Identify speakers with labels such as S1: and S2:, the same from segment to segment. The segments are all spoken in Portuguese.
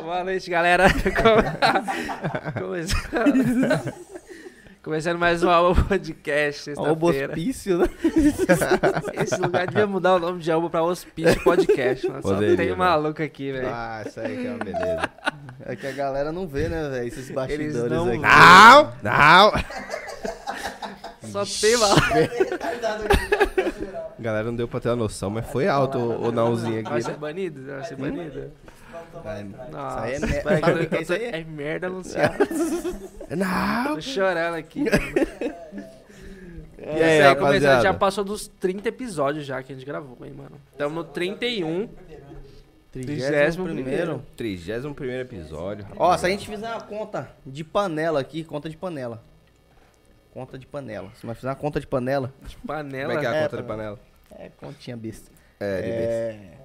S1: Boa noite, galera. Começando... Começando mais um Alba Podcast,
S2: Ó, o
S1: sexta-feira.
S2: hospício, né?
S1: Esse lugar devia mudar o nome de Alba pra Hospício Podcast. Mano. Só
S3: Poderia,
S1: tem
S3: né?
S1: maluco aqui, velho.
S3: Ah, isso aí que é uma beleza.
S2: É que a galera não vê, né, velho? Esses bastidores
S1: não
S2: aqui.
S1: vê. Só
S3: Não, não.
S1: tem maluco.
S3: Galera, não deu pra ter uma noção, mas foi alto o o nãozinho
S1: Vai
S3: aqui.
S1: ser
S3: né?
S1: banido? Vai ser banido?
S2: Isso
S1: Nossa,
S2: aí é
S1: isso
S2: merda.
S1: aí
S2: Sabe o que é isso aí?
S1: é merda anunciada.
S3: Não.
S1: Tô chorando aqui.
S3: E
S1: Isso
S3: aí,
S1: aí, começando, já
S3: rapaziada?
S1: passou dos 30 episódios já que a gente gravou, hein, mano. Estamos no 31.
S2: 31º.
S3: 31 primeiro episódio.
S2: Ó, se a gente fizer uma conta de panela aqui, conta de panela. Conta de panela. Se nós fizer uma conta de panela,
S1: De
S3: Como
S1: panela.
S3: é que é a
S2: É,
S3: conta
S2: tá
S3: de panela?
S2: é continha besta.
S3: É, de vez.
S2: É...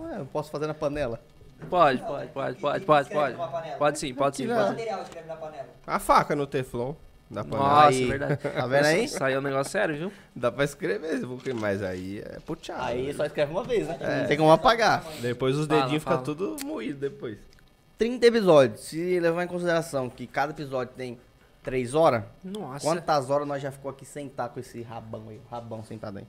S2: Ué, eu posso fazer na panela?
S3: é?
S1: Pode, pode, pode, pode, pode, pode. Pode sim, pode sim, pode. sim.
S4: material escreve na panela.
S3: A faca no teflon. Dá pra,
S1: Nossa,
S2: Aí.
S1: é verdade.
S2: Tá vendo aí?
S1: Saiu um negócio sério, viu?
S3: dá pra escrever, mas aí é puteado. né?
S2: só escreve uma vez, né? Não tem como apagar.
S3: Depois os
S1: Fala,
S3: dedinhos
S1: fala.
S3: ficam tudo moído depois.
S2: 30 episódios. Se levar em consideração que cada episódio tem 3 horas,
S1: Nossa.
S2: quantas horas nós já ficou aqui sentado com esse rabão aí? O rabão sentado aí.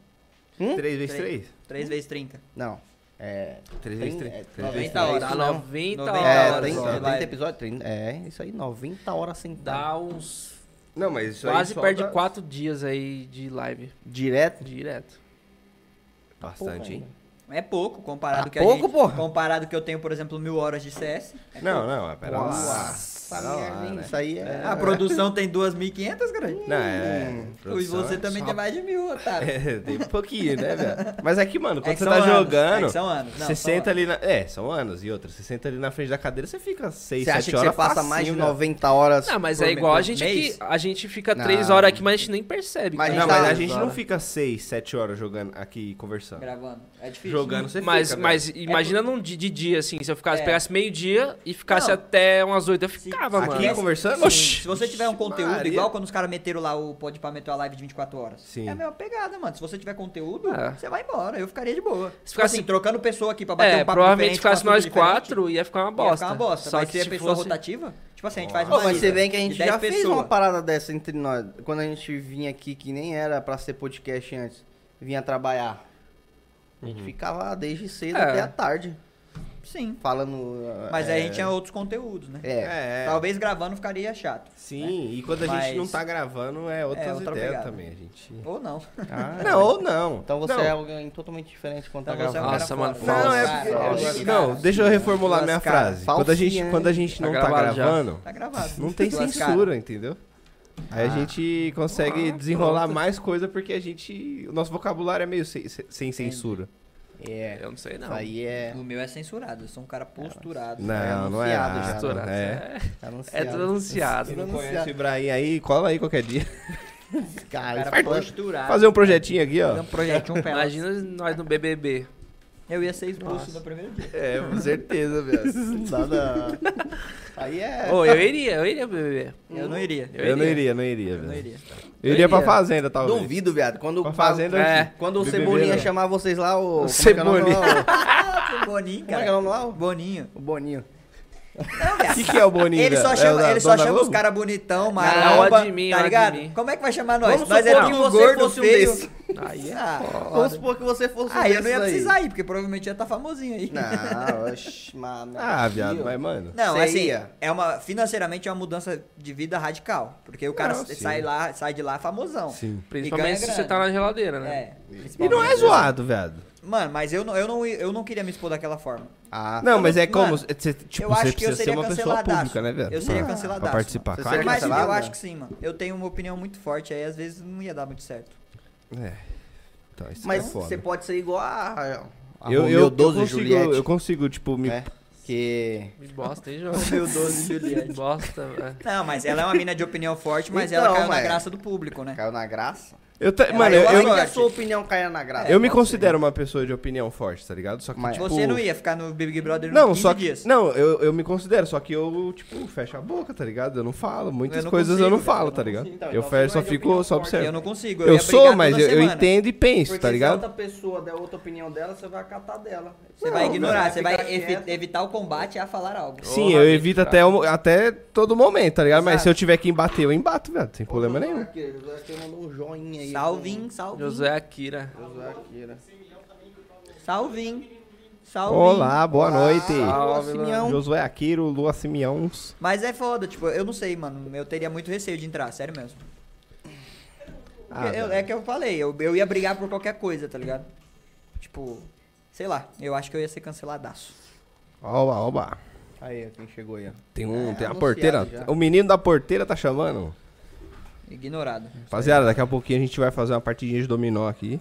S2: Hum?
S3: 3 vezes
S4: Três.
S3: 3?
S4: 3 vezes 30.
S2: Não. É.
S3: 3 vezes
S2: Trin- é,
S3: 3. 3 vezes 3.
S4: 90 horas.
S1: Dá
S2: isso não.
S1: 90
S4: 90
S2: É,
S1: Tá horas.
S2: 30,
S4: só.
S2: 30 episódios, 30, é, isso aí, 90 horas sentado.
S1: Dá uns.
S3: Não, mas isso aí
S1: Quase
S3: solta
S1: perde 4 dias aí de live.
S2: Direto?
S1: Direto.
S3: Bastante, hein?
S4: É pouco comparado
S2: Tá
S4: que a
S2: pouco,
S4: gente,
S2: porra.
S4: Comparado que eu tenho, por exemplo, mil horas de CS. É
S3: Não,
S4: pouco.
S3: não, pera lá.
S2: Nossa,
S3: Pera lá,
S2: merda, hein?
S3: né?
S2: Isso aí é.
S4: A produção tem 2.500, cara.
S3: Não, é.
S4: E
S3: produção
S4: você
S3: é
S4: também
S3: só-
S4: tem mais de mil, otário.
S3: É, tem um pouquinho, né, velho? Mas é que, mano, quando
S4: É que
S3: você
S4: são
S3: tá
S4: anos,
S3: jogando,
S4: é que são anos. Não,
S3: você
S4: são
S3: senta
S4: anos.
S3: ali na. É, são anos e outra. Você senta ali na frente da cadeira, você fica 6,
S2: Você
S3: 7
S2: acha que
S3: horas.
S2: você passa
S3: facinho,
S2: mais de
S3: né?
S2: 90 horas?
S1: Não, mas
S2: por
S1: é igual a
S2: mês?
S1: gente
S4: mês?
S1: que. A gente fica 3
S2: Não.
S1: horas aqui, mas a gente nem percebe.
S2: Mas
S1: que
S3: Não,
S1: tá
S3: mas a
S1: três
S3: gente não
S1: horas.
S3: fica 6, 7 horas jogando aqui e conversando.
S4: Gravando. É difícil.
S3: Jogando você
S1: Mas,
S3: fica.
S1: mas
S3: velho.
S1: imagina num di- de, dia, assim, se eu ficasse,
S4: É.
S1: pegasse meio-dia e ficasse
S4: Não.
S1: até umas 8, eu ficava,
S3: Aqui
S1: mano.
S3: conversando?
S4: Sim,
S1: Oxi.
S4: assim, se você tiver um conteúdo,
S3: Maria.
S4: igual quando os caras meteram lá o pode pra meter a live de 24 horas.
S3: Sim.
S4: É a mesma pegada, mano. Se você tiver conteúdo,
S1: É.
S4: você vai embora. Eu ficaria de boa. Se
S1: ficasse-
S4: assim, trocando pessoa aqui pra bater
S1: É,
S4: um papo
S1: provavelmente
S4: diferente, com
S1: ficasse nós
S4: assunto diferente,
S1: quatro ia ficar uma
S4: ia
S1: bosta.
S4: ficar uma bosta.
S1: Só
S4: Mas
S1: que
S4: se é
S1: se
S4: pessoa
S1: fosse...
S4: rotativa, tipo assim, a gente faz
S2: Pô,
S4: uma
S2: mas
S4: lista
S2: você vê que a gente
S4: de 10
S2: já fez
S4: pessoas.
S2: uma parada dessa entre nós. Quando a gente vinha aqui, que nem era pra ser podcast antes, vinha trabalhar. A gente ficava desde cedo
S1: É.
S2: até a tarde,
S4: Sim.
S2: falando.
S4: Mas
S2: é,
S4: aí a gente tinha outros conteúdos, né?
S2: É.
S3: É, é.
S4: Talvez gravando ficaria chato.
S3: Sim, e quando a gente
S4: Mas-
S3: não tá gravando, é outras
S4: outra
S3: ideias
S4: pegada.
S3: também, a gente.
S4: Ou não.
S2: Ah,
S3: Não, ou não.
S2: Então você
S3: não.
S2: é alguém totalmente diferente quando tá
S4: Então você é um
S2: gravando.
S4: cara
S1: Nossa, mano,
S4: fora.
S3: Não,
S1: Falsa.
S3: é porque-
S4: um
S3: não, deixa eu reformular
S4: Duas
S3: minha
S4: caras.
S3: frase. Quando a gente,
S2: Falsinha,
S3: quando a gente
S1: Tá
S3: não tá
S1: gravado já.
S3: gravando,
S4: Tá gravado.
S3: não tem
S4: Duas
S3: censura, entendeu? Aí a
S2: Ah.
S3: gente consegue
S1: Ah,
S3: desenrolar
S1: pronto.
S3: mais coisa porque a gente. O nosso vocabulário é meio sem, sem censura.
S2: É,
S1: Eu não sei, não.
S2: isso aí
S4: caras.
S2: é
S4: O meu é censurado, eu sou um cara posturado. um
S3: Não, não é.
S2: anunciado
S3: nada,
S2: já,
S1: Estourado.
S4: Tá
S3: É.
S1: É, é
S2: anunciado.
S1: tudo anunciado.
S3: Se não conhece
S2: anunciado.
S3: o Ibrahim aí, cola aí qualquer dia.
S2: Cara,
S4: Cara
S2: isso é-
S4: posturado.
S3: Fazer um projetinho aqui,
S4: Fazer
S3: ó.
S4: um projetinho pra
S1: Imagina nós no BBB.
S4: Eu ia ser expulso no primeiro dia.
S3: É, com certeza, velho.
S2: Nada. Aí é.
S1: Ô, eu iria, eu iria pro BBB.
S4: Eu não iria.
S1: Eu
S3: Eu não iria, não iria,
S4: Eu não
S3: velho.
S4: iria.
S3: Eu iria pra
S1: iria.
S3: fazenda, talvez.
S2: Duvido, viado. Quando,
S3: Pra fazenda.
S1: É.
S3: eu-
S2: quando o
S3: BBB,
S2: Cebolinha
S3: não.
S2: chamar vocês lá,
S1: O
S2: o. como é que é nome lá?
S1: Cebolinha.
S4: Ah, pro
S2: Como
S4: Boninho,
S2: é que é o
S4: cara.
S2: nome lá? O-
S4: Boninho.
S2: O Boninho.
S4: Não,
S3: O
S4: viado.
S3: que, que é o Boninho?
S4: Ele só
S3: velho?
S4: chama,
S3: É o da
S4: ele só
S3: Dona
S4: chama os
S3: Globo?
S4: caras bonitão,
S1: o
S4: maromba,
S1: Admin, o
S4: tá ligado?
S1: Admin.
S4: Como é que vai chamar nós?
S2: Vamos
S4: nós
S2: supor
S4: era
S2: que
S4: um
S2: você
S4: gordo,
S2: fosse um
S4: feio.
S2: desse.
S1: Aí é.
S4: Ah,
S2: Vamos supor que você fosse um
S4: ah, eu não
S2: desses
S4: ia
S2: aí.
S4: precisar ir, porque provavelmente ia estar famosinho aí.
S2: Não, oxi, mano. é
S3: Ah, viado, mas mano.
S4: Não,
S2: Seria.
S4: assim, é uma, financeiramente é uma mudança de vida radical. Porque o cara
S3: Não, sim.
S4: sai, lá, sai de lá famosão.
S3: Sim.
S1: Principalmente se você tá na geladeira, né?
S4: É.
S3: E não é zoado, viado.
S4: Mano, mas eu não, eu, não, eu não queria me expor daquela forma.
S2: Ah,
S3: Não, mas é
S4: mano,
S3: como. é, cê, tipo,
S4: eu
S3: você
S4: acho que eu
S3: precisa ser
S4: seria
S3: uma pessoa
S4: canceladaço.
S3: pública, né, viado?
S4: Eu seria
S3: Ah,
S4: canceladaço,
S3: Pra participar.
S2: mano.
S3: Claro.
S2: Você
S4: Mas
S2: seria
S4: eu
S2: cancelado?
S4: acho que sim, mano. Eu tenho uma opinião muito forte, aí às vezes não ia dar muito certo.
S3: É. Então, isso
S2: mas
S3: é foda.
S2: você pode ser igual a. a
S3: Eu,
S2: Romeu
S3: eu, eu
S2: 12 e
S3: consigo,
S2: Juliette,
S3: eu consigo, tipo, me.
S2: né? Que.
S1: Me bosta, hein, João?
S4: Meu doce,
S1: Me bosta, velho.
S4: Não, mas ela é uma é mina de opinião forte, mas
S2: Então,
S4: ela caiu na
S2: mas-
S4: graça do público, né?
S2: Caiu na graça.
S3: Eu ta-
S4: É,
S3: mano, eu,
S2: eu,
S3: eu,
S2: que a
S4: acho-
S2: sua opinião caia na graça.
S4: É,
S3: eu me
S4: pode ser.
S3: considero um uma pessoa de opinião forte, tá ligado? Só que,
S2: Mas-
S3: tipo...
S4: Você não ia ficar no Big Brother
S3: Não,
S4: 15
S3: só que,
S4: dias.
S3: não eu, eu me considero, só que eu, tipo, fecho a boca, tá ligado? Eu não falo, muitas
S4: não
S3: coisas eu
S4: consigo,
S3: não
S4: cara,
S3: falo,
S4: eu
S3: tá
S4: não
S3: ligado?
S2: consigo. Então,
S3: eu
S2: então
S3: fecho,
S2: você
S3: só
S2: não é de
S3: fico,
S2: opinião
S3: só
S2: forte,
S3: observo.
S4: Eu não consigo.
S3: Eu
S4: ia
S3: sou,
S4: brigar
S3: mas
S4: toda
S3: eu, eu
S4: semana.
S3: entendo e penso,
S2: Porque
S3: tá
S2: se
S3: ligado?
S2: a outra pessoa der outra opinião dela, você vai acatar dela.
S4: Você vai
S3: Não,
S4: ignorar,
S2: cara.
S4: você vai
S2: Ficar
S4: evi-
S2: quieto.
S4: evitar o combate a falar algo.
S3: Sim,
S1: Porra,
S3: eu evito
S1: bicho,
S3: até, o- até todo momento, tá ligado? Mas
S4: Exato.
S3: se eu tiver que embater, eu embato, velho, sem problema
S2: Ô, José
S3: nenhum.
S2: Akira, José Akira mandou um joinha aí.
S4: Salvin, salvin,
S1: José Akira.
S2: José Akira.
S4: salvin, salvin.
S3: Olá, boa noite.
S1: Salve,
S2: Ah, Simeão.
S3: Josué Aquiro, Lua Simeões.
S4: Mas é foda, tipo, eu não sei, mano. Eu teria muito receio de entrar, sério mesmo.
S3: Ah,
S4: Eu-
S3: velho.
S4: é que eu falei, eu, eu ia brigar por qualquer coisa, tá ligado? Tipo, sei lá, eu acho que eu ia ser canceladaço.
S3: Oba, oba.
S2: Aí, ó, quem chegou aí, ó.
S3: Tem um,
S2: É,
S3: tem a
S2: anunciado
S3: porteira.
S2: já.
S3: O menino da porteira tá chamando.
S4: Ignorado.
S3: Rapaziada, daqui a pouquinho a gente vai fazer uma partidinha de dominó aqui.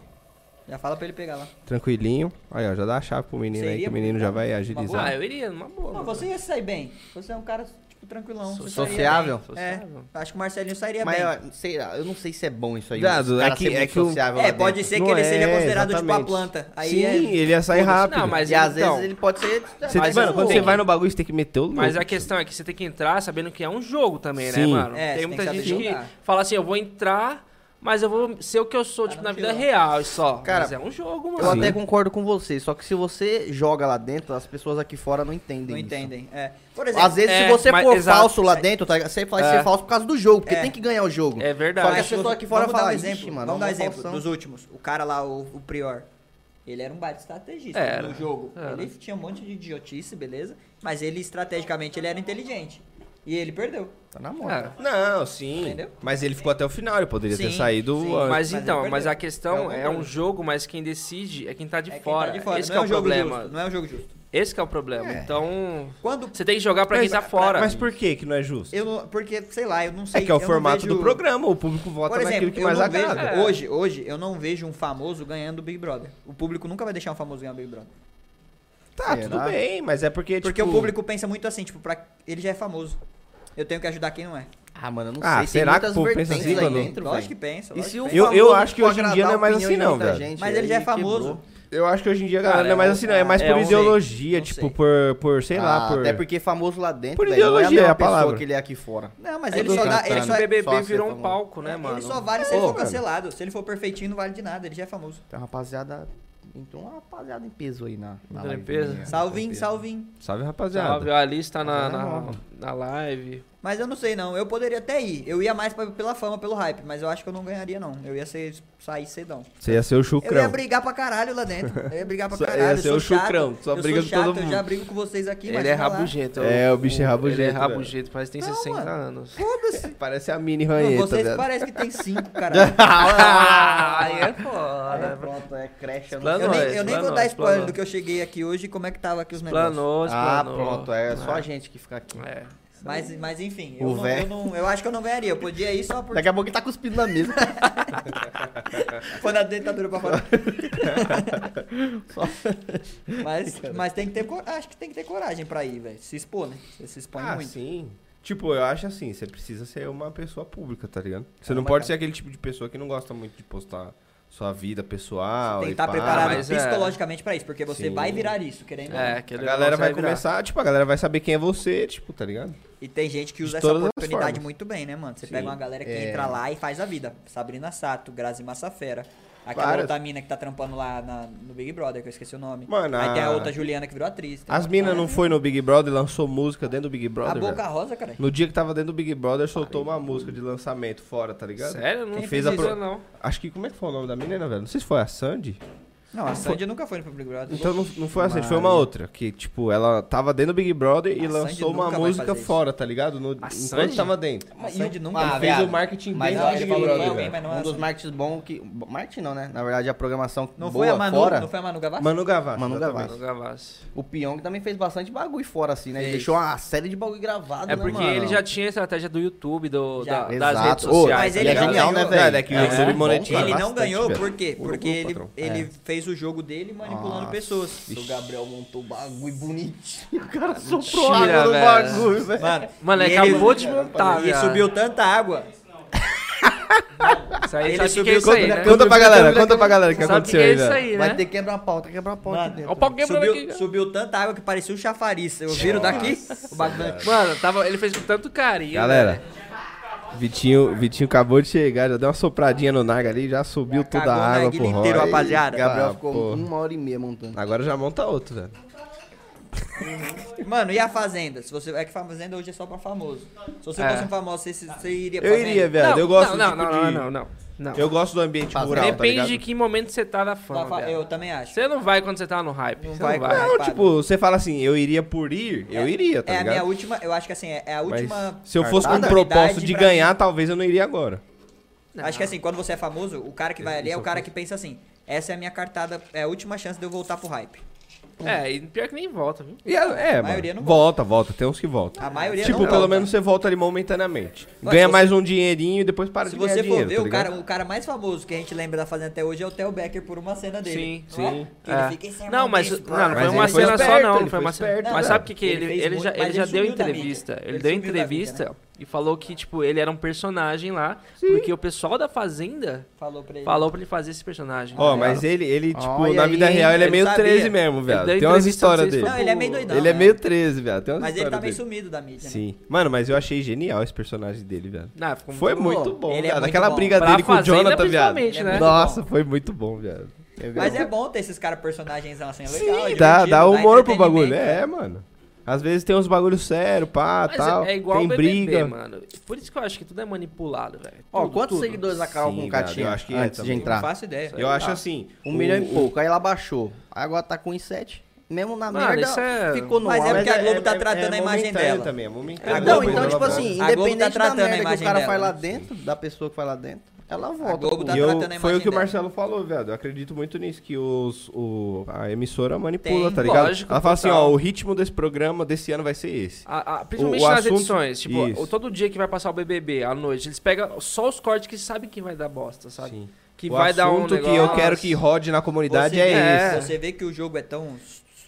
S4: Já fala pra ele pegar lá.
S3: Tranquilinho. Aí, ó, já dá a chave pro menino aí,
S4: Seria
S3: que o menino já
S4: bom,
S3: vai
S1: Ah,
S3: agilizar.
S1: eu iria, numa boa.
S4: Não,
S1: mano.
S4: você ia sair bem. Você é um cara, tipo, tranquilão.
S1: So-
S4: Você sairia
S2: sociável?
S4: bem.
S1: Sociável.
S4: É, acho que o Marcelinho sairia
S2: Mas
S4: bem.
S2: ó, sei lá, eu não sei se é bom isso aí.
S3: Viado,
S2: os caras
S3: é que-
S2: ser muito
S3: é que o-
S2: sociável
S4: É,
S2: lá
S4: pode
S2: dentro.
S4: ser que
S3: Não
S4: ele
S3: é,
S4: seja considerado, tipo, a
S3: exatamente.
S4: planta. Aí
S3: Sim,
S4: é...
S3: ele ia sair rápido.
S1: Não, mas
S2: E às
S1: então,
S2: vezes ele pode ser.
S3: Você-
S1: mas
S3: mano,
S1: eu-
S3: quando
S1: tem
S3: você
S1: que-
S3: vai no bagulho, você tem que meter o louco.
S1: Mas a questão é que você tem que entrar sabendo que é um jogo também, né,
S3: Sim.
S1: mano? tem
S4: É, você tem
S1: muita
S4: que saber
S1: gente que
S4: jogar.
S1: fala assim, eu vou entrar, mas eu vou ser o que eu sou, tipo,
S4: Tá
S1: na
S4: no
S1: vida
S4: tirão.
S1: real e só.
S2: Cara,
S1: mas é um jogo,
S2: Eu
S1: mano.
S2: até
S3: Sim.
S2: concordo com você, só que se você joga lá dentro, as pessoas aqui fora não entendem.
S4: Não
S2: isso.
S4: entendem. É. Por exemplo,
S2: Às vezes,
S1: É,
S2: se você
S1: mas-
S2: for
S1: exato.
S2: falso lá dentro, tá ligado? você vai
S1: É.
S2: ser falso por causa do jogo, porque
S4: É.
S2: tem que ganhar o jogo.
S1: É
S2: Só que as
S1: verdade.
S2: pessoas aqui fora
S4: vamos dar um
S2: falam,
S4: exemplo,
S2: "Ixi, mano, é
S4: vamos dar um
S2: uma
S4: exemplo
S2: falsão."
S4: dos últimos. O cara lá, o, o Prior, ele era um baita estrategista
S1: Era,
S4: no jogo.
S1: era.
S4: Ele tinha um monte de idiotice, beleza? Mas ele, estrategicamente, ele era inteligente. E ele perdeu,
S2: Tá na mão.
S1: É.
S3: Não, sim.
S4: Entendeu?
S3: Mas ele ficou até o final, ele poderia ter
S4: Sim,
S3: saído
S4: sim.
S3: antes.
S1: Mas
S4: Mas é ele
S1: então,
S4: perdeu.
S1: mas a
S4: Eu
S1: questão é
S4: concordo.
S1: um jogo, mas quem decide é quem tá de,
S4: É quem tá
S1: fora.
S4: de fora.
S1: Esse
S4: não
S1: que é, o
S4: um jogo
S1: problema.
S4: justo, não é um jogo justo.
S1: Esse que é o problema. Então,
S4: Quando...
S1: você tem que jogar pra quem tá fora.
S3: Mas por que que não é justo?
S4: Eu não- porque, sei lá, eu não sei...
S3: É que é o
S4: eu não
S3: formato
S4: vejo-
S3: do programa, o público vota
S4: Por exemplo,
S3: naquilo que
S4: eu
S3: mais
S4: não vejo,
S3: agrada.
S1: É.
S4: hoje, hoje, eu não vejo um famoso ganhando o Big Brother. O público nunca vai deixar um famoso ganhar o Big Brother.
S2: É,
S3: Tá,
S2: Será?
S3: tudo bem, mas é porque,
S4: Porque
S3: tipo,
S4: o público pensa muito assim, tipo, pra... ele já é famoso. Eu tenho que ajudar quem não é.
S2: Ah, mano, eu não
S3: Ah,
S2: sei.
S3: será que o povo pensa
S2: vertentes
S3: assim,
S2: aí
S3: mano?
S2: dentro,
S4: Lógico que
S2: velho.
S4: pensa.
S2: E
S4: lógico
S2: se
S4: que
S2: o
S4: pensa.
S3: Eu- eu
S2: famoso
S3: acho que
S2: for
S3: hoje em dia
S2: agradar
S3: não é
S2: a
S3: mais
S2: opinião
S3: assim,
S2: de
S3: não,
S2: muita
S3: velho.
S2: gente,
S4: Mas ele já é
S2: aí
S4: famoso.
S2: quebrou.
S3: Eu acho que hoje em dia a
S1: Cara,
S3: galera não é mais
S1: é
S3: assim, não. É mais
S1: é
S3: por
S1: um-
S3: ideologia,
S4: não
S3: tipo,
S4: sei.
S3: por, por, sei lá,
S2: Ah,
S3: por...
S2: Até porque famoso lá dentro,
S3: Por
S2: velho, não
S3: ideologia,
S2: é
S3: é a
S2: a pessoa
S3: palavra.
S2: que ele é aqui fora.
S4: Não, mas
S2: É
S4: ele
S2: do
S4: só dá.
S2: Catan,
S4: Ele
S1: Mas
S4: só,
S1: o
S4: é-
S1: BBB
S2: só ser
S1: virou um
S2: famoso.
S1: palco, né, mano?
S4: ele só vale se ele
S3: Ô,
S4: for
S3: cara.
S4: cancelado. Se ele for perfeitinho, não vale de nada. Ele já é famoso.
S2: Tem uma rapaziada. Entrou uma rapaziada em peso aí na. na
S1: Entrou em
S2: live,
S1: peso?
S3: É,
S2: né?
S4: Salvin, salvin.
S3: Salve,
S1: Salve,
S3: rapaziada.
S1: ó, a Alice tá na,
S2: Tá na
S1: na,
S2: nova.
S1: na live.
S4: Mas eu não sei, não. Eu poderia até ir. Eu ia mais pra- pela fama, pelo hype. Mas eu acho que eu não ganharia, não. Eu ia ser, sair cedão.
S3: Você ia ser o
S4: Eu ia
S3: chucrão.
S4: brigar pra caralho lá dentro. Eu ia brigar pra
S3: Só- ia
S4: caralho.
S3: ser
S4: eu sou
S3: o chucrão,
S4: chato,
S3: só
S4: eu
S3: briga
S4: sou
S3: com
S4: chato,
S3: todo
S4: eu
S3: mundo.
S4: já brigo com vocês aqui.
S1: Ele é
S4: imagina lá.
S1: rabugento.
S3: É, o bicho é rabugento,
S1: Ele é
S3: velho.
S1: rabugento, parece que tem
S4: Não,
S1: 60
S4: mano.
S1: anos.
S3: Parece a mini
S4: Não,
S3: ranheta,
S4: vocês
S3: velho.
S4: parecem que tem cinco,
S3: Ah,
S4: caralho. ah,
S1: Aí é
S2: Olha,
S1: foda.
S2: pronto, é creche. eu não
S1: Planou,
S4: Eu
S2: sei.
S4: nem, eu nem vou
S1: explanou,
S4: dar spoiler
S1: explanou.
S4: do que eu cheguei aqui hoje e como é que tava aqui os negócios.
S1: Planou,
S2: Ah,
S1: planou.
S2: pronto, é só a gente que fica aqui.
S1: É.
S4: Mas, mas enfim,
S2: O
S4: eu, não,
S2: véio.
S4: eu, não- eu acho que eu não ganharia. Eu podia ir só por
S2: Daqui a pouco ele tá cuspindo na mesa.
S4: Quando a dentadura pra fora.
S2: Só-
S4: Mas, mas tem que ter coragem. Acho que tem que ter coragem pra ir, velho. Se expor, né? Você se expõe
S3: Ah,
S4: muito.
S3: sim. Tipo, eu acho assim, você precisa ser uma pessoa pública, tá ligado? Você
S4: É
S3: não
S4: uma
S3: pode
S4: cara.
S3: ser aquele tipo de pessoa que não gosta muito de postar sua vida pessoal
S4: Tem que
S3: e
S4: estar
S3: pá.
S4: preparado
S1: mas é.
S4: psicologicamente pra isso, porque você
S3: Sim.
S4: vai virar isso, querendo ou não.
S1: É,
S3: A
S1: aquele
S3: galera
S1: negócio
S3: vai
S1: virar.
S3: começar, tipo, a galera vai saber quem é você, tipo, tá ligado?
S4: E tem gente que
S3: De
S4: usa essa
S3: todas as
S4: oportunidade
S3: formas.
S4: muito bem, né, mano? Você
S3: Sim.
S4: pega uma galera que
S2: É.
S4: entra lá e faz a vida. Sabrina Sato, Grazi Massafera. Aquela
S3: Várias.
S4: outra mina que tá trampando lá na- no Big Brother, que eu esqueci o nome.
S3: Mano,
S4: Aí tem a
S3: a-
S4: outra Juliana que virou atriz. tem
S3: As
S4: uma-
S3: minas não foi no Big Brother, lançou música dentro do Big
S4: A
S3: Brother,
S4: Boca
S3: velho?
S4: Rosa, cara.
S3: No dia que tava dentro do Big Brother, soltou uma música de lançamento fora, tá ligado?
S1: Sério? Não
S3: Quem
S1: fez
S3: fez
S1: a
S3: a pro-
S1: não.
S3: Acho que, como é que foi o nome da menina, velho? Não sei se foi a Sandy.
S4: Não, a Sandy nunca foi no Big Brother.
S3: Então não, não foi a Sandy, foi uma outra. Que, tipo, ela tava dentro do Big Brother e
S4: A Sandy
S3: lançou uma
S4: nunca vai
S3: música
S4: fazer isso.
S3: fora, tá ligado? No, enquanto
S1: Sandy?
S3: tava dentro.
S4: A Sandy nunca
S2: Ah,
S4: foi.
S3: Fez
S2: viado.
S3: o marketing
S2: Mas eu
S3: bem dentro do
S2: acho
S3: Big
S2: que ele
S3: Brother,
S2: falou
S3: velho.
S4: mas não é
S2: um dos
S4: assim.
S2: marketing bom que. Marketing não, né? Na verdade, a programação.
S4: Não
S2: boa
S4: foi a Manu,
S2: fora,
S4: não foi a Manu Gavassi?
S3: Manu Gavassi.
S2: Manu
S3: exatamente.
S2: Gavassi.
S1: Gavassi.
S2: O Pyong também fez bastante bagulho fora, assim, né? Ele
S1: Fez.
S2: deixou uma série de bagulho gravado,
S1: É
S2: né,
S1: porque
S2: mano?
S1: ele já tinha a estratégia do YouTube, do,
S4: Já.
S1: da- das
S2: Exato.
S1: redes
S2: Ô,
S1: sociais.
S4: mas
S1: tá
S4: ele
S1: ligado?
S2: é
S4: não
S2: genial, né,
S4: ganhou.
S2: velho?
S3: É, é que o
S2: É.
S3: YouTube monetiza
S4: né? Ele não
S3: bastante,
S4: ganhou,
S3: velho.
S4: por quê?
S3: Ô,
S4: Porque
S3: louco,
S4: ele,
S3: patrão. É.
S4: ele fez o jogo dele manipulando
S2: Nossa,
S4: pessoas.
S2: O Gabriel montou bagulho bonitinho. O cara soprou
S1: Mentira,
S2: água no
S1: velho.
S2: bagulho, velho.
S4: Mano,
S1: Mano,
S4: e
S1: ele acabou de montar,
S4: E
S1: viado.
S4: subiu tanta água.
S1: Isso aí, sabe o que
S4: Ele
S1: que é
S4: subiu
S1: isso aí,
S4: quando-
S1: né?
S3: Conta pra galera, conta pra galera o que
S1: Sabe o que
S3: aconteceu
S1: é
S3: aí,
S1: isso
S3: velho.
S1: aí,
S2: Vai
S1: né?
S2: ter que quebrar a pau, tem que quebrar a pau aqui
S1: Ó o
S2: dentro.
S1: pau quebrando
S4: Subiu,
S1: aqui.
S4: subiu tanta água que parecia um chafariz. Eu viro daqui, o bagulho.
S1: Mano, tava, ele fez com tanto carinho.
S3: Galera,
S4: né?
S1: velho.
S3: Vitinho, Vitinho acabou de chegar, já deu uma sopradinha no Naga ali, já subiu toda
S4: cagou o
S3: a água
S4: narguilé
S3: pro
S4: inteiro,
S3: Roy.
S4: rapaziada.
S2: Gabriel
S3: Ah,
S2: ficou
S3: pô.
S2: uma hora e meia montando.
S3: Agora já monta outro, velho.
S4: Mano, e a Fazenda? Se você... É que Fazenda hoje é só pra famoso. Se você
S1: É.
S4: fosse um famoso, você, você iria pra
S3: Eu iria, viado. Eu gosto
S1: não,
S3: do
S1: não,
S3: tipo
S1: não,
S3: de-
S1: não, não, não.
S3: Eu gosto do ambiente rural, tá
S1: Depende
S3: ligado?
S1: de que momento você tá da
S4: Da
S1: fama.
S4: fa-
S1: velho.
S4: Eu também acho.
S1: Você não vai quando você tá no hype.
S4: Não
S1: você
S4: vai,
S1: não
S4: cara.
S1: vai.
S3: Não,
S4: Pago.
S3: tipo, você fala assim, eu iria por ir, eu iria, tá
S4: é a
S3: ligado?
S4: minha última... Eu acho que assim, é é a última...
S3: Mas se eu fosse com um
S4: oportunidade
S3: propósito de
S4: pra mim.
S3: ganhar, talvez eu não iria agora.
S4: Acho que assim, quando você é famoso, o cara que vai ali é o cara que pensa assim: essa é a minha cartada, é a última chance de eu voltar pro hype.
S1: É, e pior que nem volta, viu?
S3: E é, é,
S4: A
S3: mano,
S4: maioria não
S3: volta, volta, tem uns que voltam.
S4: A maioria
S3: tipo,
S4: não
S3: pelo
S4: volta.
S3: menos você volta ali momentaneamente.
S4: Mas
S3: Ganha
S4: se
S3: mais um dinheirinho e depois para
S4: Se
S3: de ganhar
S4: você for
S3: dinheiro,
S4: ver,
S3: tá
S4: o,
S3: ligado?
S4: cara, o cara mais famoso que a gente lembra da Fazenda até hoje é o Theo Becker por uma cena dele.
S1: Sim,
S4: não é?
S1: sim.
S4: Que ele
S1: É.
S4: fica, "Esse é
S1: Não,
S4: meu
S1: mas
S4: beijo,
S1: não,
S4: brother."
S1: não foi
S3: Mas
S1: uma
S3: ele foi
S1: cena só
S3: esperto,
S1: não, não
S3: ele
S1: foi
S3: foi
S1: uma cena.
S3: esperto,
S1: Mas
S3: né?
S1: sabe o que que
S4: Ele
S1: ele
S4: fez
S1: ele
S4: muito,
S1: já
S4: mas
S1: ele já
S4: ele
S1: deu
S4: sumiu da mídia.
S1: entrevista.
S4: Ele
S1: Ele deu
S4: sumiu da mídia, né?
S1: entrevista e falou que tipo, ele era um personagem lá, porque o pessoal da fazenda
S4: Falou pra ele.
S1: falou pra ele fazer esse personagem.
S3: Ó,
S1: tá
S3: mas
S1: ligado?
S3: ele, ele tipo,
S2: Olha
S3: na vida
S2: aí,
S3: real, ele é
S4: ele
S3: meio
S4: sabia.
S3: 13 mesmo, velho.
S1: deu
S3: Tem umas
S1: entrevista,
S3: histórias
S1: não sei se
S3: dele.
S1: foi
S4: Não, ele é meio doidão.
S3: Ele é
S4: né?
S3: meio 13, velho. Tem umas
S4: Mas ele
S3: histórias
S4: tá meio
S3: dele.
S4: sumido da mídia. né?
S3: Sim. Mano, mas eu achei genial esse personagem dele, velho.
S1: Não, ficou
S3: Foi muito bom,
S4: Ele é
S3: viado.
S4: muito
S3: Aquela
S4: bom.
S3: briga
S1: Pra
S3: dele com o
S1: Fazenda,
S3: Jonathan, viado.
S1: principalmente,
S4: né?
S3: Nossa, foi muito bom, viado.
S4: Mas é bom ter esses caras personagens assim, é legal.
S3: Sim,
S4: é
S3: dá,
S4: divertido,
S3: dá humor pro
S4: entretenimento,
S3: bagulho.
S4: né?
S3: É, mano. Às vezes tem uns bagulho sério, pá,
S1: Mas
S3: tal.
S1: é igual
S3: tem
S1: o BBB,
S3: briga.
S1: mano. Por isso que eu acho que tudo é manipulado, velho.
S2: Ó,
S1: Tudo,
S2: quantos
S1: tudo.
S2: seguidores a Carol
S3: Sim,
S2: com
S3: viado,
S2: Catinha
S3: eu acho que é
S2: antes de
S3: também.
S4: Não
S2: entrar?
S4: faço ideia.
S3: Eu
S1: Ah,
S3: acho assim.
S2: Um
S3: o-
S2: milhão e
S3: o-
S2: pouco. Aí ela baixou. Aí agora tá com 1,7. Mesmo na
S1: Mano,
S2: merda,
S1: isso é-
S2: ficou no
S4: Mas é
S2: ar.
S4: porque a Globo tá tratando a imagem
S3: momentâneo
S4: dela.
S3: Também, é
S4: a
S3: momentâneo.
S2: Não,
S4: Globo
S2: então,
S4: tá
S2: tipo
S4: tratando-
S2: assim,
S4: a Globo tá
S2: independente da
S4: tratando a
S2: merda que o
S4: imagem
S2: cara
S4: dela,
S2: faz lá
S4: né?
S2: dentro, da pessoa que faz lá dentro, ela volta.
S4: Globo
S2: pô.
S4: tá
S3: E eu-
S4: tratando a
S3: foi o
S4: imagem
S3: que o
S4: dela.
S3: Marcelo falou, velho. Eu acredito muito nisso, que os, o, a emissora manipula,
S4: Tem,
S3: tá ligado?
S1: lógico,
S3: Ela fala assim, ó,
S1: total.
S3: o ritmo desse programa desse ano vai ser esse.
S1: A- a- ah, principalmente
S3: O- o
S1: nas
S3: assunto-
S1: edições. Tipo,
S3: Isso.
S1: o- todo dia que vai passar o BBB à noite, eles pegam só os cortes que sabem que vai dar bosta, sabe?
S3: Sim.
S1: Que
S3: o
S1: vai
S3: assunto
S1: dar um
S3: que
S1: negócio.
S3: eu quero que rode na comunidade
S4: você
S3: é,
S4: vê,
S3: esse.
S1: esse.
S4: Você vê que o jogo é tão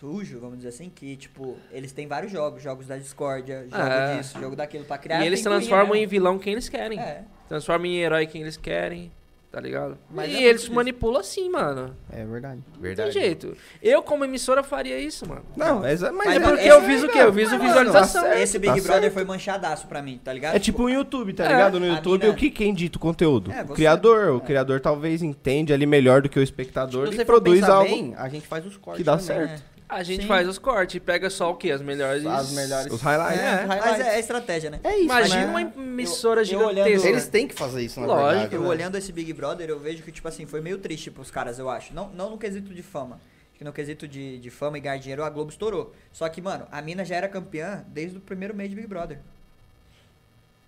S4: sujo, vamos dizer assim, que, tipo, eles têm vários jogos, jogos da discórdia, jogo
S1: É.
S4: disso, jogo daquilo, pra criar
S1: E eles
S4: picuinha
S1: transformam em
S4: mesmo.
S1: vilão quem eles querem.
S4: né? É.
S1: Transformam em herói quem eles querem. Tá ligado?
S4: Mas é
S1: e
S4: muito
S1: eles
S4: disso.
S1: manipulam assim, mano.
S2: É verdade.
S1: Não tem jeito. Eu, como emissora, faria isso, mano.
S3: Não, mas, mas,
S1: Mas é
S3: é-
S1: porque
S3: é-
S1: eu viso o quê? Eu viso
S3: Mano,
S1: visualização.
S3: tá certo,
S4: Esse Big
S3: tá
S4: Brother
S3: certo.
S4: foi manchadaço pra mim, tá ligado?
S3: É tipo um YouTube, tá
S1: É,
S3: ligado? No
S4: a
S3: YouTube,
S4: mina-
S3: o que quem dita o conteúdo?
S4: É, você-
S3: o criador. O
S4: é.
S3: criador talvez entende ali melhor do que o espectador
S1: Tipo,
S2: Se
S3: e
S2: você for
S3: produz
S2: pensar
S3: algo
S2: bem, a gente faz os cortes
S3: que dá
S2: também,
S3: certo.
S4: né?
S1: A gente
S4: Sim.
S1: faz os cortes e pega só o quê? As melhores.
S2: As melhores.
S3: Os highlights.
S2: É,
S4: Mas é, é estratégia, né?
S2: É isso,
S1: Imagina
S2: né?
S1: uma emissora
S4: Eu- eu olhando-
S1: gigantesca.
S2: Eles têm que fazer isso, na
S1: Lógico,
S2: verdade.
S4: Eu
S2: né?
S4: olhando esse Big Brother, eu vejo que, tipo assim, foi meio triste pros caras, eu acho. Não, não no quesito de fama. Acho que no quesito de, de fama e ganhar dinheiro, a Globo estourou. Só que, mano, a mina já era campeã desde o primeiro mês de Big Brother.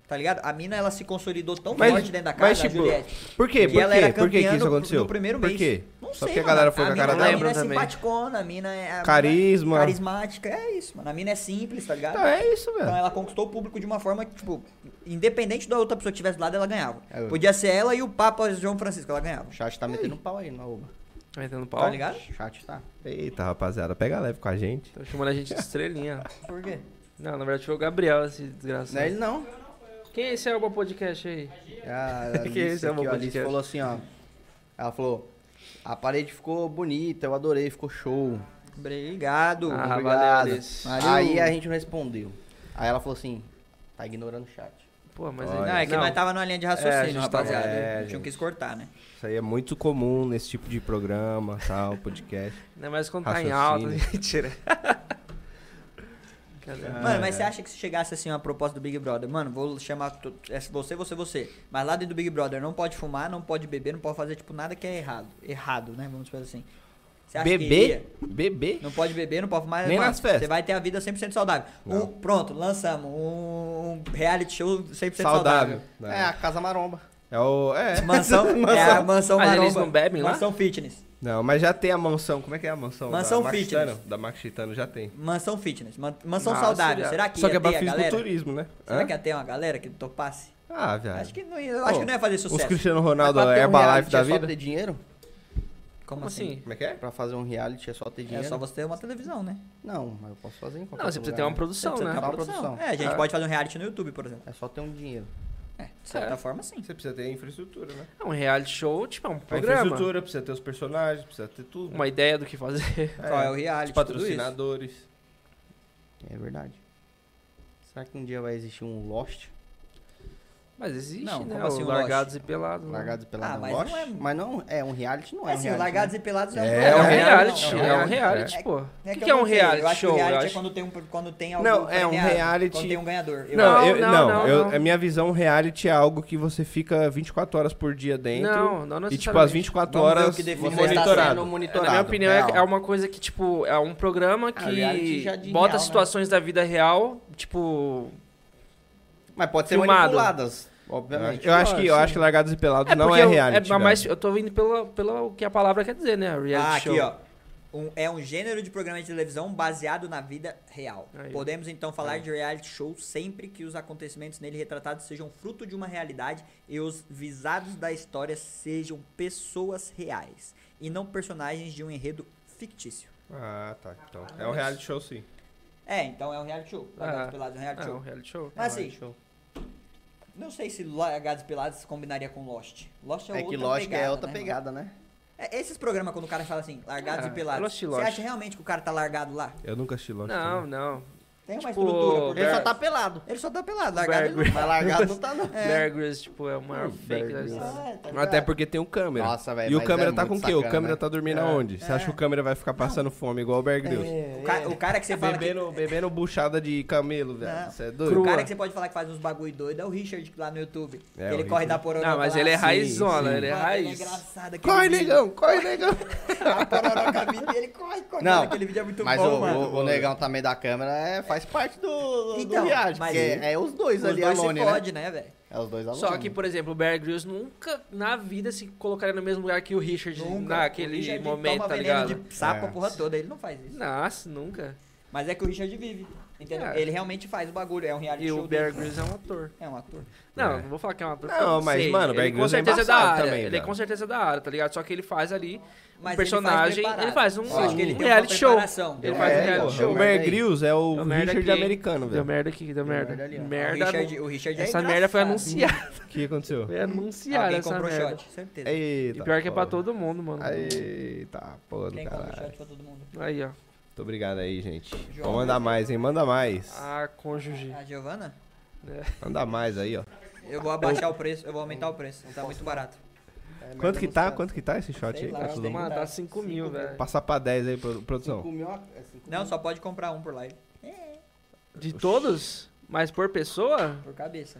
S4: Tá ligado? A mina, ela se consolidou tão
S3: Mas-
S4: forte dentro da casa,
S3: mas,
S4: a
S3: tipo,
S4: Juliette.
S3: Por quê?
S4: que
S3: Por
S4: ela
S3: quê?
S4: era
S3: Por que que
S4: campeã no-
S3: isso aconteceu?
S4: No primeiro
S3: Por
S4: mês.
S3: quê?
S4: Não
S3: Só
S4: sei,
S3: que a
S4: mano.
S3: galera foi com a
S4: mina-
S3: cara
S1: não
S3: dela.
S4: A mina é
S1: Lembro também.
S4: simpaticona, a mina é... a-
S3: Carisma.
S4: Carismática, é isso, mano. A mina é simples, tá ligado?
S3: Então é isso,
S4: Então
S3: velho.
S4: ela conquistou o público de uma forma que, tipo, independente da outra pessoa que tivesse do lado, ela ganhava.
S2: É, eu-
S4: Podia ser ela e o Papa João Francisco, ela ganhava.
S2: O chat tá metendo pau aí na Oba.
S1: Tá metendo pau.
S4: Tá ligado?
S2: O chat tá.
S3: Eita, rapaziada, pega leve com a gente.
S1: Estão chamando a gente de estrelinha.
S4: Por quê?
S1: Não, na verdade foi o Gabriel, esse desgraçado.
S2: Não
S4: Né?
S2: é ele não.
S1: Quem é esse Elba Podcast aí?
S2: Ah,
S1: Que
S2: a Alice
S1: isso, é
S2: aqui,
S1: bom
S2: ó, a Alice
S1: podcast.
S2: falou assim, ó. Ela falou, a parede ficou bonita, eu adorei, ficou show.
S4: Obrigado.
S1: Ah,
S4: Obrigado.
S1: valeu,
S2: Obrigado.
S1: Alice.
S4: Valeu.
S2: Aí a gente não respondeu. Aí ela falou assim, tá ignorando o chat.
S1: Pô, mas
S3: Olha.
S1: aí-
S4: Não, é que
S1: não.
S4: nós tava numa linha de
S1: É, a
S4: raciocínio,
S1: gente tava-
S4: rapaziada.
S3: é,
S4: Tinha
S3: gente.
S4: que escortar, né?
S3: Isso aí é muito comum nesse tipo de programa, tal, podcast.
S1: Ainda mais quando tá em alta.
S3: Raciocínio.
S1: Mentira. Cadê?
S4: Mano, mas você acha que se chegasse assim uma proposta do Big Brother, mano, vou chamar tu- é você, você, você. Mas lá dentro do Big Brother não pode fumar, não pode beber, não pode fazer, tipo, nada que é errado. Errado, né? Vamos dizer assim. Você acha que
S3: Bebê?
S4: iria?
S3: Bebê?
S4: Não pode beber, não pode fumar.
S3: Nem
S4: mano,
S3: nas festas.
S4: Você vai ter a vida 100% saudável. Um, pronto, lançamos um reality show 100% saudável.
S3: Saudável.
S2: É, a casa maromba.
S3: É o. É.
S4: Mansão, é a mansão
S1: Mas
S4: maromba.
S1: eles não bebem lá?
S4: Mansão fitness.
S3: Não, mas já tem a mansão. Como é que é a mansão?
S4: Mansão
S3: da Max
S4: Fitness.
S3: Titano? Da Max Titano já tem.
S4: Mansão fitness. man- Mansão
S1: Nossa,
S4: saudável.
S1: viado.
S4: Será que
S3: Só
S4: ia
S3: que é pra
S4: ter a galera?
S3: fisiculturismo, né?
S4: Será
S3: Hã?
S4: que ia ter uma galera que topasse?
S3: Ah, viado.
S4: Acho que não ia, eu acho
S3: Pô,
S4: que não ia fazer
S3: Os
S4: sucesso.
S3: Cristiano Ronaldo
S2: Mas pra ter um
S3: Herbalife
S2: reality
S3: da
S2: é só
S3: vida.
S2: ter dinheiro?
S1: Como assim?
S3: Como é que é?
S2: Pra fazer um reality é só ter
S4: É
S2: dinheiro?
S4: só você ter uma televisão, né?
S2: Não, mas eu posso fazer em qualquer
S1: Não, você precisa
S2: lugar,
S1: ter uma
S2: né?
S1: produção,
S4: é Você
S1: né?
S2: Só
S4: precisa ter uma
S2: uma
S4: produção.
S2: produção.
S4: É, a gente
S1: Ah.
S4: pode fazer um reality no YouTube, por exemplo.
S2: É só ter um dinheiro.
S4: É, de certa
S1: É.
S4: forma, sim.
S3: Você precisa ter infraestrutura, né?
S1: É um reality show, tipo, é um
S3: A
S1: programa.
S3: infraestrutura, precisa ter os personagens, precisa ter tudo. É,
S1: Uma ideia do que fazer.
S4: Qual é o reality,
S3: Os
S4: tudo isso.
S3: patrocinadores.
S2: É verdade. Será que um dia vai existir um Lost?
S1: Mas existe,
S4: Não,
S1: né?
S4: como assim,
S1: o
S4: um
S1: largados e pelados. né?
S2: Largados pelados.
S4: Ah, mas
S2: Lost?
S4: não é-
S2: Mas não é um reality, não é,
S4: É assim,
S2: um
S4: o
S2: reality.
S4: Largados e Pelados é um
S1: É,
S3: É
S1: um
S3: um
S1: reality,
S3: reality,
S1: é um
S3: é um
S1: reality, pô. O
S4: É
S1: que, que é
S4: eu
S1: um
S4: não sei, Eu
S1: reality
S4: acho que
S1: show?
S4: o reality
S1: Eu
S4: é
S1: acho-
S4: quando tem, um, quando tem algum
S3: Não, é um
S4: premiado,
S3: reality-
S4: Quando tem um ganhador. Eu
S1: Não,
S4: acho.
S3: eu,
S1: não, não,
S3: eu-
S1: não.
S3: A minha visão reality é algo que você fica 24 horas por dia dentro.
S1: Não, não
S3: E tipo,
S1: necessariamente.
S3: às 24
S4: Vamos ver
S3: horas
S4: o que define
S2: Você
S4: Monitorado.
S2: está
S3: tá monitorado.
S2: sendo monitorado.
S1: Na minha opinião, é,
S2: real.
S1: é uma coisa que, tipo, é um programa
S2: Ah, reality
S1: que
S2: já de
S1: bota
S2: real, né?
S1: situações da vida real, tipo.
S2: Mas pode ser
S1: filmado.
S2: manipuladas,
S3: Eu
S2: obviamente.
S3: acho- eu acho que eu acho que largados e pelados não
S1: porque
S3: é
S1: eu-
S3: reality.
S1: É,
S3: velho.
S1: mas eu tô indo pelo, pelo que a palavra quer dizer, né? Reality
S4: né? Ah,
S1: show.
S4: aqui, ó. Um- é um gênero de programa de televisão baseado na vida real.
S1: Aí.
S4: Podemos então falar de reality show sempre que os acontecimentos nele retratados sejam fruto de uma realidade e os visados da história sejam pessoas reais e não personagens de um enredo fictício.
S3: Ah, tá. Então, é um reality show sim.
S4: É, então é um reality show. Largados e Pelados é um reality
S1: É, um
S4: show.
S1: reality show.
S4: Mas assim,
S2: Ah, show.
S4: não sei se Largados e Pelados combinaria com Lost. Lost é,
S2: É
S4: outra
S2: que lógico
S4: pegada,
S2: é outra
S4: né, mano?
S2: pegada, né?
S4: É, esses programas quando o cara fala assim, Largados
S1: Ah,
S4: e Pelados,
S1: Lost e
S4: você
S1: Lost.
S4: acha realmente que o cara tá largado lá?
S3: Eu nunca assisti Lost.
S1: Não, não.
S4: Tem uma
S1: Tipo,
S4: estrutura por
S2: Ele
S1: Bear-
S2: só
S4: trás.
S2: tá pelado.
S4: Ele só tá pelado, largado ele não.
S2: Mas largado não tá, não.
S1: Bear Grylls, tipo, é o maior
S3: Ah,
S1: fake da
S3: Bear
S1: história.
S4: Ah, tá
S3: Até
S4: ligado?
S3: porque tem um câmera.
S2: Nossa, velho,
S3: E o
S2: mas
S3: câmera
S2: é
S3: tá com o
S2: muito
S3: quê? o
S2: sacana,
S3: câmera
S2: né? É.
S3: tá dormindo aonde? Você acha que o câmera vai ficar passando fome igual o Bear Grylls?
S4: O ca- o cara que você fala que...
S3: Tá Bebendo, bebendo buchada de camelo,
S4: Não.
S3: velho. Você é
S4: O
S3: doido?
S1: Crua.
S4: cara que você pode falar que faz uns bagulho doido é o Richard lá no YouTube. Que
S3: É,
S4: ele
S3: o
S4: corre
S3: Richard.
S4: da pororoca.
S1: Não, mas
S4: lá.
S1: ele é
S4: Sim,
S1: raizona,
S4: sim.
S1: ele é
S4: Mano,
S1: raiz.
S4: Ah, Ele é engraçado. aquele
S3: Corre,
S4: vídeo.
S3: negão! Corre, negão!
S4: A pororoca vindo e ele corre, corre.
S2: Não,
S4: Aquele vídeo é muito
S2: Mas
S4: bom,
S2: o,
S4: mano.
S2: o, o negão também da câmera é, faz parte do, do,
S4: Então,
S2: do reality,
S4: mas
S2: porque é, é os dois
S4: Os
S2: ali,
S4: dois
S2: alone,
S4: se
S2: né?
S4: fode, né, velho?
S2: É os dois alone.
S1: Só que, por exemplo, o Bear Grylls nunca na vida se colocaria no mesmo lugar que o Richard
S4: Nunca. O
S1: naquele
S4: Richard
S1: momento,
S4: toma
S1: tá
S4: veneno
S1: ligado?
S4: de sapo a
S2: É.
S4: porra toda. Ele não faz isso.
S1: Nossa, nunca.
S4: Mas é que o Richard vive, entendeu?
S1: É.
S4: Ele realmente faz o bagulho. É um reality
S1: E
S4: show
S1: o Bear
S4: dele.
S1: Grylls é um ator.
S4: É um ator.
S1: Não,
S3: É.
S1: não vou falar que é um ator.
S3: Não,
S1: porque eu
S3: mas,
S1: sei.
S3: mano, o Bear
S1: ele com
S3: Grylls é
S1: certeza é da
S3: embaçado
S1: área.
S3: também,
S1: ele é
S3: velho.
S1: com certeza é da área, tá ligado? Só que ele faz ali
S4: Mas
S1: um
S4: ele faz
S1: personagem. Ele
S4: preparado.
S1: faz, um,
S2: Eu acho que
S1: um
S4: ele tem uma
S1: reality show.
S4: preparação.
S1: Ele
S2: É,
S1: faz um
S2: porra,
S1: reality show.
S3: o
S2: merda
S3: Bear
S2: aí.
S3: Grylls é o
S1: Deu merda
S3: Richard
S1: aqui.
S3: americano,
S1: Deu
S3: velho.
S1: merda aqui, deu merda.
S2: merda ali, ó.
S1: Merda.
S4: o Richard, o Richard é
S1: Essa merda foi
S4: engraçado.
S1: anunciada.
S3: O que aconteceu?
S1: Foi anunciada
S4: Alguém
S1: essa
S4: comprou
S1: merda.
S4: shot, certeza.
S1: E
S3: Eita,
S1: pior que é pra
S3: porra.
S1: todo mundo, mano.
S3: Eita, porra do
S4: Quem comprou
S3: caralho.
S4: shot pra todo mundo?
S1: Aí, ó.
S3: Muito obrigado aí, gente.
S4: João.
S3: Ó, manda mais, hein? Manda mais.
S1: A Ah, cônjuge.
S4: A Ah, Giovana?
S3: Manda mais aí, ó.
S4: Eu vou abaixar o preço, eu vou aumentar o preço. Tá muito barato.
S2: É
S3: Quanto que tá? Quanto que tá esse shot
S4: Sei
S3: aí?
S4: lá,
S3: pra
S4: eu
S3: todo
S4: tenho.
S3: mundo?
S1: Mano, tá
S4: dar
S1: 5 mil, velho.
S3: Passar pra 10 aí, produ- produção.
S4: Não, só pode comprar um por live.
S1: De todos? Mas por pessoa?
S4: Por cabeça.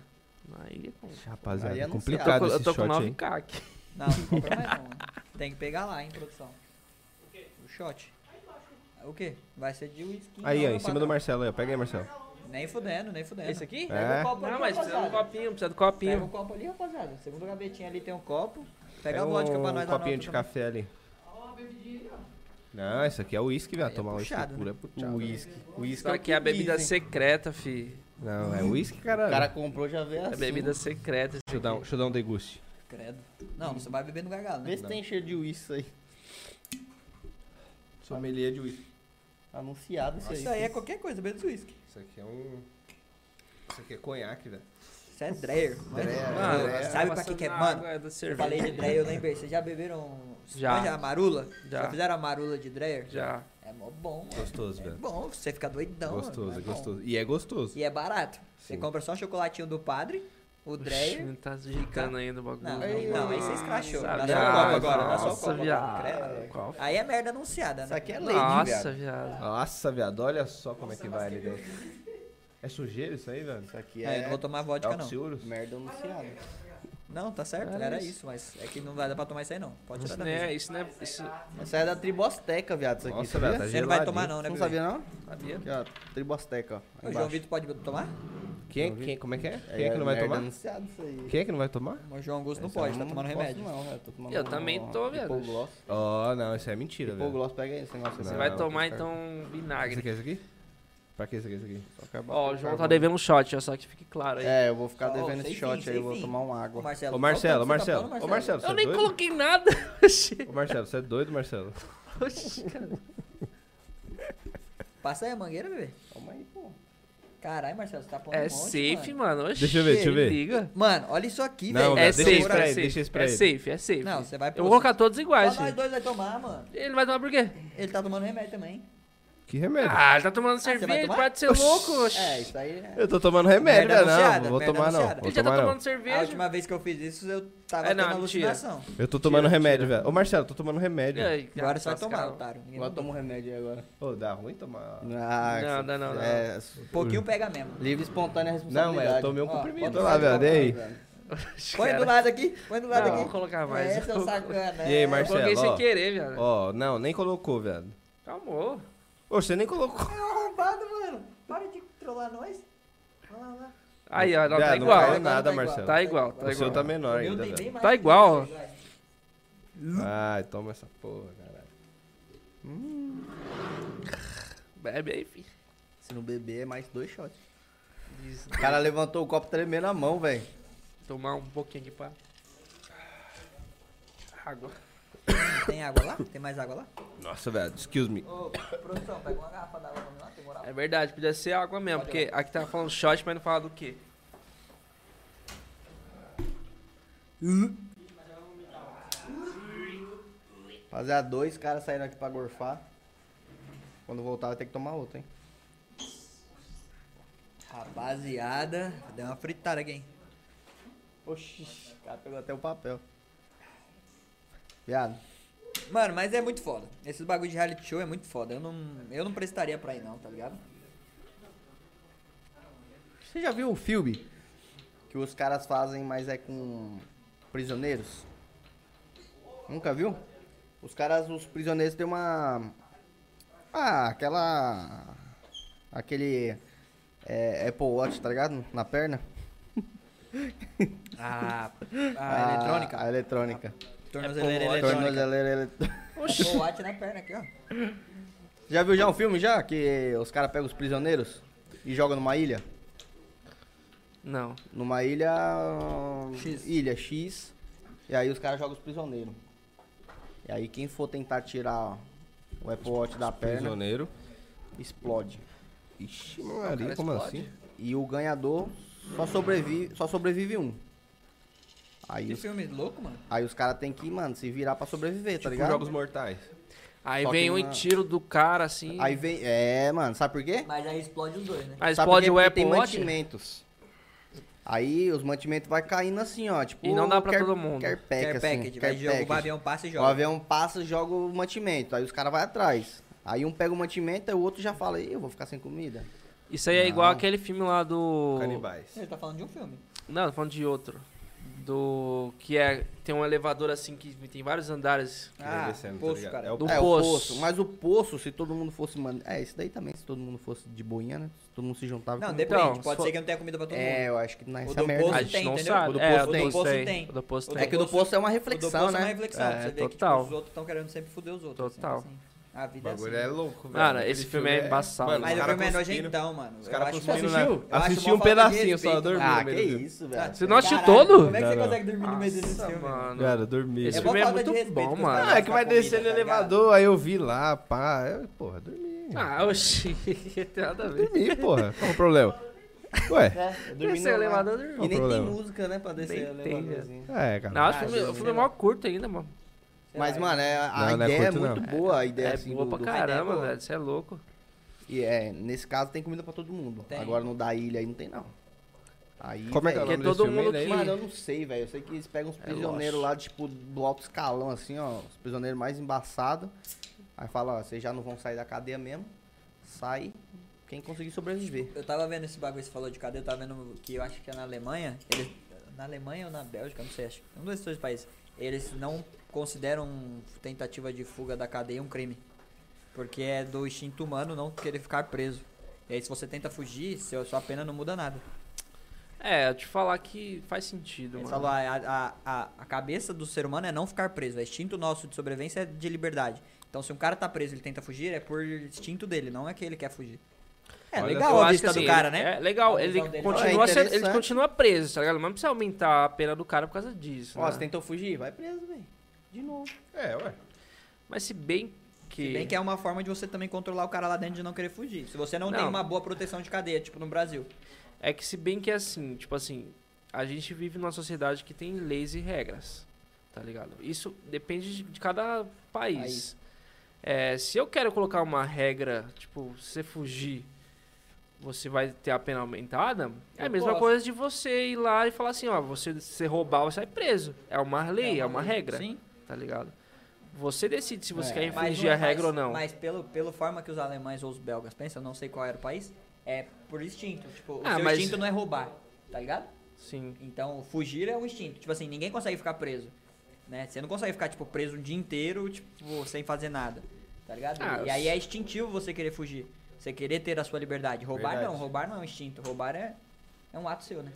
S1: Aí, pô. Eu
S3: Rapaziada,
S2: Aí
S3: é
S2: anunciado.
S1: tô
S3: complicado
S1: com- eu
S3: esse
S1: tô com
S3: shot aí.
S1: 9k aqui.
S4: Não, não compra mais não. Tem que pegar lá, hein, produção. O shot. O quê? Vai ser de whisky.
S3: Aí,
S4: não,
S3: ó,
S4: meu
S3: em cima
S4: patrão.
S3: do Marcelo aí, ó. Pega aí, Marcelo.
S4: Nem fudendo, nem fudendo.
S1: Esse aqui?
S4: Pega
S3: É.
S4: o copo
S1: Não,
S4: ali,
S1: mas precisa do
S4: rapaziada.
S1: copinho, um precisa do
S4: Pega o
S1: copinho.
S4: copo ali, rapaziada. Segundo gavetinha ali tem um copo. Pega
S3: Pega
S4: a vodka
S3: um
S4: pra nós lá na
S3: copinho
S4: outra
S3: de
S4: também.
S3: café ali. Não, isso aqui é uísque,
S4: Aí
S3: velho.
S4: é
S3: Tomar uísque
S4: puxado,
S3: puro é puxado.
S2: Uísque.
S1: Isso aqui é a bebida secreta, fi.
S3: Não, é uísque, caralho.
S2: O cara comprou já vê
S1: É
S2: assim.
S1: bebida secreta.
S3: Deixa eu dar um- deixa eu dar um deguste.
S4: Credo. Não, você vai beber no gargalo, né?
S2: Vê se tem cheiro de uísque aí.
S3: Sommelier de uísque.
S2: Anunciado isso aí.
S4: Isso aí é qualquer coisa, menos uísque.
S3: Isso aqui é um... Isso aqui é conhaque, velho.
S4: Isso é Dreyer. mano.
S1: Mano,
S3: é,
S4: sabe pra
S1: passando
S4: que que é,
S1: na
S4: mano?
S1: água É da
S4: Eu falei
S1: cerveja.
S4: de Dreyer, eu lembrei. Vocês já beberam
S1: Já.
S4: manja a marula?
S1: Já.
S4: fizeram a marula de Dreyer?
S1: Já.
S4: É mó bom, mano.
S3: Gostoso,
S4: É
S3: velho.
S4: bom, você fica doidão. mano.
S3: Gostoso,
S4: É
S3: é
S4: bom.
S3: gostoso. E é gostoso.
S4: E é barato. Você
S3: Sim.
S4: compra só o chocolatinho do padre, o Dreyer.
S1: Não tá digitando ainda o bagulho.
S4: Não,
S2: Ai,
S4: não, aí você escrachou. Dá
S1: Nossa,
S4: só o copo
S1: viado.
S4: agora, dá só o
S1: Nossa,
S4: copo agora.
S1: viado.
S4: Credo.
S1: Qual-
S4: Aí é merda anunciada, né?
S2: Isso aqui é lady,
S1: Nossa,
S2: viado.
S1: viado.
S3: Nossa, viado, olha só como é que vai ali dentro. É sujeira isso aí, velho?
S2: Isso aqui
S4: É, eu
S2: é
S4: não vou tomar vodka, não.
S3: Oxiuros?
S2: merda anunciada.
S4: Não, tá certo,
S1: Era
S4: era
S1: isso.
S4: isso, mas é que não vai dar pra tomar isso aí, não. Pode tirar
S1: Isso
S4: da
S1: não
S4: mesa.
S1: é. Isso não é. Isso.
S2: Essa é da Tribosteca, viado, isso aqui.
S3: Nossa,
S2: sabia?
S3: velho, tá
S4: Você não vai
S3: geladinho.
S4: tomar não,
S2: é
S4: né,
S2: Não
S4: bebê?
S2: sabia não?
S1: Sabia?
S2: Aqui, ó, Tribosteca, ó.
S4: O
S2: aí
S4: João
S2: embaixo.
S4: Vitor pode tomar?
S3: Quem, quem, como é que é? Quem é que não vai
S2: merda
S3: tomar?
S2: anunciado isso aí.
S3: Quem é que não vai tomar?
S4: O João Augusto não
S2: Esse eu
S4: pode, tá tomando
S2: posso
S4: remédio.
S2: Não, velho, tô tomando
S1: Eu também tô, viado.
S2: Hipogloss.
S3: Oh, não, isso é mentira, velho.
S2: Hipogloss, pega aí esse negócio
S1: Você
S3: Não,
S1: vai
S3: não,
S1: tomar
S3: cara.
S1: então
S3: Isso aqui, é
S1: vinagre.
S3: isso aqui? Pra que isso aqui, isso aqui?
S1: Ó, o João tá devendo um shot, ó, só que fique claro aí.
S2: É, eu vou ficar
S4: Só,
S2: devendo
S4: sem
S2: esse
S4: fim,
S2: shot
S4: sem
S2: aí, eu vou
S4: fim.
S2: tomar uma
S4: O
S2: água.
S4: Marcelo.
S3: Ô, Marcelo, ô,
S4: qual que você tá
S3: Marcelo.
S4: falando,
S3: Ô, Marcelo, você
S1: Eu
S3: é
S1: nem
S3: doido?
S1: coloquei nada. Oxi,
S3: Ô, Marcelo, você é doido, Marcelo?
S1: oxi, cara.
S4: Passa aí a mangueira, bebê.
S2: Calma aí, pô.
S4: Caralho, Marcelo, você tá pondo
S1: É
S4: um monte,
S1: safe,
S4: mano.
S1: mano. Oxi,
S3: Deixa eu ver, deixa eu ver.
S1: Liga.
S4: Mano, olha isso aqui,
S3: Não,
S4: velho.
S1: É
S3: deixa
S1: safe,
S3: isso pra
S1: é
S3: ele,
S1: safe.
S3: deixa isso pra
S1: é
S3: ele.
S1: safe, é safe.
S4: Não, você vai
S1: Eu vou colocar todos
S4: Só
S1: iguais,
S4: nós
S1: gente.
S4: dois vai tomar, mano.
S1: Ele vai tomar por quê?
S4: Ele tá tomando remédio também.
S3: Que remédio?
S1: Ah, ele tá tomando
S4: você vai
S1: cerveja,
S4: tomar?
S1: para de ser louco. oxi.
S4: É, isso aí é.
S3: Eu tô tomando remédio,
S4: Merda
S3: velho. Não,
S4: anunciada,
S3: não vou
S4: merda
S3: tomar não.
S4: anunciada.
S3: Vou
S1: Ele já
S3: tomar
S1: tá
S3: não.
S1: tomando
S4: A
S1: cerveja.
S4: última vez que eu fiz isso, eu tava
S1: É,
S4: tendo
S1: não, mentira.
S4: alucinação.
S3: Eu tô tomando
S1: Tira,
S3: remédio,
S1: tira.
S3: velho. Ô, Marcelo, tô tomando remédio.
S1: Ai,
S4: Agora você vai
S3: tá
S1: cascar.
S4: tomar, tá? otário. Ninguém
S2: Agora
S4: vai
S2: toma um remédio aí agora.
S3: Ô, dá ruim tomar.
S1: Não,
S2: Ah, que-
S1: não, não, não.
S2: É,
S4: tomar. Pouquinho pega mesmo.
S2: livre e espontânea
S3: Não,
S2: responsabilidade.
S3: velho, eu tomei um
S4: Ó,
S3: comprimido.
S4: bota
S3: Olha lá,
S4: mais
S3: velho.
S4: uma,
S3: Dei aí.
S4: Põe do lado aqui, põe do lado
S1: Não,
S4: aqui.
S1: vou colocar mais.
S4: É, seu sacana.
S3: um. E aí,
S4: é.
S1: Eu
S3: Marcelo?
S1: coloquei sem
S3: ó.
S1: querer, viado. Tá
S3: Ó, não, nem colocou, velho.
S1: Calmou.
S3: Ô, você nem colocou.
S4: É arrombado, mano. Para de trollar nós. Olha lá, olha lá.
S1: Aí, ó, não,
S3: Viado,
S1: tá
S3: não
S1: igual.
S3: caiu nada, Marcelo.
S1: Tá igual, tá
S3: O seu tá menor
S4: O meu
S3: ainda,
S4: tem bem
S3: velho.
S4: mais
S1: Tá
S4: que
S1: igual.
S4: vocês, vai.
S3: Ai, toma essa porra, caralho.
S1: Bebe aí, filho.
S2: Se não beber, é mais dois shots. O cara levantou o copo tremendo na mão, velho.
S1: Tomar um pouquinho aqui pra. Água.
S4: Tem água lá? Tem mais água lá?
S3: Nossa, velho, excuse me.
S4: Ô, produção, pega uma garrafa d'água pra mim lá, tem moral?
S1: É verdade, podia ser água mesmo, porque aqui tá falando shot, mas não fala do quê.
S2: Fazer a dois caras saíram aqui pra gorfar. Quando voltar, vai ter que tomar outro, hein?
S4: Rapaziada, deu uma fritada aqui, hein?
S2: Oxi, o cara pegou até o papel. Viado.
S4: Mano, mas é muito foda. Esses bagulho de reality show é muito foda. Eu não, eu não prestaria pra ir, não, tá ligado?
S2: Você já viu um filme que os caras fazem, mas é com prisioneiros? Nunca viu? Os caras, os prisioneiros têm uma. Ah, aquela. Aquele. é, Apple Watch, tá ligado? Na perna. Ah,
S4: A, a é eletrônica.
S2: A eletrônica.
S4: Tornozeleira
S1: Apple Watch.
S4: eletrônica.
S2: Tornozeleira elet-
S4: Apple Watch na perna aqui, ó.
S2: Já viu já um filme já? Que os caras pegam os prisioneiros e jogam numa ilha?
S1: Não.
S2: Numa ilha.
S4: X.
S2: Ilha X. E aí os caras jogam os prisioneiros. E aí quem for tentar tirar o Apple Watch da perna,
S3: Prisioneiro.
S2: explode.
S3: Ixi, Maria, como assim?
S1: Tá
S2: E o ganhador só sobrevive, só sobrevive um. Aí
S4: Que
S2: os,
S4: filme louco, mano.
S2: aí os caras tem que, mano, se virar pra sobreviver, tá
S3: Tipo
S2: ligado?
S3: Jogos Mortais.
S1: Aí
S2: Só
S1: vem
S2: que
S1: um e
S2: na-
S1: tiro do cara assim.
S2: Aí vem. É, mano, sabe por quê?
S4: Mas aí explode os dois, né?
S1: Aí
S2: Sabe
S1: explode
S2: por
S1: o
S2: quê? Porque
S1: Apple
S2: tem
S1: Watch.
S2: mantimentos. Aí os mantimentos vai caindo assim, ó. Tipo,
S1: E não dá pra
S2: care-
S1: todo mundo.
S2: Care pack,
S4: Care
S2: assim,
S4: package,
S2: care
S4: vai jogo, o
S2: package.
S4: avião passa e
S2: O
S4: joga.
S2: avião passa, um joga o mantimento. Aí os caras vão atrás. Aí um pega o mantimento, aí o outro já fala, "Ih, eu vou ficar sem comida.
S1: Isso aí é igual aquele filme lá do.
S3: Canibais.
S4: Ele tá falando de um filme.
S1: Não, tô falando de outro. Do. Que é. Tem um elevador assim que tem vários andares.
S4: Ah,
S3: Descendo, tá
S4: poço,
S3: ligado?
S4: cara.
S3: É o
S1: Do
S2: é,
S1: poço.
S2: o poço. Mas o poço, se todo mundo fosse... Man... É, isso daí também, se todo mundo fosse de boinha, né? Se todo mundo se juntava...
S4: Não,
S3: é?
S2: com-
S4: depende. tipo,
S1: Então,
S4: Pode
S1: se
S4: ser
S1: for-
S4: que não tenha comida pra todo mundo.
S2: É, eu acho que
S4: O
S2: nessa
S4: do
S2: merda...
S4: poço
S1: a
S2: aí.
S1: gente
S4: tem,
S1: não
S4: entendeu?
S1: sabe.
S4: O do
S1: é,
S4: poço
S1: o do
S4: tem.
S1: poço
S4: O do
S1: tem.
S4: poço tem.
S1: Ah, O do poço
S4: O
S1: tem.
S2: É que o do poço é uma
S4: O do
S2: reflexão,
S4: poço é uma
S2: né?
S4: reflexão.
S1: É,
S4: você vê que
S1: total.
S4: tipo, os outros estão querendo sempre foder os outros. assim,
S1: Total.
S4: assim. A
S3: O
S4: vida
S3: bagulho
S4: é
S3: é
S4: assim.
S3: louco, velho.
S1: Cara,
S3: Aquele
S1: esse filme é embaçado.
S3: Mano,
S4: Mas
S3: os
S4: o
S3: cara
S4: filme é
S3: cuspindo-
S4: nojentão, mano.
S3: Os caras
S4: Eu acho
S3: cuspindo
S4: mó-
S3: na...
S4: eu acho
S3: Assisti
S4: mó
S3: um
S4: falta de
S3: pedacinho só,
S4: respeito.
S3: dormi no
S2: Ah,
S3: meio
S2: que
S3: do filme.
S2: isso,
S4: Tá,
S2: velho.
S1: Você não assistiu
S4: Caralho,
S1: todo?
S4: Como é que você
S3: Não, não.
S4: consegue dormir no meio desse
S1: Nossa,
S4: filme? né?
S1: mano.
S3: Cara, dormi.
S1: Esse
S4: É
S3: velho.
S4: uma
S1: filme é
S4: falta de
S1: muito
S4: respeito
S1: bom,
S4: com os
S1: mano.
S4: caras.
S3: Ah, é que vai
S4: Comida,
S3: descendo
S4: tá
S3: o
S4: ligado?
S3: elevador, aí eu vi lá, pá. Eu, porra, dormi.
S1: Ah, oxi. tem nada a ver.
S3: Dormi, porra. Qual o problema? Ué.
S2: É, eu dormi
S1: Desceu o
S2: no-
S1: elevador,
S2: E
S1: dormiu.
S2: nem
S3: é problema.
S2: tem música, né, pra descer
S1: Nem
S2: o
S1: tem,
S4: assim.
S2: elevadorzinho.
S3: É,
S1: Não,
S3: cara.
S1: o filme,
S4: gente,
S1: o filme
S4: sei
S1: é mó curto ainda, mano.
S2: Mas, mano, é- a
S3: Não, não é
S2: ideia é,
S3: curto,
S2: muito
S3: não.
S2: boa, a ideia
S1: É
S2: assim,
S1: boa
S2: do,
S1: pra
S2: do-
S1: caramba,
S4: boa.
S1: velho. Você é louco.
S2: E é, nesse caso tem comida pra todo mundo.
S4: Tem.
S2: Agora no da ilha aí não tem, não. Aí.
S3: Como é que é o
S1: Porque
S2: velho,
S3: nome desse
S1: todo
S3: filme?
S1: mundo
S3: aí?
S1: que-
S2: Mano, eu não sei, velho. Eu sei que eles pegam uns prisioneiros lá, tipo, do alto escalão, assim, ó. Os prisioneiros mais embaçados. Aí fala, ó, vocês já não vão sair da cadeia mesmo. Sai quem conseguir sobreviver.
S4: Eu tava vendo esse bagulho que você falou de cadeia, eu tava vendo que eu acho que é na Alemanha. eles- na Alemanha ou na Bélgica, não sei, acho. que Um desses dois países. Eles não consideram tentativa de fuga da cadeia um crime. Porque é do instinto humano não querer ficar preso. E aí, se você tenta fugir, seu, sua pena não muda nada.
S1: É, eu te falar que faz sentido,
S4: Ele
S1: mano.
S4: falou, a, a, a, a cabeça do ser humano é não ficar preso. O instinto nosso de sobrevivência é de liberdade. Então, se um cara tá preso e ele tenta fugir, é por instinto dele, não é que ele quer fugir. É
S3: Olha,
S4: legal
S1: Eu
S4: a
S1: acho
S4: vista
S1: que, assim,
S4: do cara,
S1: ele-
S4: né?
S1: É legal,
S4: A
S1: ele
S4: visão dele.
S1: continua,
S2: É
S1: sendo- ele
S2: interessante.
S1: continua preso, tá ligado? Mas não precisa aumentar a pena do cara por causa disso.
S2: Ó,
S1: né?
S2: você tentou fugir? Vai preso, velho. De novo.
S3: É, ué.
S1: Mas se bem que.
S4: Se bem que é uma forma de você também controlar o cara lá dentro de não querer fugir. Se você não, tem
S1: Não.
S4: uma boa proteção de cadeia, tipo no Brasil.
S1: É que se bem que é assim, tipo assim, a gente vive numa sociedade que tem leis e regras, tá ligado? Isso depende de- de cada país.
S4: País.
S1: É, se eu quero colocar uma regra, tipo, se você fugir, você vai ter a pena aumentada, é a
S4: Eu
S1: mesma
S4: posso.
S1: coisa de você ir lá e falar assim, ó, você se você roubar, você vai preso. É uma lei, é uma,
S4: lei.
S1: regra,
S4: Sim.
S1: tá ligado? Você decide se você
S2: É,
S1: quer
S4: Mas
S1: infringir
S4: não-
S1: a regra
S4: mas-
S1: ou não.
S4: Mas pelo, pelo forma que os alemães ou os belgas pensam, eu não sei qual era o país, é por instinto. Tipo, o
S1: Ah,
S4: seu
S1: mas-
S4: instinto não é roubar, tá ligado?
S1: Sim.
S4: Então, fugir é um instinto. Tipo assim, ninguém consegue ficar preso. Né? Você não consegue ficar, tipo, preso um dia inteiro, tipo, sem fazer nada. Tá ligado?
S1: Ah,
S4: e aí é instintivo você querer fugir. Você querer ter a sua liberdade. Roubar
S3: Verdade.
S4: não, roubar não é um instinto. Roubar é, é um ato seu, né?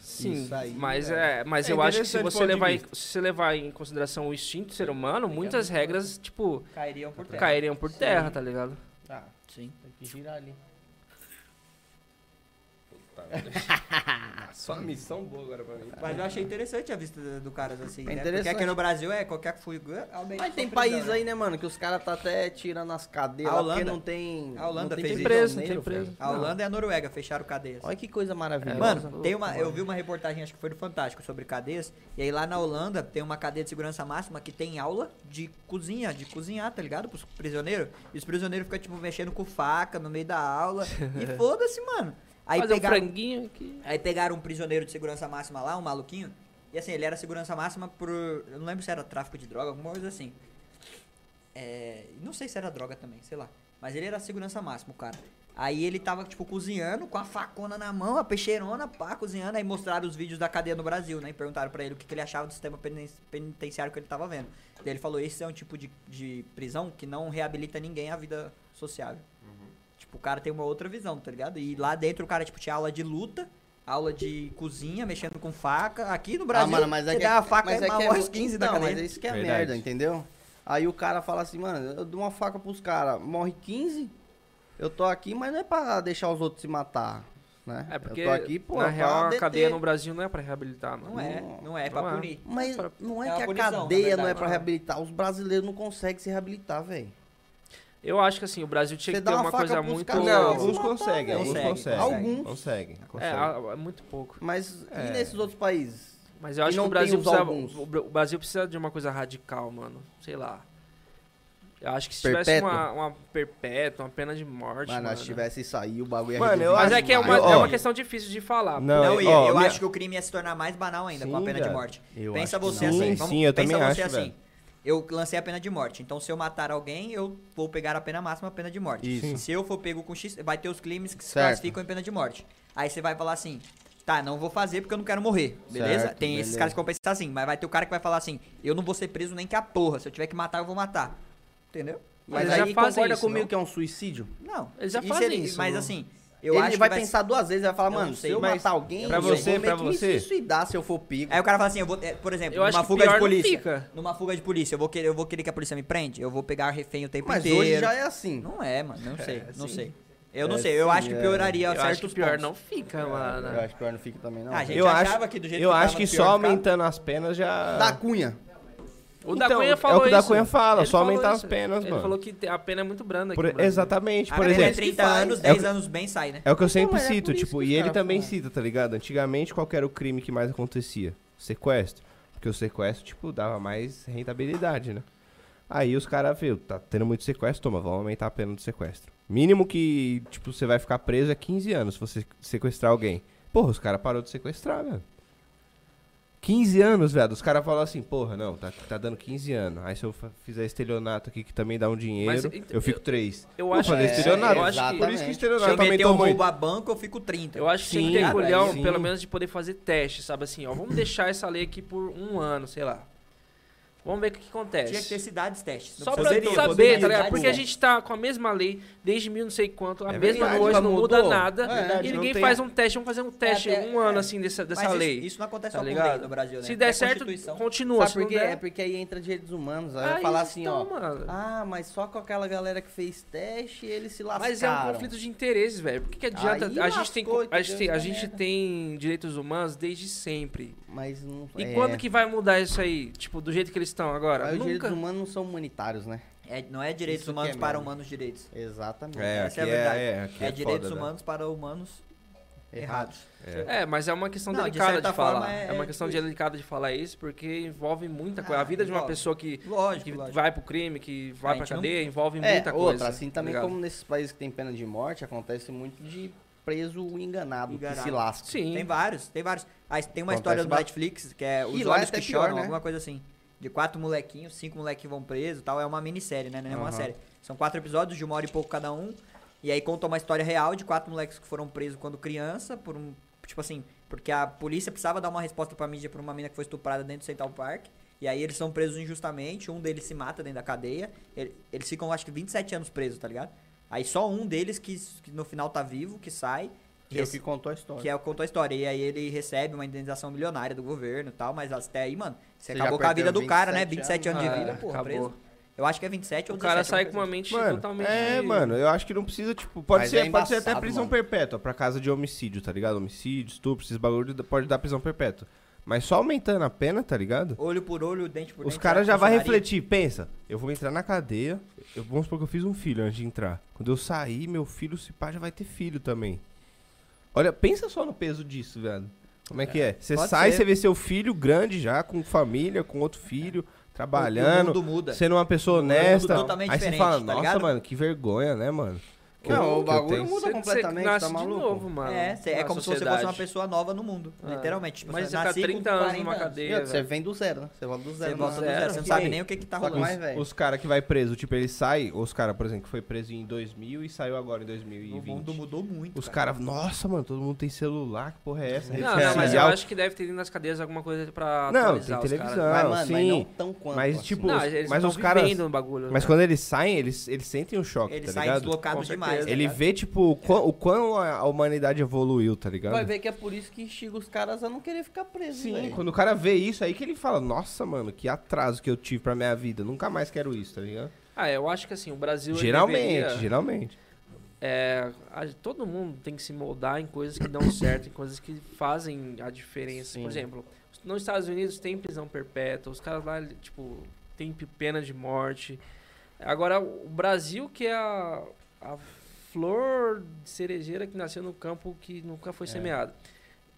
S1: Sim,
S3: Isso aí,
S1: mas
S3: é.
S1: é, mas
S3: É
S1: eu acho que
S3: interessante
S1: se
S3: do
S1: você
S3: ponto de
S1: levar em,
S3: vista.
S1: se você levar em consideração o instinto do ser humano,
S4: Fica
S1: muitas
S4: muito
S1: regras tipo
S4: Cairiam por terra.
S1: cairiam por terra, tá ligado?
S2: Tá,
S4: Sim.
S2: tem que girar ali.
S3: Ah, Só uma missão boa agora pra mim.
S4: Mas eu achei interessante a vista do- do caras assim,
S2: É
S4: né? Porque
S2: interessante.
S4: aqui no Brasil é qualquer fuga.
S2: Mas tem país aí, né, mano, que os caras tá até tirando as cadeias
S4: A
S2: lá, porque
S4: Holanda.
S2: não tem.
S4: A Holanda
S2: não
S4: fez
S1: Tem
S4: isso.
S1: preso, tem
S2: prisioneiro,
S1: preso.
S2: velho.
S4: A Holanda e a Noruega fecharam cadeias.
S2: Olha que coisa maravilhosa.
S4: Mano, tem uma, eu vi uma reportagem, acho que foi do Fantástico, sobre cadeias. E aí lá na Holanda tem uma cadeia de segurança máxima que tem aula de cozinha, de cozinhar, tá ligado? Pros prisioneiros. E os prisioneiros ficam, tipo, mexendo com faca no meio da aula. e foda-se, mano. Aí
S1: Fazer um
S4: pegaram,
S1: franguinho aqui.
S4: aí pegaram um prisioneiro de segurança máxima lá, um maluquinho. E assim, ele era segurança máxima por. Eu não lembro se era tráfico de droga, alguma coisa assim. É, não sei se era droga também, sei lá. Mas ele era segurança máxima, o cara. Aí ele tava, tipo, cozinhando com a facona na mão, a peixeirona, pá, cozinhando. Aí mostraram os vídeos da cadeia no Brasil, né? E perguntaram pra ele o que, que ele achava do sistema penen- penitenciário que ele tava vendo. Daí ele falou: esse é um tipo de, de prisão que não reabilita ninguém à vida sociável. Tipo, o cara tem uma outra visão, tá ligado? E lá dentro o cara, tipo, tinha aula de luta, aula de cozinha, mexendo com faca. Aqui no Brasil, você dá a faca
S2: Ah, mas é
S4: e
S2: que
S4: é
S2: é,
S4: aos 15 da
S2: Não,
S4: cadeia.
S2: mas é isso que é a
S3: Verdade.
S2: merda, entendeu? Aí o cara fala assim, mano, eu dou uma faca pros caras, morre 15, eu tô aqui, mas não é pra deixar os outros se matar, né?
S1: É porque
S2: eu tô aqui, pô,
S1: na
S2: pra
S1: real a
S2: deter.
S1: cadeia no Brasil não é pra reabilitar, mano.
S4: Não é, não é, é
S1: Não
S4: pra
S1: é.
S4: punir.
S2: Mas não é,
S4: É uma
S2: que a
S4: punição, na
S2: cadeia não é
S4: verdade,
S2: pra
S4: não.
S2: reabilitar, os brasileiros não conseguem se reabilitar, velho.
S1: Eu acho que assim, o Brasil tinha
S2: Você
S1: que
S2: dá
S1: ter
S2: uma
S1: uma
S2: faca
S1: coisa
S2: pros
S1: muito
S2: caras,
S3: Não,
S2: Não,
S3: alguns
S2: alguns
S3: conseguem, alguns
S4: conseguem,
S3: conseguem.
S2: alguém.
S3: Conseguem, conseguem.
S1: É, a- é muito pouco.
S2: Mas
S3: É.
S2: e nesses outros países?
S1: Mas eu
S2: E
S1: acho
S2: não
S1: que o Brasil
S2: tem os
S1: precisa,
S2: alguns.
S1: o Bra- o Brasil precisa de uma coisa radical, mano. Sei lá. Eu acho que se tivesse
S2: Perpétua.
S1: uma, uma perpétua, uma pena de morte,
S2: Mano,
S1: mano.
S2: se tivesse isso aí, o bagulho ia
S3: Mano,
S2: resolver
S3: eu
S1: né? Mas
S3: acho
S1: é que é uma,
S3: Ó.
S1: é uma questão difícil de falar.
S3: Não,
S4: Não, e
S3: ó,
S4: eu
S3: minha-
S4: acho que o crime ia se tornar mais banal ainda com a
S3: Sim,
S4: pena
S3: cara.
S4: de morte.
S2: Eu
S4: pensa
S2: acho que
S4: você
S2: não,
S4: assim,
S2: velho.
S4: vamos,
S3: Sim, eu
S4: pensa
S3: também
S4: você
S3: acho,
S4: assim.
S3: velho.
S4: Eu lancei a pena de morte, então se eu matar alguém, eu vou pegar a pena máxima, a pena de morte.
S3: Isso.
S4: Se eu for pego com X, vai ter os crimes que se
S2: Certo.
S4: classificam em pena de morte. Aí você vai falar assim: "Tá, não vou fazer porque eu não quero morrer". Beleza?
S2: Certo,
S4: Tem esses
S2: beleza.
S4: caras que vão pensar assim, mas vai ter o cara que vai falar assim: "Eu não vou ser preso nem que a porra, se eu tiver que matar, eu vou matar". Entendeu?
S2: Mas
S1: Eles
S2: aí
S1: já fazem
S2: concorda
S1: isso, né?
S2: comigo
S1: não?
S2: que é um suicídio?
S4: Não.
S1: Eles já
S4: se
S1: fazem
S4: ele-
S1: isso,
S4: Mas
S1: não.
S4: assim, eu
S2: ele
S4: acho
S2: vai
S4: que
S2: pensar duas vezes, vai falar,
S4: Eu não
S2: mano,
S4: sei,
S2: se eu
S4: mas
S2: matar alguém,
S3: pra
S2: eu
S3: você,
S2: vou
S3: pra
S2: meio que me
S3: você?
S2: suicidar se eu for pico.
S4: Aí o cara fala assim, eu vou, é, por exemplo,
S1: Eu acho
S4: numa
S1: que
S4: fuga
S1: pior
S4: de
S1: não
S4: polícia.
S1: fica.
S4: Numa fuga de polícia, eu vou querer, eu vou querer que a polícia me prende? Eu vou pegar refém o tempo
S2: Mas
S4: inteiro.
S2: hoje já é assim.
S4: Não é, mano, não sei, não
S2: sim.
S4: sei. Eu não
S2: É,
S4: sei, eu
S2: sim,
S4: acho que
S2: é.
S4: pioraria
S1: Eu acho
S4: certos
S1: que pior
S4: pontos.
S1: não fica,
S2: Eu
S1: mano.
S2: acho que pior não fica também, não.
S4: Ah,
S2: velho.
S4: gente,
S3: Eu
S4: achava
S3: acho
S4: que do jeito
S3: eu
S4: que
S3: acho
S4: tava,
S3: que
S4: pior
S3: só
S4: ficava.
S3: aumentando as penas já.
S2: Da Cunha.
S1: O da
S3: Então, é
S1: Cunha
S3: o
S1: falou
S3: que o da
S1: isso.
S3: Cunha fala,
S1: Ele
S3: só
S1: falou
S3: aumentar as
S1: isso.
S3: penas,
S1: Ele
S3: mano.
S1: falou que te- a pena é muito grande aqui
S3: Por-
S1: no Brasil.
S3: exatamente,
S4: A
S3: por
S4: pena é
S3: exemplo.
S4: 30
S2: faz.
S4: anos,
S3: É o
S4: 10
S3: que-
S4: anos bem sai, né?
S3: É o que eu sempre
S2: mas é por
S3: cito,
S2: isso
S3: tipo,
S2: que
S3: e
S2: os
S3: ele
S2: caras
S3: também
S2: falam.
S3: cita, tá ligado? Antigamente, qual que era o crime que mais acontecia? Sequestro. Porque o sequestro, tipo, dava mais rentabilidade, né? Aí os caras, viu, tá tendo muito sequestro, toma, vamos aumentar a pena do sequestro. Mínimo que, tipo, você vai ficar preso é 15 anos se você sequestrar alguém. Porra, os caras parou de sequestrar, velho. 15 anos, velho. Os caras falam assim, porra, não, tá, tá dando 15 anos. Aí se eu fa- fizer estelionato aqui, que também dá um dinheiro,
S1: ent-
S3: eu fico 3.
S1: eu acho
S3: fazer
S1: que- é,
S3: estelionato.
S1: eu acho que-
S3: Por isso
S2: Exatamente.
S3: que o
S4: Se eu
S3: estelionato
S4: meter um
S3: aumentou muito.
S4: roubo a banco, eu fico 30.
S1: Eu acho que
S3: Sim,
S1: tem que ter
S4: cara,
S1: culhão,
S3: sim.
S1: pelo menos, de poder fazer teste, sabe assim, ó, vamos deixar essa lei aqui por um ano, sei lá. Vamos ver o que que acontece.
S4: Tinha que ter cidades testes. não
S1: Só pra
S4: precisa ter
S1: eu
S4: todas,
S1: saber,
S4: mas
S1: tá ligado?
S4: cidades
S1: Porque a
S4: testes.
S1: gente tá com a mesma lei desde mil não sei quanto, a
S3: É
S1: mesma
S3: verdade,
S1: coisa,
S2: nunca
S1: não muda
S2: mudou.
S1: nada.
S2: É,
S3: verdade,
S1: e
S3: não
S1: ninguém
S3: tem-
S1: faz um teste, vamos fazer um teste
S4: até-
S1: um ano
S4: é.
S1: assim dessa,
S4: Mas
S1: dessa
S4: isso-
S1: lei.
S4: Isso, não acontece
S1: tá
S4: só com lei
S1: ligado?
S4: no Brasil, né?
S1: se der
S4: É
S1: certo,
S4: Constituição.
S1: continua.
S2: Sabe
S1: se não
S2: por quê? É
S1: der,
S2: porque aí entra direitos humanos. Aí,
S1: aí
S2: vai falar assim,
S1: então,
S2: ó.
S1: mano.
S2: Ah, mas só com aquela galera que fez teste, eles se lascaram.
S1: Mas é um conflito de interesses, velho. Por que, que adianta?
S2: Aí
S1: a gente, tem,
S2: lascou,
S1: a, gente
S2: entendeu?
S1: tem, a
S4: É.
S2: Essa
S1: gente
S2: merda.
S1: tem direitos humanos desde sempre.
S2: Mas não...
S1: E
S2: é.
S1: quando que vai mudar isso aí? Tipo, do jeito que eles estão agora?
S2: Mas os
S1: Nunca.
S2: direitos humanos não são humanitários, né?
S4: É, não é direitos
S2: Isso que
S4: humanos
S2: é
S4: para
S2: merda.
S4: humanos direitos.
S2: Exatamente.
S3: É,
S4: Essa é
S3: aqui
S4: a verdade.
S3: é- é, aqui é
S4: direitos
S3: foda, né?
S4: humanos para humanos errados.
S3: É.
S1: É, mas é uma questão
S4: Não, de
S1: delicada de,
S4: certa forma,
S1: falar.
S4: é-
S1: É, uma
S4: é
S1: questão
S4: tipo isso.
S1: delicada de falar isso, porque envolve muita
S4: Ah,
S1: coisa. A vida de uma
S4: envolve.
S1: pessoa que,
S4: Lógico,
S1: que
S4: lógico.
S1: vai pro crime, que
S4: A
S1: vai pra
S4: gente não-
S1: cadeia, envolve
S2: É,
S1: muita coisa.
S2: outra, assim
S1: tá
S2: também
S1: ligado?
S2: como nesses países que tem pena de morte, acontece muito de preso enganado, que se
S4: Enganado.
S2: lasca.
S1: Sim.
S4: Tem vários, tem vários. Aí tem uma
S2: Acontece
S4: história do
S2: ba-
S4: Netflix, que é Os
S2: E lá é
S4: Olhos
S2: até
S4: que
S2: pior,
S4: Choram,
S2: né?
S4: alguma coisa assim. De quatro molequinhos, cinco moleques vão preso e tal. É uma minissérie, né? Não é uma
S2: Aham.
S4: série. São quatro episódios de uma hora e pouco cada um. E aí conta uma história real de quatro moleques que foram presos quando criança, por um. Tipo assim, porque a polícia precisava dar uma resposta pra mídia por uma mina que foi estuprada dentro do Central Park. E aí eles são presos injustamente, um deles se mata dentro da cadeia. Ele- Eles ficam, acho que, 27 anos presos, tá ligado? Aí só um deles que, que no final tá vivo, que sai.
S2: Que é o
S4: Esse-
S2: que contou a história.
S4: que é o que contou a história. E aí ele recebe uma indenização milionária do governo e tal, mas até aí, mano, você,
S2: Você já
S4: acabou com a vida
S2: perdeu
S4: do cara, né?
S2: 27
S4: 27 anos,
S1: anos.
S4: de vida,
S1: Ah,
S4: porra,
S1: acabou.
S4: preso. Eu acho que é 27 ou
S1: O cara
S4: 17
S1: sai
S4: alguma
S1: com
S4: coisa
S1: uma mente
S4: assim.
S3: Mano,
S1: totalmente.
S3: é, mano, eu acho que não precisa, tipo, pode,
S2: Mas
S3: ser,
S2: é
S3: pode ser até
S2: embaçado,
S3: prisão
S2: mano.
S3: perpétua pra casa de homicídio, tá ligado? Homicídio, estupro, esses bagulho pode dar prisão perpétua. Mas só aumentando a pena, tá ligado?
S4: Olho por olho, dente por
S3: Os
S4: dente, é
S3: caras
S4: será
S3: já
S4: que
S3: vão
S4: funcionaria?
S3: refletir, pensa, eu vou entrar na cadeia, eu, vamos supor que eu fiz um filho antes de entrar. Quando eu sair, meu filho, se pá, já vai ter filho também. Olha, pensa só no peso disso, velho. Como é que é? Você
S4: Pode
S3: sai,
S4: ser.
S3: você vê seu filho grande já, com família, com outro filho,
S4: É. O
S3: trabalhando,
S4: mundo muda. É,
S3: sendo uma pessoa
S4: mundo
S3: honesta.
S4: totalmente
S3: Aí você
S4: diferente,
S3: fala,
S4: tá
S3: nossa,
S4: ligado?
S3: mano, que vergonha, né, mano? Que
S2: Não,
S3: eu-
S2: o
S3: que eu
S2: bagulho é
S3: tenho.
S2: muda
S1: Você-
S2: completamente,
S1: você nasce
S2: tá maluco?
S1: de novo, mano.
S4: É, cê- é
S1: na
S4: como se você
S1: sociedade.
S4: fosse uma pessoa nova no mundo,
S1: Ah.
S4: literalmente. Tipo,
S1: Mas
S4: você
S1: você tá
S4: nasci com
S1: 30 anos
S4: 40
S1: numa
S2: E
S1: cadeia.
S2: outra, você
S1: velho.
S2: vem do zero, né? Você volta do
S4: Você
S2: zero.
S4: volta do
S2: né?
S1: zero,
S4: zero, você não
S1: que
S4: sabe
S3: nem-
S4: nem o que que tá
S2: Só que
S4: rolando.
S2: mais velho.
S3: Os caras que vai preso, tipo, ele sai, os caras, por exemplo, que foi preso em 2000 e saiu agora em
S4: O
S3: 2020.
S4: mundo mudou muito,
S3: Os caras, nossa, mano, todo mundo tem celular, que porra é essa? Rede
S1: Não, não, mas eu
S3: social.
S1: acho que deve ter nas cadeias alguma coisa pra
S3: Não,
S1: atualizar
S3: tem
S1: os caras. né?
S3: televisão.
S2: Mas,
S3: Não,
S2: mano,
S3: sim,
S2: mas não tão quanto.
S3: mas,
S2: assim.
S3: tipo,
S1: Não, eles
S3: mas
S1: tão
S3: os caras-
S1: vivendo o bagulho.
S3: Mas
S1: né?
S3: quando eles saem, eles, eles sentem um choque,
S4: Eles
S3: tá
S4: saem
S3: ligado?
S4: deslocados
S1: Com
S4: demais.
S1: certeza.
S4: tá
S3: Ele
S4: ligado?
S3: vê, tipo, o quão, o quão a a humanidade evoluiu, tá ligado?
S2: Vai ver que é por isso que instiga os caras a não querer ficar preso,
S3: Sim,
S2: velho.
S3: quando o cara vê isso, aí que ele fala, nossa, mano, que atraso que eu tive pra minha vida, nunca mais quero isso, tá ligado?
S1: Ah, eu acho que assim, o Brasil. ele
S3: geralmente,
S1: deveria-
S3: geralmente.
S1: É, a- todo mundo tem que se moldar em coisas que dão certo, em coisas que fazem a diferença.
S2: Sim.
S1: Por exemplo, nos Estados Unidos tem prisão perpétua, os caras lá, ele- tipo, tem pe- pena de morte. Agora, o Brasil, que é a, a flor de cerejeira que nasceu no campo que nunca foi
S2: É.
S1: semeada.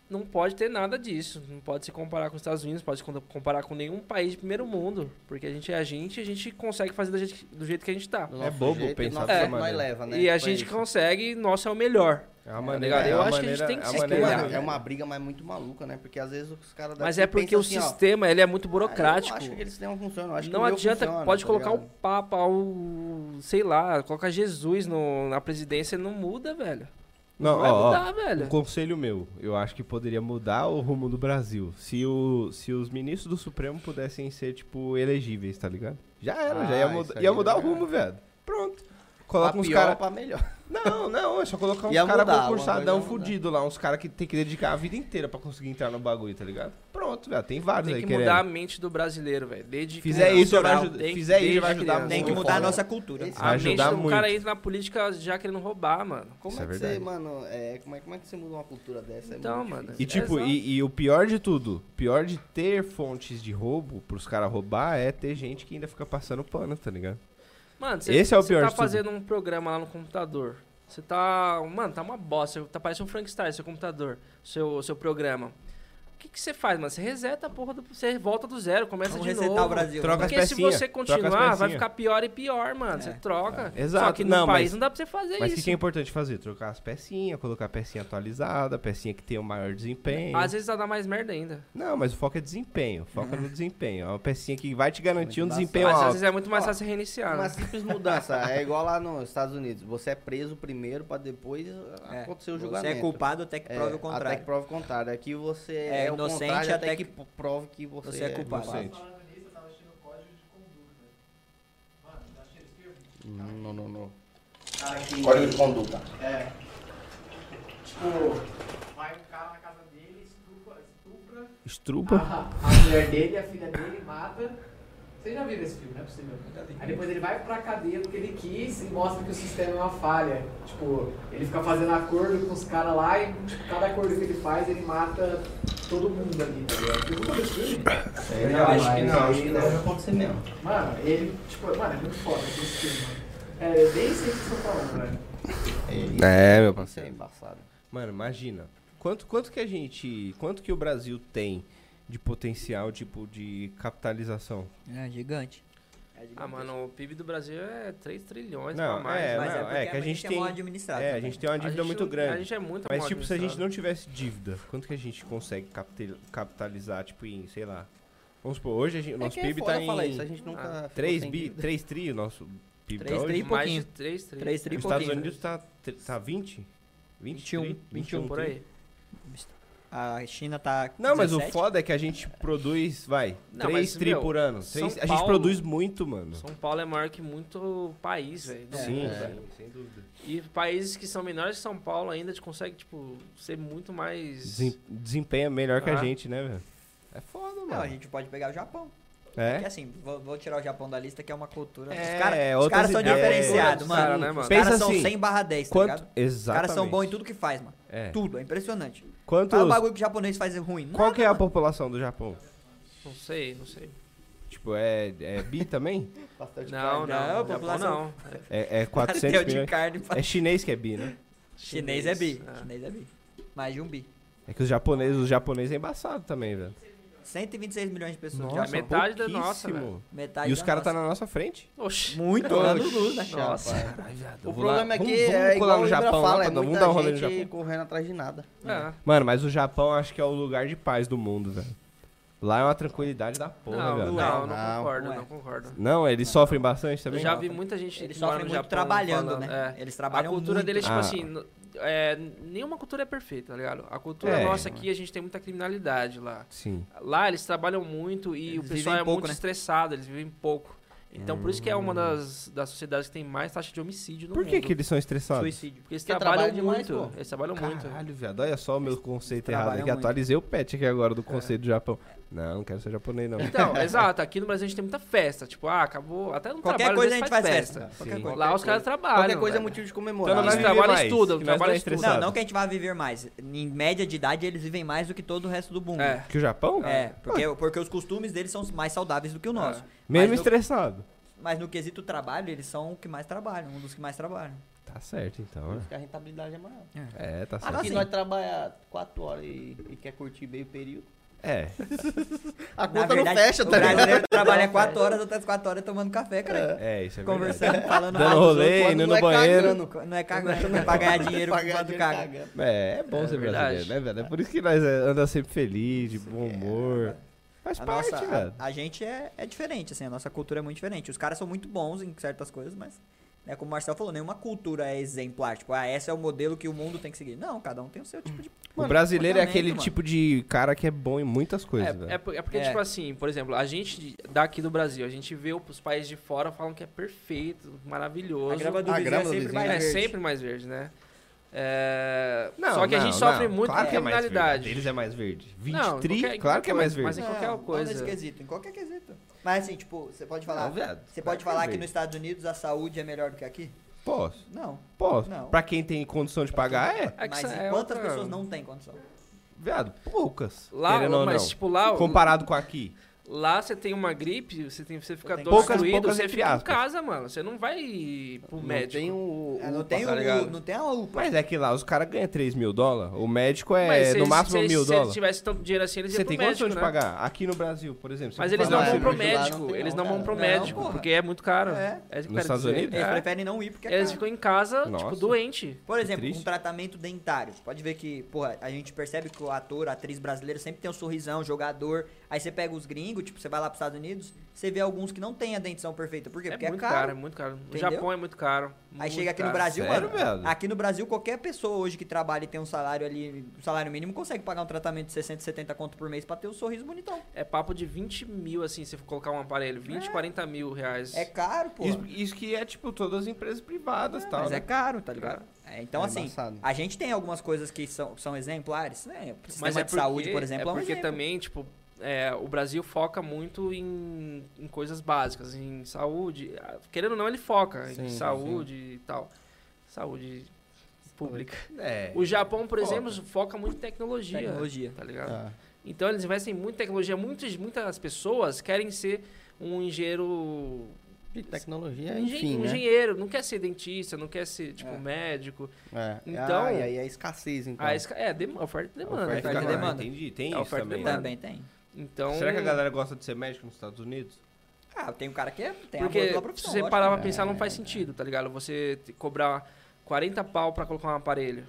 S1: Não pode ter nada disso. Não pode se comparar com os Estados Unidos, pode se con- comparar com nenhum país de primeiro mundo. Porque a gente é a gente e a gente consegue fazer do jeito, que- do jeito que a gente tá.
S2: Do
S3: É
S2: nosso
S3: bobo
S2: jeito,
S3: pensar
S2: nós,
S1: dessa
S2: nós
S3: maneira.
S2: leva, né?
S1: E a
S2: Pra
S1: gente
S2: isso.
S1: consegue, nossa, é o melhor.
S3: É uma
S1: ligado? Eu
S3: uma
S1: acho que a gente tem que
S3: é
S1: se né?
S3: uma
S2: É, que,
S1: espelhar.
S3: maneira-
S2: mano, é uma briga, mas muito maluca, né? Porque às vezes os caras
S1: Mas
S2: daqui
S1: é porque
S2: pensam
S1: o
S2: assim, ó,
S1: sistema ele é muito burocrático.
S2: Ah, eu não acho que eles sistema funciona. Eu acho que
S1: não
S2: o meu
S1: adianta,
S2: funciona,
S1: pode
S2: tá
S1: colocar um o
S2: ligado?
S1: Papa, o. sei lá, coloca Jesus no- na presidência não muda, velho.
S3: Não,
S1: vai
S3: ó, ó,
S1: mudar,
S3: Um
S1: velho.
S3: conselho meu, eu acho que poderia mudar o rumo do Brasil se, o, se os ministros do Supremo pudessem ser, tipo, elegíveis, tá ligado? Já era, já ia,
S2: Ah,
S3: muda,
S2: isso
S3: ia
S2: aí,
S3: mudar o
S2: cara.
S3: rumo, velho. Pronto. Coloca
S2: pra
S3: uns
S2: pior,
S3: caras.
S2: pra melhor.
S3: Não, não, é só colocar uns
S2: Ia
S3: caras
S2: mudar,
S3: concursadão
S2: uma coisa ia mudar.
S3: fudido lá, uns caras que tem que dedicar a vida inteira pra conseguir entrar no bagulho, tá ligado? Pronto, velho. Tem vários
S1: Tem
S3: aí
S1: que
S3: querendo.
S1: mudar a mente do brasileiro, velho. Desde
S3: Fizer
S1: criança.
S3: isso, já vai
S1: Tem
S3: ajudar-
S1: que-
S3: fizer isso, já
S1: desde
S3: vai ajudar
S1: criança.
S4: Tem que
S3: Muito
S4: mudar a
S3: foda.
S4: nossa cultura.
S2: Esse-
S1: A
S3: Vai
S1: mente
S3: ajudar
S1: do
S3: muito.
S1: cara entra na política já querendo roubar, mano.
S2: Como
S3: Isso
S2: é,
S3: é
S2: que você,
S3: verdade.
S2: mano, é, como, é, como é que você muda uma cultura dessa? É
S1: Então,
S2: muito
S1: mano.
S2: difícil.
S3: E tipo,
S1: Exato.
S3: e, e o pior de tudo, pior de ter fontes de roubo pros caras roubar é ter gente que ainda fica passando pano, tá ligado?
S1: Mano, cê,
S3: Esse é o
S1: cê
S3: pior
S1: tá
S3: de tudo.
S1: fazendo um programa lá no computador. Você tá. Mano, tá uma bosta. Tá parecendo um Frankenstein, seu computador, seu, seu programa. O que que você faz, mano? Você reseta a porra do. Você volta do zero, começa
S4: Vamos
S1: de
S4: resetar
S1: novo.
S4: o Brasil.
S3: Troca as
S1: Porque se
S3: pecinhas,
S1: você
S3: troca as
S1: continuar, vai
S3: pecinhas.
S1: ficar pior e pior, mano. Você
S4: É.
S1: troca.
S3: É. Exato,
S1: Só que no
S3: não,
S1: país
S3: mas-
S1: não dá pra você fazer
S3: Mas o que,
S1: isso.
S3: que é importante fazer? Trocar as pecinhas, colocar a pecinha atualizada, a pecinha que tem o maior desempenho.
S1: Às vezes vai dar mais merda ainda.
S3: Não, mas o foco é desempenho. Foca no desempenho. É uma pecinha que vai te garantir um
S2: Muito
S3: desempenho
S1: mas às
S3: alto.
S1: vezes é muito mais
S2: Ó,
S1: fácil reiniciar.
S2: Uma
S1: Né?
S2: simples mudança. É igual lá nos Estados Unidos. Você é preso primeiro pra depois
S4: É.
S2: acontecer o
S4: Você
S2: julgamento.
S4: é culpado até que
S2: É,
S4: prove o
S2: Até
S4: contrário.
S2: que prove o contrário. Aqui você
S4: É
S2: é, o
S4: inocente
S2: contrário até,
S4: até
S2: que, prove que você,
S4: você é culpado.
S3: Inocente.
S2: Não, não, não. Código de conduta.
S5: É. Tipo, vai um cara na casa dele, estupra, estupra
S3: Estrupa.
S5: a, a mulher dele, a filha dele, mata. Vocês já viram esse filme, não é possível. Aí depois ele vai pra cadeia porque ele quis e mostra que o sistema é uma falha. Tipo, ele fica fazendo acordo com os caras lá e tipo, cada acordo que ele faz, ele mata todo mundo ali, tá ligado? Porque nunca viu esse filme?
S2: Sei
S3: não,
S2: lá,
S3: acho que
S2: É, mas
S3: não,
S2: aí
S3: acho que não.
S2: Deve acontecer mesmo.
S5: Mano, ele, tipo, mano, é muito foda esse filme, mano. É, eu nem sei o que vocês estão falando, velho.
S3: É, meu
S2: Isso é embaçado.
S3: Mano, imagina. Quanto, quanto que a gente. Quanto que o Brasil tem de potencial, tipo, de capitalização?
S4: É, gigante.
S1: Ah, mano, o PIB do Brasil é 3 trilhões
S3: Não,
S1: pra mais.
S3: é,
S1: mas
S3: não,
S1: a
S3: é que a gente
S4: é
S3: tem-
S4: mal administrado.
S3: é, a
S4: também.
S3: gente tem uma dívida
S1: gente
S3: muito
S1: não-
S3: grande.
S1: Ah, A gente é muito
S3: Mas,
S1: mal
S3: tipo, se a gente
S1: administrado.
S3: não tivesse dívida, quanto que a gente consegue capte- capitalizar, tipo, em, sei lá. Vamos supor, hoje a gente, o nosso
S2: é que é
S3: PIB
S2: foda
S3: tá em
S2: falar isso, a gente nunca ficou
S3: 3
S2: sem
S3: bi,
S2: dívida.
S3: 3 tri, o nosso PIB tá
S4: Três
S3: hoje.
S4: tri,
S1: Mais
S4: pouquinho.
S1: de 3 trilhões. né?
S4: Três tri
S3: Os Estados
S4: pouquinho. né?
S3: Unidos tá, tre- tá 20? 20
S4: 21,
S3: tri?
S1: 21 por
S3: tri.
S1: aí.
S4: A China tá.
S3: Não, mas o
S4: 17.
S3: foda é que a gente produz, vai,
S1: Não, mas,
S3: 3 tri
S1: meu,
S3: por ano.
S1: São
S3: Três- a gente
S1: Paulo-
S3: produz muito, mano.
S1: São Paulo é maior que muito país, velho. do
S3: Sim,
S1: mundo,
S4: né?
S3: é.
S1: velho.
S3: sem dúvida.
S1: E países que são menores que São Paulo ainda te consegue, tipo, ser muito mais.
S3: Desem- Desempenha melhor que a
S1: Ah.
S3: gente, né, velho? É foda,
S4: Não, a
S3: mano.
S4: gente pode pegar o Japão.
S3: É?
S4: Porque assim, vou, vou tirar o Japão da lista, que é uma cultura.
S3: É,
S4: os caras os
S3: outras
S4: caras são
S3: ideias. É,
S4: diferenciados,
S1: Os
S4: mano.
S1: caras, né, mano?
S4: Os caras
S3: Pensa
S4: são
S3: assim,
S4: 100 barra 10, tá
S3: Quanto...
S4: ligado? Os
S3: Exatamente.
S4: caras são bons em tudo que faz, mano.
S3: É.
S4: Tudo, é impressionante.
S3: Quantos...
S4: Fala o bagulho que o japonês faz é ruim.
S3: Qual
S4: Nada,
S3: que é a
S4: mano.
S3: população do Japão?
S1: Não sei, não sei.
S3: Tipo, é, é bi também?
S2: Bastante
S1: Não, não,
S2: carne.
S4: Não,
S1: não, Japão
S4: população.
S1: não.
S3: É, é
S4: Pastel
S3: 400
S4: de
S3: milhões.
S4: carne.
S3: É chinês que é bi, né?
S4: Chinês é bi.
S1: Ah.
S4: Chinês é bi. Mais de um bi.
S3: É que os japoneses, os japoneses é embaçado também, velho.
S4: 126 milhões de pessoas.
S1: Nossa,
S4: já
S1: met- metade da nossa,
S3: pouquíssimo.
S4: metade
S3: E os
S4: da
S3: caras tá
S4: nossa.
S3: na nossa frente.
S1: Oxi.
S4: Muito anos luz, né?
S1: Nossa.
S2: O problema é que
S3: vamos, vamos
S2: é
S3: colar
S2: igual
S3: no
S2: o Japão,
S3: Japão,
S2: fala,
S3: lá
S2: é
S3: pra- vamos
S2: muita
S3: dar um rolê no
S2: gente
S3: Japão.
S2: correndo atrás de nada.
S1: Ah,
S3: Mano, mas o Japão acho que é o lugar de paz do mundo, velho. Lá é uma tranquilidade da porra,
S1: não,
S3: velho.
S1: não, não,
S2: Não,
S1: concordo,
S4: não é.
S1: não concordo.
S3: Não, eles sofrem bastante
S1: Eu
S3: também?
S1: já vi muita gente
S4: Eles
S1: que mora
S4: sofrem
S1: no
S4: muito
S1: Japão
S4: trabalhando,
S1: falando,
S4: né?
S1: é.
S4: Eles
S1: A
S4: trabalham
S1: cultura
S4: muito.
S1: deles, tipo
S3: Ah.
S1: assim, no- é, nenhuma cultura é perfeita, tá ligado? A cultura
S3: É.
S1: nossa aqui, a gente tem muita criminalidade lá.
S3: Sim.
S1: Lá eles trabalham muito e
S4: Eles
S1: o pessoal
S4: vivem
S1: é
S4: pouco,
S1: muito
S4: né?
S1: estressado, eles vivem pouco. Então, por isso que é uma das, das sociedades que tem mais taxa de homicídio no
S3: Hum. Por que,
S1: mundo.
S3: que eles são estressados?
S4: Suicídio.
S1: Porque eles
S2: Porque
S1: trabalham
S2: trabalha demais,
S1: muito.
S2: pô.
S1: eles trabalham muito. né?
S3: Caralho, viado. Olha só o meu conceito errado
S4: trabalham
S3: aqui.
S4: muito. É.
S3: Atualizei o pet aqui agora do conceito do Japão. Não, não quero ser japonês, não.
S1: Então, exato. Aqui no Brasil a gente tem muita festa. Tipo, ah, acabou. Até no
S4: Qualquer
S1: trabalho
S4: coisa
S1: às vezes
S4: a gente faz festa. Qualquer
S3: Sim.
S4: coisa.
S1: Lá os caras trabalham.
S2: Qualquer coisa é
S1: velho.
S2: motivo de
S1: Então,
S2: comemorar.
S1: nós
S3: vai
S2: né?
S3: viver
S1: trabalham e
S3: mais,
S1: estudam,
S3: que nós
S1: trabalham
S3: não é
S1: e estudam.
S3: estressado.
S4: Não, não que a gente vá viver mais. Em média de idade, eles vivem mais do que todo o resto do mundo.
S1: É.
S3: Que o Japão?
S4: É, porque, porque os costumes deles são mais saudáveis do que o nosso.
S3: Mesmo
S4: mas, no,
S3: estressado.
S4: mas no quesito trabalho, eles são o que mais trabalham, um dos que mais trabalham.
S3: Tá certo, então. né?
S2: Porque a rentabilidade é maior.
S3: É, tá
S2: Aqui
S3: certo.
S4: sim.
S2: nós trabalha 4 horas e, e quer curtir meio período.
S3: É.
S2: A
S4: Na
S2: conta
S4: verdade,
S2: não fecha,
S4: o
S2: tá ligado?
S4: brasileiro trabalha 4 horas até as 4 horas tomando café, cara.
S3: É, isso é verdade.
S4: Conversando, falando
S3: Dando
S4: mal dos
S3: rolê,
S4: outros,
S3: indo
S2: não
S3: no
S2: é
S3: banheiro.
S2: cagando.
S4: quando- Não é cagando, não é pra ganhar dinheiro
S2: Pra
S4: com
S2: ganhar
S4: quando
S2: dinheiro
S4: caga.
S2: Tá cagando.
S3: É, é bom
S1: É
S3: ser
S1: verdade. é,
S3: brasileiro, né, velho? É por isso que nós é, anda sempre feliz, de bom humor.
S1: né?
S3: Faz
S4: A,
S3: parte,
S4: nossa,
S3: velho.
S4: a, a gente é, é diferente, assim, a nossa cultura é muito diferente. Os caras são muito bons em certas coisas, mas, né, como o Marcelo falou, nenhuma cultura é exemplar. Tipo, ah, esse é o modelo que o mundo tem que seguir. Não, cada um tem o seu tipo de.
S3: o brasileiro é
S4: comportamento,
S3: aquele
S4: mano.
S3: tipo de cara que é bom em muitas coisas,
S1: É,
S3: velho.
S1: é por- é porque,
S4: É.
S1: tipo assim, por exemplo, a gente de- daqui do Brasil, a gente vê os países de fora falam que é perfeito, maravilhoso.
S2: do vizinho é sempre mais
S1: é sempre mais verde, né? É,
S3: Não,
S1: só que a
S3: não,
S1: gente
S3: não.
S1: sofre muito
S3: claro
S1: com
S3: que é mais verde.
S1: criminalidade.
S3: Eles é mais verde. 20
S1: Não,
S3: tri,
S1: qualquer-
S3: claro que é mais
S1: mas
S3: verde.
S1: em qualquer
S4: Não,
S1: coisa.
S4: Não nesse quesito, em qualquer quesito. Mas assim, tipo, você pode falar.
S3: Não, viado,
S4: você
S3: claro
S4: pode
S3: que
S4: falar
S3: é
S4: que
S3: verde.
S4: nos Estados Unidos a saúde é melhor do que aqui?
S3: Posso,
S4: Não.
S3: posso.
S4: Não.
S3: Pra quem tem condição de pagar, é.
S1: É que
S4: Mas
S1: isso é
S4: e quantas
S1: outra-
S4: pessoas não têm condição?
S3: Viado, poucas.
S1: Lá,
S3: querendo ou
S1: mas
S3: não.
S1: tipo, lá,
S3: Comparado com aqui.
S1: lá você tem uma gripe, você, tem, você fica
S4: Tem
S1: todo
S3: poucas-
S1: destruído,
S3: poucas
S1: você
S3: entre
S1: fica em
S3: aspas. um,
S1: casa, mano. Você não vai pro
S2: Não
S1: médico.
S2: tem o.
S4: Ah, não,
S2: o-
S4: tem
S2: tá
S4: o,
S2: ligado?
S4: não tem a UPA.
S3: Mas é que lá os caras ganham 3 mil dólares. O médico é
S1: Mas se
S3: no
S1: eles-
S3: máximo
S1: se eles-
S3: mil
S1: Se
S3: dólares.
S1: eles tivessem tanto dinheiro assim, eles
S3: Você
S1: iam pro
S3: tem
S1: médico,
S3: condição de
S1: né?
S3: pagar. Aqui no Brasil, por exemplo. você "Ah, assim,
S1: Mas
S3: for
S1: eles
S2: Lá
S1: não
S3: fazer
S1: vão
S2: não
S1: pro
S2: tem, lá não
S1: médico,
S2: tem,
S1: eles
S2: não,
S1: não vão
S2: cara.
S1: pro
S4: Não,
S1: médico,
S4: porra.
S1: porque é muito caro.
S4: É.
S1: É isso que eu
S3: Nos
S1: quero
S3: Estados
S1: dizer.
S3: Unidos?
S4: Eles
S1: É.
S4: preferem não ir porque é
S1: Eles
S4: caro.
S1: ficam em casa, tipo,
S3: Nossa.
S1: doente.
S4: Por exemplo,
S3: triste.
S4: um tratamento dentário. Você pode ver que, porra, a gente percebe que o ator, a atriz brasileira sempre tem um sorrisão, jogador. Aí você pega os gringos, tipo, você vai lá pros Estados Unidos, você vê alguns que não têm a dentição perfeita. Por quê? Porque
S1: É muito
S4: é
S1: caro, é
S4: caro.
S1: muito caro. O
S4: Entendeu?
S1: Japão é muito caro.
S4: Aí
S1: muito
S4: chega aqui no
S1: caro.
S4: Brasil,
S3: Sério,
S4: mano.
S3: velho?
S4: Aqui no Brasil, qualquer pessoa hoje que trabalha e tem um salário ali, um salário mínimo, consegue pagar um tratamento de 60, 70 conto por mês pra ter um sorriso bonitão.
S1: É papo de 20 mil, assim, se for colocar um aparelho. 20, 40 mil reais.
S4: É caro, pô.
S3: Isso, isso que é, tipo, todas as empresas privadas e tal.
S4: Mas
S3: né?
S4: é caro, tá ligado? É, então,
S2: É
S4: assim,
S2: embaçado.
S4: a gente tem algumas coisas que são, são exemplares, né? O sistema
S1: Mas é
S4: de
S1: porque-
S4: saúde, por exemplo, é,
S1: é
S4: um
S1: porque
S4: exemplo.
S1: também, tipo, é, o Brasil foca muito em, em coisas básicas, em saúde. Ah, Querendo ou não, ele foca em
S2: Sim,
S1: saúde e tal. Saúde pública.
S3: É.
S1: O Japão, por
S3: Foca.
S1: exemplo, foca muito em tecnologia.
S4: Tecnologia.
S1: Tá ligado?
S2: Ah,
S1: Então eles investem muito em tecnologia. Muitas, muitas pessoas querem ser um engenheiro.
S2: De tecnologia,
S1: engen-
S2: enfim, né?
S1: engenheiro, não quer ser dentista, não quer ser tipo
S4: É.
S1: médico.
S2: É.
S1: Então-
S2: Ah, e aí é escassez, então.
S1: Ah, esse ca- é, dem- oferta e demanda.
S3: Oferta e
S1: né, cara?
S4: e demanda.
S3: Ah, Entendi, tem
S1: É
S3: isso
S1: oferta e
S3: também.
S1: demanda.
S3: né?
S4: Também tem.
S1: Então,
S3: Será que a galera gosta de ser médico nos Estados Unidos?
S4: Ah, tem um cara que é, tem amor
S1: Porque
S4: pela
S1: se
S4: profissão.
S1: você
S4: lógico. né?
S1: parar pra
S2: É.
S1: pensar, não faz sentido, tá ligado? Você te- cobrar 40 pau pra colocar um aparelho.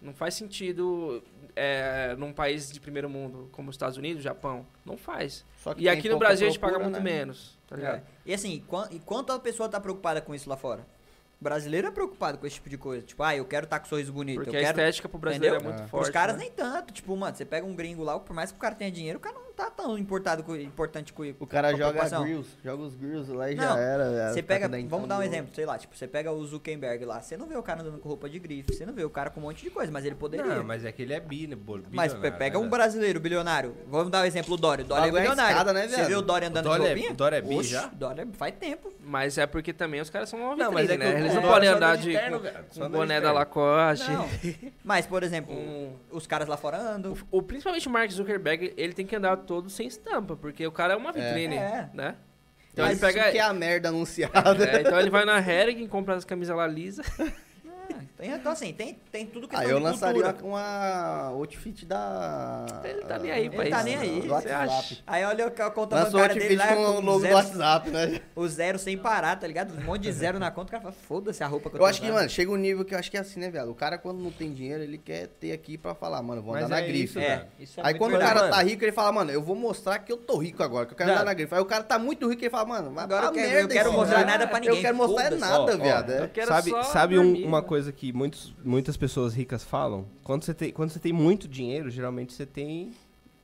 S1: Não faz sentido é, num país de primeiro mundo, como os Estados Unidos, Japão. Não faz.
S2: Só
S1: E
S2: tem
S1: aqui no
S2: pouca
S1: Brasil a gente
S2: procura,
S1: paga muito
S2: né?
S1: menos, tá ligado?
S4: É. E assim, quan- e quanto a pessoa tá preocupada com isso lá fora? O brasileiro é preocupado com esse tipo de coisa. Tipo, ah, eu quero estar com sorriso bonito.
S1: Porque
S4: eu
S1: a
S4: quero...
S1: estética pro brasileiro
S4: entendeu?
S1: é muito
S2: É.
S1: forte.
S4: Os caras
S1: né?
S4: nem tanto. Tipo, mano, você pega um gringo lá, por mais que o cara tenha dinheiro, o cara não tá tão importado com, importante com
S2: O cara
S4: com a
S2: joga né?
S4: preocupação.
S2: grills, joga os grills lá e
S4: Não,
S2: já era. já
S4: Você
S2: tá
S4: pega,
S2: com dentão
S4: vamos dar um
S2: de ouro.
S4: exemplo, sei lá, tipo, você pega o Zuckerberg lá, você não vê o cara andando com roupa de grife, você não vê o cara com um monte de coisa, mas ele poderia.
S3: Não, mas é que ele é bi, né? bol-
S4: Mas
S3: bilionário,
S4: pega
S3: né?
S4: um brasileiro bilionário. Vamos dar o exemplo do Dória. O Dória é
S2: Bagulho é
S4: bilionário.
S2: escada, né,
S4: Você
S2: viado?
S4: viu o Dória andando
S3: O Dória é-
S4: de roupinha?
S3: o Dória é bi
S4: Oxe,
S3: já?
S4: o Dória faz tempo.
S1: Mas é porque também os caras são uma vitrine,
S3: Não, mas é que
S1: né?
S3: o-
S1: Eles
S3: o
S1: não
S3: Dória
S1: podem
S3: só
S1: andar
S3: anda
S1: de,
S3: de terno,
S1: com-
S3: velho. Só
S1: com
S3: anda de
S1: boné da
S3: terno.
S1: Lacoste.
S4: Não. Mas, por exemplo,
S1: Um-
S4: os caras lá fora andam.
S1: O, o- principalmente o Mark Zuckerberg, ele tem que andar todo sem estampa, porque o cara é uma vitrine,
S4: É.
S1: né?
S2: Então
S1: Então
S2: Mas
S1: ele pega.
S2: isso que é a merda anunciada.
S1: É, então ele vai na Hering, compra as camisas lá lisa.
S4: Ah, tem- Então, assim, tem, tem tudo que
S2: Ah,
S4: tem
S2: eu
S4: de
S2: lançaria
S4: cultura.
S2: uma outfit da.
S1: Ele tá nem aí pra
S4: Ele tá
S1: isso.
S4: nem aí,
S1: Você
S2: Do
S1: acha?
S2: WhatsApp.
S4: Aí olha o- a conta
S2: Lançou
S4: bancária dele
S2: outfit
S4: lá,
S2: com o
S4: com
S2: logo do
S4: zero,
S2: WhatsApp, né?
S4: o zero sem parar, tá ligado? Um monte de zero na conta, o cara fala, foda-se a roupa que eu
S2: Eu
S4: tô
S2: acho que,
S4: usando.
S2: mano, chega um nível que eu acho que é assim, né, velho? O cara, quando não tem dinheiro, ele quer ter aqui pra falar, mano, eu vou
S3: Mas
S2: andar na
S3: é
S2: grife.
S3: isso,
S4: É,
S3: velho.
S4: isso é
S2: Aí
S4: muito
S2: quando
S4: verdade.
S2: o cara tá rico, ele fala, mano, eu vou mostrar que eu tô rico agora, que eu quero
S4: Não.
S2: andar na grife. Aí o cara tá muito rico, ele fala, mano, vai
S4: Agora
S2: pra
S4: eu quero- eu
S2: merda
S4: quero
S2: esse
S4: mostrar
S2: cara.
S4: nada pra ninguém,
S2: Eu quero mostrar
S4: foda-se.
S2: nada,
S3: Ó, ó,
S2: viado.
S1: Eu
S2: é.
S1: quero
S3: sabe
S1: só
S3: sabe um-
S1: dormir,
S3: uma
S1: né?
S3: coisa que muitos, muitas pessoas ricas falam? Quando você, tem, quando você tem muito dinheiro, geralmente você tem,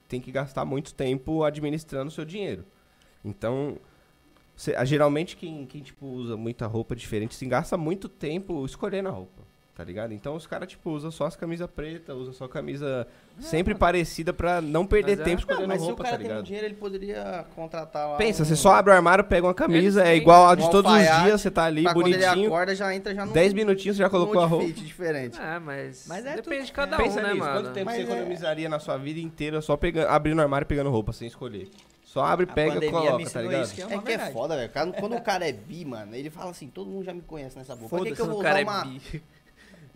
S3: tem que gastar muito tempo administrando o seu dinheiro. Então, você- ah, geralmente quem, quem tipo, usa muita roupa diferente, se gasta muito tempo escolhendo a roupa, tá ligado? Então os caras tipo, usam só as camisas pretas, usam só camisa sempre parecida pra não perder
S1: Mas é-
S3: tempo
S2: Não,
S3: escolhendo
S2: Ah. mas se o
S3: roupa, tá
S2: cara tem muito
S3: ligado?
S2: dinheiro, ele poderia contratar lá
S3: Pensa,
S2: um-
S3: você só abre o armário, pega uma camisa,
S1: Eles
S3: é
S1: têm
S3: igual a de
S2: um
S3: todos os
S2: alfaiate
S3: dias, você tá ali
S2: pra Quando ele
S3: bonitinho.
S2: acorda, já entra já num...
S3: 10 minutinhos você já colocou
S2: num
S3: a roupa.
S2: outfit diferente.
S1: Ah, mas,
S4: Mas é
S1: depende
S4: tudo-
S1: de cada
S3: Pensa
S1: um, né,
S3: nisso,
S1: mano?
S3: quanto tempo
S2: Mas
S3: você
S2: é-
S3: economizaria na sua vida inteira só pegando, abrindo o armário e pegando roupa, sem escolher? Só abre,
S4: A
S3: pega,
S4: pandemia me
S3: coloca, tá
S4: ensinou
S3: ligado?
S4: isso, que é uma
S2: É que é
S4: verdade.
S2: foda, velho. Quando- Quando o cara é bi, mano, ele fala assim, todo mundo já me conhece nessa boca. Por que, que eu
S1: Foda-se,
S2: vou
S1: o cara
S2: usar
S1: é
S2: uma...
S1: bi.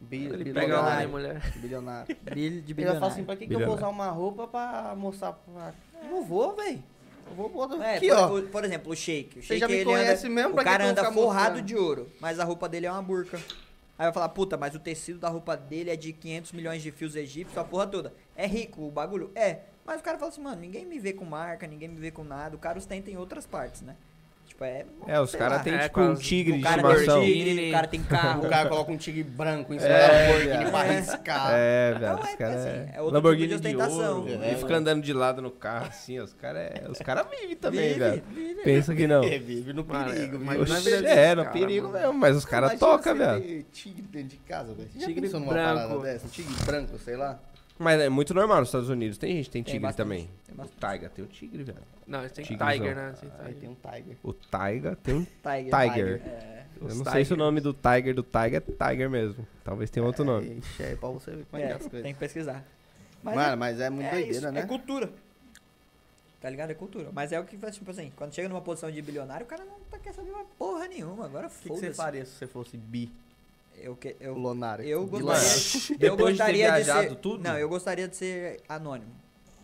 S2: Bi-
S1: Ele pega
S2: bilionário,
S1: lá né, minha mulher.
S2: Bilionário.
S4: Brilho de
S2: Ele vai
S4: bilionário.
S2: falar assim, pra que, que eu vou
S3: Bilionário.
S2: usar uma roupa pra mostrar pra...
S4: Não vou, velho.
S2: Eu vou botar
S4: É,
S2: aqui,
S4: por,
S2: ó.
S4: por- por exemplo, o Shake. O
S2: Você
S4: Shake
S2: já me
S4: ele
S2: conhece
S4: anda,
S2: mesmo,
S4: O
S2: pra que
S4: cara
S2: que eu vou
S4: anda
S2: ficar
S4: forrado
S2: mostrando?
S4: de ouro, mas a roupa dele é uma burca. Aí vai falar, puta, mas o tecido da roupa dele é de 500 milhões de fios egípcios, a porra toda. É rico o bagulho? É. Mas o cara fala assim, mano, ninguém me vê com marca, ninguém me vê com nada. O cara ostenta em outras partes, né? Tipo, é...
S3: É, os
S4: sei
S3: caras
S4: lá.
S3: têm
S1: É,
S3: tipo
S1: com
S3: um
S1: as-
S3: tigre
S4: O
S3: de
S4: cara
S3: estimação.
S4: tem tigre, o cara tem carro.
S2: O cara coloca um tigre branco em cima
S3: É,
S2: da Lamborghini
S3: viado.
S2: pra riscar.
S3: É,
S4: Não,
S3: velho,
S4: é,
S3: os caras
S4: assim, é
S3: é...
S4: outro tipo de
S3: Lamborghini de,
S4: ostentação.
S3: ouro.
S2: É,
S3: e fica
S2: é.
S3: andando de lado no carro, assim, ó, os caras é... os cara vivem também,
S4: Vive,
S3: velho.
S4: vive.
S3: Pensa que não.
S2: É, vive no
S1: Mano, mas
S2: perigo, vive na
S1: não
S3: Oxi,
S2: vida
S1: desse
S3: é, no
S1: cara,
S3: perigo
S1: mano.
S3: mesmo, mas os caras
S2: Imagina
S3: tocam,
S2: você
S3: velho.
S2: ter Tigre dentro de casa, velho. Você já
S1: Tigre
S2: pensou numa
S1: branco.
S2: parada dessa? Um tigre branco, sei lá.
S3: Mas é muito normal nos Estados Unidos, tem gente que tem tigre
S4: É bastante,
S3: também.
S4: tem
S3: O
S4: bastante.
S3: Taiga tem o tigre, velho.
S1: Não, eles têm
S3: Tigrizão.
S1: Tiger, né? Eles têm
S2: Aí tem
S1: Tiger.
S2: um tiger.
S3: O Taiga tem um
S4: Tiger.
S3: Tiger.
S4: É.
S3: Eu
S1: Os
S3: não sei se o
S1: Tigers.
S3: nome do Tiger do Tiger é Tiger mesmo. Talvez tenha outro nome.
S2: É, ixi, é pra você ver como é, que é as
S4: É,
S2: coisas.
S4: tem que pesquisar. Mas
S2: Mano, mas é muito
S4: é
S2: doideira,
S4: isso,
S2: né?
S4: É cultura. Tá ligado? É cultura. Mas é o que faz, tipo assim, quando chega numa posição de bilionário, o cara não tá quer saber uma porra nenhuma. Agora
S2: O que, que
S4: foda-se.
S2: você faria se você fosse bi?
S4: Eu, que, eu,
S2: Lonário.
S4: eu
S2: Bilionário.
S4: gostaria, eu
S3: Depois de ter
S4: gostaria de,
S3: viajado
S4: ser,
S3: tudo?
S4: Não, eu gostaria de ser anônimo.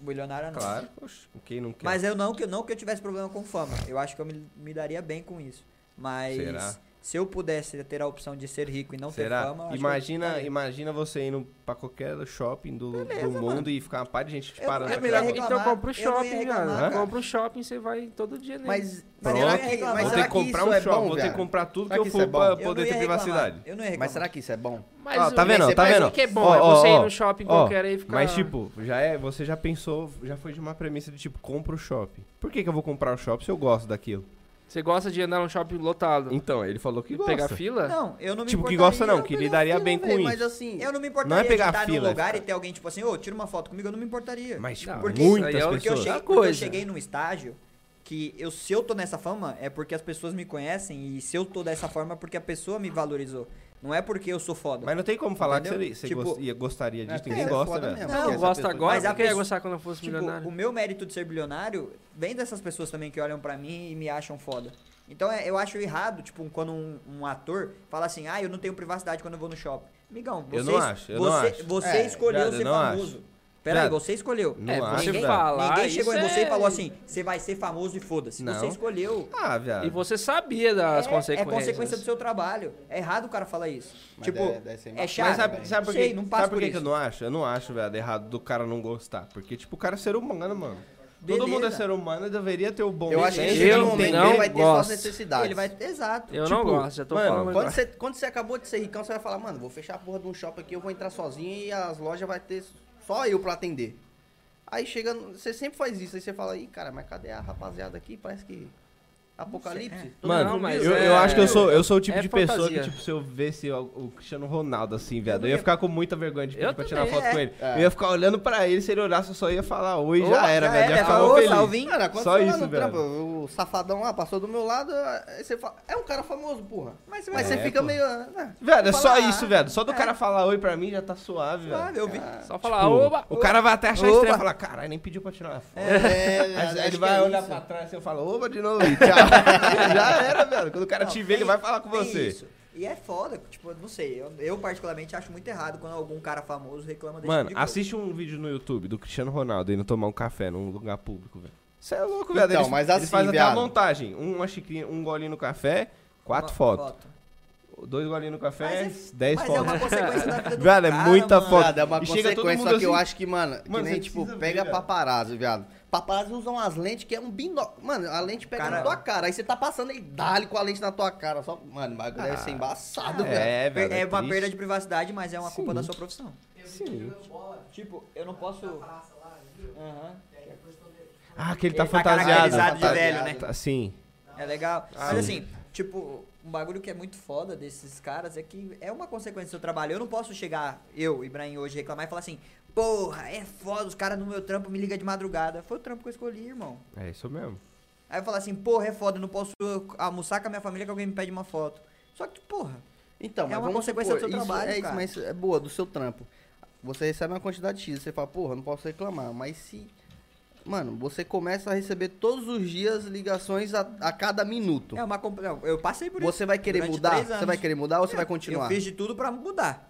S4: Bilionário anônimo.
S3: É, Claro, oxe, quem não quer?
S4: Mas é, eu não que, não que eu tivesse problema com fama. Eu acho que eu me, me daria bem com isso. Mas
S3: Será?
S4: se eu pudesse ter a opção de ser rico e não ter
S3: Será?
S4: fama, eu acho que eu
S3: imagina,
S4: faria.
S3: imagina você indo pra qualquer shopping do, do
S4: Beleza,
S3: mundo e ficar uma par de gente te
S4: Eu-
S3: parando.
S4: é
S3: na
S4: melhor
S3: cara.
S4: reclamar.
S1: Então compra o
S4: eu não ia
S1: shopping,
S4: reclamar,
S1: cara.
S4: cara.
S1: Compra o shopping, você vai todo dia nele.
S2: Mas, mas
S3: Pronto.
S2: será que, mas
S3: Vou
S2: será
S3: ter
S2: que
S3: que comprar
S2: isso
S3: um
S2: é
S3: shopping,
S2: bom,
S3: vou ter
S2: viado?
S3: que comprar tudo
S2: Será
S3: que eu
S2: que isso é
S3: for
S2: bom?
S3: pra
S4: Eu não
S3: poder
S4: ia
S3: ter
S4: reclamar.
S3: privacidade.
S4: Eu não ia reclamar.
S2: Mas será que isso é bom?
S1: Mas
S3: Ó,
S1: o-
S3: tá vendo?
S1: mas
S3: Tá
S1: o
S3: vendo?
S1: que é bom
S3: Ó,
S1: é
S3: ó,
S1: você
S3: ó.
S1: ir no shopping
S3: Ó,
S1: qualquer aí e ficar...
S3: Mas tipo, já é, você já pensou, já foi de uma premissa de tipo, compra o shopping. Por que, que eu vou comprar o shopping se eu gosto daquilo?
S1: Você gosta de andar num shopping lotado
S3: Então, ele falou que
S1: e
S3: gosta.
S1: pegar fila?
S4: Não, eu não me
S3: tipo, que
S4: importaria,
S3: gosta não, que
S4: eu
S3: lidaria bem com
S2: Véi,
S3: isso.
S2: mas assim,
S4: Eu não me importaria
S3: Não é pegar
S4: de estar
S3: fila,
S4: num lugar
S3: cara.
S4: e ter alguém, tipo assim, ô, tira uma foto comigo, eu não me importaria.
S3: Mas, tipo,
S1: Não,
S4: porque-
S3: muitas
S1: isso aí é o
S3: pessoas.
S1: que
S4: Porque eu, cheguei,
S1: Outra
S4: porque eu
S1: coisa.
S4: cheguei num estágio que eu, se eu tô nessa fama, é porque as pessoas me conhecem. E se eu tô dessa forma, é porque a pessoa me valorizou. Não é porque eu sou foda.
S3: Mas não tem como falar que
S4: Entendeu?
S3: você, você
S4: Tipo,
S3: gost- ia- gostaria disso,
S2: é,
S3: ninguém
S2: é
S3: gosta,
S2: foda
S3: velho.
S2: mesmo.
S4: Não,
S1: Não,
S2: Porque
S1: eu
S2: essa
S1: gosto
S2: pessoa-
S1: agora,
S4: Mas a
S1: porque eu ia
S4: pessoa-
S1: gostar quando eu fosse
S4: Tipo,
S1: milionário.
S4: o meu mérito de ser bilionário vem dessas pessoas também que olham pra mim e me acham foda. Então é- eu acho errado, tipo, um- quando um, um ator fala assim, ah, eu não tenho privacidade quando eu vou no shopping. Migão, você,
S3: Eu não acho, eu não
S4: você,
S3: acho.
S4: você
S2: É,
S4: escolheu
S3: Jado, eu
S4: ser
S3: não
S4: famoso.
S3: acho.
S4: Peraí,
S3: Jado,
S4: você escolheu.
S3: não
S1: É,
S3: acho,
S1: você
S4: ninguém,
S1: falar,
S4: ninguém chegou em
S1: isso
S4: você e
S1: é-
S4: falou assim, você vai ser famoso e foda-se.
S3: Não.
S4: Você escolheu.
S3: Ah, viado.
S1: E você sabia das
S4: é,
S1: consequências.
S4: é consequência do seu trabalho. É errado o cara falar isso.
S2: Mas
S4: tipo,
S2: deve- deve ser
S4: é
S2: embaçado,
S4: chato.
S3: Mas sabe, sabe por,
S4: Sei,
S3: que,
S4: não passa
S3: sabe por, que,
S4: isso.
S3: que eu não acho? Eu não acho, velho, errado do cara não gostar. Porque, tipo, o cara é ser humano, mano.
S4: Beleza.
S3: Todo mundo é ser humano e deveria ter o bom
S2: Eu acho que
S1: Eu
S3: senso.
S2: chega
S1: não
S2: no momento que ele vai ter
S1: gosto.
S2: suas necessidades.
S4: Ele vai... Exato.
S1: Eu não
S3: Tipo,
S1: gosto, já tô
S3: mano,
S1: falando.
S2: Quando
S1: agora.
S2: você, quando você acabou de ser ricão, você vai falar, mano, vou fechar a porra de um shopping aqui, eu vou entrar sozinho e as lojas vai ter só eu pra atender. Aí chega, você sempre faz isso, aí você fala, ih, cara, mas cadê a rapaziada aqui? Parece que apocalipse. todo
S3: Mano,
S1: Não,
S2: mundo
S1: mas
S3: eu,
S1: é-
S3: eu acho que eu sou, eu sou o tipo
S1: é
S3: de pessoa
S1: fantasia.
S3: que, tipo, se eu vesse o, o Cristiano Ronaldo assim, viado, eu
S4: também.
S3: ia ficar com muita vergonha de pedir
S1: Eu
S3: pra tirar
S1: também,
S3: foto
S4: é.
S3: com ele.
S2: É.
S3: Eu ia ficar olhando pra ele, se ele olhasse, eu só ia falar oi,
S4: Ô,
S3: já era,
S4: já
S3: velho.
S4: era,
S3: Já ficava
S4: falou,
S3: feliz.
S4: salve.
S2: Cara, quando
S3: Só
S2: você
S3: isso,
S2: lá no
S3: velho.
S2: trampo, o safadão lá passou do meu lado, aí você fala, é um cara famoso, porra. Mas,
S4: você
S2: você
S4: vai-
S3: É,
S2: fica
S3: pô.
S2: meio. ah, né?
S3: Velho, é
S4: Fala,
S3: só
S4: ah,
S3: isso, velho. Só do
S4: é.
S3: cara falar oi pra mim já tá suave,
S4: Ah,
S3: velho.
S4: eu vi.
S1: Só falar,
S3: Tipo,
S1: oba!
S3: O cara vai até achar estranho
S4: Oba.
S3: e falar, caralho, nem pediu pra tirar uma foto.
S2: É,
S3: Aí
S2: acho
S3: Aí ele
S2: que
S3: vai
S2: é
S3: olhar
S2: isso.
S3: pra trás e eu falo, oba de novo e tchau. Já era, velho. Quando o cara
S4: Não,
S3: te vê, ele
S4: tem-
S3: vai falar com
S4: tem
S3: você.
S4: isso. E é foda, tipo, eu não sei. Eu, eu particularmente acho muito errado quando algum cara famoso reclama desse
S3: Mano,
S4: tipo de coisa.
S3: assiste um vídeo no YouTube do Cristiano Ronaldo indo tomar um café num lugar público, velho. Você é louco, velho.
S2: Então,
S3: eles,
S2: mas
S3: eles
S2: assim,
S3: fazem até a
S2: viado.
S3: montagem. Um- Uma xicrinha, um golinho no café, quatro
S4: Uma
S3: fotos. Dois golinhos no café,
S4: Mas é-
S3: dez
S4: Mas é
S3: fotos.
S4: uma consequência da vida do
S3: Velho, é
S4: cara,
S3: muita
S4: mano.
S3: foto.
S2: Viado, é uma
S3: E chega todo
S2: consequência,
S3: mundo
S2: só que eu
S3: assim-
S2: acho que, mano, que
S3: Mano,
S2: nem,
S3: você
S2: tipo,
S3: precisa
S2: pega
S3: ver, velho.
S2: paparazzo, viado. Paparazzo usam as lentes que é um bingo... Mano, a lente pega
S4: Cara-
S2: na tua cara. Aí você tá passando e dá-lhe com a lente na tua cara. Só, mano, o bagulho deve ser embaçado, velho.
S3: É, velho.
S4: Ah, É uma
S3: triste.
S4: perda de privacidade, mas é uma culpa
S3: Sim.
S4: da sua profissão.
S5: Tem um
S3: Sim.
S5: vídeo jogando bola
S4: Tipo, eu não posso.
S5: na praça lá, né? viu?
S4: Aham.
S5: E aí depois tô vendo.
S3: Ah, que ele tá
S4: Ele tá
S3: fantasiado.
S4: caracterizado de
S3: Tá-
S4: velho, né?
S3: tá- Sim.
S4: É legal.
S3: Ah,
S4: Mas
S3: sim.
S4: assim, tipo, um bagulho que é muito foda desses caras é que é uma consequência do seu trabalho. Eu não posso chegar, eu, Ibrahim, hoje, reclamar e falar assim, porra, é foda, os caras no meu trampo me ligam de madrugada. Foi o trampo que eu escolhi, irmão.
S3: É isso mesmo.
S4: Aí eu falar assim, porra, é foda, eu não posso almoçar com a minha família que alguém me pede uma foto. Só que, porra,
S2: Então,
S4: É
S2: mas
S4: uma
S2: vamos
S4: consequência
S2: supor,
S4: do seu
S2: isso
S4: trabalho,
S2: é isso,
S4: cara.
S2: mas é boa, do seu trampo. Você recebe uma quantidade X, você fala, porra, não posso reclamar. Mas se... Mano, você começa a receber todos os dias ligações a, a cada minuto.
S4: é uma... comp- não, Eu passei por isso.
S2: Você vai querer
S4: Durante
S2: mudar?
S4: três anos. É,
S2: Você vai querer mudar ou você vai continuar?
S4: Eu fiz de tudo pra mudar.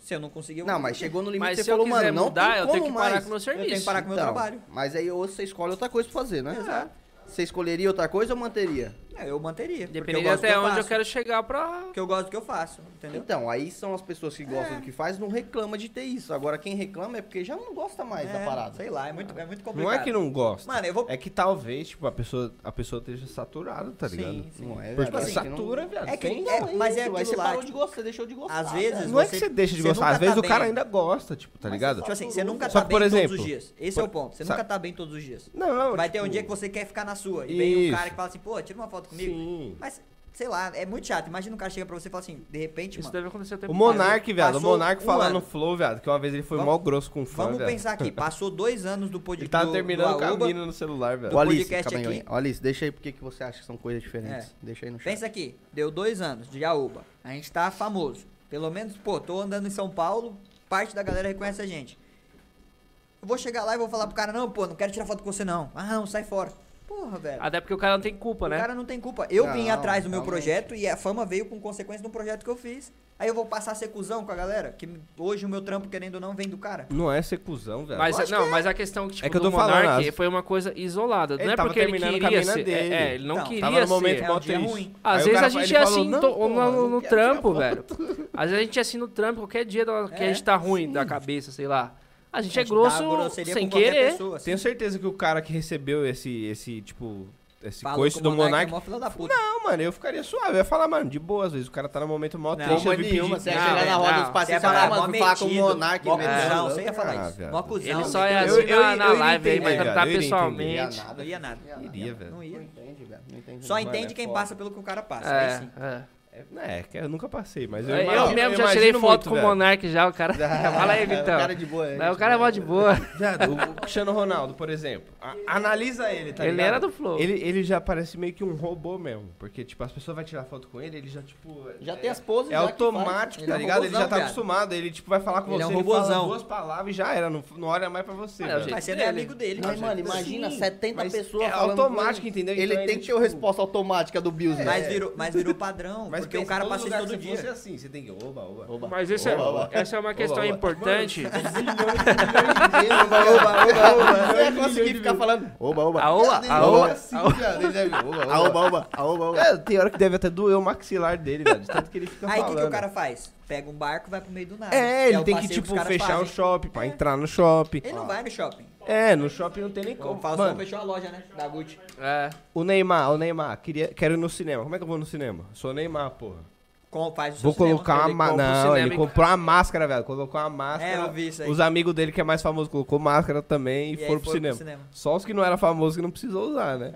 S4: Se eu não conseguir, eu
S2: Não,
S4: vou
S2: mas
S4: fazer.
S2: chegou no limite,
S1: Mas
S2: você
S1: se eu
S2: falou,
S1: quiser
S2: mano, não
S1: mudar,
S2: tem
S1: eu
S2: como
S1: tenho que
S2: mais.
S1: parar com o meu
S4: Eu tenho que
S1: serviço. então.
S4: parar com o meu trabalho.
S2: Mas aí ou você escolhe outra coisa pra fazer, né?
S4: Exato.
S2: Você escolheria outra coisa ou manteria?
S4: É, Eu manteria. porque eu
S1: Dependendo
S4: gosto do
S1: até
S4: que
S1: onde eu
S4: faço.
S1: quero chegar pra...
S4: Porque eu gosto do que eu faço, entendeu?
S2: Então, aí são as pessoas que gostam do que faz, não reclama de ter isso. Agora, quem reclama é porque já não gosta mais da
S4: É,
S2: parada.
S4: Sei lá, é muito, é muito
S3: Não
S4: complicado.
S3: é que não gosta.
S4: Mano, eu vou.
S3: É que talvez, tipo, a pessoa, a pessoa esteja saturada, tá ligado?
S4: sim, sim.
S2: Não é,
S3: Porque
S2: velho,
S4: assim,
S3: satura, viado.
S4: é que-
S3: Tem-
S4: é, mas é
S2: aí
S4: aquilo
S2: você
S4: lá,
S2: parou de
S4: tipo,
S2: gostar, você deixou de gostar.
S4: às vezes-
S2: velho.
S3: Não é que
S4: você-
S3: você deixa de
S4: você
S3: gostar.
S4: nunca
S3: Às vezes
S4: tá
S3: o cara
S4: bem.
S3: ainda gosta, tipo, tá ligado?
S4: Tipo assim, você nunca
S3: Só
S4: tá
S3: que, por
S4: bem todos
S3: exemplo,
S4: os dias. Esse é
S3: por-
S4: o ponto. Você
S3: sabe-
S4: nunca tá bem todos os dias.
S3: Não,
S4: Vai
S3: tipo,
S4: ter um dia que você quer ficar na sua. E vem um
S3: Isso.
S4: cara que fala assim, pô, tira uma foto comigo.
S3: Sim.
S4: Mas, sei lá, é muito chato. Imagina um cara chega pra você e fala assim, de repente,
S1: Isso
S4: mano,
S1: deve acontecer até
S3: O Monark,
S4: Passou
S3: viado. O Monark
S4: um
S3: falar
S4: ano.
S3: no Flow, viado, que uma vez ele foi
S4: Vamos-
S3: mó grosso com o fã,
S4: vamos
S3: viado.
S4: pensar aqui. Passou dois anos do podcast.
S3: Ele tava
S4: do,
S3: terminando
S4: do
S3: com a
S4: Aoba.
S3: mina no celular, velho.
S2: Ô, Alice,
S4: podcast
S2: calma aí,
S4: aqui.
S2: hein. Ô, Alice, deixa aí porque que você acha que são coisas diferentes.
S4: É.
S2: Deixa aí no chat.
S4: Pensa aqui, deu dois anos de Aoba. A gente tá famoso. Pelo menos, pô, tô andando em São Paulo, parte da galera reconhece a gente. Eu vou chegar lá e vou falar pro cara, não, pô, não quero tirar foto com você não. Ah, não, sai fora. Porra, velho.
S1: Até porque o cara não tem culpa,
S4: o
S1: né?
S4: cara não tem culpa. Eu vim
S2: Não,
S4: atrás do meu
S2: realmente.
S4: projeto e a fama veio com consequência de um projeto que eu fiz. Aí eu vou passar a ser cuzão com a galera, que hoje o meu trampo, querendo ou não, vem do cara.
S3: Não é ser cuzão, velho.
S1: Mas,
S4: acho
S1: não,
S4: que é.
S1: mas a questão tipo,
S3: É que eu
S1: do
S3: tô falando,
S1: Monark
S3: as-
S1: foi uma coisa isolada.
S3: Ele
S1: não é
S3: tava
S1: porque ele
S3: terminando com a
S1: queria
S3: mina
S1: ser.
S3: dele.
S1: É, é, ele não
S4: Então,
S1: queria
S3: Tava no
S1: ser.
S3: momento
S4: É
S3: mó
S4: um dia
S3: triste.
S4: ruim.
S3: Aí
S1: Às
S3: o
S1: vezes
S3: cara
S1: a
S3: fa-
S1: gente
S3: ele
S1: é
S3: falou,
S1: assim
S3: "Não,
S1: to-
S3: porra,
S1: no,
S3: não
S1: no
S3: quero
S1: trampo,
S3: tirar
S1: velho. Às vezes a gente é assim no trampo, qualquer dia da- que a
S4: É,
S1: gente tá ruim da cabeça, sei lá. A gente,
S4: A gente
S1: é
S4: dá
S1: grosso
S4: grosseria
S1: sem
S4: com qualquer
S1: querer.
S4: pessoa, assim.
S3: Tenho certeza que o cara que recebeu esse, esse tipo, esse
S4: Falou
S3: coice
S4: que
S3: do
S4: o Monark é
S3: Monark.
S4: mó filho da puta.
S3: Não, mano, eu ficaria suave. Eu ia falar, mano, de boa, às vezes o cara tá no momento mó
S4: Não,
S3: triste. eu Ah,
S2: Porra
S3: vim pedir-
S2: nenhuma, você ia
S1: Não,
S2: chegar na
S1: não.
S2: roda dos
S4: Você ia
S2: parceiros e
S4: falar,
S2: falar,
S4: mó
S2: mano, vou falar com o
S4: metido,
S2: Monark.
S4: mó
S2: meteu
S4: cuzão,
S2: louco,
S4: você ia falar
S3: Ah,
S4: isso.
S3: viado.
S4: Mó cuzão.
S1: Ele só é
S4: meteu
S1: assim
S3: eu- eu-
S1: na, na
S3: eu iria
S1: live aí,
S3: entender,
S1: vai cantar
S3: velho, eu iria
S2: Não ia
S1: pessoalmente.
S2: nada.
S4: Não ia nada.
S3: Iria, velho.
S4: Não
S2: Não
S4: ia.
S2: entende, velho. Não entende.
S4: Só
S2: nada.
S4: entende
S3: é
S4: quem
S3: foda.
S4: passa pelo que o cara passa.
S1: É,
S4: Aí sim.
S1: é.
S3: É, que eu nunca passei, mas eu,
S1: eu
S3: imagino-
S1: mesmo
S3: eu
S1: já tirei
S3: imagino
S1: foto
S3: muito,
S1: com o
S3: velho.
S1: Monark já, o cara. Fala aí, Vitão.
S2: O cara é de boa.
S1: Mas o cara é mó de boa.
S3: Viado, o Cristiano Ronaldo, por exemplo. a- analisa ele, tá
S1: ele
S3: ligado?
S1: era do Flow.
S3: Ele, ele já parece meio que um robô mesmo. Porque, tipo, as pessoas vão tirar foto com ele, ele já, tipo.
S2: Já
S3: é,
S2: tem as poses
S3: É
S2: já que
S3: automático,
S4: Ele
S3: tá
S4: é um
S3: ligado? Ele já tá
S4: robôzão, viado.
S3: acostumado. Ele, tipo, vai falar com
S4: Ele é
S3: você,
S4: um
S3: ele fala
S4: robozão.
S3: duas palavras e já era. Não, não olha mais pra você.
S1: É, o
S3: velho.
S1: jeito
S4: Mas tipo você não
S1: dele.
S4: é amigo dele,
S2: faz. Mas, mano, imagina, 70
S3: mas
S2: pessoas
S3: é
S2: falando com
S3: automático,
S2: ele.
S3: entendeu?
S2: Ele
S3: Então
S2: tem
S3: ele,
S2: que ter a
S3: tipo-
S2: resposta automática do Bills,
S4: Mas
S2: né?
S4: virou, mas virou padrão,
S3: Mas
S4: porque o
S3: pensa,
S4: cara
S3: todo
S4: passa isso
S3: lugar que
S4: todo
S3: você
S4: dia.
S3: fosse assim, você tem que. Oba, oba.
S2: Oba.
S1: Mas isso é-
S2: Oba, oba.
S1: essa é uma questão
S3: oba.
S1: importante.
S2: Você ia conseguir ficar falando oba, oba.
S1: A oba, a oba.
S2: A oba, oba, a oba, oba.
S3: É, tem hora que deve até doer o maxilar dele, velho. de Tanto que ele fica
S4: Aí o que,
S3: falando.
S4: que o cara faz? Pega um barco e vai pro meio do nada.
S3: É, ele
S4: o
S3: tem que,
S4: passeio os
S3: tipo,
S4: caras
S3: fechar
S4: fazem. É.
S3: o shopping pra entrar no shopping.
S4: Ele não vai no shopping.
S3: É, no shopping não tem nem
S4: O
S3: como.
S4: Faustão
S3: Mano,
S4: fechou a loja, né? Da Gucci.
S1: É.
S3: o Neymar, o Neymar, queria, quero ir no cinema. Como é que eu vou no cinema? Sou Neymar, porra.
S4: Com, faz o seu
S3: Vou
S4: cinema.
S3: colocar uma
S1: ele
S3: ma...
S1: compra um
S3: Não,
S1: cinema
S3: ele
S1: e-
S3: comprou uma máscara, velho. Colocou uma máscara.
S4: É, eu vi isso aí.
S3: Os amigos dele, que é mais famoso, colocou máscara também e,
S4: E aí
S3: foram pro
S4: foram
S3: cinema.
S4: pro cinema.
S3: Só os que não eram famosos que não precisou usar, né?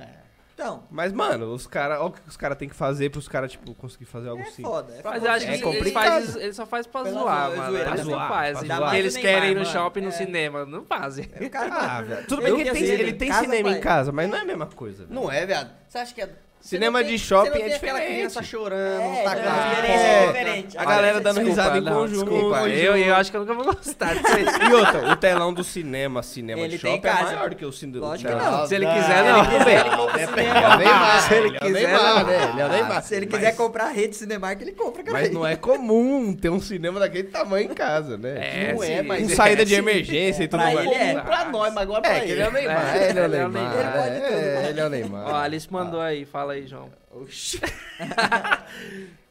S4: Então,
S3: Mas, mano, os caras. Olha o que os caras têm que fazer pros caras, tipo, conseguir fazer algo
S4: é
S3: simples.
S4: foda. É
S1: Mas
S4: foda.
S1: eu acho que
S3: É
S1: eles- eles,
S3: complicado.
S1: faz, eles só fazem pra
S4: Pela
S1: zoar,
S4: zoa-
S1: mano.
S4: zoeira,
S1: Eles
S3: pra
S1: não
S3: zoar,
S1: fazem.
S3: pra
S1: O
S3: zoar.
S1: que eles
S4: Ainda mais o
S1: querem ir no
S4: Neymar,
S1: shopping, no
S4: mano. É.
S1: cinema. Não fazem.
S4: O cara
S3: Ah,
S4: mano,
S3: velho. Tudo bem que ele
S4: quer
S3: tem,
S4: cinema.
S3: ele tem
S4: Casa
S3: cinema
S4: vai.
S3: em casa, mas não é a mesma coisa. velho.
S2: Não é, viado. Você acha que é. você não
S3: Cinema
S2: tem-
S3: de shopping
S2: você não
S3: é
S2: tem aquela
S3: diferente.
S2: criança chorando,
S4: É,
S2: tá claro.
S4: é, é diferente,
S3: É,
S4: é diferente.
S3: A galera
S4: Olha,
S3: dando risada em
S1: não,
S3: conjunto.
S1: Desculpa, eu, eu acho que eu nunca vou gostar disso aí.
S3: tá, E outra, o telão do cinema, cinema
S4: Ele
S3: de
S4: tem
S3: shopping é
S4: casa.
S3: maior do que o cinema.
S4: Lógico que
S2: Não,
S1: Se ele
S2: não.
S1: quiser,
S2: Se
S1: não.
S4: ele quiser, ele compra o
S2: É o
S4: cinema.
S2: Neymar.
S1: Se ele
S2: é o
S1: quiser,
S2: Neymar,
S1: não.
S2: né?
S3: Ah,
S2: Ele é o Neymar.
S4: Se ele quiser comprar a rede Cinemark, ele compra, cara.
S3: Mas não é comum ter um cinema daquele tamanho em casa, né?
S1: É,
S2: Não
S1: sim.
S2: é, mas
S3: Com
S2: é
S3: saída de
S2: sim.
S3: emergência e tudo
S4: pra
S3: mais.
S4: ele é.
S2: Comum pra nós, mas agora pra
S3: É, que ele é o Neymar.
S1: É,
S3: ele é o
S1: ele é o
S3: Neymar.
S1: Neymar.
S4: Ele pode tudo,
S3: É,
S4: né?
S3: ele é o Neymar.
S1: Ó, a Alice mandou aí. Fala aí, João.
S2: Oxi.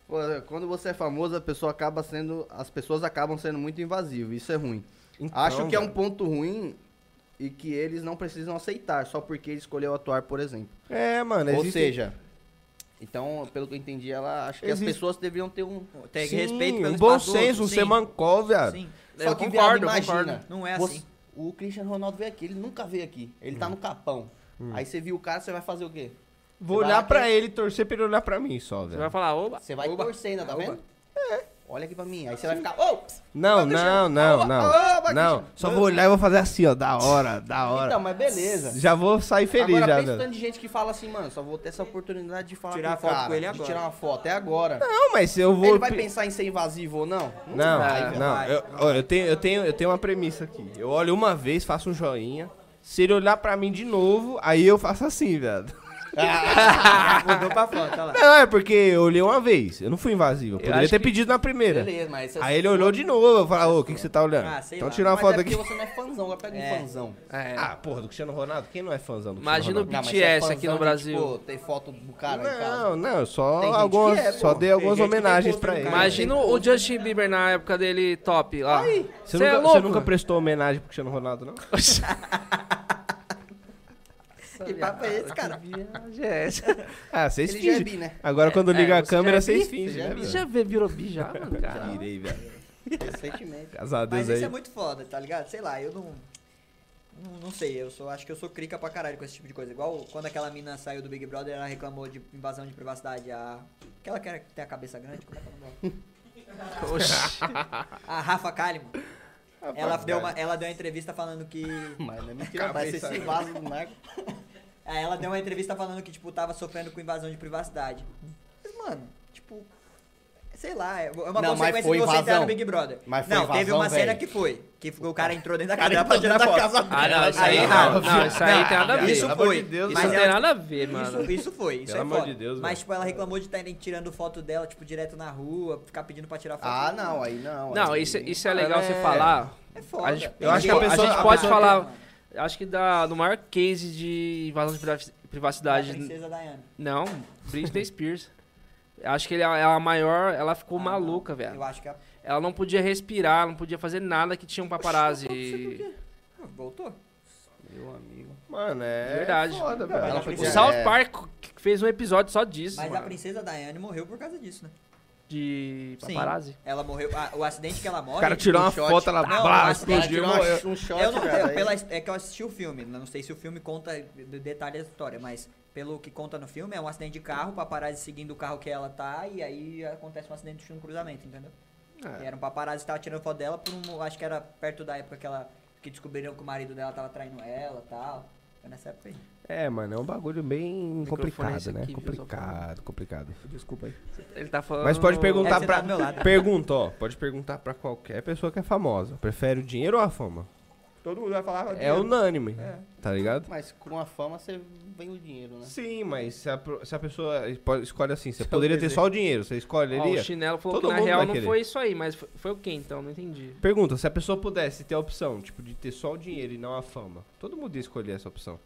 S2: Pô, Quando você é famoso, a pessoa acaba sendo. As pessoas acabam sendo muito invasivas. Isso é ruim.
S3: Então,
S2: Acho que é um
S3: velho.
S2: ponto ruim e que eles não precisam aceitar, só porque ele escolheu atuar, por exemplo.
S3: É, mano.
S2: Ou
S3: existe-
S2: seja. Então, pelo que eu entendi, ela acha que
S3: Existe-
S2: as pessoas deveriam ter um.
S4: Tem
S3: Sim,
S4: respeito pelo
S3: um bom
S4: espaço do
S3: senso, um
S4: outro.
S3: ser mancou,
S4: Sim,
S3: viado.
S4: sim.
S1: Eu
S2: que,
S1: concordo,
S2: viado,
S1: eu concordo.
S4: Não é
S2: você-
S4: assim.
S2: o Cristiano Ronaldo veio aqui, ele nunca veio aqui. Ele tá no capão. Aí você viu o cara, você vai fazer o quê?
S3: Vou
S2: Você vai
S3: olhar
S2: lá,
S3: pra ele e torcer pra ele olhar pra mim só,
S1: Você vai
S3: velho.
S1: falar, oba.
S2: Você vai
S4: Oba.
S2: torcer ainda, tá
S4: Oba.
S2: vendo? Olha aqui pra mim. Aí você vai ficar. Ô! Ô,
S3: Não, não,
S2: Cristiano.
S3: não,
S2: Ô,
S3: não.
S2: ô, ô,
S3: Não,
S2: Cristiano.
S3: só vou olhar e vou fazer assim, ó. Da hora, da
S2: Então,
S3: hora.
S2: mas beleza.
S3: Já vou sair feliz
S2: agora,
S3: já,
S2: pensa o
S3: velho.
S2: tanto de gente que fala assim, mano, só vou ter essa oportunidade de falar
S4: Tirar
S2: com o
S4: foto
S2: cara,
S4: com ele
S2: de
S4: agora.
S2: tirar uma foto, é agora.
S3: Não, mas eu vou.
S2: Ele vai
S3: pe-
S2: pensar em ser invasivo ou não?
S3: Não,
S2: vai, velho.
S3: não.
S4: vai.
S3: Eu, ó, eu, tenho, eu, tenho, eu tenho uma premissa aqui. Eu olho uma vez, faço um joinha. Se ele olhar pra mim de novo, aí eu faço assim, velho.
S2: Ah.
S4: Mudou pra foto, olha lá.
S3: Não, é porque eu olhei uma vez. Eu não fui invasivo. Eu poderia
S1: acho
S3: ter
S1: que-
S3: pedido na primeira.
S2: Beleza, mas...
S3: Aí ele olhou de novo. Eu falei, ô, o que, que você tá olhando?
S4: Ah, sei
S3: então
S4: lá.
S3: tirar uma
S2: mas é
S3: foto
S2: porque
S3: aqui.
S2: você não é fãzão, agora pega
S4: É.
S2: um fãzão.
S1: É.
S3: Ah, porra, do Cristiano Ronaldo? Quem não é fãzão do
S1: Imagina
S3: Cristiano
S1: o
S3: Ronaldo?
S2: Não, mas você é
S1: BTS
S2: fãzão
S1: aqui no
S2: de,
S1: Brasil.
S2: Tipo, ter foto do cara em casa.
S3: Não, não,
S2: Tem
S3: só
S2: gente que
S3: algumas.
S2: é,
S3: só
S2: pô.
S3: dei
S4: Tem
S3: algumas
S4: gente que tem
S3: homenagens
S4: gosto
S3: pra
S4: do
S3: ele.
S4: cara.
S1: Imagina o Justin Bieber na época dele top lá. Cê é
S3: Você, nunca, você
S1: louco?
S3: nunca prestou homenagem pro Cristiano Ronaldo, não?
S4: Que papo é esse, cara?
S1: viagem é essa?
S3: Ah, vocês
S2: Ele já é
S3: fingem.
S2: bi, né?
S3: Agora quando
S1: É,
S3: liga a
S1: você
S3: câmera,
S1: já é bi?
S3: vocês fingem,
S2: Você já é
S3: né,
S1: Ele
S3: velho?
S1: já vê- virou bi já, mano, cara.
S3: Pirei, velho.
S2: Recentemente.
S3: Graças a Deus
S4: Mas isso é
S3: aí.
S4: muito foda, tá ligado? Sei lá, eu não. Não, não sei, eu sou, acho que eu sou crica pra caralho com esse tipo de coisa. Igual quando aquela mina saiu do Big Brother, ela reclamou de invasão de privacidade. A... Aquela que era- que tem a cabeça grande, como é que é o nome dela? A Rafa Kalimann. Ela deu, uma, ela deu uma entrevista falando que.
S2: Mas não é mentira,
S3: Cabeça
S2: parece esse
S3: grande.
S2: vaso é? do Marco.
S4: Ah, Ela deu uma entrevista falando que, tipo, tava sofrendo com invasão de privacidade. Mas, mano, tipo. Sei lá, é uma
S2: Não, mas
S4: consequência
S2: foi
S4: de você entrar
S2: invasão.
S4: no Big Brother.
S2: Mas foi
S4: não, teve
S2: invasão,
S4: uma cena
S2: velho.
S4: que foi. Que o cara entrou dentro da casa pra tirar foto.
S1: Ah, não, isso aí
S4: Não,
S1: não. Não, isso aí tem nada a ver.
S4: Isso
S1: Isso
S3: Pelo
S4: foi.
S3: amor de Deus,
S4: mas
S1: não tem
S4: ela-
S1: nada a ver, mano.
S4: Isso, isso foi, isso
S3: Pelo
S4: é
S3: amor
S4: foda.
S3: de Deus, velho.
S4: Mas, tipo, ela reclamou de estarem tirando foto dela, tipo, direto na rua, ficar pedindo pra tirar foto.
S2: Ah, não, aí não.
S1: Não,
S2: aí-
S1: isso, isso é legal você
S3: É.
S1: falar.
S4: É foda.
S1: A gente,
S4: Tem
S3: eu acho que a
S4: gente-
S3: pessoa-
S1: gente
S3: a
S1: pode
S3: pessoa
S1: falar. Acho que da, do maior case de invasão de privaci-
S4: né? A
S1: privacidade
S4: princesa Diana.
S1: Não, Britney Spears. Acho que ele, ela maior, ela ficou
S4: Ah,
S1: maluca,
S4: não. Eu
S1: velho.
S4: acho que a...
S1: Ela não podia respirar, não podia fazer nada que tinha um paparazzi.
S4: Ah, Voltou?
S2: Meu amigo.
S3: Mano, é.
S1: Verdade.
S3: Foda,
S4: mas
S3: velho.
S4: ela
S1: O
S4: É.
S1: South Park fez um episódio só disso,
S4: Mas a
S1: mano,
S4: princesa Diane morreu por causa disso, né?
S1: de
S4: Sim.
S1: paparazzi.
S4: Ela morreu. ah, o acidente que ela morre.
S3: Tá O cara tirou
S2: um
S3: uma
S2: shot.
S3: foto, ela
S4: Não,
S3: blá,
S4: mas
S2: Ela
S3: explodiu.
S2: tirou
S3: morreu.
S2: uma- um shot,
S4: Eu não,
S2: cara,
S4: eu,
S2: aí-
S4: pela, é que eu assisti o filme, não sei se o filme conta de detalhe a história, mas pelo que conta no filme, é um acidente de carro, o paparazzi seguindo o carro que ela tá, e aí acontece um acidente no cruzamento, entendeu?
S3: É.
S4: E era um paparazzi que tava tirando foto dela por um. Acho que era perto da época que ela. Que descobriram que o marido dela tava traindo ela e tal. Foi nessa época aí.
S3: É, mano, é um bagulho bem
S1: é esse
S3: complicado, né?
S1: aqui, viu, só
S3: complicado, complicado.
S4: Desculpa aí.
S1: Ele tá falando.
S3: Mas pode
S4: É,
S3: perguntar
S4: você tá
S3: pra.
S4: do meu lado.
S3: Pergunta, ó. Pode perguntar pra qualquer pessoa que é famosa. Prefere o dinheiro ou a fama?
S4: Todo mundo vai falar.
S3: É unânime, tá ligado?
S2: Mas com a fama você vem o dinheiro, né?
S3: Sim, mas se a, pro- se a pessoa espo- escolhe assim, você
S2: Seu
S3: poderia ter
S2: desejo.
S3: só o dinheiro,
S1: Ó,
S3: você
S1: o
S3: escolheria?
S1: chinelo falou
S3: Todo
S1: que na
S3: mundo
S1: real
S3: vai
S1: não
S3: querer.
S1: foi isso aí, mas foi, foi o que então? Não entendi.
S3: Pergunta, se a pessoa pudesse ter a opção, tipo, de ter só o dinheiro e não a fama, todo mundo ia escolher essa opção.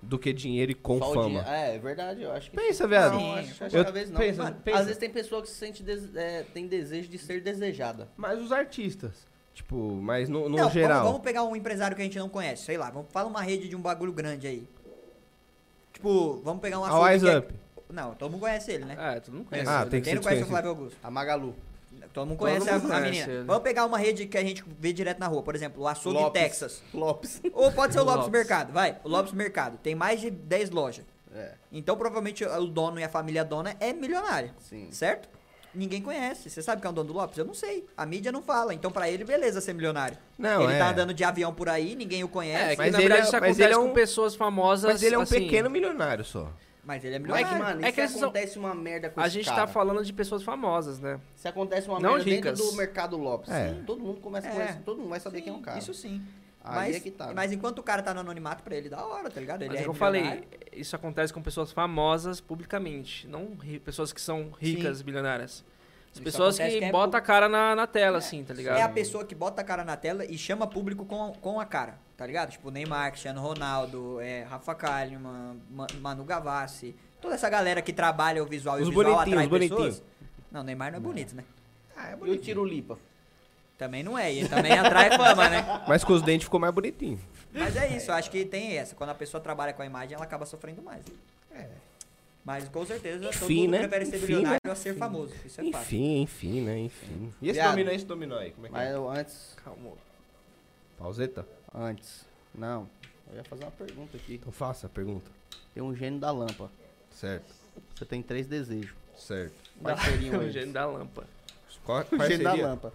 S3: Do que dinheiro e com
S2: Só o
S3: fama.
S2: dinheiro. É, é verdade, eu acho que.
S3: Pensa, viado.
S2: Não, acho, acho
S3: Eu-
S2: que talvez não.
S3: pensa,
S2: Mano,
S3: pensa.
S2: Às vezes tem pessoa que se sente des- é, tem desejo de ser desejada.
S3: Mas os artistas, tipo, mas no, no
S4: Não,
S3: geral.
S4: Vamos, vamos pegar um empresário que a gente não conhece, sei lá. Vamos falar uma rede de um bagulho grande aí. Tipo, vamos pegar um
S3: A
S4: açougue
S3: Wise
S4: que é-
S3: Up.
S4: Não, todo mundo conhece ele, né?
S1: Ah, tu não conhece.
S3: Ah,
S1: né?
S3: tem que
S4: Quem
S3: ser
S4: não conhece
S3: desconhecido.
S4: o Flávio Augusto?
S2: A Magalu.
S4: Todo mundo conhece,
S1: mundo
S4: a, a
S1: conhece
S4: menina.
S1: ele.
S4: Vamos pegar uma rede que a gente vê direto na rua, por exemplo, o açougue
S2: Lopes.
S4: Texas.
S2: Lopes.
S4: Ou pode ser o Lopes,
S1: Lopes.
S4: Mercado, vai. O Lopes Mercado. Tem mais de 10 lojas.
S2: É,
S4: Então, provavelmente, o dono e a família dona é milionária.
S2: sim.
S4: Certo? Ninguém conhece. Você sabe quem é o dono do Lopes? Eu não sei. A mídia não fala. Então, pra ele, beleza ser milionário.
S3: Não,
S4: ele
S3: é.
S4: tá andando de avião por aí, ninguém o
S1: É,
S4: conhece.
S1: que
S3: Mas
S1: na
S3: ele
S1: verdade
S3: é-
S1: isso
S3: mas
S1: acontece
S3: ele é um-
S1: com pessoas famosas.
S3: Mas ele é um
S1: assim,
S3: pequeno milionário só.
S4: Mas ele é
S2: Mas,
S4: milionário.
S2: que, mano,
S1: É
S2: é
S1: que eles
S2: se
S1: são-
S2: acontece uma merda com
S1: A
S2: esse
S1: gente
S2: cara,
S1: tá falando de pessoas famosas, né?
S2: Se acontece uma
S1: Não
S2: merda
S1: ricas.
S2: dentro do mercado Lopes,
S3: É.
S2: sim, todo mundo começa a
S4: É.
S2: conhecer, todo mundo vai saber quem é o
S4: Sim,
S2: cara.
S4: Isso sim.
S2: Aí
S4: mas,
S2: é que tá.
S4: mas enquanto o cara tá no anonimato pra ele, da hora, tá ligado? Ele
S1: Mas é
S4: é
S1: que eu
S4: milionário.
S1: falei, isso acontece com pessoas famosas publicamente, não ri- pessoas que são ricas, bilionárias. As
S4: Isso
S1: pessoas
S4: acontece
S1: que
S4: quem é
S1: botam a cara na, na tela,
S4: É.
S1: assim, tá ligado?
S4: É a pessoa que bota a cara na tela e chama público com, com a cara, tá ligado? Tipo Neymar, Cristiano Ronaldo, é, Rafa Kalimann, Ma- Manu Gavassi, toda essa galera que trabalha o visual e
S3: Os
S4: o visual
S3: bonitinhos,
S4: atrai
S3: os bonitinhos.
S4: pessoas. Não, Neymar não é bonito, né?
S3: Ah, é
S2: E o Tiro Lipa?
S4: Também não é, e ele também atrai fama, né?
S3: Mas com os dentes ficou mais bonitinho.
S4: Mas é isso, eu acho que tem essa. Quando a pessoa trabalha com a imagem, ela acaba sofrendo mais. É. Mas com certeza todo
S3: Enfim,
S4: mundo
S3: né?
S4: prefere ser
S3: Enfim,
S4: bilionário a ser famoso. Isso é fato.
S3: enfim, enfim, né?
S1: Hum.
S3: Enfim. E esse
S2: Viado.
S3: dominó, esse dominó aí? Como é que
S2: Mas
S3: é?
S2: eu antes,
S1: Calma.
S3: Pauseta?
S2: antes, não, eu ia fazer uma pergunta aqui.
S3: Então faça a pergunta.
S2: Tem um gênio da lâmpada,
S3: Certo,
S2: você tem três desejos.
S3: certo.
S2: Quais
S3: Então,
S2: seriam
S1: O
S2: eles?
S1: gênio da lâmpada.
S3: Qual,
S2: O
S3: quais
S2: gênio da
S3: seria?
S2: lâmpada.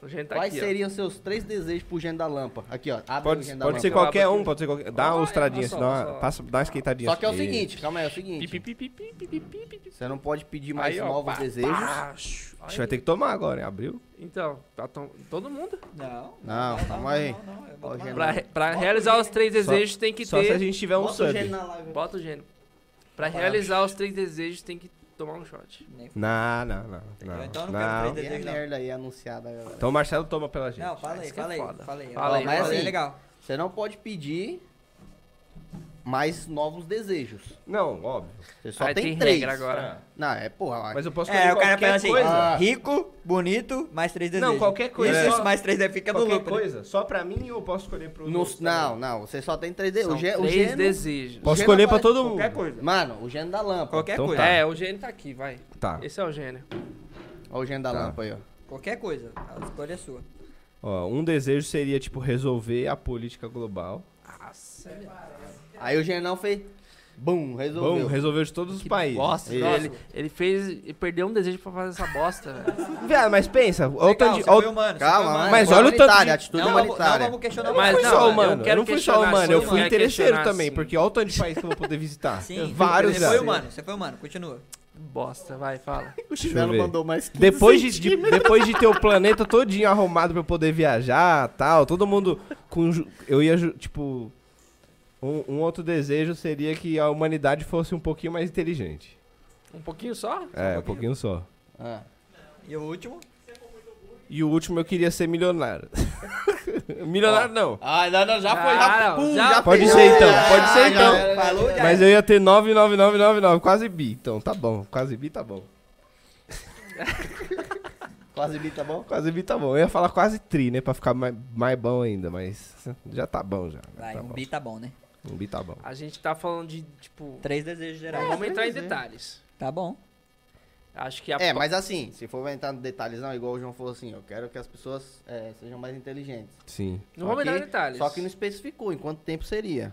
S1: O gênio tá
S2: Quais
S1: aqui, ó.
S2: seriam seus três desejos pro gênio da lâmpada? Aqui, ó. Abre o
S3: Pode,
S2: gênio da
S3: pode ser
S2: lâmpada.
S3: qualquer
S1: Lâmpada.
S3: um, pode ser qualquer. Dá
S1: Ah,
S3: uma
S1: é,
S3: estradinha,
S1: só,
S3: senão
S1: só.
S3: a- passa, dá uma esquentadinha.
S2: Só que é o
S3: assim.
S2: seguinte, calma aí, é o seguinte.
S1: Pi, pi, pi, pi, pi, pi, pi, pi, pi.
S2: Você não pode pedir mais
S1: Aí, ó,
S2: novos
S1: pá,
S2: desejos.
S1: pá, shh,
S3: A
S1: olha
S3: gente vai
S1: aí.
S3: ter que tomar agora, hein? Abriu.
S1: Então, tá to- todo mundo.
S4: Não,
S2: Não, calma aí.
S4: não, não, eu boto
S2: Ó,
S4: uma-
S2: gênio
S1: Pra, re- pra realizar os três desejos tem que
S3: Só se a
S1: ter.
S3: gente tiver um
S2: Bota o
S3: sub.
S2: gênio na live.
S1: Bota o gênio. Pra realizar os três desejos tem que tomar um shot.
S4: Nem
S3: Não, não, não. não,
S4: Então eu não quero
S3: não.
S4: três
S2: Tem a
S4: desejos, não.
S2: é merda aí anunciada, galera.
S3: Então o Marcelo toma pela gente.
S4: Não, fala aí,
S1: isso que é
S4: fala aí,
S1: foda.
S4: fala aí.
S1: Fala
S4: Ó,
S1: aí,
S4: mas
S2: fala
S4: assim,
S2: aí.
S4: é legal.
S2: Você não pode pedir mais novos desejos.
S3: Não, óbvio.
S2: Você só
S1: Aí
S2: tem,
S1: tem
S2: três.
S1: regra agora.
S2: Não, é porra.
S3: Mas eu posso
S4: É,
S3: escolher
S4: o cara
S3: qualquer
S4: pensa assim,
S3: coisa.
S2: Ah.
S4: rico, bonito, mais três desejos.
S3: qualquer coisa.
S4: Isso,
S3: É.
S4: mais três desejos fica no
S3: Qualquer
S4: lucro. né?
S3: coisa. Só pra mim ou eu posso escolher pro.
S2: Nos-
S3: outro
S2: né? não,
S3: também?
S2: não, você só tem três
S1: São
S2: desejos. O, gê, o
S1: três
S2: gênio-
S1: desejos.
S3: Posso
S2: Gênio
S3: escolher pra
S2: aparece-
S3: todo mundo.
S4: Qualquer coisa.
S2: Mano, o gênio da lâmpada.
S4: Qualquer
S3: Então
S4: coisa.
S3: tá.
S1: É, o gênio tá aqui, vai.
S3: Tá.
S1: Esse é o gênio.
S2: Olha o gênio da
S3: Tá.
S2: lâmpada aí, ó.
S4: Qualquer coisa. A escolha é sua.
S3: Ó, um desejo seria, tipo, resolver a política global.
S1: Nossa,
S2: Aí o gênio não fez. Bum, resolveu.
S3: Bom, resolveu de todos os países.
S1: bosta.
S2: Isso.
S1: Ele, ele fez. Ele perdeu um desejo pra fazer essa bosta, velho.
S3: Viado, mas pensa. olha o tanto de-
S4: você
S3: olha o-
S4: foi humano. você
S2: Calma,
S4: foi humano.
S2: mano.
S3: Mas
S2: foi
S3: olha o tanto
S2: humanitária,
S3: de-
S2: atitude
S4: não, vamos, não
S2: humanitária.
S4: vamos questionar
S3: Eu
S4: o
S3: não
S1: Mas
S3: fui
S1: não,
S3: só
S1: eu
S3: humano. Eu,
S1: quero
S3: não fui só
S1: questionar,
S3: humano.
S1: sim,
S3: Eu fui
S1: eu ia
S3: interesseiro
S1: questionar,
S3: também,
S1: sim.
S3: porque olha o tanto de país que eu vou poder visitar.
S4: Sim,
S3: Vários,
S4: você foi
S3: viado.
S4: humano, você foi humano, continua.
S1: Bosta, vai, fala.
S2: O
S3: eu
S2: chinelo
S3: ver.
S2: mandou mais 15
S3: Depois de, de- depois de ter o planeta todinho arrumado pra eu poder viajar tal, todo mundo com. ju- Eu ia, ju- tipo. Um, um outro desejo seria que a humanidade fosse um pouquinho mais inteligente.
S1: Um pouquinho só?
S3: É, um pouquinho só.
S2: Ah.
S4: E o último?
S3: E o último eu queria ser milionário. milionário não.
S2: Ah, não, não, já foi,
S1: Ah,
S2: já,
S1: não,
S2: pum,
S1: já
S2: já
S3: Pode
S2: fez.
S3: ser então, pode ser então.
S2: já, já, já.
S4: Falou já.
S3: Mas eu ia ter 99999, quase bi. Então tá bom, quase bi tá bom.
S2: Quase bi, tá bom?
S3: Quase bi tá bom. Eu ia falar quase tri, né? Pra ficar mais, mais bom ainda, mas já tá bom já. já
S4: Vai,
S3: tá
S4: um
S3: bom.
S4: bi tá bom, né?
S3: Um bi tá bom.
S1: A gente tá falando de, tipo.
S4: Três desejos gerais.
S1: Vamos entrar em detalhes.
S4: Tá bom.
S1: Acho que a.
S2: É, mas assim, se for entrar no detalhes, não, igual o João falou assim, eu quero que as pessoas é, sejam mais inteligentes.
S3: Sim.
S1: Não vamos
S2: Só
S1: entrar em
S2: que-
S1: detalhes.
S2: Só que não especificou em quanto tempo seria.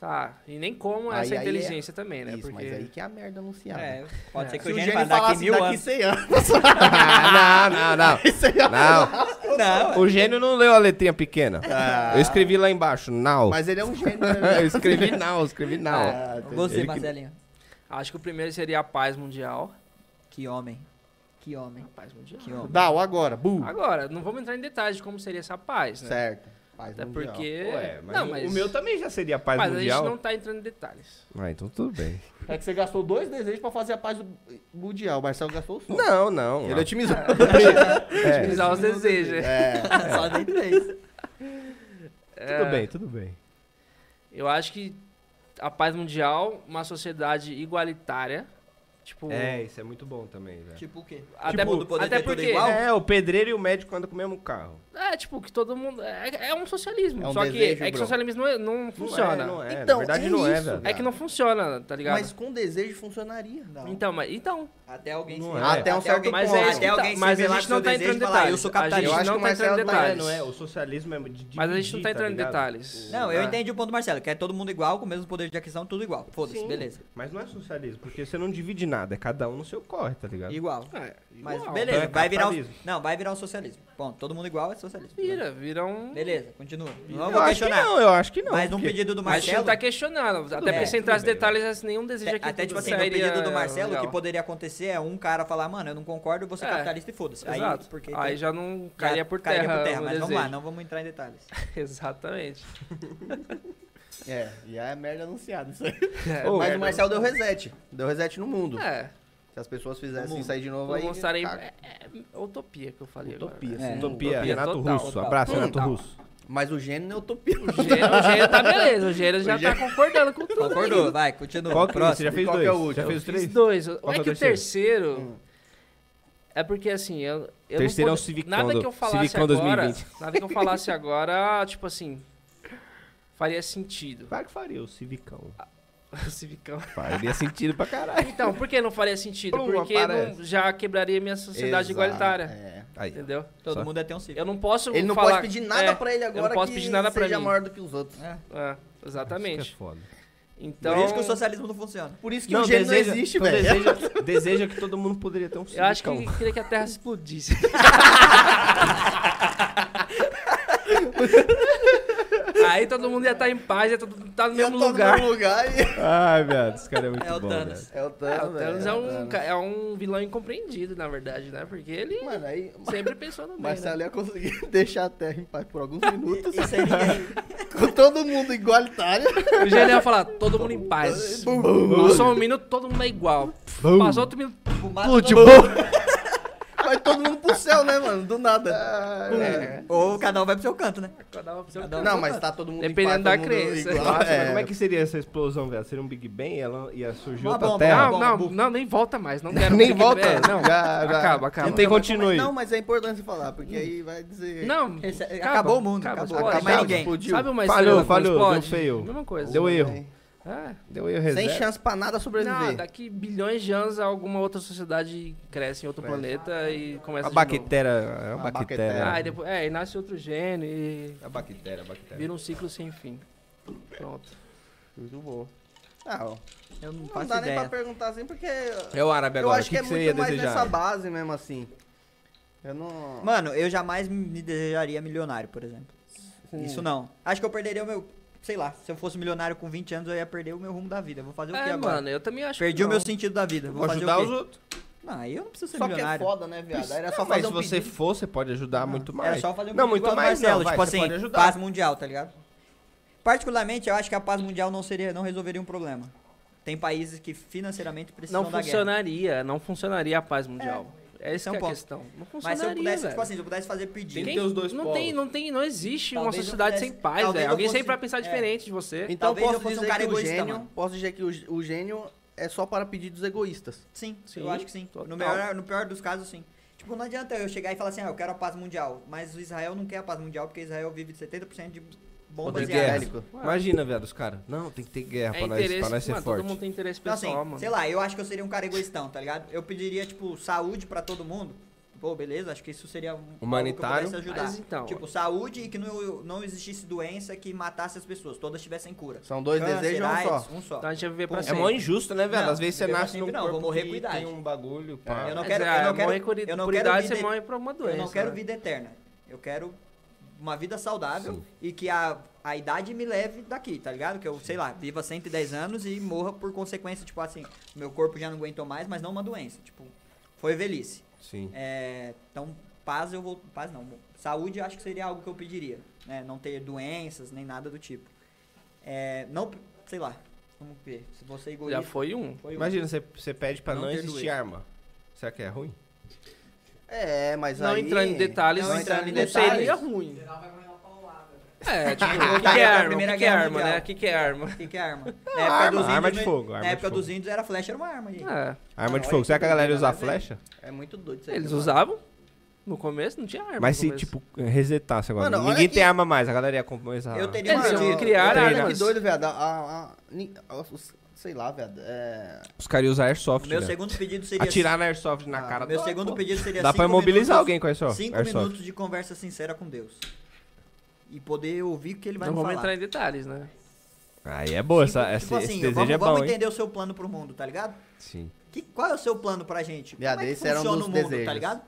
S1: Tá, e nem como
S2: Aí-
S1: essa
S2: aí é-
S1: inteligência também, né?
S2: Isso,
S1: porque...
S2: mas aí que é a merda anunciada.
S4: É, pode
S1: É.
S4: ser que
S2: Se
S4: o
S2: o Gênio
S4: Gênio fale daqui
S2: falasse
S4: mil
S2: daqui
S4: anos.
S2: 100 anos,
S3: Ah, não, não, não.
S2: isso aí é-
S3: Não.
S4: Não,
S3: O gênio não leu a letrinha pequena.
S2: Ah.
S3: Eu escrevi lá embaixo, now.
S2: Mas ele é um gênio.
S3: eu
S2: né?
S3: escrevi now, eu escrevi now.
S2: Ah, entendi.
S4: Você,
S3: Ele que-
S4: Marcelinho.
S1: Acho que o primeiro seria a paz mundial.
S4: Que homem. Que homem.
S1: Paz mundial.
S4: Que homem.
S2: Dá, o agora, bu.
S1: Agora, não vamos entrar em detalhes de como seria essa paz, né?
S2: Certo. Paz
S1: Até
S2: mundial.
S1: porque.
S3: Ué, mas
S1: É. não,
S3: o-
S1: mas...
S3: o meu tá- também já seria paz
S1: Mas a
S3: mundial.
S1: gente não tá entrando em detalhes.
S3: Ah, então tudo bem.
S2: É que você gastou dois desejos pra fazer a paz do- mundial. O Marcelo gastou o som.
S3: Não, não.
S2: Ele tipo otimizou.
S3: É,
S1: Utilizar os desejos. né?
S2: É.
S4: Só dei três.
S1: É.
S3: Tudo bem, tudo bem.
S1: Eu acho que a paz mundial, uma sociedade igualitária. Tipo.
S3: isso é muito bom também, velho.
S4: Tipo o quê?
S1: Até
S4: Tipo,
S1: por-
S4: poder
S1: até
S4: ter tudo
S1: porque-
S4: igual?
S3: É, o pedreiro e o médico andam com o mesmo carro.
S1: É, tipo, que todo mundo. É, é um socialismo.
S2: É um
S1: só
S2: desejo,
S1: que é que
S2: bro.
S1: socialismo não, é- não funciona.
S3: Não é, não é.
S2: Então,
S3: Na verdade
S2: é
S3: não é,
S2: isso,
S3: velho.
S1: É que não funciona, tá ligado?
S2: Mas com desejo funcionaria.
S4: Não.
S1: Então, mas. Então.
S4: Até alguém
S3: Não
S4: se
S3: é.
S4: revelar-
S2: Até um certo
S4: alguém-
S1: Mas
S2: bom,
S1: é
S2: até
S1: isso que tá,
S4: alguém se
S1: mas a
S4: revelar
S1: gente
S4: com
S1: não
S4: seu
S1: tá
S4: desejo
S1: entrando em
S4: e falar,
S1: detalhes.
S4: eu sou
S1: A
S4: capitalista.
S1: gente
S2: acho
S1: não
S2: que
S1: tá
S2: o
S1: entrando em
S2: Marcelo tá-
S1: detalhes.
S3: não é. O socialismo é de
S1: Mas a gente não tá
S3: dividir,
S1: entrando em
S3: ligado? Ah,
S1: detalhes.
S4: Não, eu
S1: É.
S4: entendi o ponto do Marcelo, que é todo mundo igual, com o mesmo poder de aquisição, tudo igual. Foda-se,
S3: Sim.
S4: beleza.
S3: Mas não é socialismo, porque você não divide nada, é cada um no seu corre, tá ligado?
S4: Igual.
S1: É,
S4: Mas
S1: igual.
S4: beleza,
S3: Então é
S4: vai virar um,
S3: capitalismo.
S4: Não, vai virar um socialismo. Ponto, todo mundo igual é socialismo.
S1: Vira, vira um.
S4: Beleza, continua. Não
S3: Eu
S4: vou
S3: acho que
S4: questionar.
S3: não, eu acho que não.
S4: mas num
S3: porque-
S4: pedido do
S1: Mas a gente não
S4: Marcelo.
S1: tá questionando. até
S4: bem,
S1: porque se entrar os
S3: tudo bem.
S1: detalhes, assim, nenhum desejo aqui.
S4: Até, até, tipo assim, no
S1: seria
S4: pedido do Marcelo, o
S1: legal.
S4: que poderia acontecer é um cara falar, mano, eu não concordo, eu vou ser
S1: É,
S4: capitalista e foda-se. Aí,
S1: Exato.
S4: porque
S1: aí
S4: tem-
S1: já não cairia por terra.
S4: cairia por terra
S1: o
S4: mas vamos lá, né?
S1: desejo.
S4: não vamos entrar em detalhes.
S1: Exatamente.
S2: É, e é merda anunciada isso aí.
S1: É,
S3: Ô,
S2: Mas
S3: merda.
S2: o Marcelo deu reset. Deu reset no mundo.
S1: É,
S2: Se as pessoas fizessem
S4: mundo.
S2: isso aí de novo, aí...
S1: vou mostrar aí.
S2: caga.
S1: É, é utopia que eu falei.
S2: Utopia,
S1: Agora.
S2: sim.
S1: né?
S4: É.
S3: Utopia, Renato
S1: total,
S3: Russo.
S1: total.
S3: Abraço, Renato
S1: Total.
S3: Russo.
S2: Mas o gênio não é utopia.
S1: O gênio, o gênio tá beleza, o gênio já
S2: O
S1: tá concordando com tudo.
S4: Concordou, vai, continua.
S3: Qual que você
S4: Próximo.
S3: já fez
S2: Qual que
S3: dois?
S2: é o último?
S3: Já fez os
S1: Os
S3: três?
S1: dois.
S3: Qual
S1: é
S3: que é o
S1: que o terceiro.
S2: Hum.
S1: É porque assim, eu. eu
S3: Terceiro é
S1: não
S3: o
S1: vou-
S3: Civicão
S1: Nada
S3: do-
S1: que eu falasse
S3: Civicão
S1: agora.
S3: 2020.
S1: Nada que eu falasse agora, tipo assim. Faria sentido.
S3: Claro que faria o Civicão.
S1: O Civicão.
S3: Faria sentido pra caralho.
S1: Então, por que não faria sentido?
S3: Pluma,
S1: Porque não-
S3: parece.
S1: já quebraria minha sociedade
S2: Exato,
S1: igualitária.
S2: é.
S3: Aí.
S1: Entendeu?
S4: Todo
S3: Só.
S4: mundo é ter um ciclo.
S1: Eu não posso.
S2: Ele não
S1: falar-
S2: pode pedir nada
S1: é,
S2: pra ele agora
S1: Eu não posso
S2: que
S1: pedir nada pra
S2: seja
S1: mim.
S2: maior do que os outros.
S4: É.
S1: É,
S3: Isso
S1: exatamente.
S3: que é foda.
S1: Então.
S4: Por isso que o socialismo não funciona.
S2: Por isso que o gênio não existe,
S3: então
S2: velho.
S3: Deseja, deseja que todo mundo poderia ter um
S1: Eu acho que
S3: Civicão.
S1: eu queria que a Terra se explodisse. Aí todo mundo ia estar em paz, ia todo mundo estar no
S2: Eu
S1: mesmo
S2: tô
S1: lugar.
S2: no lugar e...
S3: Ai, velho, esse cara é muito
S4: É o
S3: bom,
S4: Thanos.
S3: velho.
S2: É o
S1: É,
S2: Thanos,
S1: o Thanos
S2: velho,
S1: é
S2: o
S1: um,
S2: Thanos.
S1: ca- é um vilão incompreendido, na verdade, né? Porque ele
S2: Mano, aí...
S1: sempre pensou no bem, né?
S2: Marcelo ia conseguir deixar a Terra em paz por alguns minutos.
S4: Isso aí ninguém.
S2: com todo mundo igualitário.
S1: O Gênio ia falar, todo mundo em paz. Passou um minuto, todo mundo é igual. Passou outro minuto.
S4: Fumaça
S2: tipo,
S3: Explode,
S4: todo-
S2: Vai todo mundo pro céu, né, mano? Do nada.
S1: É,
S4: Ou cada um vai pro seu canto, né?
S1: cada um pro seu
S4: Cada um
S1: canto.
S2: Não, mas tá todo mundo
S1: Dependendo
S2: em paz,
S1: da
S2: todo mundo
S1: crença.
S2: igual.
S3: Nossa, mas
S2: É,
S3: como é que seria essa explosão, velho? Seria um Big Bang e ela ia surgir
S4: Uma
S3: outra
S4: bomba,
S3: terra?
S4: uma
S1: Não, não, não, nem volta mais. Não quero
S3: Nem
S1: Big
S3: volta.
S1: Bang, não,
S3: Já- já.
S1: acaba, acaba.
S3: Não tem
S2: mas como é-
S3: continue.
S2: Não, mas é importante falar, porque aí vai dizer...
S1: Não,
S4: Esse-
S1: acaba,
S4: É, acabou o mundo,
S1: acaba,
S4: acabou.
S1: explode.
S4: Acabou mais
S2: Acabou,
S4: ninguém.
S2: explodiu.
S1: Sabe uma
S3: Falhou,
S1: estrela
S3: falhou,
S1: quando
S3: deu fail.
S1: Mesma coisa.
S3: Deu erro.
S1: É.
S3: Deu erro,
S2: né? Sem
S3: reserva.
S2: chance pra nada sobreviver.
S1: Não, daqui bilhões de anos alguma outra sociedade cresce em outro planeta e começa
S3: A
S1: de
S3: bactéria, é uma
S2: A
S3: bactéria.
S1: novo. Ah, e
S2: bactéria.
S1: depois, é, e nasce outro gênio e
S3: A bactéria, a bactéria.
S1: vira um ciclo sem fim. Pronto.
S2: Muito bom. Ah, ó.
S4: Eu não
S2: Não
S4: faço
S2: dá nem pra
S4: ideia.
S2: perguntar assim, porque...
S3: É o
S2: Eu
S3: árabe agora,
S2: acho
S3: o
S2: que,
S3: que,
S2: é
S3: que você ia
S2: muito mais
S3: desejar?
S2: nessa base mesmo, assim. Eu não...
S4: Mano, eu jamais me desejaria milionário, por exemplo. Isso não. Acho que eu perderia o meu. Sei lá, se eu fosse milionário com 20 anos, eu ia perder o meu rumo da vida. Eu Vou fazer o que
S1: É,
S4: agora?
S1: mano, eu também acho
S4: Perdi
S1: que
S4: o meu
S1: não.
S4: sentido da vida.
S3: Vou
S4: Vou fazer
S3: ajudar
S4: o
S3: os
S4: quê?
S3: outros.
S4: Não, aí eu não preciso ser
S2: Só que é
S4: milionário.
S2: foda, né, viado? Era só
S3: Não, mas
S2: fazer
S3: se
S2: um
S3: você
S2: pedido.
S3: for, você pode ajudar muito mais.
S4: Era só fazer um
S3: Não,
S4: pedido
S3: muito
S4: igual do
S3: mais
S4: Marcelo,
S3: não, vai,
S4: tipo
S3: você
S4: assim,
S3: pode ajudar.
S4: paz mundial, tá ligado? Particularmente, eu acho que a paz mundial não seria, não resolveria um problema. Tem países que financeiramente precisam
S1: Não
S4: da guerra.
S1: funcionaria, não funcionaria a paz mundial. É,
S4: esse
S1: essa
S4: é um
S1: que é a
S4: ponto.
S1: questão. Não funcionaria,
S4: Mas se eu pudesse,
S1: velho.
S4: tipo assim, se eu pudesse fazer pedido.
S1: Quem-
S3: Tem que ter os dois
S1: não
S3: polos.
S1: tem, não tem, não existe
S4: Talvez
S1: uma
S4: eu
S1: sociedade
S4: pudesse-
S1: sem paz,
S4: talvez
S1: velho.
S4: eu
S1: Alguém sempre
S4: fosse-
S1: vai pensar
S4: é.
S1: diferente de você.
S2: Então
S4: Talvez
S2: posso
S4: eu fosse um
S2: dizer
S4: cara
S2: que o
S4: egoísta,
S2: gênio,
S4: mano.
S2: posso dizer que o, o gênio é só para pedidos egoístas.
S4: Sim,
S1: Sim,
S4: eu acho que sim.
S1: total.
S4: No, melhor, no pior dos casos, sim. Tipo, não adianta eu chegar e falar assim, ah, eu quero a paz mundial. Mas o Israel não quer a paz mundial porque Israel vive de 70% de bombas
S3: Poder
S4: e armas.
S2: é bélico.
S3: Imagina, velho, os caras. Não, tem que ter guerra
S1: É
S3: pra, nós, pra
S1: interesse,
S3: nós ser
S1: mano,
S3: forte.
S1: todo mundo tem interesse
S4: Então,
S1: pessoal,
S4: assim,
S1: mano.
S4: sei lá, eu acho que eu seria um cara egoístão, tá ligado? Eu pediria, tipo, saúde pra todo mundo. pô, beleza, acho que isso seria um- algo que
S3: Humanitário.
S4: pudesse ajudar.
S1: Mas então-
S4: Tipo, saúde e que não, não existisse doença que matasse as pessoas, todas tivessem cura.
S2: São dois
S4: Câncer,
S2: desejos um
S4: AIDS,
S2: só.
S4: um só.
S1: Então a gente vai viver pra
S3: É
S1: sempre.
S3: mó injusto, né, velho?
S4: Não,
S3: Às vezes você
S4: viver pra
S3: nasce num
S4: sempre não,
S3: corpo
S4: vou morrer
S3: que
S4: com idade.
S3: tem um bagulho, pá.
S4: Eu não
S1: Mas
S4: quero,
S1: é,
S4: eu não
S1: morrer
S4: quero,
S1: com
S4: eu não
S1: por
S4: quero
S1: idade,
S4: vida,
S1: você morre por uma doença.
S4: eu não quero
S1: né?
S4: vida eterna. Eu quero uma vida saudável
S3: Sim.
S4: e que a, a idade me leve daqui, tá ligado? Que eu, sei lá, viva 110 anos e morra por consequência, tipo assim, meu corpo já não aguentou mais, mas não uma doença, tipo, foi velhice.
S3: Sim.
S4: É, então, paz eu vou. Paz não. Saúde eu acho que seria algo que eu pediria. Né? Não ter doenças nem nada do tipo. É, não, sei lá. Vamos ver. Se você egoísta.
S1: Já foi um.
S4: foi um.
S3: Imagina, você, você pede pra
S4: Não
S3: não,
S4: ter
S3: existir
S4: doença.
S3: arma. Será que é ruim?
S2: É, mas
S1: Não
S2: aí...
S1: entrando em detalhes,
S4: não
S1: não,
S4: entrando em
S1: seria
S2: detalhes.
S1: ruim.
S5: Geral vai morrer uma paulada.
S1: É, tipo, o que,
S4: Voltaria
S1: que é
S4: pra
S1: arma? O
S4: Primeira
S1: que, que é
S4: Guerra
S1: arma, né?
S4: Mundial.
S1: O que, que é arma?
S4: O que, que é arma? Na
S3: Arma, arma
S4: não-
S3: de fogo,
S4: Na
S3: arma de
S4: época
S3: fogo.
S4: dos índios era flecha, era uma arma. gente.
S1: É,
S3: Arma
S4: Não,
S3: de
S4: olha
S3: fogo.
S4: que
S3: Será que a galera ia
S4: doideira,
S3: usar
S4: né, velho?
S3: flecha?
S2: É muito doido isso aí.
S1: eles
S2: mano.
S1: usavam. No começo não tinha arma.
S3: Mas
S1: no
S3: se,
S1: começo.
S3: tipo, resetasse agora.
S2: Mano, olha
S3: Ninguém
S2: que-
S3: tem arma mais, a galera ia comprar essa
S4: Eu teria
S1: Eles
S4: uma
S1: iam
S4: arma.
S1: criar
S3: eu-
S2: Olha
S1: armas.
S2: que doido, viado. A- a- ni- a- os- sei lá, viado. É...
S3: Os caras iam usar airsoft,
S4: Meu
S3: né?
S4: segundo pedido seria.
S3: Atirar na airsoft na cara
S4: Meu
S2: Tá
S3: do-
S4: segundo
S3: Pô,
S4: pedido seria.
S3: Dá pra
S4: cinco
S3: imobilizar
S4: minutos-
S3: alguém com airsoft.
S4: Cinco
S3: airsoft.
S4: minutos de conversa sincera com Deus. E poder ouvir o que ele vai
S1: Não
S4: me
S1: vamos
S4: falar.
S1: entrar em detalhes, né?
S3: Aí é boa, essa, esse,
S4: tipo assim,
S3: esse
S4: vamos,
S3: desejo é bom,
S4: vamos
S3: hein?
S4: entender o seu plano pro mundo, tá ligado?
S3: Sim.
S4: Que, qual é o seu plano pra gente?
S2: Viado,
S4: Como é que
S2: esse era um
S4: funciona
S2: dos
S4: o mundo, tá
S2: desejos.
S4: ligado?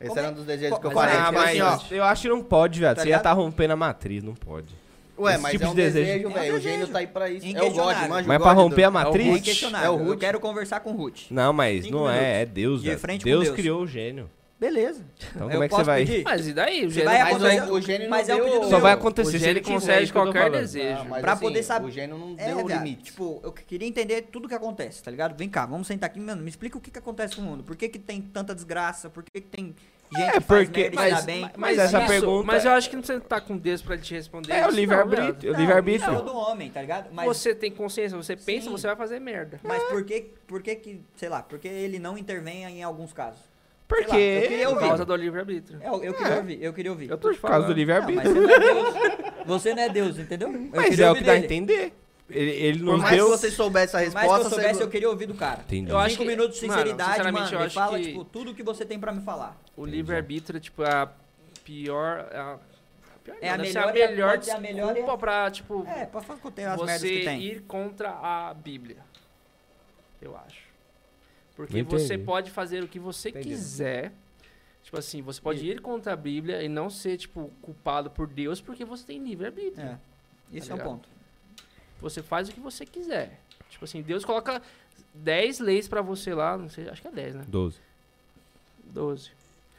S2: Esse
S4: Como
S2: era
S4: é-
S2: um dos desejos que eu
S4: Mas-
S2: falei.
S4: ah,
S2: tipo
S4: mas-
S2: assim, ó.
S3: eu acho que não pode, viado.
S4: Tá
S3: Você ia estar
S4: ligado?
S3: rompendo a matriz, não pode.
S2: Ué,
S3: esse
S2: mas
S3: tipo
S2: é um
S3: de desejo-
S2: desejo,
S4: É um
S2: velho. o
S4: desejo.
S2: gênio tá aí pra isso. É o God,
S4: Inquestionável.
S2: manja o
S3: Mas pra
S2: God
S3: romper a
S2: do-
S1: É o
S4: É
S3: matriz...
S4: inquestionável.
S2: É o Ruth.
S4: Eu quero conversar com o Ruth.
S3: Não, mas
S4: Cinco
S3: não é, é
S4: minutos.
S3: Deus,
S4: De
S3: velho.
S4: frente com
S3: Deus,
S4: Deus.
S3: criou o gênio.
S4: Beleza.
S3: Então
S4: Eu
S3: como é que
S4: posso
S3: você vai...
S4: pedir?
S1: Mas e daí? O
S4: Você
S1: gênio
S4: vai
S1: não
S2: Mas
S4: acontecer-
S2: o, o gênio
S4: mas
S2: não
S4: é o
S2: deu...
S4: pedido
S3: Só vai
S1: O
S3: acontecer se
S1: gênio
S3: ele consegue
S1: concede
S3: é isso que eu tô
S1: qualquer
S3: falando.
S1: desejo.
S2: Ah, mas
S4: Pra
S2: assim,
S4: poder saber-
S2: O gênio não
S4: É,
S2: deu o
S4: viado,
S2: limite.
S4: Tipo, eu queria entender tudo que acontece, tá ligado? Vem cá, vamos sentar aqui, mano. Me explica o que, que acontece com o mundo. Por que, que tem tanta desgraça? Por que, que tem gente
S3: É,
S4: que faz
S3: porque-
S4: merda e
S3: mas-
S4: se dá bem?
S3: mas- essa pergunta-
S1: Mas eu acho que não precisa estar com Deus pra ele te responder.
S3: É o
S1: isso não, né? viado.
S3: livre-arbítrio. o
S4: Não, isso é o
S3: livre-arbítrio.
S4: do homem, tá ligado? Mas,
S1: Você tem consciência, você pensa,
S4: Sim.
S1: você vai fazer merda.
S4: mas por, que, por que que, sei lá, por que ele não intervém em alguns casos?
S3: Por
S4: Sei lá, eu
S3: quê?
S4: queria
S1: Por
S4: ouvir.
S1: causa do livre-arbítrio.
S4: Eu, eu queria ouvir, eu queria ouvir.
S1: Eu tô te
S3: Por causa
S1: falando.
S3: do
S4: Não, mas
S3: livre-arbítrio.
S4: você não é Deus. Você não é Deus, entendeu? Eu
S3: Mas
S4: queria
S3: é o
S4: ouvir
S3: que dá a
S4: dele.
S3: entender. Ele, ele
S2: Por
S3: nos
S2: mais que
S3: deu...
S2: você soubesse a
S4: Por mais que
S2: resposta,
S4: eu soubesse,
S2: você-
S4: eu queria ouvir do cara.
S3: Entendi.
S1: Eu acho
S4: Cinco
S1: que-
S4: minutos de
S1: mano,
S4: sinceridade, mano.
S1: sinceramente, eu
S4: me
S1: acho
S4: fala,
S1: que-
S4: tipo, tudo que você tem pra me falar.
S1: O livre-arbítrio é, tipo, a pior... é A pior
S4: É a
S1: não, deve ser
S4: melhor e a- pode ser a melhor e a-
S1: desculpa pra, tipo,
S4: É, pode falar que as merdas
S1: você
S4: que tem.
S1: ir contra a Bíblia. Eu acho. Porque
S3: Não entendi.
S1: você pode fazer o que você
S3: Entendi.
S1: quiser. Tipo assim, você pode ir contra a Bíblia e não ser, tipo, culpado por Deus porque você tem livre-arbítrio.
S4: É. Isso
S1: Tá
S4: é um
S1: ligado?
S4: ponto.
S1: Você faz o que você quiser. Tipo assim, Deus coloca 10 leis pra você lá, não sei, acho que é 10, né?
S3: 12.
S1: 12.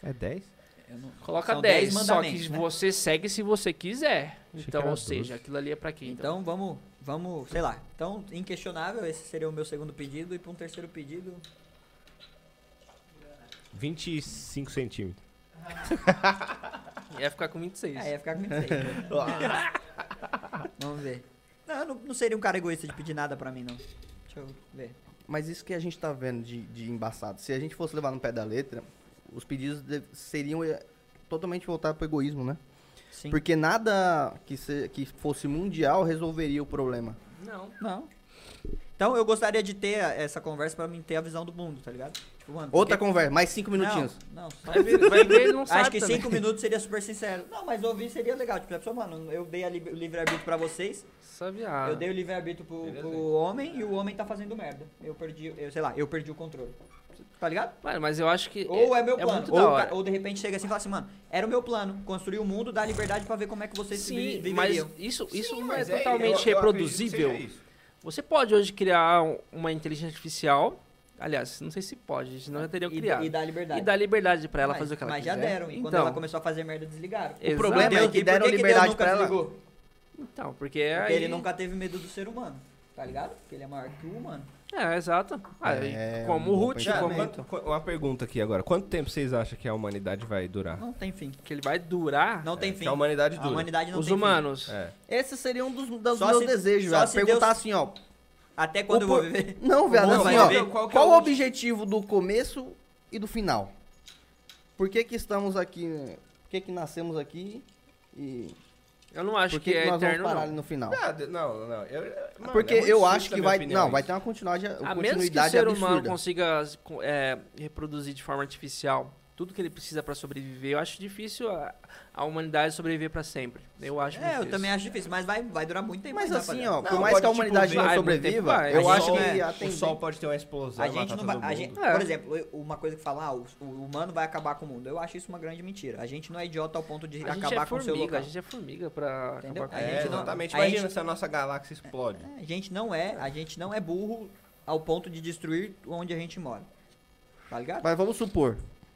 S3: É 10?
S4: Eu não-
S1: Coloca
S4: São
S1: 10,
S4: 10
S1: só
S4: mandamentos,
S1: que
S4: né?
S1: você segue se você quiser.
S3: Achei que
S1: Então,
S3: era
S1: ou
S3: 12.
S1: seja, aquilo ali é pra quem? Então,
S4: Então vamos, vamos, sei lá. Então, inquestionável, esse seria o meu segundo pedido. E pra um terceiro pedido,
S3: 25 centímetros.
S1: ia ficar com 26.
S4: Então, ah, ia ficar com 26. né?
S2: Ah.
S4: Vamos ver. Não, eu não, não seria um cara egoísta de pedir nada pra mim, não. Deixa eu ver.
S2: Mas isso que a gente tá vendo de, de embaçado, se a gente fosse levar no pé da letra, os pedidos de- seriam eh, totalmente voltados pro egoísmo, né?
S4: Sim.
S2: Porque nada que, se- que fosse mundial resolveria o problema.
S1: Não.
S4: Não. Então eu gostaria de ter a- essa conversa pra mim ter a visão do mundo, tá ligado? Tipo, mano,
S2: Outra
S4: porque-
S2: conversa, mais cinco minutinhos.
S4: Não, não só...
S1: Vai ver, vai ver, ele não sabe
S4: Acho que
S1: também.
S4: cinco minutos seria super sincero. Não, mas ouvir seria legal. Tipo, a pessoa, mano, eu dei a lib- o livre-arbítrio pra vocês,
S1: Só viado.
S4: eu dei um o livre-arbítrio pro, pro homem e o homem tá fazendo merda. Eu perdi, eu sei lá, eu perdi o controle. Tá ligado?
S1: Mano, mas eu acho que.
S4: Ou é meu plano.
S1: muito da
S4: ou, o
S1: hora.
S4: ca- ou de repente chega assim e fala assim, mano, era o meu plano. Construir o mundo, dar liberdade pra ver como é que vocês se vi-
S1: Sim, mas
S4: viveriam.
S1: isso, isso não é totalmente reproduzível. Você pode hoje criar um- uma inteligência artificial. Aliás, não sei se pode, senão já teriam
S4: E-
S1: criado.
S4: E, dar liberdade.
S1: E dá liberdade pra ela
S4: mas,
S1: fazer o que ela
S4: mas
S1: quiser.
S4: já deram. E quando
S1: Então.
S4: ela começou a fazer merda, desligaram.
S1: Exato.
S2: problema é que
S4: e por
S2: deram
S4: Deus
S2: liberdade
S4: nunca
S2: pra ela?
S4: desligou?
S1: Então, porque é.
S4: Porque ele
S1: aí-
S4: nunca teve medo do ser humano, tá ligado? Porque ele é maior que o humano.
S1: É, exato. Aí,
S2: É,
S1: como
S2: um
S1: o
S2: bom
S1: Ruth,
S2: pensamento.
S1: como...
S3: Tipo, uma pergunta aqui agora. Quanto tempo vocês acham que a humanidade vai durar? É,
S4: Não tem fim.
S1: que ele vai durar.
S4: Não tem
S3: que
S4: fim.
S3: a humanidade
S4: A
S3: dura.
S4: humanidade não
S1: os
S4: tem
S1: humanos.
S3: É.
S2: Esse seria um dos, dos
S4: Só
S2: meus
S4: se-
S2: desejos,
S4: só
S2: velho.
S4: se
S2: Perguntar
S4: Deus-
S2: assim, ó.
S4: fim. Até quando
S2: o
S4: eu vou
S2: por-
S4: viver?
S2: Não, velho,
S4: mundo
S2: assim,
S4: vai
S2: ó.
S4: viver?
S2: Qual,
S4: Qual que é o
S2: o
S4: último?
S2: objetivo do começo e do final? Por que que estamos aqui, né? por que que nascemos aqui e
S1: Eu não acho
S2: por
S1: que,
S2: que, que
S1: é
S2: nós vamos
S1: eterno.
S2: parar ali
S1: não.
S2: no final?
S3: Ah, de- Não, não. Eu, mano,
S2: Porque
S3: é muito
S2: eu
S3: difícil,
S2: acho
S3: na
S2: que
S3: minha
S2: vai.
S3: opinião,
S2: não, vai
S3: isso.
S2: ter uma continuidade, é
S1: A
S2: uma
S1: menos que o
S2: continuidade
S1: ser humano
S2: absurda.
S1: consiga é, reproduzir de forma artificial tudo que ele precisa pra sobreviver. Eu acho difícil a, a humanidade sobreviver pra sempre. Eu acho
S4: É,
S1: muito
S4: eu também
S1: isso.
S4: acho difícil, mas vai, vai durar muito tempo.
S2: Mas
S4: ainda,
S2: assim,
S4: rapaziada.
S2: ó, por
S3: Não,
S2: mais
S3: pode,
S2: que a
S3: tipo,
S1: vai,
S2: humanidade não
S1: muito
S2: sobreviva,
S1: tempo vai.
S2: eu
S4: A
S2: acho
S4: gente
S2: que
S4: não-
S2: a
S3: O
S2: tendência-
S3: sol pode ter uma explosão.
S4: A gente não vai. a gente-
S1: É.
S4: Por exemplo, eu- uma coisa que fala, ah, o, o humano vai acabar com o mundo. Eu acho isso uma grande mentira. A gente não é idiota ao ponto de
S1: A gente
S4: acabar
S1: é
S4: com o seu
S1: formiga,
S4: local.
S1: a gente é formiga pra
S4: Entendeu?
S1: acabar
S4: A
S1: com né?
S4: gente
S3: É,
S1: isso.
S4: não-
S3: exatamente.
S4: a
S3: Imagina
S4: gente-
S3: se a nossa galáxia explode.
S4: A gente não é, a gente não é burro ao ponto de destruir onde a gente mora. Tá ligado?
S2: Mas vamos supor.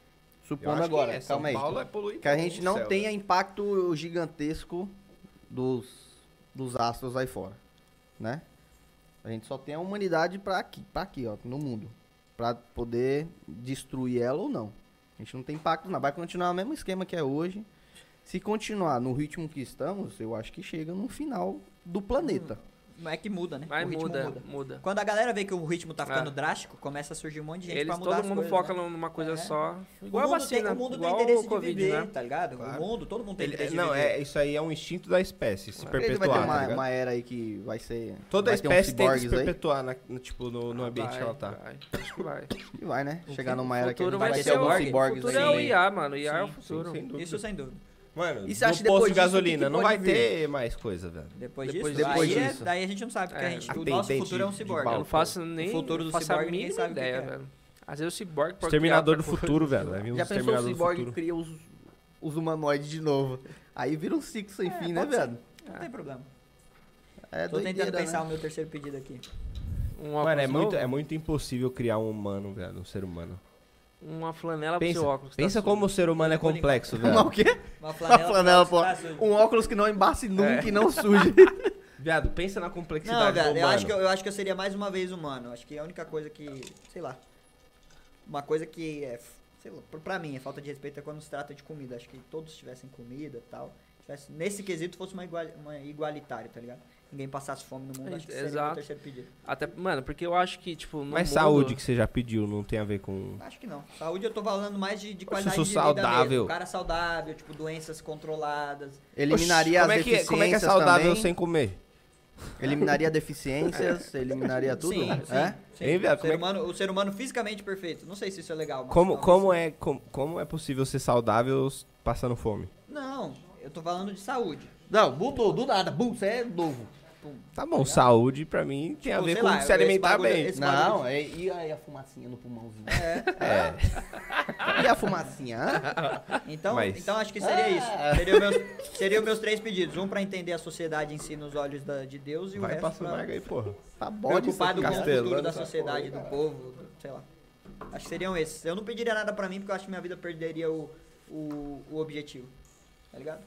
S3: Eu acho
S2: Supondo
S3: que
S2: agora,
S3: é, São
S2: calma aí.
S3: Paulo é poluído.
S2: que a gente não
S3: Céu,
S2: tenha
S3: né?
S2: impacto gigantesco dos, dos astros aí fora, né? A gente só tem a humanidade pra aqui, para aqui, ó, no mundo, Pra poder destruir ela ou não. A gente não tem impacto, não. Vai continuar o mesmo esquema que é hoje. Se continuar no ritmo que estamos, eu acho que chega no final do planeta.
S1: Hum.
S4: Não é que muda, né?
S1: Mas
S4: o ritmo
S1: muda,
S4: muda.
S1: muda,
S4: Quando a galera vê que o ritmo tá ficando
S1: É.
S4: drástico, começa a surgir um monte de gente
S1: Eles,
S4: pra mudar
S1: todo
S4: as
S1: mundo
S4: coisas,
S1: foca
S4: né?
S1: numa coisa
S4: É.
S1: só.
S4: O
S1: Igual a
S4: mundo,
S1: vacina,
S4: tem, o mundo
S1: igual
S4: tem interesse
S1: o
S4: de
S1: Covid,
S4: viver,
S1: né?
S4: tá ligado?
S3: Claro.
S4: O mundo, todo mundo tem
S3: Ele-
S4: interesse de
S3: não,
S4: viver.
S3: é, isso aí é um instinto da espécie, se
S2: Ele vai ter
S3: perpetuar. tá
S2: uma,
S3: ligado?
S2: uma era aí que vai ser.
S3: Toda
S2: vai ter uns
S3: espécie tem que se
S2: ciborgues aí.
S3: perpetuar na- no, tipo, no, no
S1: Ah,
S3: ambiente
S1: vai,
S3: que ela tá.
S1: vai, acho que vai.
S2: E vai, né? Chegar numa
S1: O
S2: era que
S1: futuro
S2: não
S1: vai
S2: vai
S1: ser
S2: ter
S1: o
S2: alguns
S1: O
S2: ciborgues
S1: futuro é o
S2: aí.
S1: IA, mano. o IA é o
S3: Sim,
S1: futuro.
S3: sem dúvida.
S4: Isso sem dúvida.
S3: Mano,
S2: E
S3: e
S2: você acha
S3: no
S2: que
S3: posto
S2: depois disso,
S3: de
S2: o que
S3: gasolina
S2: que
S3: não
S2: pode
S3: vai
S2: vir?
S3: ter mais coisa, velho.
S4: Depois,
S1: Depois
S4: disso,
S2: depois
S4: aí, é-
S2: disso.
S4: daí a gente não sabe, porque
S1: É,
S4: a gente,
S3: a
S4: o nosso
S3: tendência
S4: futuro é um
S3: de- de
S4: ciborgue.
S1: Eu
S3: bala.
S1: não faço nem.
S4: futuro do
S1: faço a
S4: ciborgue, ninguém
S1: mínima
S4: sabe o que
S1: ideia,
S4: que é.
S1: velho. Às vezes o ciborgue pode criar
S3: Exterminador do
S1: outra coisa.
S3: futuro, velho. Vai vir um
S2: Já pensou
S3: exterminador
S2: o
S3: do
S2: Cyborg
S3: futuro.
S2: cria os, os humanoides de novo? Aí vira um ciclo sem
S4: É,
S2: fim, né,
S4: pode ser.
S2: velho?
S4: Não tem problema.
S2: É
S4: Tô
S2: doideira,
S4: tentando pensar
S2: né?
S4: o meu terceiro pedido aqui.
S1: Um óculos
S3: Mano, é muito,
S1: novo,
S3: é muito impossível criar um humano, velho, um ser humano.
S1: Uma flanela pro
S3: Pensa,
S1: seu óculos. tá
S3: pensa
S1: sujo.
S3: como o ser humano é complexo,
S2: Uma o
S3: velho.
S2: quê?
S4: Uma
S2: Uma
S4: flanela,
S2: flanela, pô.
S4: um pra- pra- pra-
S2: Um óculos que não embace nunca
S3: É.
S2: e não suje.
S3: Viado, pensa na complexidade
S4: Não, velho,
S3: do
S4: eu
S3: humano.
S4: acho, que eu, eu acho que eu seria mais uma vez humano. Acho que a única coisa que, sei lá, uma coisa que é, f- sei lá, pra- pra mim, é falta de respeito é quando se trata de comida. Acho que todos tivessem comida e tal. Tivesse, nesse quesito fosse uma, igual, uma igualitária, tá ligado? Ninguém passasse fome no mundo, acho que seria o
S1: Exato.
S4: meu terceiro pedido.
S1: Até, mano, porque eu acho que, tipo. No
S3: Mas
S1: mundo-
S3: saúde que você já pediu não tem a ver com...
S4: Acho que não. Saúde eu tô falando mais de, de qualidade
S3: sou
S4: de vida
S3: saudável.
S4: mesmo. cara saudável, tipo, doenças controladas.
S2: Eliminaria
S3: Oxi, como
S2: as
S3: é que,
S2: deficiências
S3: Como é que é saudável
S2: também.
S3: sem comer?
S2: Eliminaria deficiências, eliminaria tudo.
S4: Sim, sim,
S2: É?
S4: sim.
S3: Hein, viado, como né? é
S4: O ser,
S3: que-
S4: humano, o ser humano fisicamente perfeito. Não sei se isso é legal. mas
S3: Como,
S4: talvez
S3: como, é, como, como é possível ser saudável s- passando fome?
S4: Não, eu tô falando de saúde.
S2: Não, mudou, do nada. Bum, você é novo.
S4: Pum.
S3: Tá bom, saúde pra mim tem a
S4: Tipo,
S3: ver
S4: sei
S3: com
S4: lá,
S3: se
S4: esse
S3: alimentar
S4: bagulho-
S3: bem.
S4: esse
S2: Não,
S4: bagulho
S2: é- e aí a fumacinha no pulmãozinho?
S4: É.
S2: E a fumacinha? hã?
S4: Então,
S3: Mas-
S4: então acho que seria isso.
S3: É.
S4: Seriam meus, seria meus três pedidos. Um pra entender a sociedade em si nos olhos da- de Deus e o
S3: Vai
S4: resto
S3: passar
S4: pra
S3: mais aí, porra.
S2: Tá bode isso
S4: preocupado
S2: aqui,
S4: com o
S2: cara.
S3: Castelano,
S4: futuro é da
S3: essa
S4: sociedade, do povo, do- sei lá. Acho que seriam esses. Eu não pediria nada pra mim porque eu acho que minha vida perderia o, o, o objetivo. Tá ligado?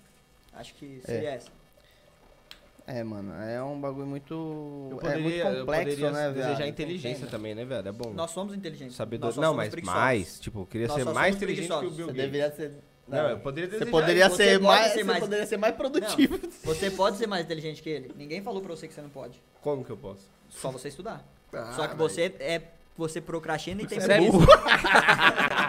S4: Acho que seria essa.
S2: É, mano, é um bagulho muito. é muito
S3: eu
S2: complexo,
S3: poderia
S2: né, velho?
S3: desejar inteligência
S2: Entende?
S3: também, né, velho? É bom.
S4: Nós somos inteligentes. Nós
S3: Sabedoria.
S4: só
S3: Não,
S4: somos
S3: mas
S4: preguiçosos.
S3: mais. Tipo, eu queria
S4: Nós
S3: ser
S4: só
S3: mais
S4: somos
S3: inteligente que o
S4: preguiçosos.
S3: Bill
S2: Você
S3: Gates.
S2: deveria ser.
S3: Não, eu poderia
S2: Você
S3: desejar. tipo,
S2: poderia
S4: você
S2: ser
S4: pode
S2: mais,
S4: ser
S2: você
S4: mais-
S2: poderia ser mais
S4: Não,
S2: produtivo.
S4: você pode ser mais inteligente que ele. Ninguém falou pra você que você não pode.
S3: Como que eu posso?
S4: Só você estudar.
S3: Ah,
S4: Só que
S3: mas-
S4: você é você procrastina e tem
S3: Você é
S4: preguiça.
S3: burro.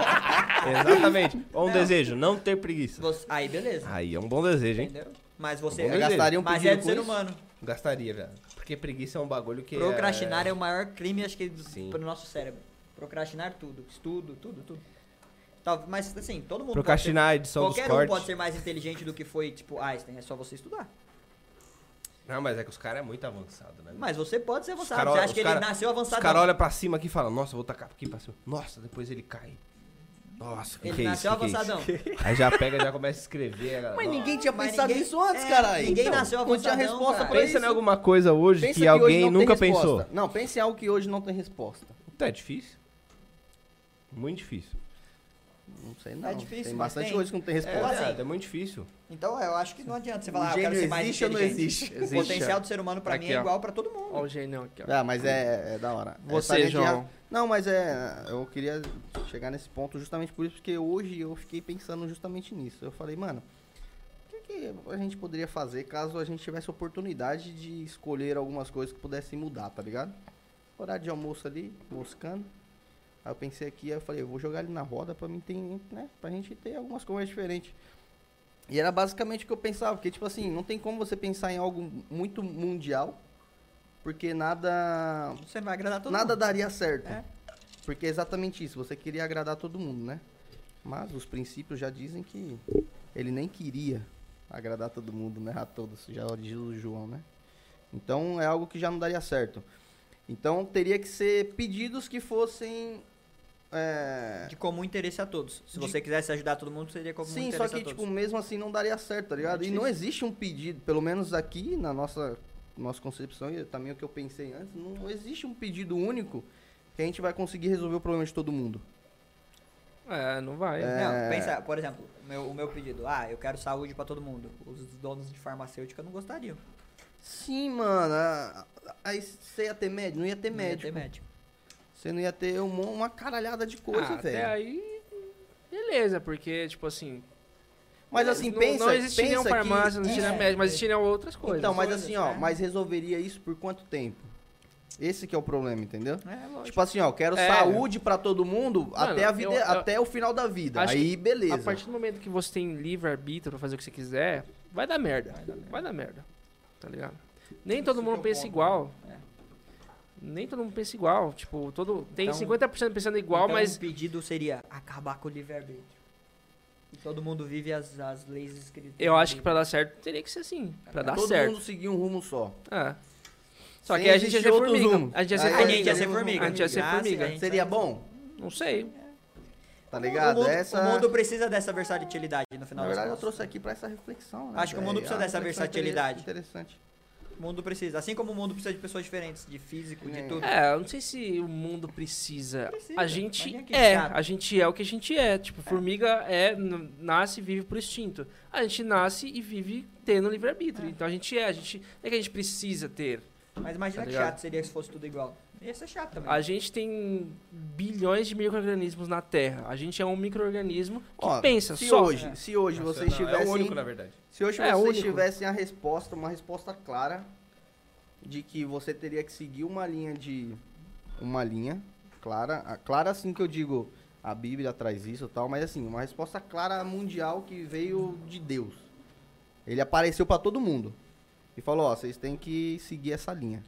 S3: Exatamente. Ou um desejo, não ter preguiça.
S4: Você- aí beleza.
S3: Aí é um bom desejo, hein?
S4: entendeu? Mas você
S3: Bom
S2: Eu gastaria um
S4: mas
S2: pedido
S4: é do
S2: com
S4: ser
S2: isso?
S4: humano.
S3: Gastaria, velho. Porque preguiça é um bagulho que.
S4: Procrastinar é... o maior crime acho que do-
S3: Sim.
S4: pro nosso cérebro. Procrastinar tudo, estudo, tudo, tudo. Tal- mas assim, todo mundo
S3: Procrastinar a
S4: pode ser,
S3: edição dos
S4: qualquer um pode
S3: cortes.
S4: ser mais inteligente do que foi tipo Einstein, é só você estudar.
S3: Não, mas é que os caras é muito avançado, né?
S4: Mas você pode ser avançado.
S3: cara
S4: você
S3: olha-
S4: acha que
S3: os cara-
S4: ele nasceu
S3: Os
S4: avançado?
S3: caras olham pra cima aqui e falam, nossa, vou tacar aqui pra cima. Nossa, depois ele cai. Nossa, que
S4: Ele
S3: que é isso?
S4: nasceu
S3: Que que é isso?
S4: avançadão.
S3: Aí já pega, já começa a escrever. a galera,
S2: Mas
S3: "Nossa,
S2: ninguém tinha
S4: Mas
S2: pensado
S4: ninguém-
S2: nisso antes,
S4: é,
S2: caralho.
S4: ninguém
S2: Então,
S4: nasceu
S2: Não tinha
S4: avançadão,
S2: resposta
S4: cara.
S2: pra
S3: Pensa
S2: isso.
S3: em alguma coisa hoje
S2: Pensa
S3: que,
S2: hoje
S3: alguém
S2: não tem
S3: nunca
S2: resposta.
S3: pensou.
S2: Não, pense em algo que hoje não tem resposta.
S3: Tá é difícil. Muito difícil.
S2: Não sei não.
S4: difícil,
S2: É tem
S4: mas
S2: bastante
S4: tem.
S2: coisa que não tem
S3: É,
S4: assim.
S2: resposta.
S3: viado, é muito difícil.
S4: Então eu acho que não adianta você falar,
S2: O
S4: ah, eu quero
S2: gênio
S4: ser mais
S2: existe ou não
S4: inteligente.
S2: existe?
S4: O
S1: Existe,
S4: potencial
S1: ó.
S4: do ser humano pra mim
S1: Aqui,
S4: é
S1: ó.
S4: igual pra todo mundo.
S1: Ó, o gênio aqui, ó.
S2: Ah, mas é, é da hora.
S1: Você,
S2: linha de
S1: João.
S2: raciocínio- Não, mas é. Eu queria chegar nesse ponto justamente por isso, porque hoje eu fiquei pensando justamente nisso. Eu falei, mano, o que, que a gente poderia fazer caso a gente tivesse oportunidade de escolher algumas coisas que pudessem mudar, tá ligado? Horário de almoço ali, moscando. Aí eu pensei aqui, aí eu falei, eu vou jogar ele na roda pra mim ter, né? Pra gente ter algumas coisas diferentes. E era basicamente o que eu pensava, porque tipo assim, não tem como você pensar em algo muito mundial, porque nada
S4: Você não vai agradar todo
S2: Nada
S4: mundo.
S2: daria certo.
S4: É.
S2: Porque é exatamente isso. Você queria agradar todo mundo, né? Mas os princípios já dizem que ele nem queria agradar todo mundo, né? A todos, já diz o João, né? Então é algo que já não daria certo. Então teria que ser pedidos que fossem. é,
S4: De comum interesse a todos. Se
S2: De-
S4: você quisesse ajudar todo mundo, seria comum
S2: Sim, só
S4: interesse
S2: que,
S4: a
S2: tipo,
S4: todos.
S2: mesmo assim não daria certo, tá ligado? E não existe um pedido, pelo menos aqui na nossa, nossa concepção e também o que eu pensei antes, não existe um pedido único que a gente vai conseguir resolver o problema de todo mundo.
S1: É, não vai.
S4: Não, pensa, por exemplo, o meu, o meu pedido. Ah, eu quero saúde pra todo mundo. Os donos de farmacêutica não gostariam.
S2: Sim, mano, a- a- aí você ia ter médico? Não ia ter
S4: Não ia
S2: médico.
S4: ter médico.
S2: Você não ia ter um mon- uma caralhada de
S1: Ah,
S2: coisa,
S1: Até
S2: velho.
S1: aí, beleza, porque, tipo assim.
S2: Mas assim,
S1: não,
S2: pensa,
S1: Não existiria
S2: pensa
S1: um farmácia, não
S2: que...
S1: existiria
S4: É.
S1: médico, mas existiriam outras coisas.
S2: Então, mas
S4: coisas,
S2: assim, ó,
S4: né?
S2: mas resolveria isso por quanto tempo? Esse que é o problema, entendeu?
S4: É, lógico.
S2: Tipo assim, ó, quero
S1: É.
S2: saúde pra todo mundo até, a vida,
S1: eu- eu-
S2: até o final da vida.
S1: Acho
S2: Aí, beleza.
S1: A partir do momento que você tem livre-arbítrio pra fazer o que você quiser, vai dar merda. Vai dar merda. Tá ligado? Nem todo
S4: Esse que é
S1: mundo
S4: o
S1: pensa
S4: ponto,
S1: igual.
S4: né? É.
S1: Nem todo mundo pensa igual. Tipo, todo. Tem
S4: Então-
S1: 50% pensando igual,
S4: então,
S1: mas.
S4: O pedido seria acabar com o livre-arbítrio. E todo mundo vive as, as leis escritas.
S1: Eu acho que pra dar certo teria que ser assim.
S4: É,
S1: Pra dar
S2: todo
S1: certo.
S2: mundo seguir um rumo só.
S1: É. Só
S2: Sem
S1: que a gente ia
S2: existir
S1: ser
S2: outros
S1: formiga.
S2: rumos.
S1: A gente ia
S2: Aí
S1: ser
S4: É, A gente
S1: formiga.
S4: ia ser formiga.
S1: A gente ia ser
S4: Ah, sim,
S1: formiga.
S4: a gente
S2: Seria
S4: vai-
S2: bom,
S1: Não sei.
S2: tá
S4: O mundo-
S2: ligado?
S4: O mundo,
S2: Essa...
S4: o mundo precisa dessa versatilidade no final
S2: Na
S4: das
S2: verdade, eu
S4: contas.
S2: trouxe aqui pra essa reflexão, né?
S4: Acho que o mundo
S2: velho?
S4: precisa
S2: É uma
S4: dessa
S2: reflexão
S4: versatilidade.
S2: Interessante.
S4: O mundo precisa. Assim como o mundo precisa de pessoas diferentes, de físico, de
S2: É.
S4: tudo.
S1: É, eu não sei se o mundo precisa.
S4: Precisa,
S1: A
S4: mas
S1: gente
S4: é que
S1: é,
S4: chato.
S1: a gente é o que a gente é. Tipo, formiga é, n- nasce e vive por instinto. A gente nasce e vive tendo livre-arbítrio. Então a gente é, a gente. Não é que a gente precisa ter.
S4: Mas imagina
S1: Tá
S4: que
S1: ligado?
S4: chato seria se fosse tudo igual. Ia ser chato também.
S1: A gente tem bilhões de micro-organismos na Terra. A gente é um micro-organismo que
S2: Ó,
S1: pensa
S2: se
S1: só.
S2: hoje, se hoje assim,
S6: Nossa,
S2: vocês
S6: não,
S2: tivessem,
S6: É o
S3: né?
S6: único, na verdade.
S2: se hoje
S1: É,
S2: vocês
S1: único.
S2: tivessem a resposta, uma resposta clara de que você teria que seguir uma linha de uma linha clara, a- clara assim que eu digo, a Bíblia traz isso e tal, mas assim, uma resposta clara mundial que veio de Deus. Ele apareceu pra todo mundo e falou, ó, vocês têm que seguir essa linha.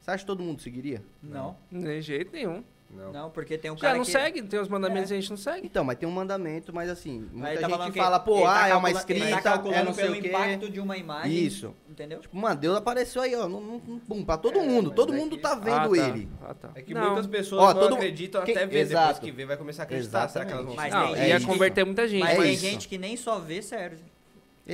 S2: Você acha que todo mundo seguiria?
S4: Não,
S1: De jeito nenhum.
S6: Não.
S4: não, porque tem um
S1: Já
S4: cara
S1: não
S4: que...
S1: segue, tem os mandamentos e a gente não segue.
S2: Então, mas tem um mandamento, mas assim, muita
S4: Aí tá falando
S2: gente
S4: que
S2: fala,
S4: ele
S2: pô,
S4: tá
S2: ah, é uma
S4: calcula-
S2: escrita,
S4: Ele tá
S2: é
S4: calculando
S2: não sei
S4: pelo
S2: o quê.
S4: impacto de uma imagem.
S2: Isso.
S4: Entendeu?
S2: Tipo, mano, Deus apareceu aí, ó. Num, num- num- pum, pra todo
S6: É,
S2: mundo.
S6: mas
S2: Todo
S6: é
S2: mundo
S6: que-
S2: tá
S1: Ah,
S2: vendo
S1: tá.
S2: ele.
S1: Ah, tá.
S6: É que
S1: não.
S6: muitas pessoas
S2: Ó,
S6: não
S2: todo-
S6: acreditam
S2: quem-
S6: até ver. Depois
S2: Exato.
S6: que vê, vai começar a acreditar. Será que elas vão
S4: Mas
S6: acreditar?
S1: Não,
S4: tem
S1: ia
S2: gente-
S1: converter muita gente.
S4: Mas
S2: É
S4: tem
S2: isso.
S4: gente que nem só vê, serve.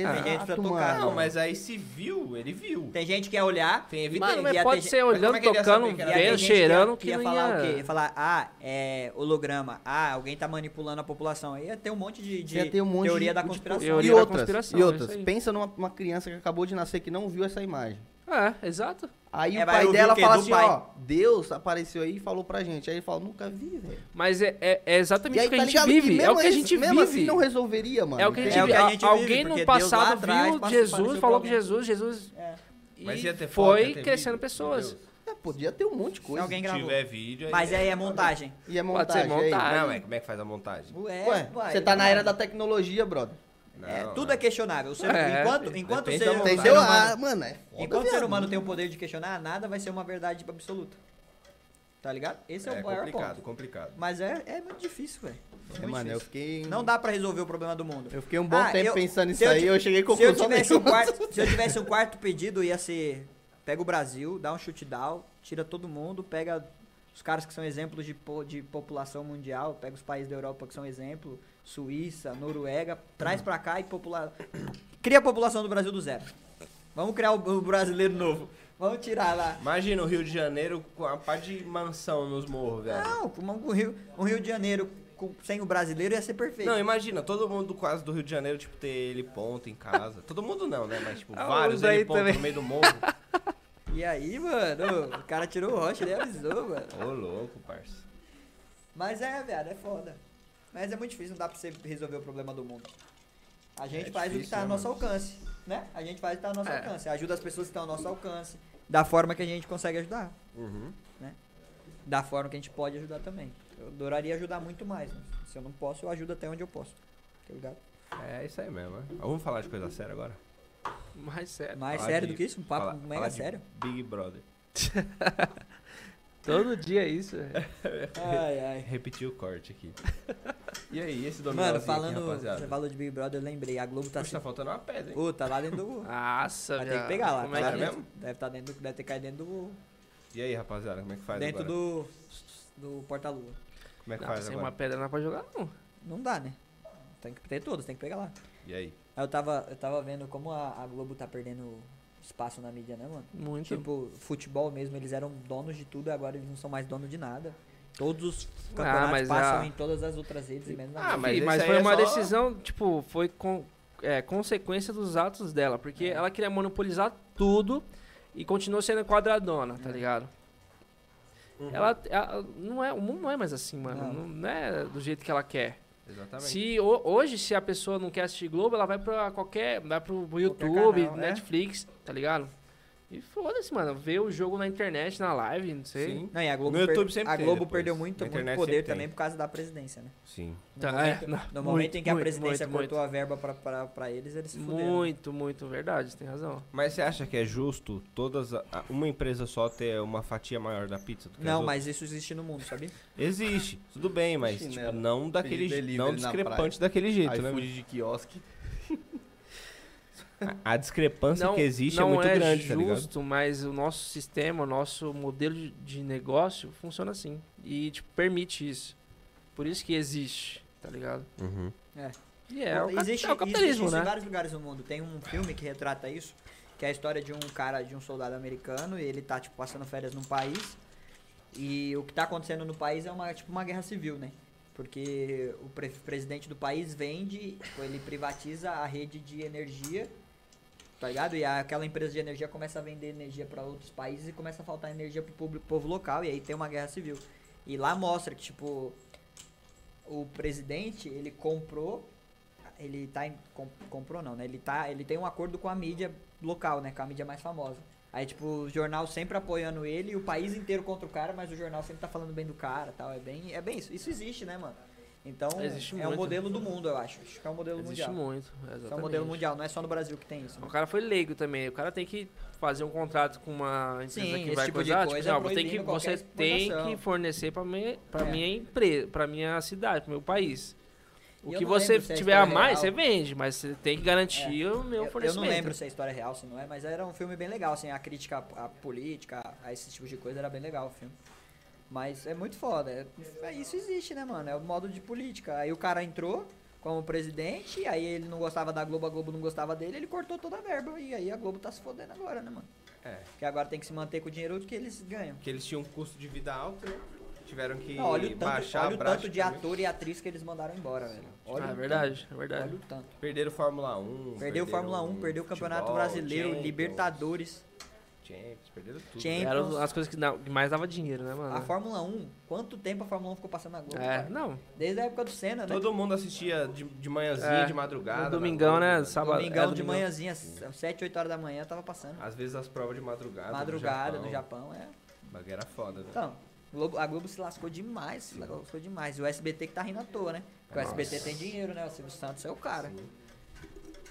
S1: Ah,
S4: gente pra tocar.
S2: mano.
S4: Não,
S6: Não, mas aí se viu, ele viu.
S4: Tem gente que ia olhar,
S6: Tem evidência.
S1: Mano,
S4: E
S1: mas
S4: ia
S1: pode
S4: ter
S1: ser
S6: gente- mas
S1: olhando,
S6: como é que ele ia
S1: tocando,
S6: saber que
S4: E
S6: era
S4: aí tem
S1: vendo,
S4: gente
S1: cheirando,
S4: que ia,
S1: não
S4: falar o
S1: ia-
S4: quê? Ia falar, ah, é holograma, ah, alguém tá manipulando a população. Aí ia ter um monte de, de
S2: Ia ter um monte
S4: teoria
S2: de-
S4: da
S2: de
S4: conspiração.
S1: teoria
S2: E
S1: da
S2: outras,
S1: conspiração,
S2: e
S1: é
S2: outras.
S1: isso aí.
S2: Pensa numa uma criança que acabou de nascer que não viu essa imagem.
S1: É, exato.
S2: Aí
S4: É,
S2: o
S4: vai
S2: pai
S4: ouvir o
S2: dela
S4: quê?
S2: fala
S4: Do
S2: assim,
S4: pai.
S2: ó, Deus apareceu aí e falou pra gente. Aí ele fala, nunca vi, velho.
S1: Mas é, é- é
S2: E
S1: exatamente
S2: aí
S1: o que
S2: tá
S1: a gente
S2: ligado
S1: vive. É o
S2: mesmo
S1: que a
S2: esse-
S1: gente
S2: mesmo assim
S1: vive.
S2: não resolveria, mano.
S1: É o que a
S2: entende?
S1: gente
S4: É
S1: vive.
S4: o que a gente
S1: Al-
S4: vive,
S1: Alguém
S4: porque
S1: no
S4: Deus lá
S1: passado
S4: atrás
S1: viu
S4: passou-
S1: Jesus,
S4: passou
S1: falou
S4: pra
S1: com
S4: alguém.
S1: Jesus, Jesus.
S4: É.
S1: e
S6: Mas ia ter foto, ia
S1: foi
S6: ter
S1: crescendo
S6: vídeo,
S1: pessoas.
S6: meu Deus.
S2: É, podia ter um monte de coisa.
S4: alguém
S6: Se
S4: gravou.
S6: tiver vídeo, aí...
S4: Mas aí é montagem.
S2: E é
S1: Pode
S2: montagem,
S1: ser
S2: aí.
S1: montagem.
S6: Não, é como é que faz a montagem?
S4: É, Ué,
S2: Ué,
S4: vai.
S2: você tá na era da tecnologia, brother.
S4: É,
S6: Não,
S4: tudo
S6: não.
S4: é questionável. O ser-
S1: É,
S4: enquanto
S6: sim.
S4: enquanto o
S6: Depende
S4: ser,
S6: da
S4: o
S6: vontade.
S4: ser
S2: Entendeu? Ah,
S4: humano,
S2: mano, é foda,
S4: enquanto o ser
S2: viado.
S4: humano tem o poder de questionar, nada vai ser uma verdade absoluta. Tá ligado? Esse é,
S6: É
S4: o maior
S6: complicado,
S4: ponto.
S6: complicado.
S4: Mas é, é muito difícil, velho. Muito
S2: É, mano, eu
S4: difícil.
S2: fiquei...
S4: Não dá pra resolver o problema do mundo.
S2: Eu fiquei um bom
S4: Ah,
S2: tempo
S4: eu-
S2: pensando nisso
S4: se eu
S2: aí
S4: ti-
S2: eu cheguei com
S4: Se eu,
S2: conclusão
S4: tivesse um
S2: nenhuma.
S4: quarto, se eu tivesse um quarto pedido, ia ser: pega o Brasil, dá um chute down, tira todo mundo, pega os caras que são exemplos de, po- de população mundial, pega os países da Europa que são exemplo, Suíça, Noruega, traz pra cá e popula... cria a população do Brasil do zero. Vamos criar o, o brasileiro novo. Vamos tirar lá.
S6: Imagina o Rio de Janeiro com a pá de mansão nos morros, velho.
S4: Não, uma- um Rio, um Rio de Janeiro com- sem o brasileiro ia ser perfeito.
S6: Não, imagina, todo mundo quase do Rio de Janeiro, tipo, ter ele ponto em casa. todo mundo não, né? Mas, tipo,
S1: Ah,
S6: vários
S1: uns aí
S6: ele ponto
S1: também.
S6: no meio do morro.
S4: E aí, mano, o cara tirou o rocha, ele avisou, mano.
S6: Ô, louco, parça.
S4: Mas é, velho, é foda. Mas é muito difícil, não dá pra você resolver o problema do mundo. A gente
S6: É
S4: faz o que
S6: difícil,
S4: tá
S6: né,
S4: ao nosso alcance, né? A gente faz o que tá ao nosso
S1: É.
S4: alcance. Ajuda as pessoas que estão ao nosso alcance. Da forma que a gente consegue ajudar.
S6: Uhum.
S4: Da forma que a gente pode ajudar também. Eu adoraria ajudar muito mais. né? Se eu não posso, eu ajudo até onde eu posso. Tá ligado?
S6: É isso aí mesmo, né? Vamos falar de coisa séria agora?
S1: Mas é. sério.
S4: Mais
S6: Falar
S4: sério
S6: de-
S4: do que isso? Um papo
S6: falar-
S4: mega
S6: falar de
S4: sério.
S6: Big Brother.
S1: Todo dia é isso. velho.
S4: Ai, ai.
S6: Repetir o corte aqui.
S3: E aí, esse dominózinho
S4: Mano,
S3: aqui,
S4: falando.
S3: rapaziada?
S4: Você falou de Big Brother, eu lembrei. A Globo tá
S3: Puxa,
S4: se.
S3: tá faltando uma pedra, hein?
S4: Ô, tá lá dentro do.
S1: Nossa,
S4: Vai
S1: velho.
S4: ter que pegar lá.
S1: Como
S4: tá
S1: é
S4: lá
S1: que
S3: Sério
S4: dentro, Deve, tá dentro, do- deve ter caído dentro do.
S3: E aí, rapaziada, como é que faz
S4: dentro
S3: agora?
S4: do. Do porta-lua.
S3: Como é que
S1: Não,
S3: faz
S1: sem
S3: agora?
S1: uma pedra não dá pra jogar, não.
S4: Não dá, né? Tem que ter todos, tem que pegar lá.
S3: E aí?
S4: Aí eu tava, eu tava vendo como a, a Globo tá perdendo espaço na mídia, né, mano?
S1: Muito.
S3: Então.
S4: Tipo, futebol mesmo, eles eram donos de tudo, agora eles não são mais donos de nada. Todos os
S1: mas
S4: campeonatos passam
S1: a-
S4: em todas as outras redes e menos na
S3: Ah,
S4: Globo.
S3: mas
S1: Sim,
S3: isso
S1: mas
S3: aí
S1: foi
S3: é
S1: uma
S3: só-
S1: decisão, tipo, foi con- é, consequência dos atos dela, porque ela queria monopolizar tudo e continuou sendo quadradona, tá ligado?
S3: Uhum.
S1: Ela, ela- não é, o mundo não é mais assim, mano.
S4: Não.
S1: Não, não é do jeito que ela quer.
S4: Tá
S3: Exatamente.
S1: Se ho- hoje, se a pessoa não quer assistir Globo, ela vai pra qualquer. Vai pro YouTube,
S4: canal, né?
S1: Netflix, tá ligado? E foda-se, mano. Vê o jogo na internet, na live, não sei.
S3: Sim.
S4: Não, e a Globo,
S3: No YouTube sempre
S4: a
S3: tem
S4: Globo
S3: depois.
S4: perdeu muito,
S3: Na
S4: muito
S3: internet
S4: poder
S3: sempre tem.
S4: também por causa da presidência, né?
S3: Sim.
S4: No
S1: Tá,
S4: momento-
S1: é, não,
S4: No
S1: muito,
S4: momento em que a
S1: muito,
S4: presidência
S1: muito,
S4: cortou a verba pra, pra, pra eles, eles se né? fuderam.
S1: Muito, muito, verdade, tem razão.
S3: Mas você acha que é justo todas a- a- uma empresa só ter uma fatia maior da pizza do que as
S4: Não,
S3: outras?
S4: mas isso existe no mundo, sabe?
S3: Existe, tudo bem, mas tipo,
S2: Chinelo.
S3: não daquele
S2: Pedi
S3: jeito,
S2: delivery
S3: não
S2: na
S3: discrepante daquele jeito, né?
S2: iFood de quiosque.
S3: A, a discrepância que existe é muito grande, tá ligado?
S1: justo, mas o nosso sistema, o nosso modelo de, de negócio funciona assim. E, tipo, permite isso. Por isso que existe, tá ligado?
S3: Uhum.
S1: E é, o, cap-
S4: existe,
S1: é o capitalismo,
S4: existe
S1: né?
S4: em vários lugares no mundo. Tem um filme que retrata isso, que é a história de um cara, de um soldado americano, e ele tá, tipo, passando férias num país. E o que tá acontecendo no país é uma, tipo, uma guerra civil, né? Porque o pre- presidente do país vende, tipo, ele privatiza a rede de energia, tá ligado? E aquela empresa de energia começa a vender energia para outros países e começa a faltar energia pro público, povo local, e aí tem uma guerra civil. E lá mostra que, tipo, o presidente, ele comprou ele tá em, com- comprou não, né? Ele tá, ele tem um acordo com a mídia local, né? Com a mídia mais famosa. Aí tipo, o jornal sempre apoiando ele e o país inteiro contra o cara, mas o jornal sempre tá falando bem do cara, tal, é bem, é bem isso. Isso existe, né, mano? Então,
S1: Existe
S4: é um
S1: muito.
S4: modelo do mundo, eu acho. Acho que é um modelo
S1: Existe
S4: mundial.
S1: muito,
S4: Isso
S1: exatamente.
S4: é um modelo mundial, não é só no Brasil que tem isso.
S1: O
S4: né?
S1: cara foi leigo também. O cara tem que fazer um contrato com uma empresa
S4: Sim,
S1: que
S4: esse
S1: vai
S4: tipo de
S1: coisar.
S4: coisa
S1: tipo, assim, ó, você tem
S4: proibindo
S1: que,
S4: qualquer
S1: você tem
S4: exportação.
S1: que fornecer pra, minha, pra
S4: É.
S1: minha empresa, pra minha cidade, pro meu país.
S4: E
S1: O
S4: eu
S1: que
S4: não lembro
S1: você
S4: se é
S1: tiver a
S4: história
S1: mais,
S4: real. É.
S1: você vende, mas você tem que garantir o meu
S4: Eu, eu não
S1: fornecimento.
S4: lembro se é história real, se não é, mas era um filme bem legal, assim, a crítica à, à política, a esse tipo de coisa, era bem legal o filme. Mas é muito foda. é- é- isso existe, né, mano? É o modo de política. Aí o cara entrou como presidente, aí ele não gostava da Globo, a Globo não gostava dele, ele cortou toda a verba. E aí a Globo tá se fodendo agora, né, mano?
S3: É.
S4: Porque agora tem que se manter com o dinheiro que eles ganham.
S3: Que eles tinham um custo de vida alto, né? Tiveram que
S4: Não, olha o tanto,
S3: baixar
S4: olha o tanto de
S3: drasticamente.
S4: ator e atriz que eles mandaram embora, velho.
S1: Ah,
S4: Olha o
S1: é
S4: tanto,
S1: verdade, é verdade.
S4: Olha o tanto.
S3: Perderam Fórmula 1.
S4: Perdeu o Fórmula 1, perdeu o Campeonato
S3: futebol,
S4: Brasileiro,
S3: Champions,
S4: Libertadores.
S3: Champions, perderam tudo.
S4: Champions.
S1: Eram as coisas que, dá- que mais dava dinheiro, né, mano?
S4: A Fórmula 1, quanto tempo a Fórmula 1 ficou passando na Globo?
S1: É,
S4: cara?
S1: não.
S4: Desde a época do Senna, né?
S3: Todo mundo assistia de, de manhãzinha,
S1: É,
S3: de madrugada.
S1: No
S3: na
S1: domingão,
S3: Globo,
S1: né? Sábado.
S4: domingão
S1: é,
S4: de manhãzinha, às 7, 8 horas da manhã, tava passando.
S3: né? Às vezes as provas de madrugada.
S4: Madrugada
S3: Ah, no
S4: do Japão, é.
S3: Bagueira foda, né?
S4: Então, Globo- a Globo se lascou demais, se lascou demais. E o SBT que tá rindo à toa, né? Porque o SBT tem dinheiro, né? O Silvio Santos é o cara.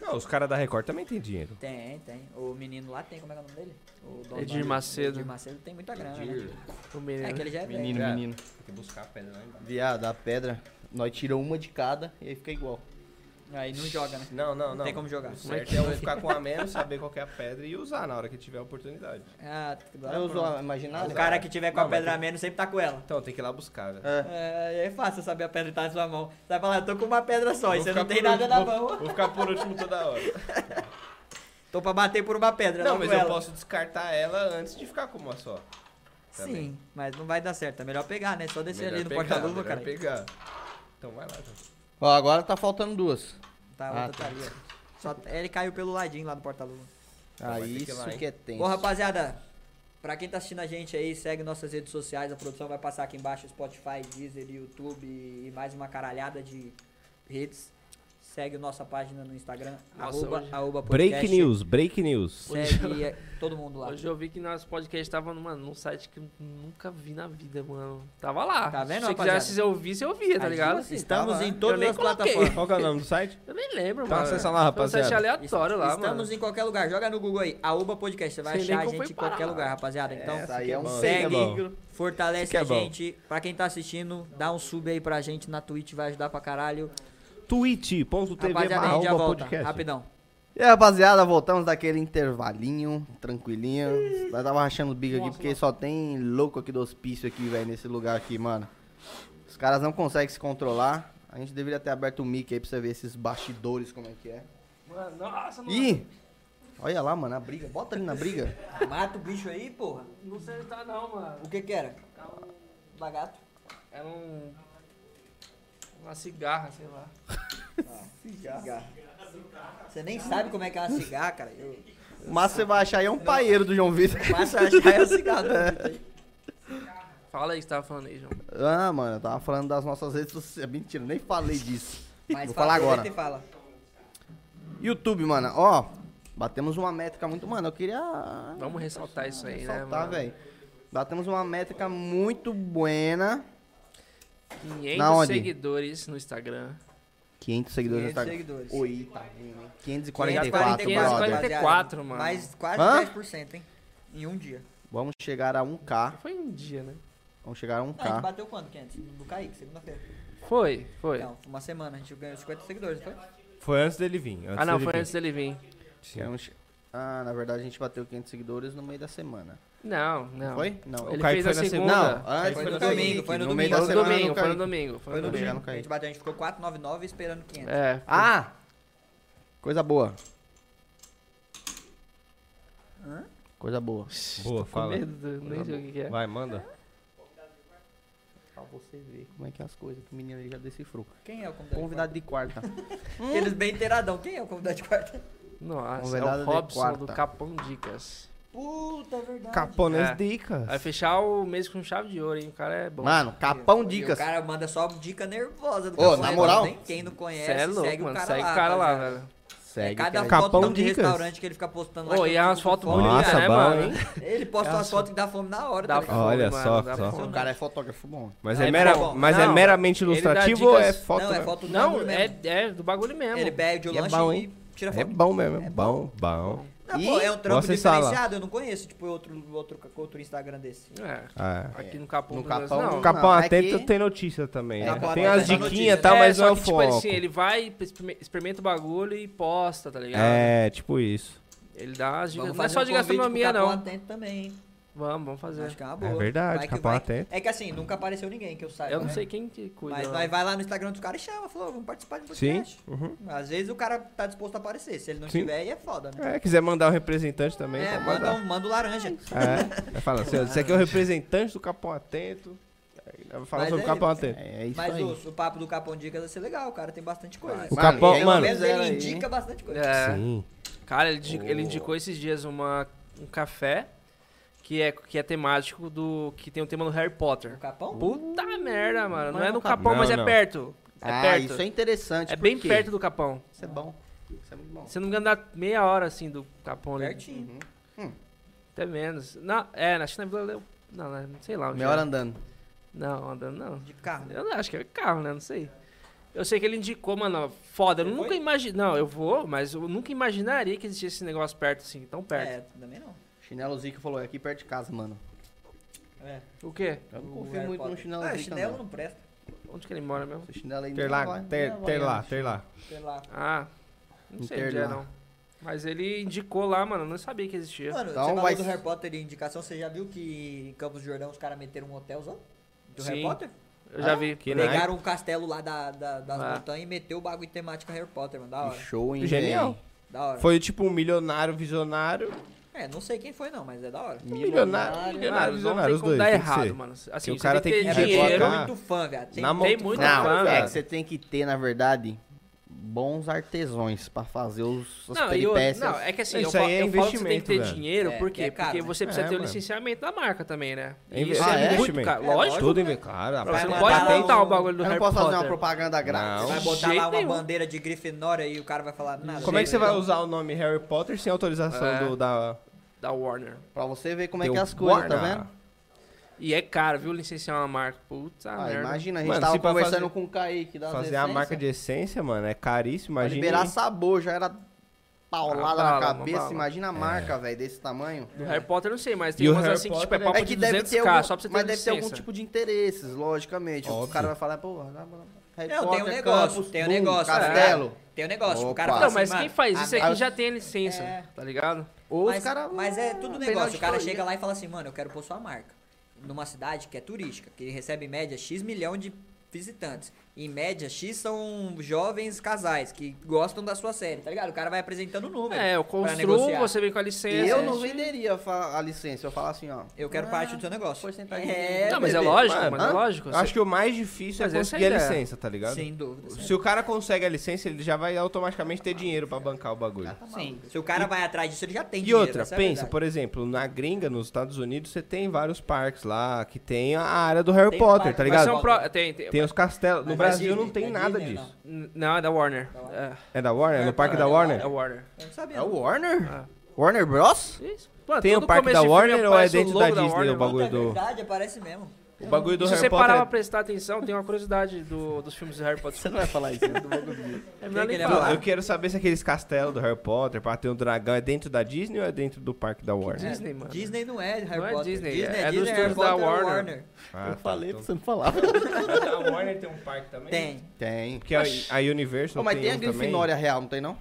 S3: Não, os caras da Record também tem dinheiro.
S4: Tem, tem. O menino lá tem, como é que é o nome dele? O dono
S1: Edir
S4: lá.
S1: Macedo.
S4: Edir Macedo tem muita grana, né?
S1: O menino.
S4: É que ele já é velho.
S2: Menino,
S3: É.
S2: menino.
S3: Tem que buscar a pedra lá embaixo.
S2: Viado, a pedra. Nós tiramos uma de cada e aí fica igual.
S4: Aí não joga, né?
S3: Não, não, não.
S4: Não tem como jogar.
S3: O certo é eu ficar com a menos, saber qual que é a pedra e usar na hora que tiver a oportunidade.
S4: Ah, agora
S2: Eu
S4: pronto.
S2: uso a imaginária?
S4: O cara que tiver com a
S3: Não, mas
S4: pedra a menos sempre tá com ela.
S3: Então, tem que ir lá buscar, velho.
S2: É.
S4: É, é fácil saber a pedra que tá na sua mão. Você vai falar, eu tô com uma pedra só, e
S3: Vou
S4: você
S3: ficar
S4: não tem
S3: por
S4: nada na
S3: último,
S4: mão.
S3: vou- Vou ficar por último toda hora.
S4: Tô pra bater por uma pedra,
S3: Não,
S4: não
S3: mas
S4: com
S3: eu
S4: ela.
S3: posso descartar ela antes de ficar com uma só. também.
S4: Sim, mas não vai dar certo. É melhor pegar, né? Só descer
S3: Melhor
S4: ali no
S3: pegar,
S4: porta-luva,
S3: melhor
S4: cara.
S3: pegar. Então vai lá, então.
S2: Ó, agora tá faltando duas.
S4: Tá,
S2: Ah,
S4: outra tá ali, ó. Só, ele caiu pelo ladinho lá no porta-luva.
S2: Ah,
S3: vai ter que ir
S2: isso
S3: lá, hein?
S2: que é tenso.
S4: Bom, rapaziada, pra quem tá assistindo a gente aí, segue nossas redes sociais. A produção vai passar aqui embaixo: Spotify, Deezer, YouTube e mais uma caralhada de redes. Segue a nossa página no Instagram,
S1: Nossa,
S4: arroba,
S1: hoje-
S4: arroba podcast.
S3: Break news, break news.
S4: Segue eh, todo mundo lá.
S1: Hoje eu vi que nosso podcast tava numa, num site que eu nunca vi na vida, mano. Tava lá.
S4: Tá vendo,
S1: Se você
S4: rapaziada?
S1: quisesse ouvir, você ouvia, tá
S4: Aí
S1: ligado?
S4: sim, Estamos
S6: Tava,
S4: em
S6: né?
S1: Eu
S4: todas
S1: nem
S4: as
S1: coloquei.
S4: plataformas.
S3: Qual que é o nome do site?
S1: Eu nem lembro,
S3: Então
S1: mano.
S3: acessa lá,
S1: Foi um site
S3: rapaziada.
S1: aleatório lá,
S4: Estamos
S1: mano.
S4: em qualquer lugar. Joga no Google aí, Aoba Podcast. Você vai
S1: Sei nem
S4: achar a
S1: como foi
S4: gente em qualquer
S1: parar.
S4: lugar, rapaziada. Então,
S2: Essa aí é um
S3: bom.
S4: segue,
S3: Isso
S4: fortalece
S3: Isso que é
S4: a
S3: bom.
S4: gente. Pra quem tá assistindo, dá um sub aí pra gente na Twitch, vai ajudar pra caralho.
S3: twitch.tv
S4: Rapaziada, a
S3: barra
S4: gente já
S3: Alba
S4: volta.
S3: podcast.
S4: Rapidão.
S2: E aí, rapaziada, voltamos daquele intervalinho, tranquilinho. Nós tava rachando o bico aqui, porque só tem louco aqui do hospício aqui, velho, nesse lugar aqui, mano. Os caras não conseguem se controlar. A gente deveria ter aberto o mic aí pra você ver esses bastidores como é que é.
S1: Mano, nossa, mano.
S2: Ih! Olha lá, mano, a briga. Bota ali na briga.
S4: Mata o bicho aí, porra.
S1: Não sei onde tá não, mano. Tá um-
S4: O que que era? Lagarto.
S1: Era um... Uma cigarra, sei lá.
S4: Ah, Cigarro. Você nem sabe como é que é uma cigarra, cara. Eu...
S2: Mas você vai achar aí é um paieiro do João Vitor.
S4: Passa a chave, é um cigarro. né?
S1: Fala aí, você tava falando aí, João.
S2: Ah, mano, eu tava falando das nossas redes sociais. É Mentira, nem falei disso.
S4: Mas
S2: Vou
S4: fala,
S2: falar agora.
S4: aproveita e Fala.
S2: YouTube, mano, ó. Batemos uma métrica muito. Mano, eu queria.
S1: Vamos ressaltar isso aí, né,
S2: ressaltar,
S1: mano?
S2: velho. Batemos uma métrica muito buena.
S1: 500
S2: Na onde?
S1: seguidores no Instagram.
S2: 500 seguidores no
S4: 500
S2: Instagram.
S4: seguidores.
S2: Oi, tá ruim, hein? 544,
S4: 544,
S1: 544,
S2: brother.
S1: brother. mano.
S4: Mas quase
S2: Hã?
S4: 10%, hein? Em um dia.
S2: Vamos chegar a 1K.
S1: Foi um dia, né?
S2: Vamos chegar a
S4: Não, a gente
S2: 1K.
S4: bateu quanto, Kent? Do Kaique, segunda-feira.
S1: Foi, foi.
S4: Não, foi uma semana, a gente ganhou 50 seguidores, não foi?
S3: Foi antes dele vir. antes
S1: ah, não,
S3: dele
S1: foi
S3: vir.
S1: antes dele vir.
S3: Sim.
S2: Chegamos- Ah, na verdade a gente bateu 500 seguidores no meio da semana.
S1: Não, não.
S2: Foi? Não.
S1: Ele
S3: Kaique
S1: fez
S3: foi
S1: na
S3: na
S1: segunda.
S2: Não, antes
S4: Foi no
S2: do
S4: domingo,
S2: Kaique,
S4: foi no
S2: meio
S4: domingo.
S1: Foi
S2: da
S1: no
S2: semana
S1: domingo, foi no
S2: Kaique.
S1: domingo. Foi
S2: Foi
S1: no
S2: no
S1: domingo.
S2: domingo.
S4: A gente bateu, a gente ficou 499 esperando 500.
S1: É.
S2: Ah! Coisa boa. Coisa boa.
S3: Boa,
S1: com
S3: fala.
S1: medo, do- nem sei o que que é.
S3: Vai, manda.
S2: Pra você ver como é que é as coisas que o menino ali já decifrou.
S1: Tá
S4: Quem é o convidado?
S2: Convidado de quarta.
S4: de
S1: Hum?
S4: quarta? Eles bem inteiradão. Quem é o convidado de quarta?
S1: Nossa, é
S2: Convidado
S1: o
S2: de
S1: Robson
S2: quarta.
S1: do Capão Dicas.
S4: Puta, é verdade.
S3: Capones
S1: É.
S3: dicas.
S1: Vai fechar o mês com chave de ouro, hein? O cara é bom.
S2: Mano, capão
S4: E
S2: dicas.
S4: O cara manda só dica nervosa do
S2: Ô,
S4: Capão,
S2: na
S4: né?
S2: moral?
S4: Nem quem não
S1: Cê
S4: conhece,
S1: é louco,
S4: segue
S1: mano.
S4: o cara
S1: segue
S4: lá.
S1: o cara lá,
S4: rapaziada.
S1: velho.
S4: É
S2: Segue,
S4: cada
S2: cara.
S3: Capão
S4: foto não de
S3: Dicas.
S4: restaurante que ele fica postando lá.
S1: Ô,
S4: que
S1: e
S4: eu
S1: é umas
S4: fico com
S1: fotos
S4: fome.
S1: bonitas,
S3: Nossa,
S1: né,
S3: bom,
S1: mano?
S3: hein?
S4: Ele posta umas fotos que dá fome na hora,
S1: Dá
S4: tá ligado?
S1: fome,
S3: Olha
S1: mano,
S3: só,
S1: dá
S3: só.
S1: fome.
S2: O cara é fotógrafo bom.
S3: Mas,
S4: Não,
S3: é,
S4: ele
S3: mera,
S4: tá bom.
S3: mas é
S1: Não,
S3: meramente
S1: ele dá
S3: ilustrativo
S1: dicas-
S3: ou é foto?
S4: Não, é
S3: mesmo?
S4: foto do
S1: Não,
S4: bagulho
S1: é,
S4: mesmo.
S1: é do bagulho mesmo.
S4: Ele pede o
S3: E é
S4: lanche
S3: bom,
S4: e
S3: hein?
S4: tira
S3: É
S4: foto.
S3: bom mesmo, é bom, bom.
S4: Ah, pô,
S2: E-
S4: é um trampo
S3: Nossa,
S4: diferenciado,
S3: sala.
S4: eu não conheço, tipo, outro, outro, outro Instagram desse.
S1: É.
S3: Ah.
S1: Aqui no Capão
S2: No
S1: do Brasil,
S2: Capão-
S1: não.
S2: no
S3: Capão
S2: é
S3: Atento
S2: que-
S3: tem notícia também.
S4: É,
S3: né?
S4: Capão
S3: Tem
S4: Atento
S3: as
S4: tem notícia.
S3: diquinhas e tal, mas
S1: só
S3: não é o
S1: que, tipo
S3: foco.
S1: assim, ele vai, exper- experimenta o bagulho e posta, tá ligado?
S3: É, tipo isso.
S1: Ele dá as dicas.
S4: Vamos
S1: Não é
S4: fazer
S1: só
S4: um
S1: de
S4: convite pro
S1: gastronomia,
S4: Capão
S1: não.
S4: Atento também, hein?
S1: Vamos, vamos fazer.
S4: Acho que é uma boa.
S3: verdade,
S4: Vai que
S3: Capão
S4: vai.
S3: Atento.
S4: É que assim, nunca apareceu ninguém que eu saiba.
S1: Eu não
S4: né?
S1: sei quem que cuida.
S4: Mas
S1: lá.
S4: vai, vai lá no Instagram dos caras e chama, falou, vamos participar de um
S3: Sim. Uhum.
S4: podcast. Às vezes o cara tá disposto a aparecer, se ele não
S3: Sim.
S4: tiver, aí é foda, né?
S3: É, quiser mandar um representante também,
S4: É,
S3: pode
S4: manda,
S3: mandar.
S4: um, manda o laranja.
S3: É, vai falar assim, ó, esse aqui é o representante do Capão Atento. Aí Vai falar
S4: Mas
S3: sobre o
S4: é-
S3: Capão Atento.
S2: É isso
S4: Mas
S2: aí.
S4: o, o papo do Capão Dicas vai ser legal, cara. Tem bastante coisa.
S2: Vai.
S3: O
S4: Pelo
S2: Mano,
S3: Capão,
S2: ele-
S3: mano.
S4: menos
S2: Zero
S4: ele
S2: aí,
S4: indica bastante coisa.
S1: É.
S3: Sim.
S1: Cara, ele, indi-
S2: Oh.
S1: ele indicou esses dias uma, um café que é, que é temático do. que tem o tema do Harry
S4: O
S1: Potter.
S4: Capão?
S1: Puta merda, mano. Não
S4: Mas
S1: é
S4: no
S1: no
S4: Capão.
S1: Capão, mas
S3: Não,
S1: é
S3: não.
S1: perto. É
S2: Hum. ah,
S1: perto.
S2: isso é interessante.
S1: É bem
S2: por quê?
S1: perto do Capão.
S2: Isso é bom. Isso é muito bom.
S1: Se não me engano, dá meia hora assim do Capão ali.
S4: Certinho.
S1: Até menos. Na, é, acho que na Vila Leo. Não, né, não sei lá. onde
S2: Meia
S1: é.
S2: hora andando.
S1: Não, andando não.
S4: De carro. né?
S1: Eu não, acho que é carro, né? Não sei. Eu sei que ele indicou, mano, foda. Eu
S4: Você
S1: nunca
S4: foi?
S1: imaginei. Não, eu vou, mas eu nunca imaginaria que existia esse negócio perto assim, tão
S4: É,
S1: perto.
S4: também não.
S2: Chinelo Zica falou, é aqui perto de casa, mano.
S4: É.
S1: O quê?
S2: Eu não
S4: O
S2: confio
S4: Harry
S2: muito no
S4: Potter.
S2: chinelo
S4: Ah,
S2: Zica,
S4: chinelo
S2: não.
S4: não presta.
S1: Onde que ele mora mesmo?
S2: Esse chinelo aí
S3: Ter lá, ter, ter lá, ter lá.
S4: Sei lá.
S1: Ah, não sei onde é,
S2: Interlar.
S1: não. Mas ele indicou lá, mano. Eu não sabia que existia.
S4: Mano,
S2: Então
S4: você falou
S2: vai-
S4: do Harry Potter e indicação, você já viu que em Campos do Jordão os caras meteram um hotelzão? Do Harry
S1: Sim.
S4: Potter?
S1: eu já vi.
S3: que
S1: Legal.
S4: Pegaram um castelo lá da, da- das
S1: Ah.
S4: montanhas e meteu o bagulho temático Harry Potter, mano. Da hora.
S2: Show, hein?
S3: Genial.
S2: velho?
S4: Da hora.
S3: Foi tipo um milionário, visionário. Um
S4: É, não sei quem foi não, mas é da hora.
S3: Milionário, milionário,
S1: Mano, não
S3: visionário,
S1: tem
S3: os
S1: como
S3: dois.
S1: dar
S3: tem que
S1: errado,
S3: ser.
S1: mano. Assim,
S3: o
S1: você
S3: cara
S1: tem
S3: tem
S1: que
S3: que
S1: ter
S4: É,
S3: rebocar.
S1: dinheiro.
S4: muito fã, velho. Tem
S3: Na mão.
S1: Tem muito
S2: Não,
S1: fã,
S2: é
S1: velho.
S2: que você tem que ter, na verdade, bons artesões pra fazer os, as
S1: Não, e outra-
S2: peripécias.
S1: não, é que assim,
S3: Isso
S1: eu, falo,
S3: aí é
S1: eu falo que você tem que
S3: investimento,
S1: ter
S3: velho.
S1: dinheiro,
S4: É,
S1: por quê?
S4: é caro,
S1: Porque
S4: né?
S1: você precisa
S3: É,
S1: ter o
S3: mano.
S1: licenciamento da marca também, né?
S3: É
S1: E
S3: inve-
S1: isso
S2: Ah,
S1: é,
S2: é?
S1: muito caro.
S3: É,
S1: Lógico.
S3: Tudo em claro. a
S1: Você
S3: parte-
S1: não
S4: Vai
S1: pode
S4: botar lá
S1: montar o
S4: um-
S1: bagulho é do
S2: eu não
S1: Harry
S2: posso fazer uma
S1: Potter.
S2: propaganda grátis.
S3: Não.
S4: Vai botar
S1: jeito
S4: lá uma
S1: nenhum.
S4: bandeira de Grifinória e o cara vai falar nada.
S3: Como é que você
S1: Gente,
S3: vai
S1: não.
S3: usar o nome Harry Potter sem autorização
S1: É.
S3: do, da...
S1: Da Warner.
S2: Pra você ver como é
S3: do
S2: que é as coisas, tá
S3: Warner? Ah,
S2: vendo?
S1: E é caro, viu? Licenciar uma marca. Puta
S2: Ah,
S1: merda.
S2: imagina, a gente
S3: Mano,
S2: tava
S3: se pra
S2: conversando
S3: fazer-
S2: com o Kaique da
S3: Fazer a marca de essência, mano, é caríssimo. Imagina.
S2: liberar sabor, já era paulada
S1: Ah,
S2: na
S1: bala,
S2: cabeça.
S1: uma bala.
S2: imagina a marca, velho, desse tamanho.
S1: Do Harry Potter eu não sei, mas
S3: E
S1: tem
S3: o
S1: umas
S3: Harry
S1: assim que tipo, é
S3: Potter é-
S1: papo
S2: É que
S1: de
S2: deve
S1: 200k,
S2: ter algum,
S1: só pra você ter
S2: mas deve ter algum
S1: licença.
S2: tipo de interesses, logicamente. O
S3: Óbvio.
S2: cara vai falar, pô, dá- dá- Harry
S4: Não, tem
S2: Potter,
S4: É, um negócio,
S2: Campos,
S4: tem um
S2: Boom,
S4: negócio. é.
S2: Castelo.
S4: Tem um negócio. O cara
S2: Opa.
S4: fala
S1: Não,
S4: assim,
S1: mas
S4: mano,
S1: quem faz isso
S4: a-
S1: aqui já tem a licença,
S4: É.
S1: tá ligado?
S2: Ou os
S4: mas,
S2: caras...
S4: mas é tudo
S2: Ah,
S4: negócio. O cara
S2: auditoria.
S4: chega lá e fala assim, mano, eu quero pôr sua marca. Numa cidade que é turística, que recebe em média X milhão de visitantes. Em média, X são jovens casais que gostam da sua série, tá ligado? O cara vai apresentando o número.
S1: É, eu
S4: pra
S1: construo,
S4: negociar.
S1: você vem com a licença.
S2: Eu não venderia a fa- a licença, eu falo assim, ó.
S4: Eu quero parte do seu negócio.
S2: porcentagem.
S4: É,
S1: Não, mas é
S4: bebê.
S1: lógico,
S3: Mano,
S1: mano, é
S2: hã?
S1: lógico.
S3: Eu acho que o mais difícil
S1: Mas
S3: é
S1: essa é a
S3: conseguir a
S1: ideia.
S3: licença, tá ligado?
S4: Sem dúvida.
S3: Se o cara consegue a licença, ele já vai automaticamente ter dinheiro pra bancar o bagulho.
S4: Sim. Se o cara vai atrás disso, ele já tem
S3: E
S4: dinheiro,
S3: outra,
S4: essa é a
S3: pensa,
S4: verdade.
S3: por exemplo, na gringa, nos Estados Unidos, você tem vários parques lá que tem a área do Harry
S4: Tem
S3: Potter,
S4: parque,
S3: tá
S4: mas é um
S1: Mas
S3: ligado?
S1: são um pro... tem, tem...
S3: Tem os castelos. No
S4: Mas
S3: Brasil
S4: é Disney,
S3: não tem
S4: é
S3: nada
S4: Disney,
S3: disso.
S1: Não, é da Warner. É,
S3: É da Warner? É no parque da
S1: é
S3: Warner?
S1: Warner.
S4: Eu não sabia.
S2: É o Warner?
S1: Ah.
S2: Warner Bros?
S1: Isso. Mano,
S3: Tem
S1: todo
S3: o parque
S1: começo
S3: da
S1: de filme
S3: Warner ou é
S1: aparece
S3: dentro
S1: logo
S3: da Disney
S1: Warner, mano.
S3: o bagulho
S4: Puta, é
S3: do.
S4: verdade, aparece mesmo.
S3: O bagulho do
S1: Se você
S3: Harry
S1: parar pra
S3: Potter. é
S1: prestar atenção, tem uma curiosidade do- dos filmes do Harry Potter.
S2: Você não vai falar isso, né?
S1: É melhor
S4: que
S1: nem
S4: ele é
S1: falar.
S4: lá?
S3: é- Eu quero saber se aqueles castelos do Harry Potter, pra ter um dragão, é dentro da Disney ou é dentro do parque da Warner?
S1: Disney, mano.
S4: Disney não é Harry
S1: Não é
S4: Potter.
S1: Disney,
S4: Disney
S1: é- é dos
S4: Disney, Harry
S1: estúdios da
S4: Potter é
S1: Warner.
S3: Ah,
S2: Eu falei pra
S3: tá,
S2: você não falar.
S3: então- A Warner tem um parque também?
S4: Tem.
S2: Tem.
S3: Porque a, a
S2: Pô,
S3: Universal
S2: mas tem a
S3: um também.
S2: Grifinória real, não tem não?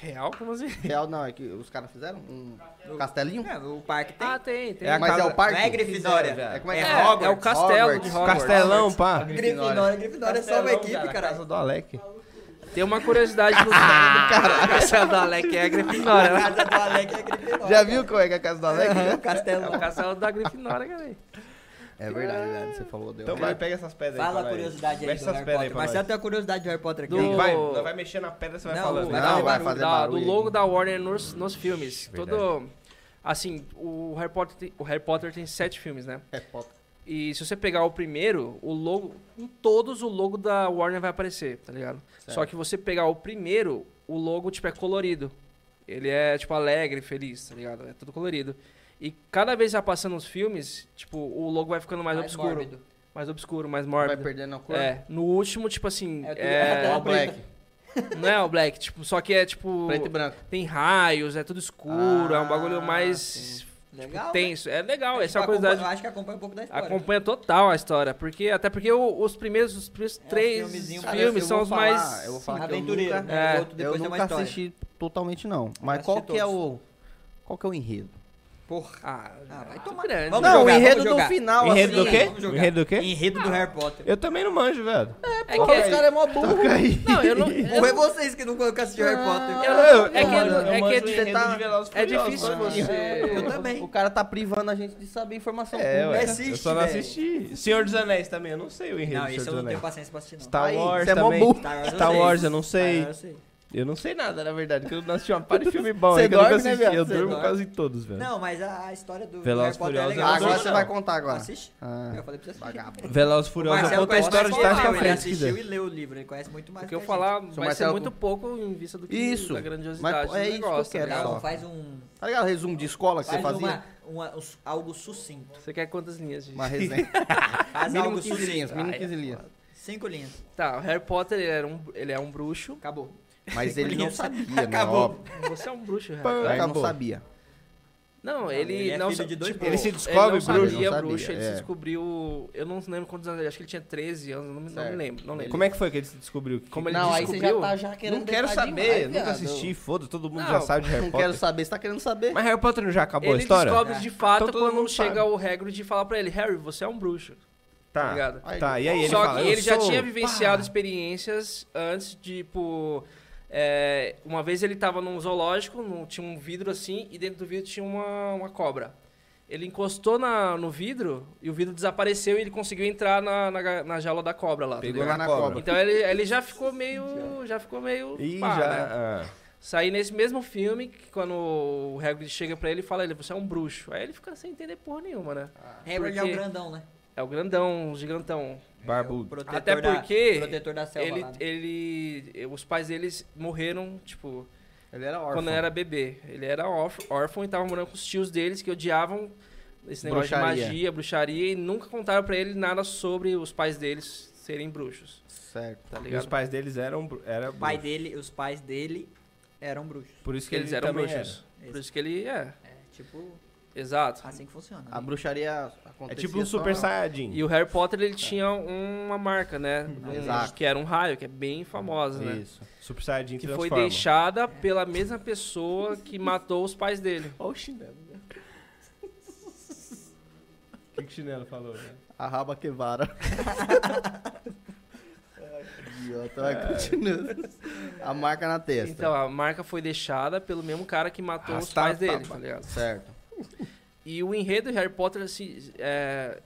S1: Real? Como assim?
S2: Real não, é que os caras fizeram um castelinho?
S4: É, o parque tem.
S1: Ah, tem, tem.
S3: É a
S2: mas
S3: casa-
S2: é o parque?
S4: Não é Grifinória.
S3: velho.
S2: É como é,
S1: É,
S2: que
S1: é o castelo de Hogwarts.
S3: Castelão, pá.
S4: Grifinória, Grifinória é só uma equipe, cara.
S3: do Alec.
S1: Tem uma curiosidade no
S3: Ah,
S1: cara. Castelo da Alec é a
S4: A
S1: Grifinória. né?
S4: casa do Alec é Grifinória.
S2: Já viu como é que é a casa do Alex?
S4: É, o
S1: É
S4: castelo.
S1: o castelo da Grifinória, cara.
S2: É verdade, velho. Você falou, deu.
S3: Então vai, pega essas pedras aí. pra
S4: Fala a
S3: nós.
S4: curiosidade aí
S3: Mexe
S4: do
S3: essas
S4: Harry
S3: pedras aí
S4: Potter.
S3: pra nós.
S4: Marcelo tem uma curiosidade do Harry Potter aqui.
S1: Do-
S4: ó.
S3: Vai, não vai mexer na pedra, você vai
S4: Não,
S3: falando.
S4: vai
S3: aí.
S4: dar
S2: Não, vai
S4: barulho.
S2: fazer
S1: Da- do
S2: barulho.
S1: logo da Warner nos, nos filmes.
S3: Verdade.
S1: Todo. Assim, o Harry, Potter tem, o Harry Potter tem sete filmes, né?
S2: É pop.
S1: E se você pegar o primeiro, o logo. Em todos o logo da Warner vai aparecer, tá ligado? Só que você pegar o primeiro, o logo, tipo, é colorido. Ele é, tipo, alegre, feliz, tá ligado? É tudo colorido. E cada vez que vai passando os filmes, tipo, o logo vai ficando mais, obscuro.
S4: mórbido.
S1: Mais obscuro, mais
S2: Vai
S1: mórbido.
S2: perdendo a cor.
S1: É, no último, tipo assim,
S4: É tudo-
S1: é,
S2: Ó, o black.
S1: não é o black, tipo, só que é tipo,
S2: Preto e branco.
S1: tem raios, é tudo escuro, é um bagulho
S2: Ah,
S1: mais
S4: Legal. né?
S1: tenso. É legal, essa é uma
S4: Acompa-
S1: curiosidade
S4: Eu acho que acompanha um pouco da história.
S1: Acompanha total a história, porque até porque o- os primeiros, os primeiros
S4: É um
S1: três filmes
S4: filmezinho. Cara,
S2: eu
S1: são
S2: vou
S1: os
S2: falar-
S1: mais.
S2: eu vou falar que eu
S4: Aventureiro.
S2: nunca-
S1: É,
S4: né? O outro
S2: Eu
S4: depois tem uma
S2: nunca
S4: história.
S2: assisti totalmente, não. Mas
S4: assisti
S2: qual que é o...
S4: todos.
S2: Qual que é o enredo?
S4: Porra.
S1: Ah,
S4: Ah,
S1: vai
S4: vai tomar-
S1: tomar grande.
S4: Vamos
S2: não,
S4: jogar,
S2: o enredo
S4: vamos
S2: do
S4: jogar.
S2: final,
S3: Enredo
S2: assim.
S3: do quê?
S4: Vamos jogar.
S3: Enredo do quê?
S4: Enredo do Harry Potter.
S3: Eu também não manjo, velho.
S1: É
S2: Pô, os
S1: que,
S2: caras é mó burro.
S1: não, eu não. eu não-
S4: Ou é vocês que nunca nunca assistiram Harry
S2: Ah.
S4: Potter.
S1: eu não- é que, é que
S3: manjo
S1: é-
S3: enredo
S2: tá- tipo assim,
S3: de Velozes e
S1: é
S3: Furiosos,
S1: difícil
S3: mano.
S1: você.
S4: Eu também.
S2: O cara tá privando a gente de saber informação
S3: É, ué.
S2: pública.
S3: Eu
S4: Assiste,
S3: só não
S4: velho.
S3: assisti. Senhor dos Anéis também, eu não sei o enredo
S4: Não,
S3: do Senhor
S4: isso eu
S3: dos
S4: não tenho
S3: Anéis.
S4: paciência pra assistir, não.
S3: é Star
S2: Aí,
S3: Wars
S2: você é mó
S3: também.
S2: burro.
S4: Star Wars eu
S3: Star
S4: sei.
S3: Wars eu não
S4: Star
S3: sei.
S4: Wars eu sei.
S3: Eu não sei nada, na verdade, porque eu não assisti uma par de filme bom.
S2: Você
S3: é que eu nunca
S2: dorme, né,
S3: assisti.
S2: viado?
S3: Eu
S2: Você
S3: durmo
S2: dorme.
S3: quase todos, velho.
S4: Não, mas a, a história do
S3: né? Velozes
S4: Harry Potter é
S3: Furiosos
S4: legal.
S3: eu não
S2: Ah, Agora
S3: Não,
S2: você
S3: não.
S2: vai contar agora.
S4: Assiste?
S2: Ah.
S4: Eu falei pra você assistir.
S2: Vagabundo.
S3: Velozes e
S4: é O
S3: Furiosos
S4: Marcelo
S3: conta a
S4: conhece
S3: história de
S4: mais
S3: trás
S4: que
S3: pra
S4: eu,
S3: frente, se
S4: Ele
S3: quiser.
S4: assistiu e leu o livro, ele conhece muito mais
S1: O que eu
S4: a
S1: falar
S4: gente.
S1: vai ser
S2: Marcelo-
S1: muito pouco em vista do que
S2: Isso.
S1: da
S2: Mas,
S1: grandiosidade
S2: pô,
S1: do
S2: é isso que eu
S1: negócio. tá
S2: quero,
S1: ligado?
S4: Não,
S2: só.
S4: faz um...
S2: Tá ligado o resumo de escola que você
S4: Faz
S2: fazia?
S4: uma, uma- uns- algo sucinto.
S1: Você quer quantas linhas, gente?
S2: Uma resenha.
S4: Faz
S2: mínimo
S4: algo
S2: 15 linhas,
S4: sucinto.
S2: mínimo 15 linhas.
S4: Cinco linhas.
S1: Tá, o Harry Potter ele, era um, ele é um bruxo.
S4: Acabou.
S2: Mas ele não
S4: Linhas.
S2: sabia, né?
S4: Acabou.
S2: Óbvio.
S1: Você é um bruxo, Harry.
S3: Pã.
S2: Ele não
S3: Acabou.
S2: sabia.
S1: Não, ele,
S4: ele é
S1: não
S4: filho
S1: sa-
S4: de dois
S1: tipo,
S4: bruxos.
S3: Ele se descobre
S1: ele não
S3: bruxo?
S1: Sabia,
S2: Não sabia,
S1: bruxo, ele
S2: é.
S1: se descobriu. Eu não lembro quantos anos, ele- é, acho que ele tinha 13 anos, não me, não me
S2: Certo.
S1: lembro. Não lembro.
S3: Como é que foi que ele se descobriu? Que-
S1: Como ele
S2: Não, aí você
S1: descobriu?
S2: já tá já querendo
S3: Não quero
S2: detalhe
S3: saber,
S2: demais,
S3: nunca
S2: viado.
S3: assisti, foda, todo mundo
S1: Não,
S3: já sabe de Harry
S2: Não
S3: Potter.
S2: quero saber, você tá querendo saber.
S3: Mas Harry Potter não já acabou
S1: ele
S3: a história?
S1: descobre de fato
S3: Então todo
S1: quando
S3: mundo
S1: chega
S3: sabe.
S1: o Hagrid e fala pra ele, Harry, você é um bruxo.
S3: Tá,
S1: ligado?
S3: tá, e aí ele
S1: Só
S3: fala,
S1: que
S3: "Eu
S1: ele já
S3: sou,
S1: tinha
S3: pá."
S1: vivenciado experiências antes, tipo. é, uma vez ele tava num zoológico, num- tinha um vidro assim, e dentro do vidro tinha uma, uma cobra. Ele encostou na, no vidro e o vidro desapareceu e ele conseguiu entrar na, na, ga- na jaula da cobra lá. tá
S3: Pegou
S1: ligado?
S3: na cobra.
S1: Então ele, ele já ficou meio. Já ficou meio.
S3: E
S1: pá, né?
S3: já. ah,
S1: Saí nesse mesmo filme que quando o Hagrid chega pra ele e fala, ele, você é um bruxo. Aí ele fica sem entender porra nenhuma, né?
S4: Hagrid é o
S1: porque-
S4: grandão, né?
S1: É o grandão, o gigantão.
S4: É o
S3: Barbudo.
S4: protetor
S1: Até
S4: da-
S1: porque
S4: protetor da selva
S1: Ele,
S4: lá, né?
S1: ele. Os pais deles morreram, tipo,
S2: Ele era órfão.
S1: quando ele era bebê. Ele era órf- órfão e tava morando com os tios deles que odiavam esse negócio
S2: Bruxaria.
S1: de magia, bruxaria, e nunca contaram pra ele nada sobre os pais deles serem bruxos,
S2: Certo.
S1: tá
S3: E os
S1: ligado?
S3: pais deles eram. bru- Era
S4: O pai
S3: bruxo.
S4: dele, os pais dele eram bruxos.
S3: Por isso que
S1: Eles
S3: ele
S1: eram
S3: também tipo
S1: bruxos. Por isso que ele. É,
S4: É tipo,
S1: exato.
S4: assim que funciona.
S2: A
S4: né?
S2: bruxaria
S3: era. É
S2: acontecia
S3: tipo um Super
S2: só...
S3: Saiyajin.
S1: E o Harry Potter, ele tinha uma marca, né?
S2: Uhum. Exato.
S1: Que era um raio, que é bem famosa, né?
S2: Isso.
S3: Super Saiyajin
S1: Que foi
S3: transforma.
S1: deixada pela mesma pessoa que matou os pais dele.
S3: Olha o chinelo. né? O que, que o chinelo falou? né?
S2: A raba quevara. Idiota, vai continuando. A marca na testa.
S1: Então, a marca foi deixada pelo mesmo cara que matou os
S3: Arrastar
S1: pais
S3: tapa.
S1: dele, tá ligado?
S2: Certo.
S1: E o enredo de Harry Potter se, é,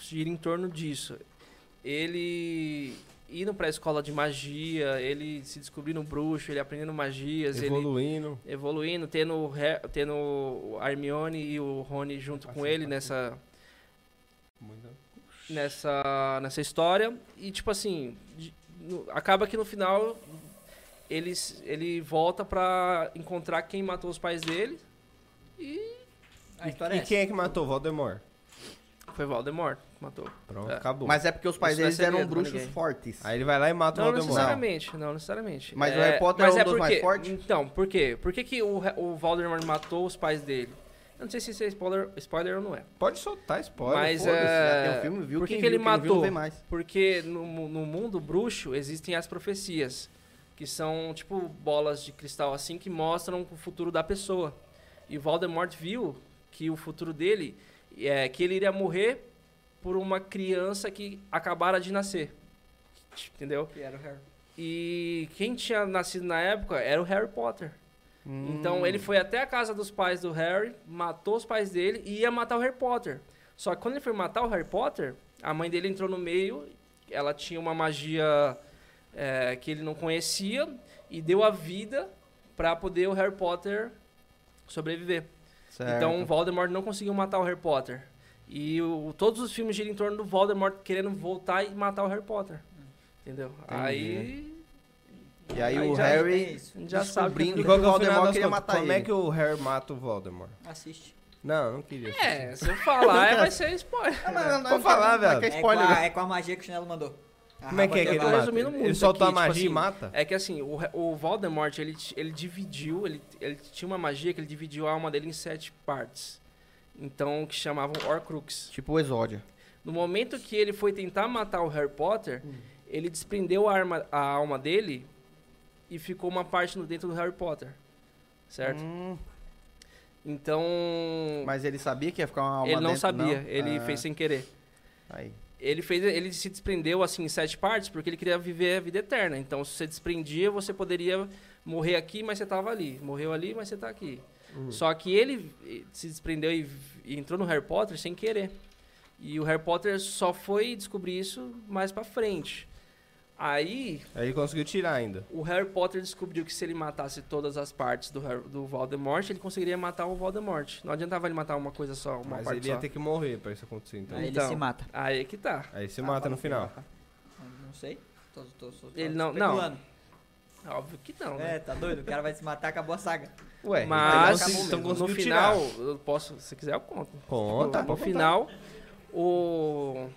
S1: gira em torno disso. Ele indo pra escola de magia, ele se descobrindo bruxo, ele aprendendo magias, ele
S3: Evoluindo.
S1: evoluindo, tendo, o Har- tendo o Hermione e o Rony junto com ele nessa, nessa nessa história e tipo assim de- no- acaba que no final ele s- ele volta pra encontrar quem matou os pais dele e
S4: A história é
S3: E
S4: essa.
S3: quem é que matou? Voldemort.
S1: foi Voldemort que matou
S3: Pronto,
S1: É.
S3: acabou.
S2: Mas é porque os pais
S1: Isso não é
S2: deles eram
S1: segredo pra
S2: bruxos
S1: ninguém.
S2: fortes.
S3: Aí ele vai lá e mata
S1: não
S3: o Voldemort.
S1: necessariamente não necessariamente
S2: Mas o Harry Potter
S1: mas
S2: é um dos
S1: por
S2: mais
S1: quê?
S2: fortes?
S1: então por quê por que, que o, Re- o Voldemort matou os pais dele eu não sei se isso é spoiler spoiler ou não é
S3: Pode soltar spoiler.
S1: Mas,
S3: foda-se.
S1: é,
S2: Já tem um filme, viu?
S1: por que
S2: Quem
S1: que ele
S2: viu, quem não viu, não
S1: matou?
S2: vê mais.
S1: Porque no, mu- no mundo bruxo existem as profecias, que são tipo bolas de cristal assim que mostram o futuro da pessoa. E o Voldemort viu que o futuro dele é que ele iria morrer por uma criança que acabara de nascer. Entendeu?
S4: Que era o Harry.
S1: E quem tinha nascido na época era o Harry Potter. Então
S2: Hum.
S1: ele foi até a casa dos pais do Harry, matou os pais dele e ia matar o Harry Potter. Só que quando ele foi matar o Harry Potter, a mãe dele entrou no meio, ela tinha uma magia é, que ele não conhecia e deu a vida pra poder o Harry Potter sobreviver.
S2: Certo.
S1: Então o Voldemort não conseguiu matar o Harry Potter. E o- todos os filmes giram em torno do Voldemort querendo voltar e matar o Harry Potter. Entendeu? Aí.
S2: e aí,
S1: aí
S2: o
S1: já-
S4: É
S2: Harry
S4: isso.
S1: A gente já sabe. que-
S2: descobrindo
S3: E
S2: que
S3: qual
S2: o
S3: que é o final
S2: Voldemort
S3: das
S2: queria
S3: contas?
S2: matar
S3: Como é que
S2: ele.
S3: o Harry mata o Voldemort?
S4: Assiste.
S3: Não, não queria.
S1: É, se eu falar, é, vai ser spoiler.
S2: Não, não, não,
S3: Vou falar,
S2: não, não,
S3: velho.
S2: que é
S4: É com,
S2: spoiler,
S4: a,
S2: né?
S4: é com a magia que o Chinelo mandou. A
S3: Como é que é
S4: raba
S3: que ele
S1: tô
S4: quebrava.
S3: mata?
S1: resumindo
S3: Ele
S1: muito aqui,
S3: solta a
S1: tipo
S3: magia e
S1: assim,
S3: mata?
S1: É que assim, o, o Voldemort, ele, ele dividiu, ele, ele tinha uma magia que ele dividiu a alma dele em sete partes. Então, que chamavam Horcrux.
S2: Tipo o Exódio.
S1: No momento que ele foi tentar matar o Harry Potter,
S2: Hum.
S1: ele desprendeu a, arma, a alma dele e ficou uma parte no dentro do Harry Potter. Certo?
S2: Hum,
S1: Então,
S2: mas ele sabia que ia ficar uma alma
S1: ele não
S2: dentro,
S1: sabia, ele
S2: Ah,
S1: fez sem querer.
S2: Aí.
S1: Ele, fez, ele se desprendeu assim em sete partes porque ele queria viver a vida eterna. Então, se você desprendia, você poderia morrer aqui, mas você estava ali. Morreu ali, mas você está aqui.
S3: Uhum.
S1: Só que ele eh, se desprendeu e, e entrou no Harry Potter sem querer. E o Harry Potter só foi descobrir isso mais pra frente. Aí,
S3: Aí ele conseguiu tirar ainda.
S1: o Harry Potter descobriu que se ele matasse todas as partes do, Harry- do Voldemort, ele conseguiria matar o Voldemort. Não adiantava ele matar uma coisa só, uma
S3: Mas
S1: parte
S3: ele ia
S1: só.
S3: ter que morrer pra isso acontecer, então.
S4: Aí ele
S1: Então.
S4: se mata.
S1: Aí é que tá.
S3: Aí você mata no final.
S4: Não sei. Tô, tô, tô, tô
S1: Ele não-
S4: especulando.
S1: Óbvio que não, né?
S4: É, tá doido? O cara vai se matar, acabou a saga.
S3: Ué,
S1: Mas
S3: então, então
S1: no
S3: conseguiu
S1: final,
S3: tirar.
S1: eu posso, se quiser eu conto.
S3: Conta.
S1: no final, o,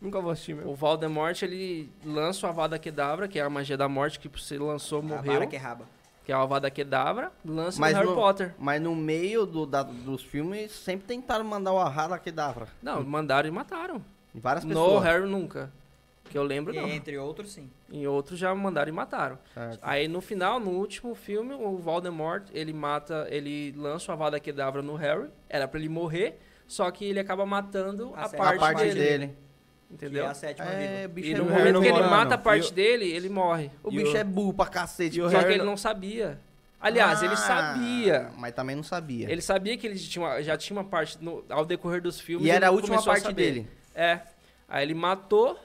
S3: Nunca vou assistir, meu.
S1: o Voldemort ele lança o Avada Kedavra, que é a magia da morte que você lançou morreu,
S4: que é raba.
S1: que é o Avada Kedavra, lança
S2: Mas
S1: no Harry
S2: no-
S1: Potter.
S2: Mas no meio do, da- dos filmes, sempre tentaram mandar o Arrada Kedavra.
S1: Não, mandaram e mataram.
S2: Em várias
S1: No
S2: pessoas.
S1: Harry nunca. Que eu lembro
S4: E
S1: não.
S4: entre outros, sim.
S1: Em outros já mandaram e mataram.
S2: Certo.
S1: Aí no final, no último filme, o Voldemort, ele mata, ele lança o Avada Kedavra no Harry, era pra ele morrer, só que ele acaba matando a
S4: A sétima
S2: A
S1: parte,
S2: parte dele.
S1: Entendeu?
S4: Que é a sétima
S2: É,
S4: vida.
S2: bicho
S1: e
S2: é
S1: no
S3: o
S2: burro.
S3: Harry
S1: momento
S3: não
S1: que ele
S3: mora,
S1: mata
S3: não.
S1: a parte
S3: E o-
S1: dele, ele morre.
S2: O
S3: E
S2: bicho
S3: o-
S2: é burro pra cacete.
S3: e o
S1: Só
S3: Harry
S1: que ele
S3: não-
S1: não sabia. Aliás, ele
S2: Ah,
S1: sabia.
S2: Mas também não sabia.
S1: Ele sabia que ele tinha uma- já tinha uma parte no- ao decorrer dos filmes.
S2: E era
S1: ele
S2: a última
S1: começou
S2: parte
S1: saber.
S2: dele.
S1: É. Aí ele matou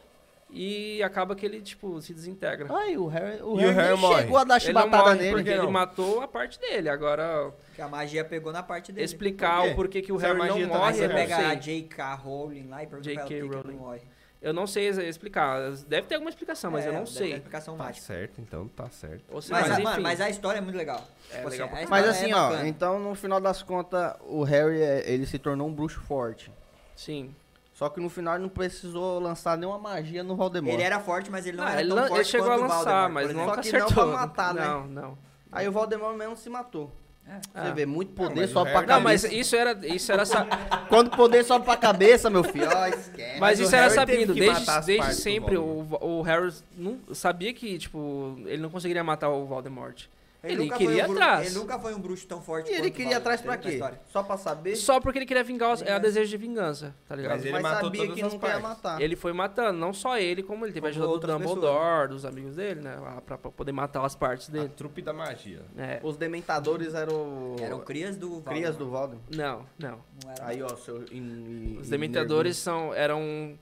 S1: e acaba que ele, tipo, se desintegra.
S2: Ai, o Harry, o
S3: E o
S2: Harry,
S3: Harry
S2: nem
S3: morre.
S2: chegou a dar
S1: ele não
S2: chibatada
S1: morre
S2: nele.
S1: porque
S3: Por que
S1: ele
S3: não?
S1: matou a parte dele. Agora,
S4: Que a magia pegou na parte dele.
S1: explicar o porquê que o
S3: Se a
S1: Harry não
S3: magia tá
S4: Aí
S1: morre,
S3: nesse
S4: você
S1: eu não
S3: universo.
S4: pega a
S1: sei.
S4: J.K. Rowling lá e pergunta pra
S1: J.K.
S4: ela por que que
S1: Rowling.
S4: não morre.
S1: Eu não sei ex- explicar. Deve ter alguma explicação, mas
S4: É,
S1: eu não
S4: deve ter
S1: sei.
S4: explicação
S3: Tá
S4: mágica.
S3: certo, então tá certo.
S1: Ou seja,
S4: Mas,
S1: mas,
S4: a- mano,
S1: enfim.
S4: mas a história é muito legal. Tipo
S1: legal pra
S4: a
S2: Mas
S4: história
S2: assim,
S4: é
S2: ó,
S4: bacana.
S2: então no final das contas, o Harry, é- ele se tornou um bruxo forte.
S1: Sim.
S2: Só que no final ele não precisou lançar nenhuma magia no Voldemort.
S4: Ele era forte, mas ele não
S1: Ah,
S4: era
S1: ele,
S4: tão
S1: lan- ele
S4: forte
S1: chegou a
S4: quanto o
S1: lançar,
S4: Valdemar,
S1: mas
S4: por
S1: não
S4: exemplo.
S2: Só que não
S1: acertou.
S2: pra matar, né?
S1: Não, não.
S2: Aí o Voldemort mesmo se matou. Você
S1: Ah.
S2: vê, muito poder
S3: mas o
S2: só pra
S3: Harry-
S1: Não,
S2: cabeça.
S1: mas isso era, isso era, sa-
S2: Quando poder sobe pra cabeça, meu filho, ó, esquece.
S1: mas
S3: o
S1: isso era
S3: Harry teve
S1: sabido.
S3: que
S1: Desde,
S3: matar as
S1: desde
S3: partes do
S1: sempre o, o Harry não, sabia que tipo ele não conseguiria matar o Voldemort. Ele
S4: nunca
S1: queria
S4: foi um bruxo-
S1: atrás.
S4: Ele nunca foi um bruxo tão forte
S2: E ele
S4: quanto o
S2: queria ir atrás pra
S4: Valdemar,
S2: quê?
S4: na história.
S2: Só pra saber?
S1: Só porque ele queria vingar os, era desejo de vingança, tá ligado?
S3: Mas
S1: Ele...
S3: ele
S2: mas tá.
S3: matou
S2: sabia
S3: todas
S2: que
S3: as
S2: não queria
S3: partes.
S2: matar.
S1: foi matando, não só ele, como ele teve a
S4: Como
S1: ajuda do
S4: outras
S1: Dumbledore, dos amigos dele, né? lá Pra, pra poder matar as partes
S3: A
S1: dele.
S3: trupe da magia.
S1: É.
S2: Os dementadores eram...
S4: Eram crias do Valdemar.
S2: crias do Voldemort.
S1: Não, não.
S4: Não era-
S2: Aí, ó, seu... in- in-
S1: Os dementadores são, eram,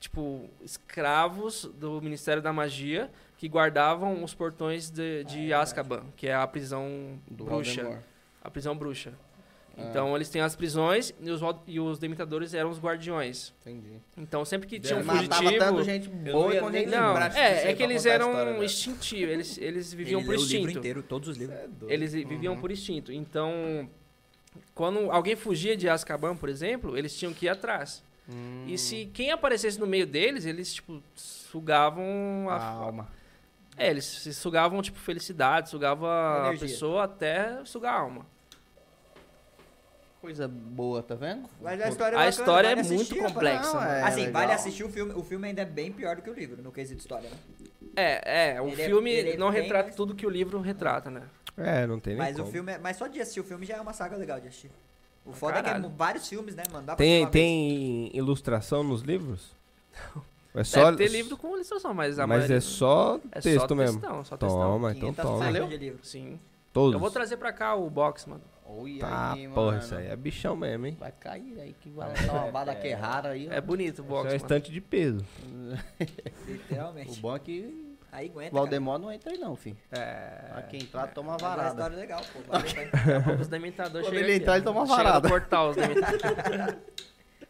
S1: tipo, escravos do Ministério da Magia que guardavam os portões de, de Azkaban, que é a prisão
S2: do
S1: bruxa.
S2: Voldemort.
S1: A prisão bruxa.
S2: Ah.
S1: Então eles têm as prisões e os, Val- e os dementadores eram os guardiões.
S2: Ah, Entendi.
S1: Então sempre que
S3: Ele
S1: tinha um
S3: matava
S1: fugitivo.
S2: tanto É, gente boa
S3: ia
S2: quanto
S3: nem
S2: gente
S3: lembrar
S1: Não,
S2: ruim.
S3: disso aí
S1: é, é
S3: pra
S1: que eles
S3: contar a história
S1: eram
S3: dela.
S1: instintivos, eles, eles
S4: Ele
S1: viviam por
S4: leu o livro
S1: instinto.
S4: inteiro, todos os livros.
S3: É doido.
S1: Eles viviam por instinto. Então, quando alguém fugia de Azkaban, por exemplo, eles tinham que ir atrás.
S2: Hum,
S1: E se quem aparecesse no meio deles, eles, tipo, sugavam a...
S2: Calma.
S1: É, eles se sugavam, tipo, felicidade, sugavam a
S4: Energia.
S1: pessoa até sugar a alma.
S2: Coisa boa, tá vendo?
S4: Mas a história é
S1: a
S4: bacana,
S1: história
S4: vale
S1: é muito
S4: assistir,
S1: complexa.
S2: não,
S1: mano.
S2: é-
S4: Assim, vale
S2: legal.
S4: assistir o filme. O filme ainda é bem pior do que o livro, no quesito história, né?
S1: É, é, o
S4: Ele é-
S1: filme
S4: ele é
S1: não
S4: bem
S1: retrata
S4: mais-
S1: tudo que o livro retrata, né?
S3: É, não tem nem
S4: Mas o
S3: como.
S4: filme é- Mas só de assistir o filme já é uma saga legal de assistir. O
S1: Pra
S4: foda é que é
S1: caralho.
S4: vários filmes, né, mano? Dá pra assistir
S3: Tem,
S4: uma vez.
S3: tem ilustração nos livros? Não. É
S1: Só
S3: só
S1: Deve ter livro com ilustração, mas a
S3: Mas
S1: maioria-
S3: é só
S1: é
S3: texto
S1: só
S3: mesmo.
S1: textão, só textão.
S3: Toma, então
S4: 500
S3: toma.
S4: páginas de livro.
S1: Sim.
S3: Todos.
S1: Eu vou trazer pra cá o box, mano.
S2: Olha
S3: Tá,
S2: aí,
S3: porra,
S2: mano.
S3: isso aí é bichão mesmo, hein?
S2: Vai cair aí que vai lançar uma bala que é rara aí. ó.
S1: É bonito o
S3: Isso
S1: box,
S3: é um
S1: mano.
S3: estante de peso.
S2: O
S4: Literalmente.
S2: bom é que
S4: Aí aguenta.
S2: o Valdemort não entra aí não, filho.
S1: É.
S2: Pra quem entrar, toma uma
S4: Cara. Mas é
S2: varada.
S4: uma história legal, pô. é Vale a pena.
S1: Os dementadores
S2: Quando
S1: chegam
S2: ele
S1: aqui,
S2: entrar,
S1: ó.
S4: né?
S2: ele toma uma
S1: Chega no
S2: varada.
S1: portal, os dementadores.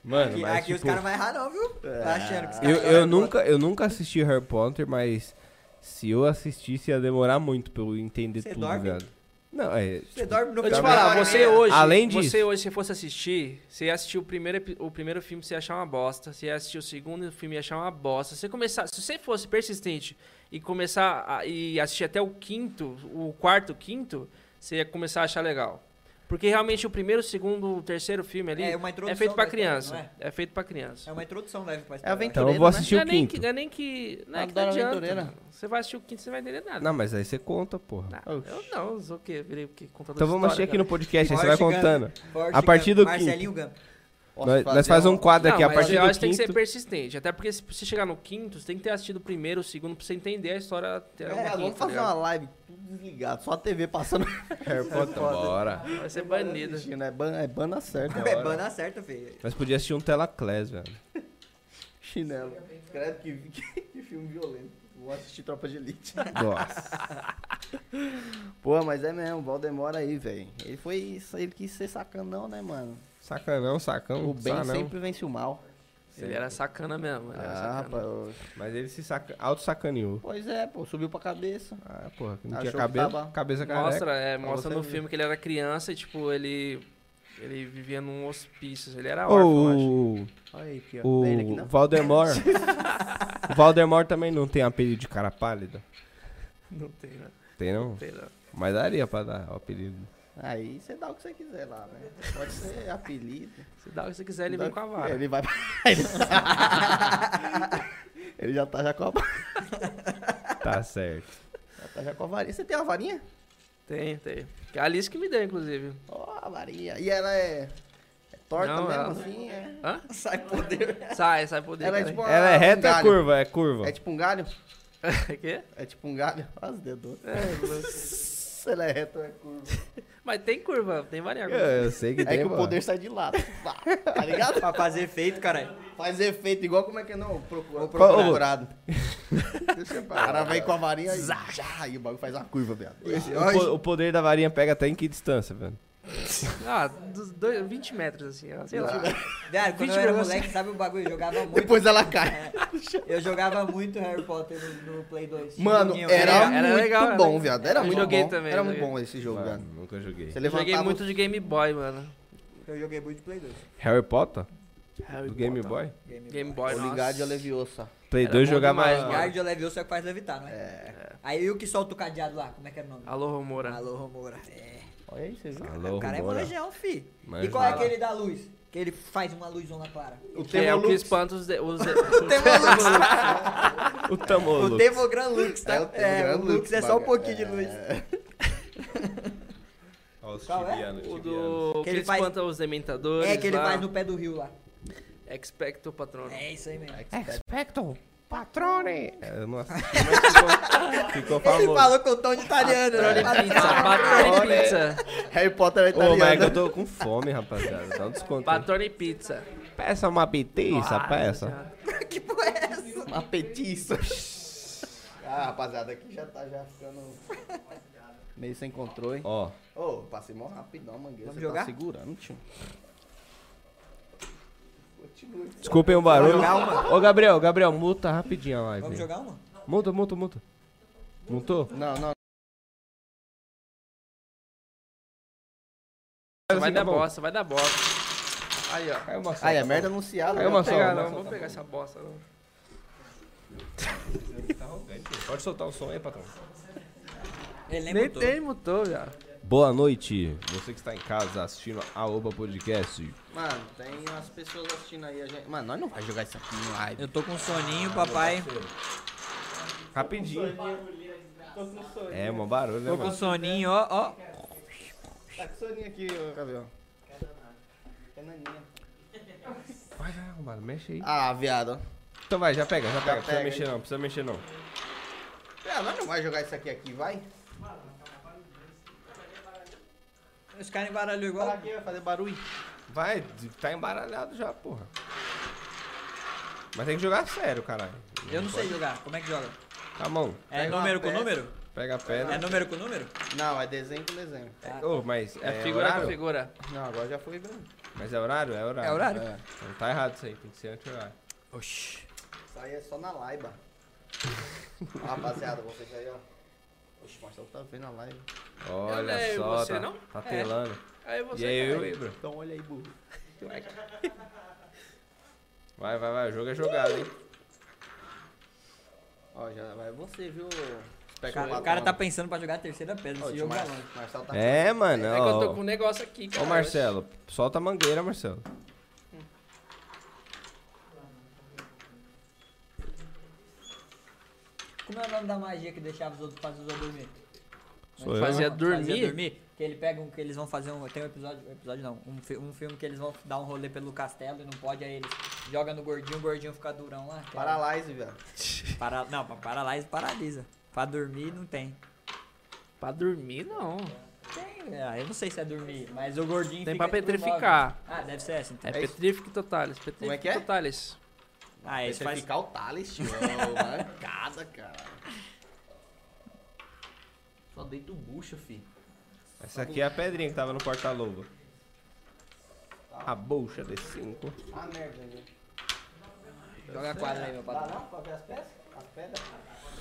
S3: Mano,
S4: Aqui,
S3: mas
S4: aqui os
S3: tipo,
S4: caras vão errar, não, viu? Tá
S2: É.
S4: achando que os
S3: eu,
S4: caras.
S3: eu, nunca, eu nunca assisti Harry Potter, mas se eu assistisse ia demorar muito pra eu entender
S4: Você
S3: tudo,
S4: dorme?
S3: velho. Não, é...
S4: Você dorme no
S1: Eu te
S4: filme,
S1: falar,
S4: agora,
S1: você
S4: né?
S1: hoje,
S3: Além
S1: você
S3: disso-
S1: hoje, se fosse assistir, você ia assistir o primeiro, epi- o primeiro filme, você ia achar uma bosta. Você ia assistir o segundo filme, ia achar uma bosta. Se você, começar, se você fosse persistente e começar a, e assistir até o quinto, o quarto, quinto, você ia começar a achar legal. Porque realmente o primeiro, o segundo, o terceiro filme ali
S4: É uma
S1: é,
S4: introdução
S1: feito pra
S4: da história,
S1: criança.
S4: não é?
S1: É feito pra criança.
S4: É uma introdução leve pra
S2: É
S4: história.
S2: aventura.
S3: Então eu vou
S2: né?
S3: assistir
S1: não, é
S3: o
S1: nem
S3: quinto.
S1: que, não é nem que. Não
S4: Ah,
S1: é que não
S2: Adoro
S1: adianta.
S2: aventureira.
S1: mano. Você vai assistir o quinto, você não vai entender nada.
S3: Não, mas aí você conta, porra.
S1: Ah, eu não, eu sou o quê? Virei o quê? Contador
S3: Então
S1: de
S3: vamos assistir
S1: história,
S3: aqui
S1: cara.
S3: no podcast, aí você vai
S4: Forrest
S3: contando.
S4: Gump, Forrest
S3: A partir
S4: Gump,
S3: do
S4: Marcelinho Gump.
S2: Posso
S3: Nós, nós
S2: fazer
S3: faz um
S2: uma-
S3: quadro aqui,
S1: Não,
S3: a
S1: mas
S3: partir
S1: eu
S3: do
S1: acho que tem que ser
S3: quinto...
S1: persistente. Até porque se você chegar no quinto, você tem que ter assistido o primeiro, o segundo, pra você entender a história até o
S2: É,
S1: quinto.
S2: vamos
S1: tá
S2: fazer uma
S1: ligado?
S2: live tudo desligado, só a TV passando.
S3: Harry Potter, bora.
S1: Vai ser banido.
S2: assistindo, é, ban, é banda certa.
S4: É banda certa, filho.
S3: Nós podíamos assistir um Telaclés, velho.
S2: Chinelo. Credo que, que, que filme violento. Vou assistir Tropa de Elite.
S3: Nossa.
S2: Pô, mas é mesmo, o Valdemar aí, velho. Ele foi isso, ele quis ser sacanão, né, mano?
S3: Então, Sacanão, sacão,
S2: O bem
S3: sanão.
S2: sempre vence o mal.
S1: Ele era sacana mesmo. Ele é era
S2: Ah,
S1: sacana.
S2: rapaz. eu-
S3: Mas ele se saca... auto-sacaneou.
S2: Pois é, pô, subiu pra cabeça.
S3: Ah, porra, não
S2: Achou
S3: tinha
S2: que
S3: cabelo,
S2: tava-
S3: cabeça careca.
S1: Mostra, é, mostra
S3: você
S1: no
S3: ver.
S1: filme que ele era criança e, tipo, ele. Ele vivia num hospício. Ele era tá órfão, eu acho.
S3: Ou
S2: Olha aí aqui, ó.
S3: o,
S2: Não é ele aqui,
S3: o
S2: não?
S3: Valdemar. o Valdemar também não tem apelido de cara pálida.
S1: Não tem, né?
S3: Tem não?
S1: Não tem, não.
S3: Mas daria pra dar o apelido.
S2: Aí você dá o que você quiser lá, né? Pode ser apelido.
S1: Se dá o que você quiser, Então, ele
S2: Dá-
S1: vem com a vara.
S2: É, Ele vai. ele... Ele já tá já com a
S3: Tá certo.
S2: já tá já com a varinha. Você tem uma varinha?
S1: Tem, tem. Que é a Alice que me deu, inclusive.
S2: Ó, a varinha. E ela é, é torta
S1: Não,
S2: mesmo,
S1: ela-
S2: assim? É...
S1: Hã?
S4: Sai poder.
S1: Sai, sai poder.
S2: Ela é
S1: cara.
S2: tipo uma-
S3: Ela é
S2: um
S3: reta, é
S2: galho.
S3: curva, é curva.
S2: É tipo um galho?
S1: Quê?
S2: É tipo um galho? Olha os dedos.
S1: É, mas-
S2: Se ela é reta, é curva.
S1: Mas tem curva, tem variável.
S3: Eu, eu sei que tem,
S2: É que o
S3: mano.
S2: poder sai de lado. Pá, Tá ligado?
S4: Pra fazer efeito, caralho.
S2: Faz efeito, igual como é que é não? Procura,
S4: Ô,
S2: procurado. Deixa pra... O cara vem com a varinha e já, e o bagulho faz uma curva, viado.
S3: Esse- o, po- o poder da varinha pega até em que distância, velho?
S1: Ah, dos dois, 20 metros, assim, ó, sei lá.
S4: Viado,
S1: 20
S4: quando eu era
S1: minutos.
S4: moleque, sabe o bagulho? Eu jogava muito.
S2: Depois ela cai.
S4: É, eu jogava muito Harry Potter no, no Play né? 2.
S2: Mano,
S4: Pequenininho,
S2: era, um-
S1: era
S2: muito
S1: legal, era
S2: bom,
S1: legal.
S2: viado. Era
S1: Eu
S2: muito
S1: joguei
S2: bom.
S1: também,
S2: era
S1: joguei.
S2: muito bom esse jogo,
S3: Mano,
S2: viado.
S3: Ah, nunca joguei.
S2: Você
S1: Eu joguei
S2: levantava
S1: muito de Game Boy, mano.
S4: Eu joguei muito de Play 2.
S3: Harry Potter?
S1: Harry
S3: Do Game
S1: Potter.
S3: Boy?
S4: Game,
S1: Game
S4: Boy.
S1: Boy,
S2: o
S1: nossa.
S2: Ligard e o Leviosa.
S3: Play
S1: Era
S3: 2
S1: bom
S3: jogava...
S1: demais, mano.
S4: Guard eu levei o só que faz levitar, não é? Aí o que solta o cadeado lá, como é que era o nome?
S1: Alô, Romora.
S4: Alô, Romora. É.
S2: Olha aí, você viu?
S3: Alô,
S4: o cara
S3: Romora.
S4: é manjão, fi.
S3: Manjão.
S4: E qual é aquele da luz? Que ele faz uma luzona clara.
S2: O
S1: Que é o que
S2: Temolux.
S1: espanta os... de- os de-
S3: O Tamolo.
S4: O Demogran Lux, tá?
S2: É, o
S4: É,
S2: Demogran
S4: o Lux é
S2: Lux,
S4: só um
S2: baga-
S4: pouquinho de luz.
S3: Ó, os
S4: Qual é?
S3: tibianos,
S1: o
S3: tibianos.
S1: do... que,
S4: ele faz-
S1: espanta os dementadores
S4: É, que ele
S1: lá.
S4: faz no pé do rio lá.
S1: Expecto Patrono.
S4: É isso aí mesmo.
S3: Expecto Patrone. É, eu não assisti, mas ficou, ficou
S4: Ele
S3: famoso.
S4: falou com o tom de italiano, né? Ele
S1: Pizza,
S4: fala,
S1: Patrone Pizza.
S2: Harry Potter é
S3: Ô, mas é que
S2: italiano.
S3: eu tô com fome, rapaziada. Dá um desconto. aí.
S1: Patrone Pizza. Ah,
S3: Peça uma pitiça,
S1: Nossa
S3: peça.
S1: Senhora.
S4: Que porra é essa?
S2: Uma petiça. ah, rapaziada, aqui já tá já ficando meio sem controle.
S3: Ó,
S2: Ô, passei mó rapidão a mangueira.
S4: Vamos
S2: você
S4: jogar?
S2: tá segurando, tio. Continua.
S3: desculpem o barulho.
S4: jogar uma?
S3: Ô, Gabriel, Gabriel, multa rapidinho a live.
S4: Vamos
S3: aí.
S4: jogar uma?
S3: Multa, multa, multa. Multou?
S2: Não, não.
S1: Vai dar
S3: Assim, tá bom.
S1: bosta, vai dar bosta. Aí, ó.
S3: Caiu uma só.
S2: Ah,
S4: tá
S2: é merda anunciada.
S3: Aí
S2: né?
S3: uma
S1: Vou pegar,
S3: só,
S1: não.
S3: uma
S1: Vou
S3: só.
S1: pegar essa bosta, não.
S3: Pode soltar o som aí, patrão.
S4: Ele nem
S1: Nem
S4: botou.
S1: tem, mutou, viado.
S3: Boa noite, você que está em casa assistindo a Oba Podcast.
S2: Mano, tem umas pessoas assistindo aí a gente. Mano, nós não vai jogar isso aqui em live.
S4: Eu tô com soninho, papai.
S3: Rapidinho. É, mó barulho, né,
S4: Tô com
S3: mano?
S4: soninho, ó, ó.
S2: Tá com soninho aqui, ô, Gabriel.
S3: Vai, vai, arrumado, mexe aí.
S2: Ah, viado.
S3: Então vai, já pega, já pega. Precisa
S2: pega
S3: mexer
S2: aí.
S3: não, precisa mexer não.
S2: É, nós não vai jogar isso aqui aqui, vai?
S4: Os caras embaralhou igual.
S2: Para aqui, vai fazer barulho.
S3: Vai, tá embaralhado já, porra. Mas tem que jogar sério, caralho.
S4: Eu não sei jogar. Como é que joga?
S3: Com a mão,
S4: É
S2: Pega uma
S4: número com
S2: peça.
S4: número?
S3: pega a
S4: É
S3: pedra.
S4: número com número?
S2: Não, é desenho com desenho.
S3: Ô, mas
S1: É,
S3: é,
S1: figura com
S3: horário?
S1: figura.
S2: Não, agora já foi grande.
S3: Mas é horário? É horário.
S4: É horário?
S3: Então tá errado isso aí, tem que ser anti-horário.
S4: Oxi.
S2: Isso aí é só na laiba. Rapaziada, vocês aí, ó. Oxe, o Marcelo tá vendo a live.
S3: Olha
S1: Eu, né, e
S3: só,
S1: você
S3: tá,
S1: não?
S3: tá
S1: É.
S3: telando.
S1: Aí você.
S3: E aí, eu
S1: cara.
S3: e o Ibra.
S2: Então olha aí, burro.
S3: Vai, vai, vai, o jogo é jogado, hein?
S2: Ó, já vai você, viu?
S4: O cara, o cara tá pensando pra jogar a terceira pedra nesse jogo galão.
S2: Marcelo tá
S3: É, mano,
S1: É que eu tô com um negócio aqui, cara.
S3: Ó, Marcelo, solta a mangueira, Marcelo.
S4: Como é o nome da magia que deixava os outros fazer os outros dormir? é
S3: Sou eu.
S1: Fazia
S4: Fazia
S1: dormir.
S4: dormir? Que ele pega um que eles vão fazer um. Tem um episódio. um episódio não. Um, fi- um filme que eles vão dar um rolê pelo castelo e não pode, aí eles joga no gordinho, o gordinho fica durão lá. que era-
S2: Paralise,
S4: É,
S2: velho.
S4: Para, não, pra paralise paralisa. Pra dormir não tem.
S1: Pra dormir, não.
S4: Tem, é, eu não sei se é dormir, mas o gordinho
S1: Tem
S4: fica
S1: pra
S4: imóvel.
S1: petrificar.
S4: Ah, deve ser essa
S1: É,
S4: então.
S1: Petrific Totalis. Petrific
S2: é que é?
S1: Totalis.
S4: Ah, é, isso faz.
S2: ficar o Thales, tio. É uma Mancada, cara. Só deita o bucho, fi.
S3: Essa aqui é a pedrinha que tava no porta-luva. A bolsa de 5.
S2: Ah, merda, gente.
S4: Joga a quadra aí, meu
S2: Dá
S4: patrão.
S2: não pra ver as peças? As pedras?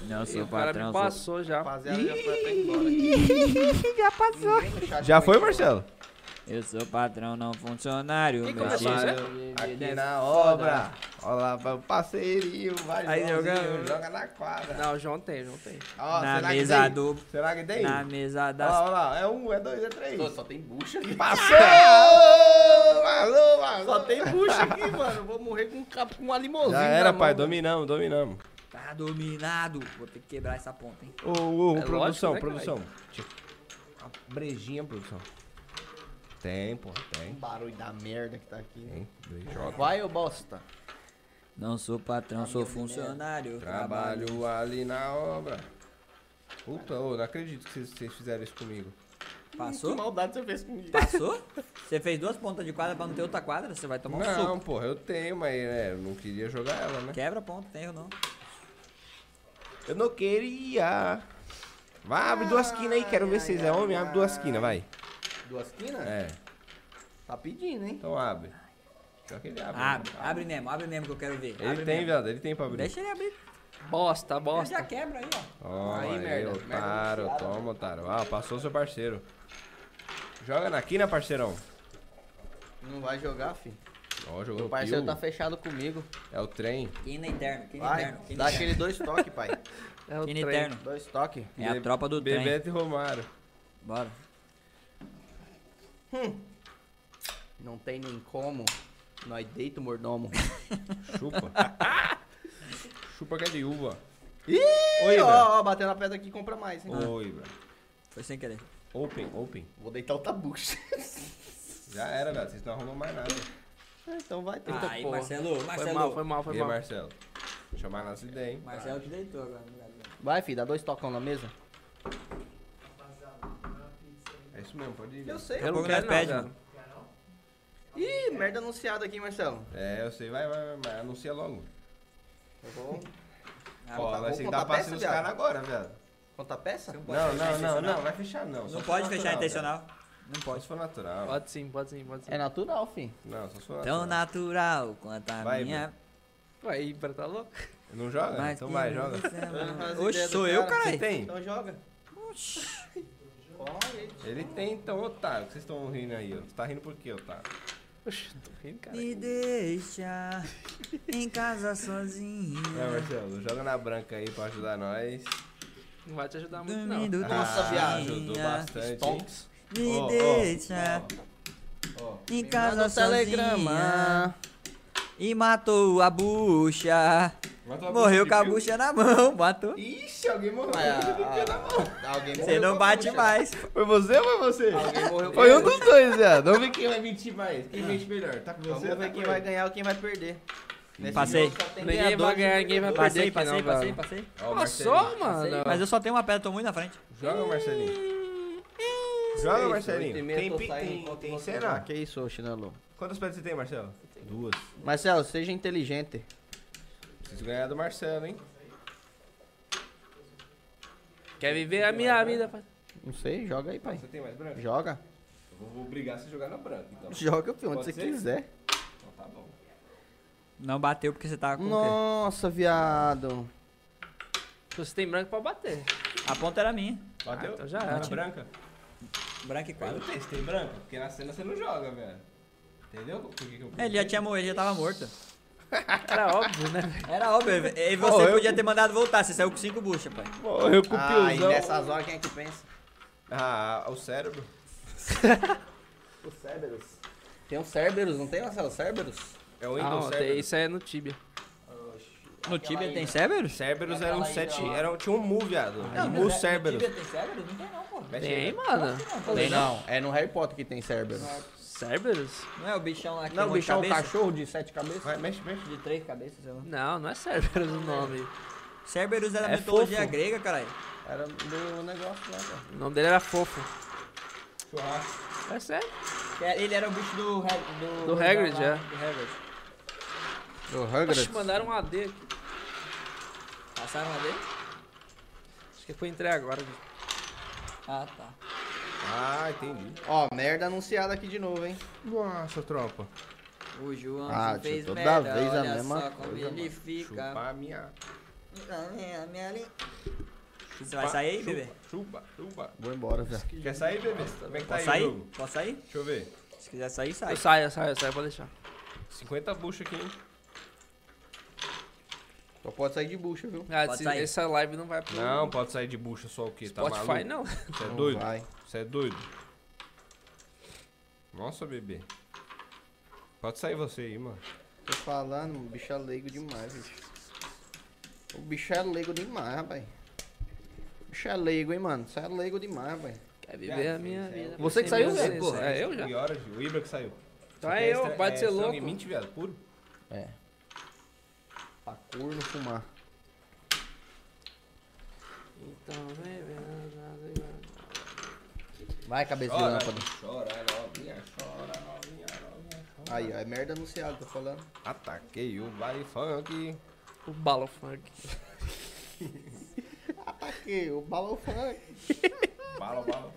S4: Não,
S1: E o cara me passou já.
S2: Rapaziada, já foi até embora aqui. Ninguém no chat
S3: Já foi,
S2: comentou.
S3: Marcelo?
S4: Eu sou patrão, não funcionário.
S1: Quem meu começou, tio-
S3: Aqui na obra. Olha lá, vai o parceirinho, vai
S4: Aí
S3: Joãozinho,
S4: jogando.
S3: joga na quadra.
S1: Não, o João tem, o João tem.
S3: Ó, será que tem?
S4: do.
S3: Será que tem?
S4: mesa
S3: Olha lá, olha lá, é um, é dois, é três.
S2: Só- Só tem bucha aqui.
S3: Passou! Passou, passou.
S2: Só tem bucha aqui, mano. Vou morrer com um cap- com uma limousine.
S3: Já
S2: na
S3: era,
S2: mão,
S3: pai,
S2: velho.
S3: dominamos, dominamos.
S4: Tá dominado. Vou ter que quebrar essa ponta, hein?
S3: Ô, ô,
S1: É
S3: produção,
S1: lógico, né,
S3: produção. Tipo, a brejinha, produção. Tem, porra,
S2: Um
S3: tem.
S2: barulho da merda que tá aqui. né?
S3: Tem, brejota.
S2: Vai, ô bosta.
S4: Não sou patrão, sou funcionário.
S3: Trabalho ali na obra. Puta, eu não acredito que vocês- vocês fizeram isso comigo.
S4: Passou?
S6: maldade você fez comigo.
S4: Passou? Você fez duas pontas de quadra pra não ter outra quadra? Você vai tomar um
S3: não,
S4: suco.
S3: porra, eu tenho, mas né, eu não queria jogar ela, né?
S4: Quebra a ponta, tem ou não?
S3: Eu não queria. Vai, abre duas quinas aí, quero ver se vocês é homem. Abre duas quinas, vai.
S2: Duas quinas?
S3: É,
S2: Tá pedindo, hein?
S3: então abre. Pior que ele abre.
S4: Abre,
S3: né?
S4: abre mesmo, abre mesmo que eu quero ver.
S3: Ele
S4: abre
S3: tem,
S4: mesmo.
S3: viado, ele tem pra abrir.
S4: Deixa ele abrir.
S1: Bosta,
S4: Ele
S1: bosta.
S4: já quebra aí, ó.
S3: Toma
S2: Aí,
S3: aí,
S2: merda,
S3: otário, toma, otário. Ah, passou seu parceiro. Joga na quina, parceirão.
S2: Não vai jogar, filho.
S3: Ó, jogou
S2: Meu
S3: o
S2: parceiro
S3: pio.
S2: tá fechado comigo.
S3: É o trem.
S4: Quina interno, quina
S2: Vai,
S4: interno. Quina
S2: dá
S4: interno.
S2: aquele dois toques, pai.
S1: É o
S4: Quina
S1: trem.
S4: interno.
S2: Dois toques.
S4: É a
S3: Be-
S4: tropa do trem.
S3: Bebeto e Romário.
S4: Bora.
S2: Não tem nem como. Nós deita o mordomo.
S3: Chupa. Chupa que é de uva.
S2: Ih, ó, ó, batendo a pedra aqui, compra mais, hein?
S3: Oi, velho.
S4: Foi sem querer.
S3: Open, open.
S2: Vou deitar o tabucho.
S3: Já era, velho. Vocês não arrumam mais nada.
S2: então
S3: Ah.
S2: vai, tenta,
S4: Aí,
S2: porra.
S4: Marcelo,
S1: Foi mal,
S4: Marcelo.
S1: foi mal, foi
S3: E aí,
S1: mal.
S3: Marcelo? Chamar nas ideias, hein?
S4: Marcelo te deitou agora. né, não dá, não.
S2: Vai, filho, dá dois tocão na mesa.
S3: É isso mesmo, pode ir. velho.
S2: sei.
S1: Eu não
S4: Pouco
S1: quero
S4: nós pede,
S1: não,
S4: mano.
S1: cara.
S2: Ih, merda anunciada aqui, Marcelo.
S3: É, eu sei. Vai, vai, vai. vai. Anuncia logo.
S2: Eu vou
S4: Ah,
S3: Ó,
S2: tá
S3: vai
S2: bom,
S3: sem
S2: conta
S3: dar
S2: a peça,
S3: passe nos
S2: viado.
S3: caras agora, velho.
S2: contar a peça?
S3: Não,
S4: fechar
S3: não, não,
S4: intencional.
S3: não. Vai fechar, não. Só
S4: Não
S3: se
S4: pode
S3: for natural,
S4: fechar
S3: né? velho.
S4: intencional. Não
S3: Só
S4: pode.
S3: se for natural.
S1: Pode sim, pode sim, pode sim.
S2: É natural, filho.
S3: Não, só se for
S4: Tão
S3: natural.
S4: natural quanto a
S3: Vai,
S4: minha.
S1: Ué, e pra tá louco?
S3: Não joga?
S4: mas
S3: então vai,
S4: que
S3: joga.
S4: você ama.
S2: Eu não faço ideia
S4: Oxe,
S2: do
S4: sou eu,
S2: cara.
S4: caralho.
S3: tem?
S2: Então joga.
S4: Oxi.
S3: Ele tem então, otário. que Vocês estão rindo aí, ó. Você tá rindo por quê, otário?
S1: Oxe, tô rindo, cara.
S4: Me deixa em casa sozinha.
S3: É, Marcelo, joga na branca aí pra ajudar nós. Ah,
S1: Não vai te ajudar muito, não.
S4: Dormindo
S2: Nossa,
S4: sozinha.
S2: viado,
S3: ajudou bastante. hein?
S2: Stonks.
S4: Me
S3: Ó, ó,
S4: deixa
S3: ó.
S4: em
S2: Manda
S4: casa
S2: um
S4: sozinha. E matou a bucha.
S3: Mata uma bucha
S4: Morreu
S3: de
S4: com a
S3: fio.
S4: bucha na mão. Matou.
S3: Ixi, alguém morreu.
S2: Mas, ah, ah, alguém
S4: Você
S2: morreu.
S4: não
S2: com a
S4: bate
S2: bucha.
S4: mais.
S3: Foi você ou foi você?
S2: Alguém morreu. com
S3: Foi
S2: a
S3: um
S2: bucha.
S3: dos dois, velho. Vamos ver quem vai mentir mais. Quem mente melhor. Tá com
S2: Vamos
S3: você? ou tá
S2: ver
S3: com
S2: quem
S3: ele?
S2: vai ganhar ou quem vai perder. Nesse
S4: Passei.
S2: jogo só tem
S1: Ninguém
S2: ganhador
S1: vai
S2: e
S1: ganhar, ninguém vai
S2: perdedor.
S1: perder
S4: Passei,
S1: aqui não,
S4: passei, passei,
S1: velho.
S4: passei.
S3: Ó, o Marcelinho.
S1: Passou, mano.
S4: Mas eu só tenho uma pedra, tô muito na frente.
S3: Joga, Marcelinho. Joga,
S2: Isso,
S3: Marcelinho.
S2: oito e meia,
S3: Tem,
S2: tô
S3: pi-
S2: saindo um
S3: tem,
S2: enquanto
S3: tem
S2: você.
S3: cena?
S2: Que isso, ô chinelo.
S3: Quantas pedras você tem, Marcelo? Duas.
S2: Marcelo, seja inteligente.
S3: Preciso ganhar do Marcelo, hein?
S1: Quer viver a minha vida, pai?
S2: Não sei, joga aí, pai.
S3: Você tem mais branca?
S2: Joga.
S3: Eu vou vou obrigar você a jogar na branca, então.
S2: Joga, filho, onde você
S3: Pode ser?
S2: quiser.
S3: Então tá bom.
S4: Não bateu porque você
S2: Tá
S4: tava com o
S2: Nossa, viado.
S1: Se você tem branco, pode bater.
S4: quê? A ponta era minha.
S3: Bateu?
S1: Ah, então já
S3: Tá
S1: era.
S3: branca?
S4: Branco e
S3: Eu não
S4: quadro.
S3: tenho, você tem branca? Porque na cena você não joga, velho. Entendeu? Por que que eu
S4: Ele já tinha morrido, ele já tava morto.
S1: Era óbvio, né? velho?
S4: Era óbvio. E
S3: Ó,
S4: você
S3: eu-
S4: podia ter mandado voltar, você saiu com cinco buchas, pai.
S3: Morreu com
S2: Ah, e
S4: né?
S2: nessas horas quem é que pensa?
S3: Ah, o cérebro.
S2: O Cerberus. Tem um Cerberus, não tem, Marcelo? Cerberus?
S3: É o
S1: Ah,
S3: Windows
S1: ó, tem-
S3: Cerberus.
S1: isso aí é no Tibia.
S4: No Tibia tem Cerberus?
S3: Cerberus era um
S2: Aquela
S3: sete,
S4: então.
S2: ilha lá.
S3: era, um- tinha um Mu, viado. Mu Cerberus.
S4: é, Tibia tem Cerberus? Não tem não, pô.
S3: Mexe aí,
S1: Tem,
S3: velho.
S1: mano.
S2: Tem não, é no Harry Potter que tem Cerberus.
S1: Cerberus?
S4: Não é o bichão lá que
S2: Não,
S4: tem
S2: o
S4: um monte de
S2: bichão é um
S4: cabeça?
S2: cachorro de sete cabeças?
S3: Vai, mexe, mexe.
S4: De três cabeças, sei lá.
S1: Não, não é Cerberus o nome.
S4: Cerberus era
S1: É
S4: mitologia
S1: fofo.
S4: grega, caralho.
S2: Era do negócio lá, cara.
S1: O nome dele era Fofo.
S3: Churrasco.
S1: É sério?
S4: É, Ele era o bicho do... Hag-
S1: Do Hagrid,
S4: lá,
S1: é.
S4: Do Hagrid.
S2: Do
S1: Oxe, mandaram um AD aqui.
S4: Passaram uma vez?
S1: Acho que foi entrei agora.
S4: Ah, tá.
S3: Ah, entendi.
S2: Ó, merda anunciada aqui de novo, hein?
S3: Nossa, tropa.
S4: O João
S2: Ah,
S4: se
S2: tio,
S4: fez
S2: toda
S4: merda,
S2: vez a
S4: olha
S2: mesma
S4: só como
S2: coisa,
S4: ele
S2: mano.
S4: fica.
S3: Chupa a minha.
S4: Ah, minha- minha li- Você vai sair aí,
S3: chupa,
S4: bebê?
S3: Chupa, chupa.
S2: Vou embora, velho.
S3: Quer sair, bebê? Como é que tá
S4: Posso
S3: aí,
S4: sair?
S3: jogo?
S4: Posso sair?
S3: Deixa eu ver.
S4: Se quiser sair, sai.
S1: Eu saio, eu saio, eu saio, pode deixar.
S3: 50 bucha aqui, hein?
S2: Só pode sair de bucha, viu?
S1: Ah,
S4: Pode
S1: esse-
S4: sair.
S1: essa live não vai pro
S3: Não, pode sair de bucha só o quê? Tá
S1: Spotify,
S3: maluco?
S1: não.
S3: Você é
S2: Não
S3: doido?
S2: Então Vai.
S3: Você é doido? Nossa, bebê. Pode sair você aí, mano.
S2: Tô falando, o bicho é leigo demais, bicho. O bicho é leigo demais, rapaz. O bicho é leigo, hein, mano. Você é leigo demais, rapaz.
S1: Quer viver a minha vida.
S2: Você que
S1: sem
S2: saiu,
S1: meus
S2: velho,
S1: desejos.
S2: porra.
S1: É eu já.
S3: Que horas, Gil? O Ibra que saiu.
S1: Então é eu, pode ser louco.
S3: Mente, viado, puro.
S2: É. Tá Pra corno fumar.
S1: Então, né, né, né,
S2: Vai, cabeça de
S3: Chora,
S2: lâmpada.
S3: chora, novinha, chora, novinha, novinha.
S2: Aí, ó, é merda anunciada, tô falando.
S3: Ataquei o baile funk.
S1: o bala funk.
S2: Ataquei, o balão funk.
S3: Bala, bala.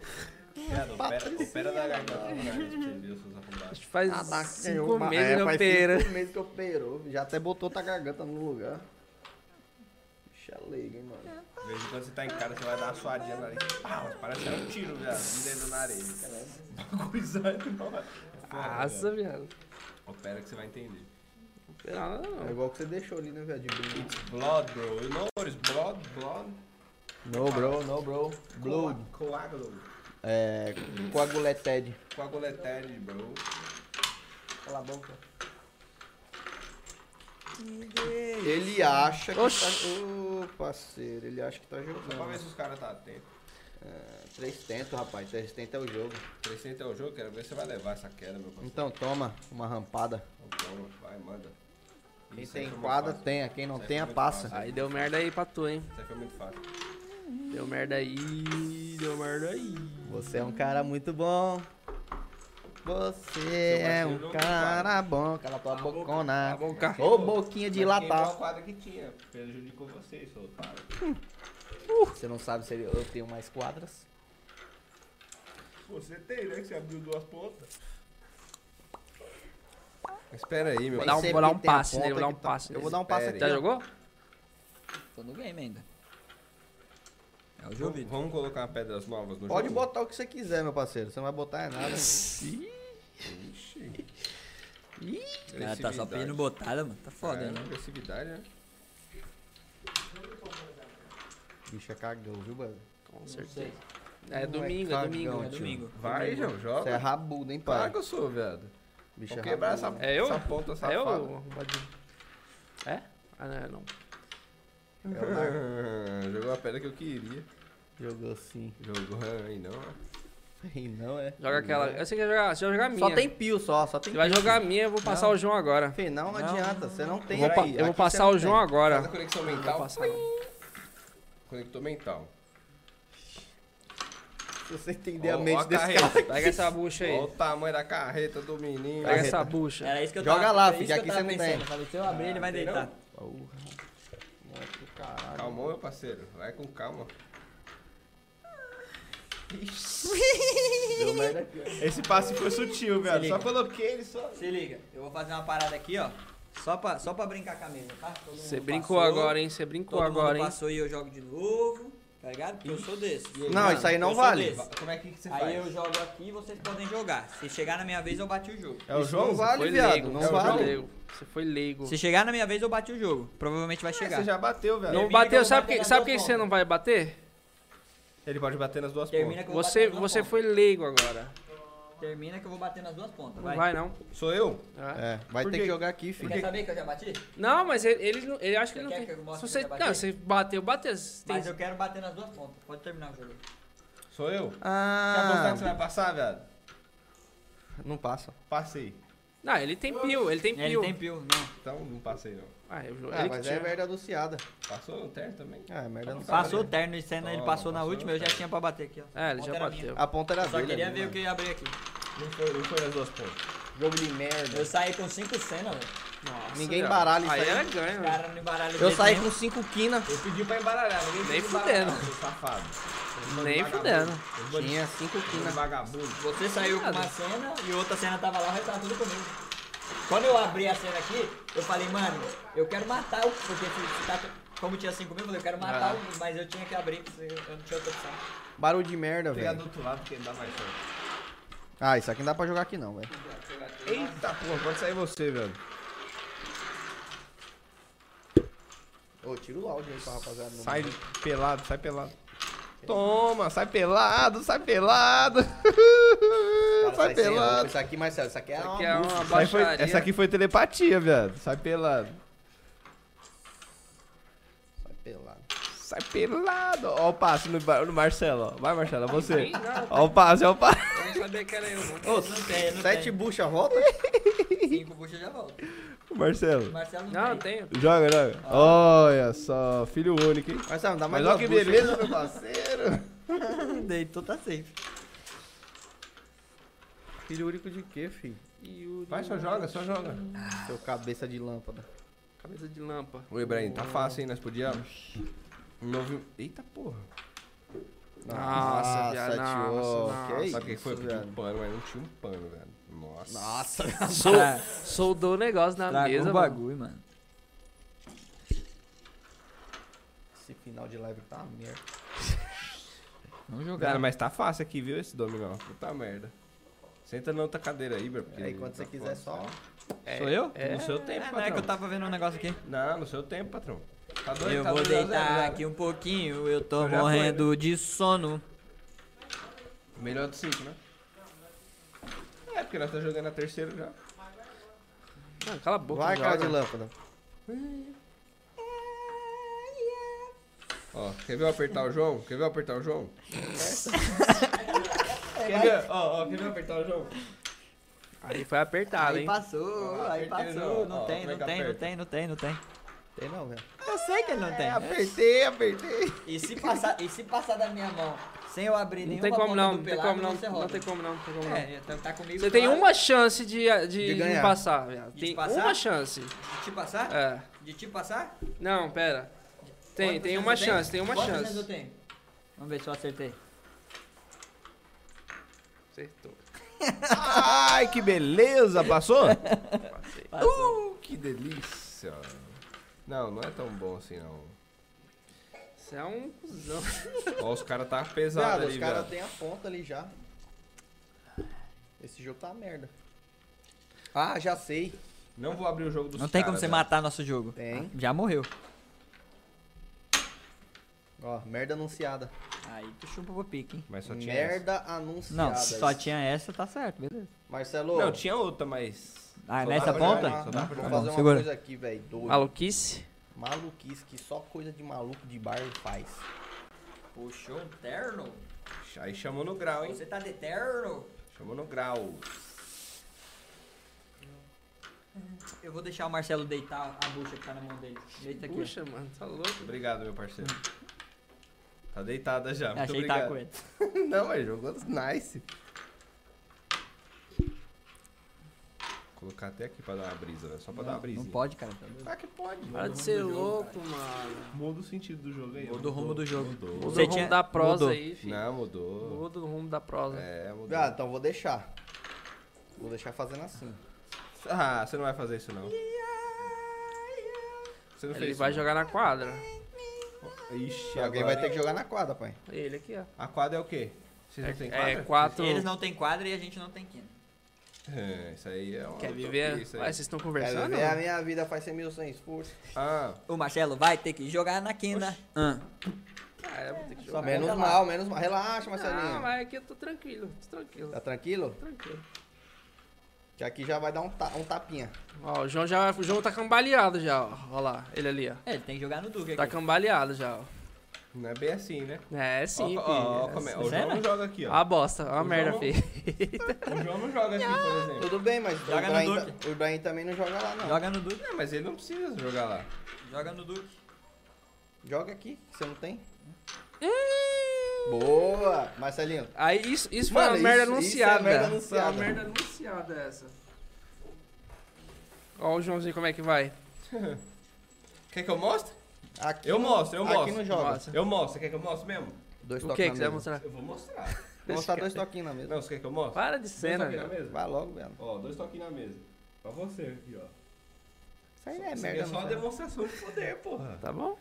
S3: Viado, opera, opera da garganta pra gente ver seus
S1: A
S3: arrombados.
S1: gente faz
S2: Ah, Ataquei,
S1: cinco
S2: ba-
S1: meses
S2: é,
S1: na
S2: faz
S1: opera.
S2: Cinco meses que operou. Já até botou tua garganta no lugar. Bicha leiga, hein,
S1: É,
S2: mano.
S3: De vez em quando você tá em casa, você vai dar uma suadinha na areia. Pau, parece que é um tiro, viado. Um dedo na areia. Caralho. Bagulho exato, mano.
S1: Nossa, viado.
S3: Opera que você vai entender.
S1: Opera nada
S2: É
S1: não.
S2: igual que você deixou ali, né, velho? De brilho.
S3: Blood, bro. You know what is blood? Blood?
S2: No, bro, no, bro. Blood.
S3: Coa- Coagulo.
S2: É, coaguleted.
S3: Coaguleted, bro.
S2: Cala a boca. Ele acha que
S1: Oxi.
S2: tá... Ô, parceiro, ele acha que tá
S3: Só pra ver se
S2: jogando.
S3: os caras tá atentos.
S2: É, três tentos, rapaz. Três tentos é o jogo.
S3: 300 é o jogo, quero ver se você vai levar essa queda, meu parceiro.
S2: Então toma uma rampada.
S3: Então, vai, manda.
S2: Quem
S3: Isso aí
S2: tem
S3: foi muito
S2: quadra,
S3: fácil.
S2: tenha. Quem não
S3: Isso aí
S2: tem,
S3: foi
S2: a
S3: muito
S2: passa.
S3: fácil.
S1: Aí deu merda aí pra tu, hein?
S3: Isso aí foi muito fácil.
S1: Deu merda aí, deu merda aí.
S2: Você é um cara muito bom. Você
S3: Seu
S2: é
S3: parceiro
S2: um
S3: não
S2: cara bom. Cala tua
S1: Tá
S2: bocona.
S1: bom, cara.
S2: Ô, boquinha de
S3: Mas queimou
S2: latar.
S3: a quadra que tinha. Prejudicou vocês, seu otário.
S2: Você não sabe se eu tenho mais quadras.
S3: Você tem, né? Que você abriu duas pontas.
S7: Espera aí, meu.
S1: Vou dar um,
S2: sempre
S1: vou dar um
S2: tem a
S1: passe nele, vou
S2: ponta
S1: dar um
S2: que tá-
S1: passe
S2: Eu
S1: nele.
S2: vou dar um passe aqui.
S7: Espere.
S1: Já
S2: ó.
S1: jogou?
S4: Tô no game ainda. É o
S3: Vamos,
S4: Jovito.
S3: vamos colocar pedras novas no
S2: Pode
S3: jogo?
S2: botar o que você quiser, meu parceiro. Você não vai botar é nada.
S3: botar.
S4: Cara, tá só pedindo botada, mano. Tá foda,
S3: É,
S4: né?
S3: agressividade, né?
S2: Bicha cagão, viu, mano?
S1: Com certeza. É
S2: Moleque tá
S1: domingo, é
S2: cagão,
S1: domingo.
S4: É domingo.
S3: Vai, João,
S2: Você é
S3: joga.
S2: rabudo, hein,
S3: Claro
S2: pai?
S3: que eu sou, viado.
S2: Bicha
S3: Vou quebrar essa,
S2: rabudo.
S1: É eu?
S3: essa ponta
S1: É o
S3: safada.
S1: arrombadinho. É? Ah, não, é não.
S2: É o Nike.
S3: Ah, Jogou a pedra que eu queria.
S2: Jogou sim.
S3: Jogou aí, não. ó.
S2: E não é.
S1: Joga aquela. Eu sei que vai jogar, você vai jogar a minha.
S2: Só tem pio só, só tem
S1: Você vai
S2: pio.
S1: jogar a minha, eu vou passar
S4: Não.
S1: o João agora.
S2: Fih, não,
S4: Não.
S2: adianta, você não
S1: Eu
S2: tem
S1: vou, pa-
S2: aí.
S1: eu vou
S2: Aqui
S1: passar
S2: você
S1: o
S2: não
S1: João
S2: tem. um
S3: Faz a
S1: agora.
S3: conexão
S1: Eu vou
S3: mental.
S1: passar.
S3: Conector mental.
S2: Se você entender a
S3: Ó, ó
S2: mente
S3: a
S2: desse
S3: carreta.
S2: cara.
S1: Pega essa bucha aí.
S3: Olha o tamanho da carreta do menino.
S1: Pega
S2: Carreta.
S1: essa bucha.
S4: Era isso que eu
S2: Joga
S4: tava,
S2: lá,
S4: era
S2: filho,
S4: isso que
S2: aqui
S4: eu tava
S2: você não
S4: pensando.
S2: tem.
S4: Falei, se eu abrir, ele vai
S3: tem não?
S4: deitar.
S2: Porra. Moleque, do caralho.
S3: Calma, meu parceiro. Vai com calma.
S2: Deu merda aqui,
S3: Esse passe foi sutil,
S4: velho.
S3: Só
S4: Só
S3: coloquei ele só.
S4: Se liga, eu vou fazer uma parada aqui, ó. Só pra, só pra brincar com a mesa, tá? Todo mundo
S1: Você brincou
S4: passou,
S1: agora, hein? Você brincou
S4: Todo
S1: agora,
S4: mundo
S1: hein?
S4: passou e eu jogo de novo, tá ligado? Porque eu sou desse.
S2: ó. Não, isso aí não
S4: Eu sou
S2: vale.
S4: desse.
S3: Como é que você
S4: Aí
S3: faz?
S4: eu jogo aqui e vocês podem jogar. Se chegar na minha vez, eu bati o jogo.
S3: É o
S2: Isso
S3: João?
S2: não vale,
S1: Foi
S2: viado,
S1: leigo.
S2: não
S1: Você foi
S2: vale.
S1: leigo. Você foi leigo.
S4: Se chegar na minha vez, eu bati o jogo. Provavelmente vai
S3: É,
S4: chegar.
S3: você já bateu, velho.
S1: Não
S4: Termina que eu
S1: bateu,
S4: vou
S1: sabe
S4: bater
S1: por que,
S4: nas
S1: sabe
S4: duas
S1: que você
S4: pontas.
S1: não vai bater?
S3: Ele pode bater nas duas
S4: Termina
S3: pontas.
S4: que eu vou
S1: Você,
S4: bater nas duas
S1: você
S4: pontas.
S1: foi leigo agora.
S4: Termina que eu vou bater nas duas pontas,
S1: Não
S4: vai.
S1: vai, não.
S3: Sou eu?
S1: Ah.
S2: É, vai
S3: Por
S2: ter
S3: quê?
S2: que jogar aqui,
S4: Você
S2: filho.
S4: Quer saber que eu já bati?
S1: Não, mas ele, ele, não- ele acha que
S4: Você
S1: ele
S4: quer
S1: não
S4: que eu
S1: tem. Se
S4: mostre
S1: você,
S4: que eu já
S1: não,
S4: bati?
S1: você bateu, bateu. Você tem-
S4: Mas eu quero bater nas duas pontas. Pode terminar o jogo.
S3: Sou eu? Quer apostar
S2: Ah,
S3: que você vai passar, viado?
S2: não passa.
S3: Passei.
S1: Não, ele tem pio, ele tem pio.
S4: Ele tem pio, não.
S3: Então não passei, não.
S1: Ah, eu,
S2: Ah,
S1: ele que
S2: mas é
S1: tinha.
S2: merda anunciada.
S3: Passou no terno também?
S2: Ah, é merda anunciada.
S4: Passou o terno e cena, ele
S3: Toma,
S4: passou na
S3: passou,
S4: última, eu já
S3: cara.
S4: tinha pra bater aqui, ó.
S1: É, ele
S4: Ponta
S1: já
S4: era
S1: bateu.
S2: A ponta era
S4: minha. Só
S2: dele
S4: queria
S2: ali,
S4: ver o
S2: mano.
S4: que eu ia abrir aqui.
S3: Não foi, não foi nas duas pontas.
S2: Jogo de merda.
S4: Eu saí com cinco cenas, velho.
S1: Nossa,
S2: Ninguém
S1: viado.
S2: baralha isso
S1: Aí né?
S2: aí.
S1: era ganho,
S4: Os
S1: velho.
S4: caras não embaralham de
S2: Eu
S4: jeito
S2: saí
S4: nenhum.
S2: com cinco quina.
S3: Eu pedi pra embaralhar, ninguém
S1: Nem
S3: quis embaralhar,
S1: fudendo.
S3: seu safado. Vocês
S1: Nem
S3: vagabundos.
S1: fudendo.
S3: Vocês bandidos.
S2: Tinha cinco
S3: Vocês
S2: quina.
S3: vagabundos.
S4: Você saiu com uma
S1: Nada.
S4: cena e outra cena tava lá, o resto tava tudo comigo. Quando eu abri a cena aqui, eu falei, mano, eu quero matar o. Porque se, se tá, como tinha cinco mil, eu falei, eu quero matar o. Mas eu tinha que abrir, porque eu não tinha outra opção.
S2: Barulho de merda,
S3: Pega do
S2: velho.
S3: outro lado, porque não dá mais chance.
S2: Ah, isso aqui não dá pra jogar aqui não, velho.
S3: Eita porra, pode sair você, velho.
S2: Ô, tira o áudio aí pra rapaziada. não-
S3: Sai pelado, sai pelado. Toma, sai pelado, sai pelado.
S2: Cara,
S3: sai
S2: sem roupa.
S3: pelado.
S2: Isso aqui, Marcelo, isso aqui é
S1: Isso
S2: uma
S1: aqui é uma
S2: música.
S1: ba-
S3: Aí foi-
S1: baixaria.
S3: essa aqui foi telepatia, viado. Sai pelado.
S2: Sai é pelado.
S3: Sai Vai pelado. Ó o passo no, Bar- no Marcelo, ó. Vai, Marcelo, é você.
S1: Não,
S3: Ó o passo, ó o passo.
S1: eu não sabia que era eu, não.
S4: não tem, não
S2: Sete bucha volta?
S4: tem. Cinco buchas já volta.
S3: Marcelo.
S4: Marcelo
S1: Não,
S4: não,
S1: eu
S4: tem.
S1: tenho.
S3: Joga, joga. Olha só, filho único, hein?
S2: Marcelo, dá mais
S3: Mas
S2: uma
S3: olha que
S2: bucha.
S3: beleza,
S2: meu parceiro.
S4: Deitou, tá safe.
S2: Filho único de quê, filho?
S3: Vai, só joga, só joga.
S2: Seu cabeça de lâmpada.
S1: Cabeça de lampa.
S3: Ô, Ibrahim, tá fácil, hein? Nós podíamos. Um Novo... Eita porra.
S1: Nossa, viado,
S2: tio,
S1: nossa,
S2: que
S1: nossa.
S2: é
S3: Sabe o que foi? Eu
S2: isso,
S3: pedi um
S2: velho?
S3: pano, mas não tinha um pano, velho. Nossa.
S2: Nossa,
S1: Sou, soldou o negócio na
S4: Tragou
S1: mesa,
S4: o
S1: tá, mano.
S4: bagulho, mano.
S2: esse final de live tá uma merda.
S4: Vamos
S3: Cara,
S4: jogar.
S3: mas tá fácil aqui, viu, esse dominó. Puta merda. Senta na outra cadeira aí, Ibra. porque
S2: Aí quando
S3: tá
S2: você quiser só.
S3: foda.
S4: Sou eu?
S1: É.
S3: No seu tempo,
S4: É, né, que
S3: patrão.
S4: eu tava vendo um negócio aqui.
S3: Não, no seu tempo, patrão. Tá doido,
S4: Eu
S3: tá
S4: vou
S3: doido, já, já, já.
S4: deitar aqui um pouquinho, eu tô
S3: Eu já fui,
S4: morrendo de sono.
S3: Melhor do cinco, né? É, porque nós tá jogando a terceira já.
S1: Não, cala a boca,
S2: Vai,
S1: não
S2: cara de
S1: joga.
S2: lâmpada.
S3: Ó, quer ver eu apertar o João? Quer ver eu apertar o João?
S4: É.
S3: quer ver? Ó, ó, quer ver eu apertar o João?
S1: Aí foi apertado,
S4: aí
S1: hein?
S4: passou,
S3: Ah,
S4: aí
S3: apertei
S4: passou.
S3: não, ó,
S4: Não tem,
S3: como é
S4: não
S3: que
S4: tem, não
S3: aperta?
S4: tem, não tem, não tem.
S2: Tem não, velho.
S4: Eu sei que ele não tem.
S3: Apertei, apertei.
S4: É, E se passar, e se passar da minha mão sem eu abrir
S1: Não
S4: nenhuma
S1: tem como
S4: boca
S1: não,
S4: do
S1: não tem
S4: pelado,
S1: como não.
S4: você
S1: Não
S4: roda.
S1: tem como não, não tem como não.
S4: É, então tá comigo.
S1: Você tem
S4: claro.
S1: uma chance de, de,
S2: De
S1: de me
S2: ganhar.
S1: passar, viado.
S4: De
S1: Tem
S4: passar?
S1: uma chance.
S4: De te passar?
S1: É.
S4: De te passar?
S1: Não, pera. Tem,
S4: Quantas
S1: tem
S4: chances
S1: uma
S4: eu tenho?
S1: chance, tem uma
S4: Quantas chances eu
S1: chance.
S4: tenho? Vamos ver se eu acertei.
S1: Acertou.
S3: Ai, que beleza! Passou?
S1: Passei.
S3: Uh, que delícia! Não, não é tão bom assim, não.
S1: Você é um cuzão.
S3: Ó, os caras tá
S2: Viado,
S3: pesado
S2: os
S3: ali,
S2: caras
S3: velho.
S2: têm a ponta ali já. Esse jogo tá uma merda. Ah, já sei.
S3: Não vou abrir o jogo dos
S4: Não tem como
S3: caras,
S4: você
S3: velho.
S4: matar nosso jogo.
S2: Tem.
S4: Já morreu.
S2: Ó, merda anunciada.
S4: Aí tu chupa o pique, hein?
S3: Mas só tinha
S2: Merda
S4: Se
S2: anunciada.
S4: Não, se só tinha essa, tá certo, beleza.
S2: Marcelo,
S3: essa. Não, tinha outra, mas...
S4: Ah,
S3: Só
S4: nessa
S3: dá pra
S4: ponta?
S3: jogar, Só dá pra
S2: vou
S3: jogar.
S2: fazer uma
S4: segura.
S2: coisa aqui, velho. Doido.
S1: Maluquice?
S2: Maluquice que só coisa de maluco de bar faz.
S4: Puxou um terno?
S3: Aí chamou no grau, hein?
S4: tá de terno?
S3: Chamou no grau.
S4: Eu vou deixar o Marcelo deitar a bucha que tá na mão dele. Deita aqui.
S1: Puxa, mano, tá louco.
S3: Obrigado, meu parceiro. Tá deitada já. Muito
S4: Achei que
S3: obrigado.
S4: tá com ele.
S3: Não, mas jogou nice. Colocar até aqui pra dar uma brisa, velho. Só pra dar uma brisa.
S4: Não pode, cara. tá doido.
S3: Ah, que pode.
S1: Para de ser louco, mano.
S3: Muda o sentido do jogo aí.
S4: Muda o rumo do jogo.
S3: Mudou.
S1: Muda
S4: Você
S1: o rumo
S4: tinha-
S1: da prosa
S4: mudou.
S1: aí, filho.
S3: Não, mudou.
S1: Muda o rumo da prosa.
S3: É, mudou.
S2: Viado, então vou deixar. Vou deixar fazendo assim.
S3: Ah, você não vai fazer isso, não. Você não
S1: Ele
S3: fez
S1: vai
S3: isso,
S1: jogar na quadra.
S3: não. Ixi,
S2: Alguém
S3: agora- é
S2: vai ter que jogar na quadra, pai.
S1: Ele aqui, ó.
S3: A quadra é o quê? Vocês não têm quadra?
S1: É, quatro.
S4: Eles não têm quadra e a gente não tem quina.
S3: É, isso aí é uma
S1: Quer
S3: utopia,
S1: viver?
S3: isso aí.
S1: Ué, vocês estão
S2: Quero
S1: conversando?
S2: viver a minha vida faz 100 mil sem esforço.
S3: Ah,
S4: O Marcelo vai ter que jogar na quina. Ah.
S1: Ah, eu vou ter que jogar.
S4: Só vai
S2: Menos
S4: lá.
S2: mal, menos mal. Relaxa,
S1: Ah,
S2: Marcelinho.
S1: mas aqui eu tô tranquilo, tô tranquilo,
S2: Tá tranquilo?
S1: tô tranquilo.
S2: Que aqui já vai dar um, ta- um tapinha.
S1: Ó, o João já o João tá cambaleado já, ó. Ó lá, ele ali, ó.
S4: É, ele tem que jogar no Duque
S1: Tá
S4: aqui.
S1: cambaleado já, ó.
S3: não é bem assim, né?
S1: É, sim, filho.
S3: ó, ó, ó,
S1: é
S3: como é.
S1: sim.
S3: O João
S4: Sério?
S3: não joga aqui, ó.
S1: Ah, bosta, ó a
S3: O
S1: merda,
S3: João-
S1: filho.
S3: O João não joga aqui, por exemplo.
S2: Tudo bem, mas
S4: Joga
S2: o,
S4: no
S2: Ibrahim,
S4: Duque.
S2: ta- o Ibrahim também não joga lá, não. Joga,
S4: Joga no Duque.
S3: É, mas ele não precisa jogar lá.
S4: Joga no Duque.
S2: aqui, que você não tem. Boa! Marcelinho,
S1: Aí isso, isso foi
S2: Mano,
S1: uma merda
S2: isso- isso é
S1: anunciada.
S2: merda
S1: Foi uma
S2: anunciada.
S1: merda anunciada essa. Ó o Joãozinho como é que vai.
S3: Quer que eu mostre?
S2: aqui,
S3: Eu mostro, eu
S2: aqui
S3: mostro.
S2: não joga.
S1: Nossa.
S3: Eu mostro. Você quer que eu mostre mesmo?
S2: Dois
S1: o
S2: toques
S1: que
S2: na
S1: que você vai
S2: mesa.
S1: mostrar?
S3: Eu vou mostrar.
S2: Vou mostrar dois toquinhos na mesa.
S3: Não, você quer que eu mostre?
S1: Para de
S3: dois
S1: cena,
S3: toquinhos na
S1: velho.
S3: mesa?
S2: Vai logo, velho.
S3: Ó, dois toquinhos na mesa. Pra você aqui, ó.
S2: Isso aí é
S3: Isso aqui
S2: merda.
S3: é só
S2: não
S3: uma
S2: serve.
S3: demonstração de poder, porra.
S1: Tá bom?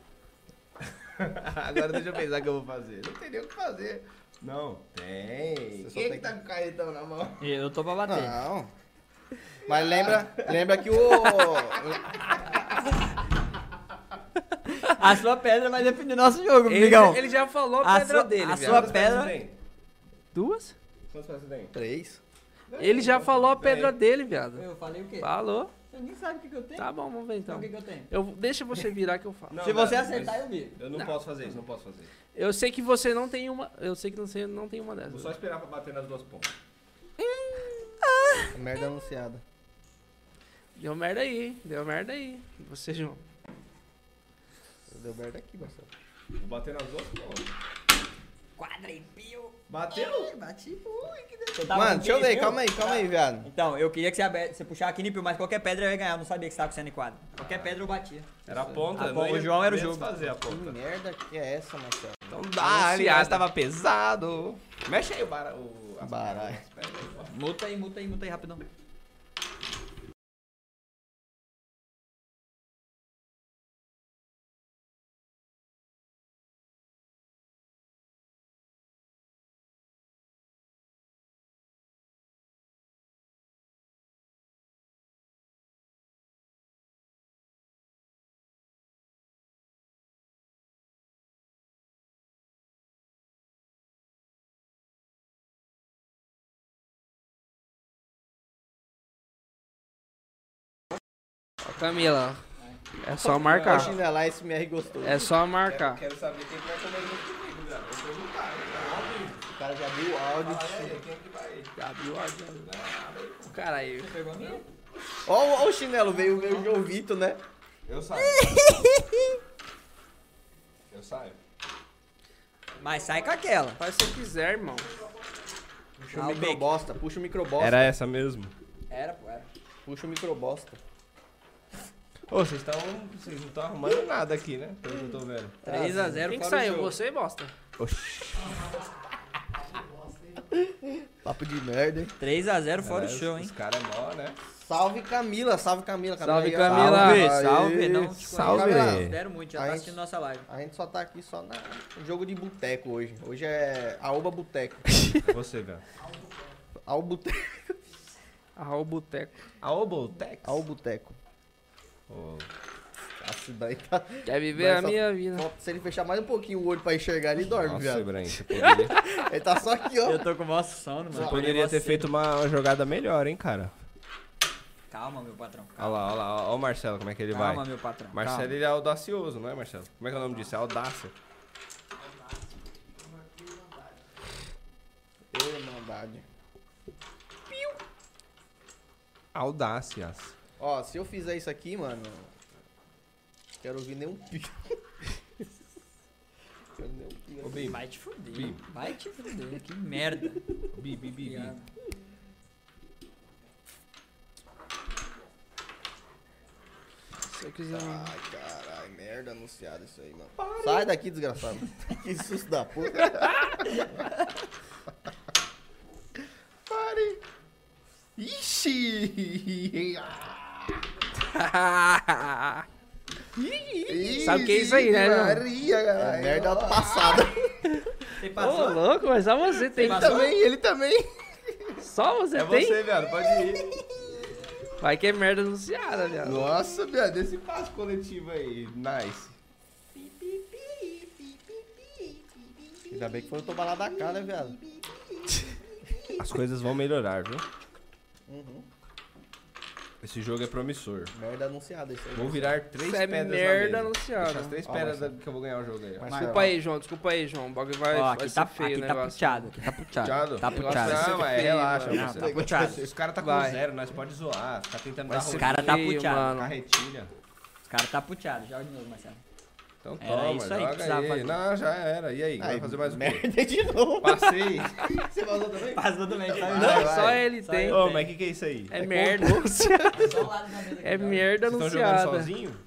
S3: Agora deixa eu pensar o que eu vou fazer. Não tem nem o que fazer. Não, tem.
S2: Você só
S6: é
S3: Quem
S2: tem
S3: que tá com o caretão na mão?
S4: Eu tô pra bater.
S2: Não. Mas lembra,
S6: Ah.
S2: lembra que o.
S4: A sua pedra vai definir nosso jogo,
S1: Ele,
S4: amigão.
S1: ele já falou a
S4: A
S1: pedra
S4: sua-
S1: dele,
S4: a
S1: velho.
S4: sua-
S3: Quantas peças
S4: pedra-
S3: tem?
S1: Duas?
S3: Quantas peças tem?
S2: Três.
S1: Ele já falou a pedra
S3: Tem.
S1: dele, viado.
S4: Eu falei o quê?
S1: Falou.
S4: Você Você nem sabe o que, que eu tenho?
S1: Tá bom, vamos ver
S4: Então
S1: então.
S4: o que, que eu tenho?
S1: Eu, deixa você virar que eu falo.
S6: Não,
S4: Se você
S6: não,
S4: acertar,
S6: mas
S4: eu vi.
S6: Eu não, posso fazer isso, não posso fazer.
S1: Eu sei que você não tem uma. Eu sei que você não tem uma
S6: Vou
S1: dessas.
S6: só esperar pra bater nas duas pontas.
S2: Merda anunciada.
S1: Deu merda aí, deu merda aí. Você, João.
S2: Deu merda aqui, Marcelo.
S6: Vou bater nas duas pontas.
S4: Quadripio.
S6: Bateu?
S4: Ih, Bati. Ui, que delícia.
S6: Tá
S4: Você tava
S2: Mano,
S4: com
S2: deixa eu ver,
S4: quinipil?
S2: calma aí, calma aí, viado.
S4: Então, eu queria que você, abe- você puxava aqui Nipil, mas qualquer pedra eu ia ganhar. Eu não sabia que você tava com o quadro. Qualquer pedra eu batia.
S6: Era a ponta,
S4: A
S6: não
S4: ponta,
S6: ia-
S4: o João era o
S6: não ia
S4: jogo.
S6: fazer a
S2: Que
S6: ponta.
S2: merda que é essa, Marcelo?
S3: Então dá, aliás, tava pesado.
S6: Mexe aí o bara... O... as-
S2: Baralho.
S6: Pera aí,
S4: Muta aí, muta aí, muta aí, rapidão.
S1: Ó, Camila. É só marcar.
S2: Vou chinelar esse MR gostoso.
S1: É só
S6: ó.
S1: marcar.
S6: Quero saber quem que vai comer junto comigo, viado. Vou perguntar. Tá Óbvio.
S2: O cara já viu o áudio.
S6: Fala aí, quem é que vai?
S1: Cara aí.
S4: Pegou a minha?
S2: Ó, ó o chinelo, veio, veio o João Vitor, né?
S6: Eu saio. Eu saio.
S4: Mas sai com aquela.
S1: Faz o que você quiser, irmão.
S2: Puxa o
S4: Ah, o Beck.
S2: microbosta, puxa o microbosta.
S3: Era essa mesmo.
S4: Era, pô, era.
S2: Puxa o microbosta.
S3: Ô, vocês estão. Vocês não estão arrumando nada aqui, né? Pelo que eu tô vendo.
S4: 3x0
S1: Quem que
S4: fora o
S1: saiu?
S4: jogo.
S1: Você, bosta.
S2: Papo de merda, hein?
S4: 3x0 fora o
S3: Aliás,
S4: show, hein?
S3: Os caras é mó, né?
S2: Salve Camila, salve Camila.
S1: Salve,
S2: aí, ó.
S1: Camila.
S2: Aê.
S4: Salve, salve, não te
S3: Salve.
S2: Camila,
S4: Deram muito, já
S2: Aí.
S4: tá assistindo nossa live.
S2: A gente só tá aqui só na no jogo de boteco hoje. Hoje é Aoba Boteco.
S3: É você, velho.
S2: Ao Boteco.
S1: Ah, o boteco.
S3: A Oboltex?
S2: Ao Boteco.
S3: Ô,
S2: Nossa, daí tá...
S1: Quer viver
S2: Mas
S1: a
S2: só-
S1: minha vida.
S2: Ó, Se ele fechar mais um pouquinho o olho pra enxergar, ele dorme,
S3: Nossa,
S2: viado.
S3: Brian, você poderia,
S2: Ele tá só aqui, ó.
S4: Eu tô com o maior sono,
S3: você
S4: mano.
S3: poderia ter feito uma jogada melhor, hein, cara?
S4: Calma, meu patrão.
S3: Olha lá, olha lá, olha o Marcelo, como é que ele
S4: Calma,
S3: vai.
S4: meu patrão.
S3: Marcelo,
S4: calma.
S3: ele é audacioso, não é, Marcelo? Como é que é o nome disso? É audácia.
S2: Ê, maldade.
S3: Audácias.
S2: Ó, se eu fizer isso aqui, mano. Quero ouvir nenhum pico. quero nenhum pico.
S3: Ô, Bi,
S4: Vai te fuder. Vai te fuder. Que merda.
S3: Bi, Bi, Bi, Bi.
S4: Piada.
S1: Se eu quiser.
S2: Ai, caralho, merda anunciada isso aí, mano. Sai daqui, desgraçado. que susto da puta.
S3: Pare. Ixi!
S1: Sabe o que é isso aí, né, irmão?
S3: Maria,
S2: É
S3: caralho.
S2: merda passada.
S4: Você
S1: Ô,
S4: passou?
S1: louco, mas só você tem.
S4: Você
S2: também, ele também.
S1: Só você
S3: É
S1: tem?
S3: você, viado, pode ir.
S1: Vai que é merda anunciada, viado.
S3: Nossa, viado, esse passo coletivo aí. Nice.
S2: Ainda bem que foi o Tobalá da cá, né, viado?
S3: As coisas vão melhorar, viu?
S2: Uhum.
S3: Esse jogo é promissor.
S2: Merda anunciada isso aí.
S3: Vou virar três
S1: Isso é
S3: pedras
S1: merda
S3: na mesa.
S1: anunciada.
S3: Deixa as três
S2: Ó,
S3: pedras
S2: Marcelo.
S3: da- que eu vou ganhar o jogo aí. ó.
S2: Marcelo.
S1: Desculpa aí, João. Desculpa aí, João. O bagulho vai,
S4: Ó,
S1: vai
S4: aqui tá,
S1: ser feio
S4: aqui
S1: o
S4: tá
S1: negócio.
S4: puteado, aqui tá puteado.
S3: Puteado?
S4: Tá
S1: O negócio
S4: puteado.
S1: vai ser
S3: Não, mas
S1: feio,
S3: relaxa,
S1: mano.
S4: Não,
S3: você.
S4: tá puteado.
S3: Os caras tá com
S1: Vai.
S3: zero, nós pode zoar. Tá tentando
S1: Vai
S3: dar
S1: ser
S3: rolê.
S4: cara tá
S1: feio,
S4: puteado.
S1: mano.
S3: Carretilha.
S4: Os caras tá puteado. Joga de novo, Marcelo.
S3: Então
S4: Era
S3: toma,
S4: isso aí que
S3: joga
S4: precisava
S3: aí.
S4: fazer.
S3: Não, já era. E aí, vai fazer mais o quê?
S2: Merda de novo.
S3: Passei.
S2: Você vazou também?
S4: Passou também, tá
S2: Não,
S1: Não,
S2: vai.
S1: só ele
S4: Só
S1: tem.
S4: ele.
S3: Ô, mas o que que é isso aí?
S1: É merda anunciada.
S4: Só o lado da mesa aqui.
S1: É merda
S3: Vocês estão jogando
S1: anunciada.
S3: sozinho?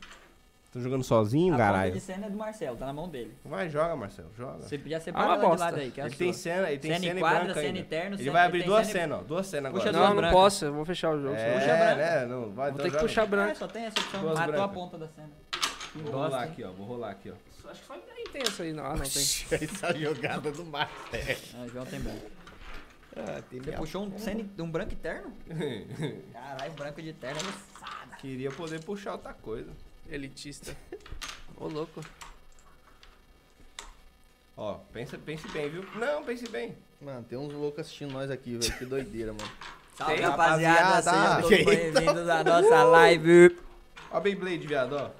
S3: Estão jogando sozinho,
S4: A ponta de
S3: caralho?
S4: cena é do Marcelo, tá na mão dele.
S3: Vai, joga, Marcelo, joga.
S4: Você podia
S1: Ah,
S4: separar
S1: uma
S4: ela de
S1: bosta.
S4: lado aí, que é a
S3: Ele tem
S4: sua.
S3: cena, ele tem
S4: Cena em
S3: cena em
S4: quadra,
S3: branca
S4: cena
S3: ainda.
S4: interna,
S3: Ele
S4: cena-
S3: vai
S4: ele
S3: abrir
S4: tem
S3: duas
S4: cena em-
S3: cenas, ó. Duas cenas
S4: Puxa
S3: agora.
S4: duas
S1: Não, não
S4: branca.
S1: posso. Eu vou fechar o jogo. senão eu
S3: É,
S1: vou puxar branca.
S3: né? Não, vai,
S1: Vou
S3: então
S1: ter que
S3: joga.
S1: puxar
S4: Ah,
S1: branco.
S4: só tem essa opção.
S3: Duas
S4: Matou a
S3: brancas.
S4: ponta da cena.
S3: Vou
S4: Bosta,
S3: rolar
S4: hein?
S3: aqui, ó. Vou rolar aqui, ó.
S1: Acho que foi bem intenso aí. Não, ah, não tem.
S2: Essa jogada do Marcelo.
S4: Ah, João tem branco.
S2: Ah, tem
S4: Você
S2: minha
S4: puxou um, cena- um branco terno? Caralho, branco de terno é moçada.
S3: Queria poder puxar outra coisa.
S1: Elitista. Ô, louco.
S3: Ó, pensa, pense bem, viu? Não, pense bem.
S2: Mano, tem uns loucos assistindo nós aqui, velho. Que doideira, mano.
S4: Salve,
S6: Tem,
S4: rapaziada. então.
S3: rapaziada.
S4: Sejam todos bem-vindos à nossa live.
S6: Ó a Beyblade, viado, ó.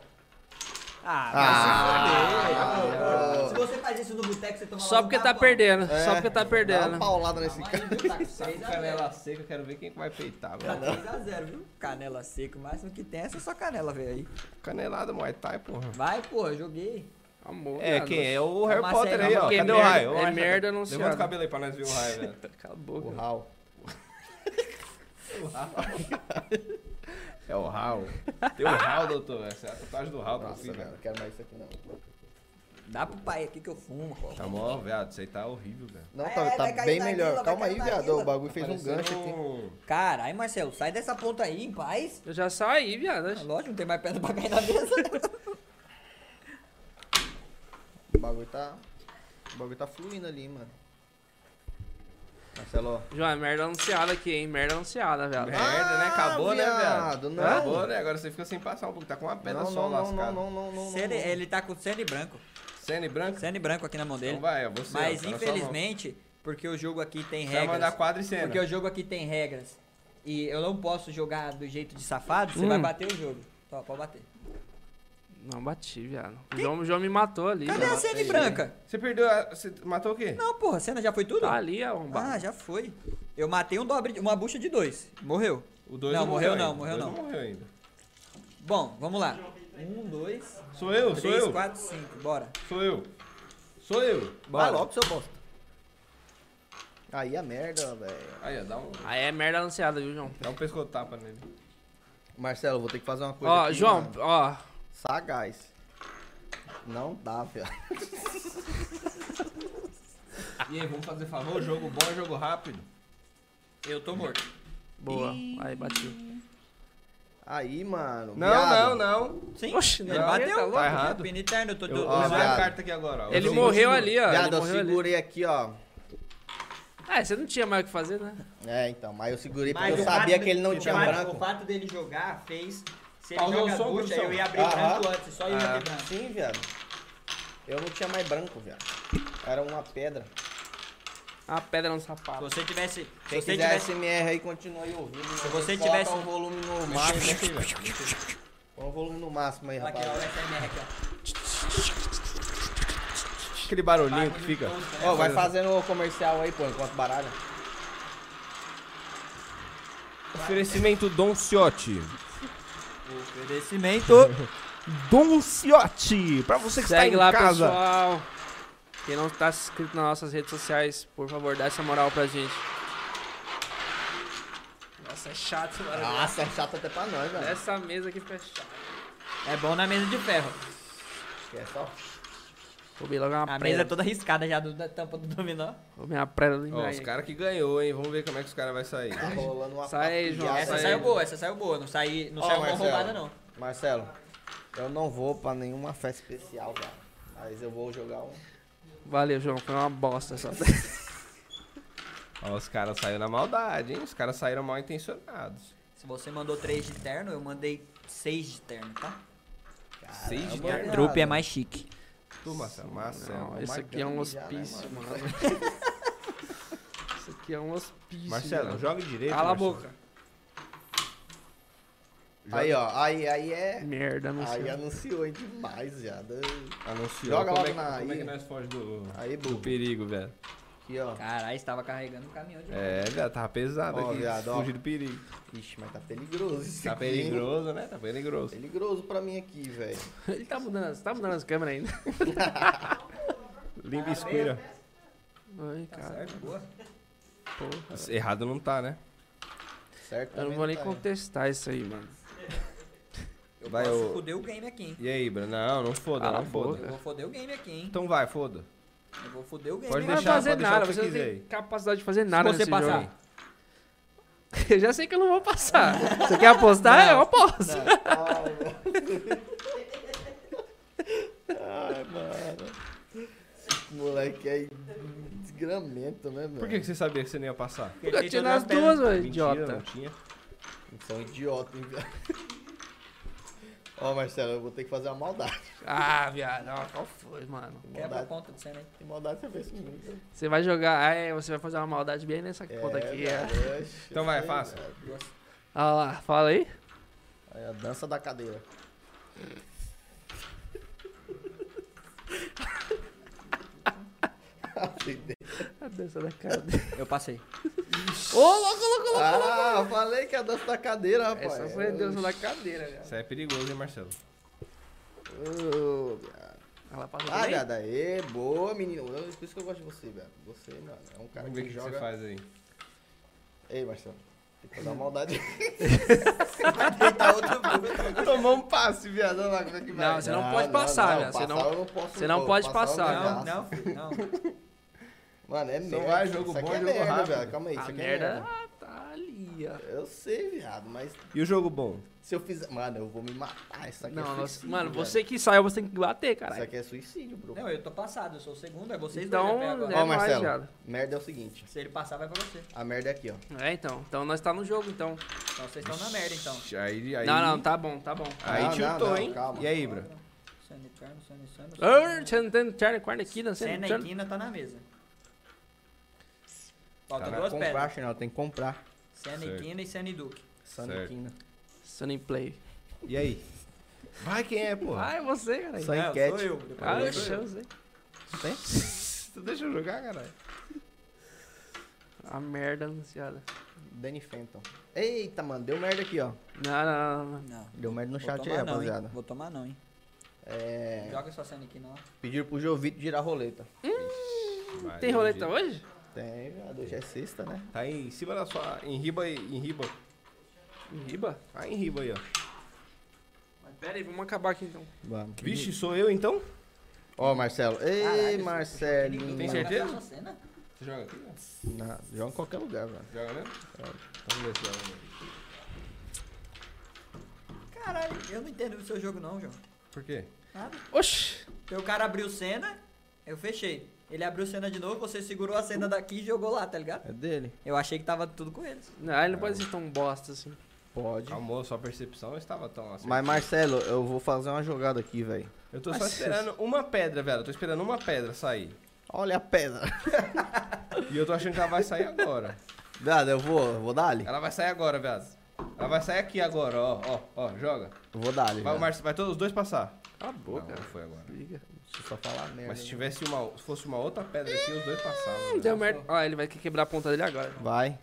S4: Ah, vai se fuder. Se você faz isso no boteco, você toma
S1: Só porque tá perdendo.
S3: É.
S1: Só porque
S3: um
S1: tá
S2: É. Dá
S1: perdendo.
S2: uma paulada nesse cara.
S4: Tá
S3: Tá
S6: Canela seca, quero ver quem que vai peitar, velho.
S4: 3x0, viu? Canela seca, o máximo que tem é essa sua canela, velho. aí.
S3: Canelada, Muay Thai, porra.
S4: Vai, pô, joguei.
S1: Amor,
S3: É,
S1: viado.
S3: quem é? O Harry
S4: Uma
S3: Potter
S4: cena,
S3: aí, ó.
S1: porque é
S3: Cadê o
S1: merda-
S3: raio? Ô,
S1: é
S3: raio,
S1: merda anunciada.
S3: Levanta o cabelo aí pra nós ver o raio, velho.
S1: Acabou,
S2: O
S1: cara.
S2: Raul.
S3: É o Raul. Tem o Raul, doutor. Essa é a tatuagem do Raul, tá
S2: Nossa,
S3: assim,
S2: velho, não
S3: velho.
S2: quero mais isso aqui não.
S4: Dá pro pai aqui que eu fumo, pô.
S3: Tá mó, viado. Isso aí tá horrível, velho.
S2: Não,
S4: É,
S2: tá,
S4: vai
S2: tá
S4: cair
S2: bem
S4: na
S2: melhor.
S4: guila,
S2: Calma
S4: vai
S2: aí,
S4: cair na
S2: viado.
S4: guila.
S2: O bagulho fez um gancho aqui.
S3: um...
S4: Caralho, Marcelo, sai dessa ponta aí, em paz.
S1: Eu já saí, viado.
S4: Ah, Lógico, não tem mais pedra pra cair na mesa.
S2: O bagulho tá. O bagulho tá fluindo ali, mano. Marcelo, ó.
S1: João, é merda anunciada aqui, hein? Merda anunciada, viado.
S3: Merda, né? Acabou, né,
S2: viado,
S3: viado?
S2: não.
S3: Acabou, né? Agora você fica sem passar um pouco. Tá com uma pedra
S2: Não,
S3: só
S2: não, não,
S3: lascada.
S2: não, não, não, não,
S4: Cene-
S2: não.
S4: ele tá com cene branco.
S3: Sene branca?
S4: Cene branco aqui na mão dele.
S3: Então vai, é você.
S4: Mas
S3: ó, tá na sua mão.
S4: infelizmente, porque o jogo aqui tem
S3: Você vai mandar
S4: regras.
S3: quadra e cena.
S4: Porque o jogo aqui tem regras. E eu não posso jogar do jeito de safado, você vai bater o jogo. Ó, pode bater.
S1: Não bati, viado. O João, o João me matou ali.
S4: Cadê a
S1: viado.
S4: cena branca?
S3: Você perdeu a... Você matou o quê?
S4: Não, porra, a cena já foi tudo?
S1: Tá ali, arrombado.
S4: Ah, já foi. Eu matei um dobre, de- uma bucha de dois. Morreu.
S3: O dois
S4: Não, morreu
S3: ainda.
S4: não, morreu
S3: O dois
S4: não.
S3: morreu ainda.
S4: Bom, vamos lá. Um, dois,
S3: Sou eu, sou
S4: três,
S3: eu.
S4: quatro, cinco. Bora.
S3: Sou eu. Sou eu.
S2: Vai logo, seu bosta. Aí a merda, velho.
S3: Aí, ó, dá um...
S1: Aí é merda anunciada, viu, João?
S3: Dá um pescotapa nele.
S2: Marcelo, eu vou ter que fazer uma coisa.
S1: Ó,
S2: aqui,
S1: João,
S2: mano.
S1: ó.
S2: Sagaz. Não dá, viado.
S6: E aí, vamos fazer favor? Jogo bom, jogo rápido.
S4: Eu tô morto.
S1: Boa. Aí, bati.
S2: Aí, mano.
S3: Não,
S2: viado.
S3: não, não.
S4: Sim.
S1: Oxi,
S4: ele
S1: não, ele
S4: bateu.
S1: tá louco,
S3: errado.
S4: Piniterno, eu tô...
S3: Eu
S4: né, tô-
S3: vou
S2: Ó,
S4: tô-
S3: levar a
S2: viado.
S3: carta aqui agora. ó.
S1: Ele
S3: Eu
S1: morreu ali, ó.
S2: Viado,
S1: Ele
S2: eu
S1: morreu ali.
S2: segurei aqui, ó.
S1: Ah, você não tinha mais o que fazer, né?
S2: É, então, mas eu segurei
S4: Mas
S2: porque eu
S4: o fato
S2: sabia
S4: de-
S2: que ele não
S4: o
S2: tinha
S4: fato-
S2: branco.
S4: O fato dele jogar fez. Se ele
S3: Pausou
S4: joga
S3: o som,
S4: bucha,
S3: produção.
S4: eu ia abrir
S2: Aham. Ah.
S4: branco antes, só eu ia abrir branco.
S2: Sim, viado. Eu não tinha mais branco, viado. Era uma pedra.
S1: A Ah, pedra no
S4: Se
S1: sapato.
S4: você tivesse.
S2: Quem
S4: Se você
S2: quiser
S4: tivesse.
S2: SMR aí, continua aí ouvindo. Se
S4: você tivesse-
S2: o volume no
S3: Mata
S2: máximo.
S3: aqui, velho.
S2: Põe o volume no máximo aí,
S4: Aqui, ó, é o
S2: rapaz.
S4: SMR aqui, ó.
S3: Aquele barulhinho que fica.
S2: Ó, vai fazendo o comercial aí, pô, enquanto baralha.
S3: Oferecimento Don Ciotti.
S4: Oferecimento.
S3: Don Ciotti! Pra você que
S1: Segue
S3: está em
S1: lá,
S3: casa.
S1: pessoal. Quem não tá se inscrito nas nossas redes sociais, por favor, dá essa moral pra gente. Nossa, é chato, mano.
S2: Nossa, é chato até pra nós, velho.
S1: Essa mesa aqui fica chata.
S4: É bom na mesa de ferro.
S2: É só.
S1: Roubei logo uma
S4: A mesa é
S1: preda.
S4: toda arriscada já do- da tampa do dominó.
S1: Roubei uma preda do
S3: Ó,
S1: Ibrahim.
S3: os caras que ganhou, hein? Vamos ver como é que os caras vão sair.
S2: Tá rolando uma
S1: Sai aí, João,
S2: papiada
S4: Essa
S1: sai
S2: aí.
S1: aí.
S4: saiu boa, essa saiu boa. Não saiu, não
S2: Ó,
S4: saiu uma
S2: Marcelo.
S4: roubada, não.
S2: Marcelo, eu não vou pra nenhuma festa especial, cara. Mas eu vou jogar um.
S1: Valeu, João. Foi uma bosta essa
S3: Ó, os caras saíram na maldade, hein? Os caras saíram mal intencionados.
S4: Se você mandou 3 de terno, eu mandei 6 de terno, tá?
S3: Seis de
S2: Caramba,
S3: terno.
S2: viado.
S4: Trupe é mais chique.
S3: Tu, massa, massa.
S1: Não,
S3: ó.
S1: esse aqui é um
S2: grande já, né,
S1: hospício, mano. Isso aqui é um hospício.
S3: Marcelo,
S1: mano.
S3: joga direito.
S1: Cala a
S3: Marcelo.
S1: boca.
S2: Aí, ó. Aí, aí é.
S1: Merda, não
S2: Aí
S1: sei.
S2: anunciou hein, demais, viado.
S3: Anunciou.
S2: Joga
S3: como
S2: logo
S3: é que,
S2: na-
S3: Como é que
S2: aí.
S3: nós foge do,
S2: Aí,
S3: do
S2: burro.
S3: perigo, velho?
S2: Aqui, ó.
S4: Caralho, estava carregando um caminhão de
S3: É, velho, tava pesado
S2: Ó,
S3: aqui.
S2: viado, ó.
S3: fugir do perigo.
S2: Ixi, mas tá perigoso isso
S3: Tá
S2: aqui, hein?
S3: perigoso, né? Tá perigoso.
S2: Perigoso pra mim aqui, velho.
S1: Ele tá mudando, tá mudando as câmeras ainda.
S3: Língua escura.
S1: Ai, cara,
S4: boa.
S1: porra.
S3: Errado não tá, né?
S2: Certo?
S1: Eu não
S2: Também
S1: vou nem
S2: tá,
S1: contestar isso aí, mano.
S4: Eu
S3: Vai,
S4: posso
S3: ô.
S4: foder o game aqui, hein?
S3: E aí, Bruno? Não, não foda,
S1: Cala a
S3: não foda.
S1: boca.
S4: Eu vou foder o game aqui, hein?
S3: Então vai, foda.
S4: Eu vou foder o game.
S3: Pode
S1: Não
S4: hein?
S1: vai
S3: deixar-
S1: fazer
S3: pode deixar
S1: nada,
S3: o que
S1: você não
S3: quiser
S1: tem
S3: aí.
S1: capacidade de fazer nada
S4: você
S1: nesse
S4: passar?
S1: jogo. aí. Eu já sei que eu não vou passar. Você quer apostar? Eu aposto.
S2: Esse moleque aí desgramento, né, velho?
S3: Por que, que você sabia que você não ia passar?
S4: Porque
S1: Eu
S4: tem
S1: tinha
S4: todas
S1: nas
S4: as
S1: duas,
S4: pernas.
S1: mano,
S3: Mentira,
S2: é um
S1: idiota.
S3: não tinha.
S2: São idiota, hein, velho? Ó, Marcelo, eu vou ter que fazer uma maldade.
S1: Ah, viado, ó, qual foi, mano?
S4: Quebra a
S2: Maldade.
S4: conta de né? cena aí.
S2: Que maldade você fez comigo.
S1: Você vai jogar, ah, é, você vai fazer uma maldade bem nessa conta aqui. É.
S2: velho,
S6: Então vai, faça.
S1: Olha lá, fala aí.
S2: É a dança da cadeira.
S1: A dança da cara.
S4: Eu passei.
S1: Ô, louco, louco, louco.
S2: Ah, falei que é a dança da cadeira, rapaz.
S1: Essa foi a dança da cadeira, viado.
S3: Isso aí é perigoso, hein, Marcelo?
S2: Ô, viado.
S1: Ela passou
S2: Ah,
S1: bem?
S2: viado, aê, boa, menino. Eu- Por isso que eu gosto de você, velho. Você, mano, é um cara
S3: Vamos
S2: que
S3: ver o que
S2: joga.
S3: você faz aí.
S2: Ei, Marcelo, tem que fazer uma maldade.
S4: Tá outro burro.
S2: Tomou um passe, viado. Olha lá como é que vai.
S1: Não, você não pode passar, velho. Você
S2: passar
S1: não-
S2: eu posso,
S1: você não
S2: pô.
S1: pode
S2: eu
S1: passar.
S4: Não,
S2: regaço.
S4: não, filho, não.
S2: Mano, é
S3: Só
S2: merda.
S3: vai, jogo
S2: Isso aqui
S3: bom,
S2: é
S3: jogo
S2: merda,
S3: rápido.
S2: velho. Calma aí, isso
S1: A
S2: aqui é
S1: merda tá ali, ó.
S2: Eu sei, viado, mas
S3: E o jogo bom?
S2: se eu fizer. Mano, eu vou me matar. Isso aqui é
S1: Não, nossa,
S2: suicídio.
S1: mano,
S2: velho.
S1: você que saiu, você tem que bater,
S2: Isso
S1: caralho.
S2: aqui é suicídio, bro.
S4: Não, eu tô passado, eu sou o segundo, é vocês
S1: Então,
S4: dois até agora.
S1: é
S2: Ó,
S1: nóis,
S2: Marcelo,
S1: viado.
S2: merda é o seguinte.
S4: Se ele passar, vai pra você.
S2: A merda é aqui, ó.
S1: É, então. Então nós tá no jogo, então.
S4: Então vocês estão na merda, então.
S3: Aí, aí...
S1: Não, não, tá bom, tá bom.
S3: Aí
S2: Não,
S3: tiltou,
S2: não, não,
S3: hein?
S2: calma.
S3: E aí, bro?
S4: Sonic Eterno, Sonic Sonic,
S1: Ah,
S4: Sonic
S1: tchan, tchan, tchan, quarta aqui, dançando,
S4: Senna
S1: tchan.
S4: e Kina tá na mesa. Faltam
S3: Tá
S4: duas
S2: comprar,
S4: pedras.
S2: Chinal, tem que comprar.
S4: Senna e
S3: Certo.
S4: Kina e Senna e Duke.
S2: Soniquina.
S1: Sunny Play.
S3: E aí? Vai quem é, pô?
S1: Ah, é você, caralho.
S2: Só
S4: Não,
S2: enquete.
S4: Sou eu. depois
S1: Ah, eu
S4: sou eu.
S1: chance, hein?
S3: Tu é? Então deixa eu jogar, caralho.
S1: A merda anunciada.
S2: Danny Fenton. Eita, mano, deu merda aqui, ó.
S1: Não, não, não, não.
S4: Não.
S2: Deu merda no
S4: Vou
S2: chat aí,
S4: tomar não, hein.
S2: rapaziada.
S4: Vou tomar não, hein.
S2: É.
S4: Joga sua Senna e Kina lá.
S2: Pediram pro Jovito girar roleta.
S3: Vai,
S1: Hum, Tem roleta hoje?
S2: Tem, viado. Hoje é sexta, né?
S3: Tá aí em cima da sua... Em riba aí, em riba.
S1: Em Riba?
S3: Tá em riba aí, ó.
S1: Mas pera aí, vamos acabar aqui então.
S2: Vamos.
S3: Vixe, sou eu então?
S2: Ó, Marcelo. Ei,
S4: Caralho,
S2: Marcelinho.
S3: Tem certeza?
S4: Sua Senna?
S3: Você joga aqui? né?
S2: Na- Joga em qualquer lugar, velho.
S3: Joga mesmo? Vamos ver se joga mesmo.
S4: Caralho, eu não entendo o seu jogo não, João.
S3: Por quê?
S4: Nada.
S1: Oxi!
S4: Porque o cara abriu cena, eu fechei. Ele abriu cena de novo, você segurou a cena daqui e jogou lá, tá ligado?
S2: É dele?
S4: Eu achei que tava tudo com eles.
S1: Não, ele não pode ser tão bosta assim.
S2: Pode.
S3: Calmou, sua percepção estava tão assim.
S2: Mas, Marcelo, eu vou fazer uma jogada aqui, velho.
S3: Eu tô só esperando uma pedra, velho. Eu tô esperando uma pedra sair.
S2: Olha a pedra.
S3: E eu tô achando que ela vai sair agora.
S2: Viado, eu vou, eu vou dar ali.
S3: Ela vai sair agora, viado. Ela vai sair aqui agora, ó, ó, ó, joga.
S2: Eu vou dar ali.
S3: Vai, o
S2: viado.
S3: Marcio, vai todos os dois passar.
S1: Cala a
S3: Não,
S1: boca,
S3: não foi agora.
S1: briga.
S2: Deixa eu só falar merda.
S3: Mas se
S2: né?
S3: tivesse uma, se fosse uma outra pedra aqui, os dois passavam. né?
S1: Deu merda. Ó, ele vai quebrar a ponta dele agora.
S2: Vai.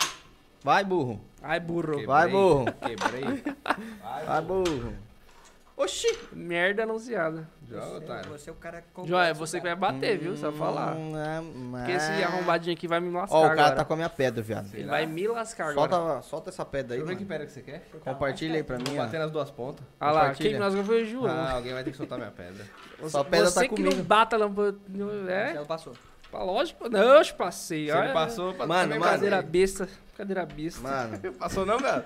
S2: Vai, burro.
S1: Ai, burro.
S3: Quebrei,
S2: Vai, burro.
S3: Quebrei.
S2: Vai, burro.
S1: Oxi! Merda anunciada.
S3: Joga,
S4: Você,
S3: Tá, otário.
S4: você é o cara...
S1: Joia, é você que vai bater, viu? Só falar.
S2: Hum, é, mas-
S1: Porque esse arrombadinho aqui vai me lascar
S2: Ó, o cara
S1: agora.
S2: tá com a minha pedra, viado.
S1: Ele vai me lascar agora.
S2: Solta, solta essa pedra aí,
S3: Deixa eu ver que
S2: mano.
S3: pedra que você quer.
S2: Compartilha aí pra mim,
S3: Vou bater
S2: ó.
S3: nas duas pontas.
S1: Olha lá,
S2: compartilha.
S1: quem me lascou foi o João.
S3: Ah, alguém vai ter que soltar minha pedra.
S2: Sua pedra
S1: você
S2: tá
S1: que não
S2: comigo.
S1: bata lâmpada. É,
S4: Ela passou.
S1: pá, lógico. Não, eu passei.
S3: Se ele
S1: Olha,
S3: passou, passou
S2: Mano,
S3: também,
S2: mano.
S1: Cadeira besta. Cadeira besta.
S2: Mano,
S3: Passou não, velho?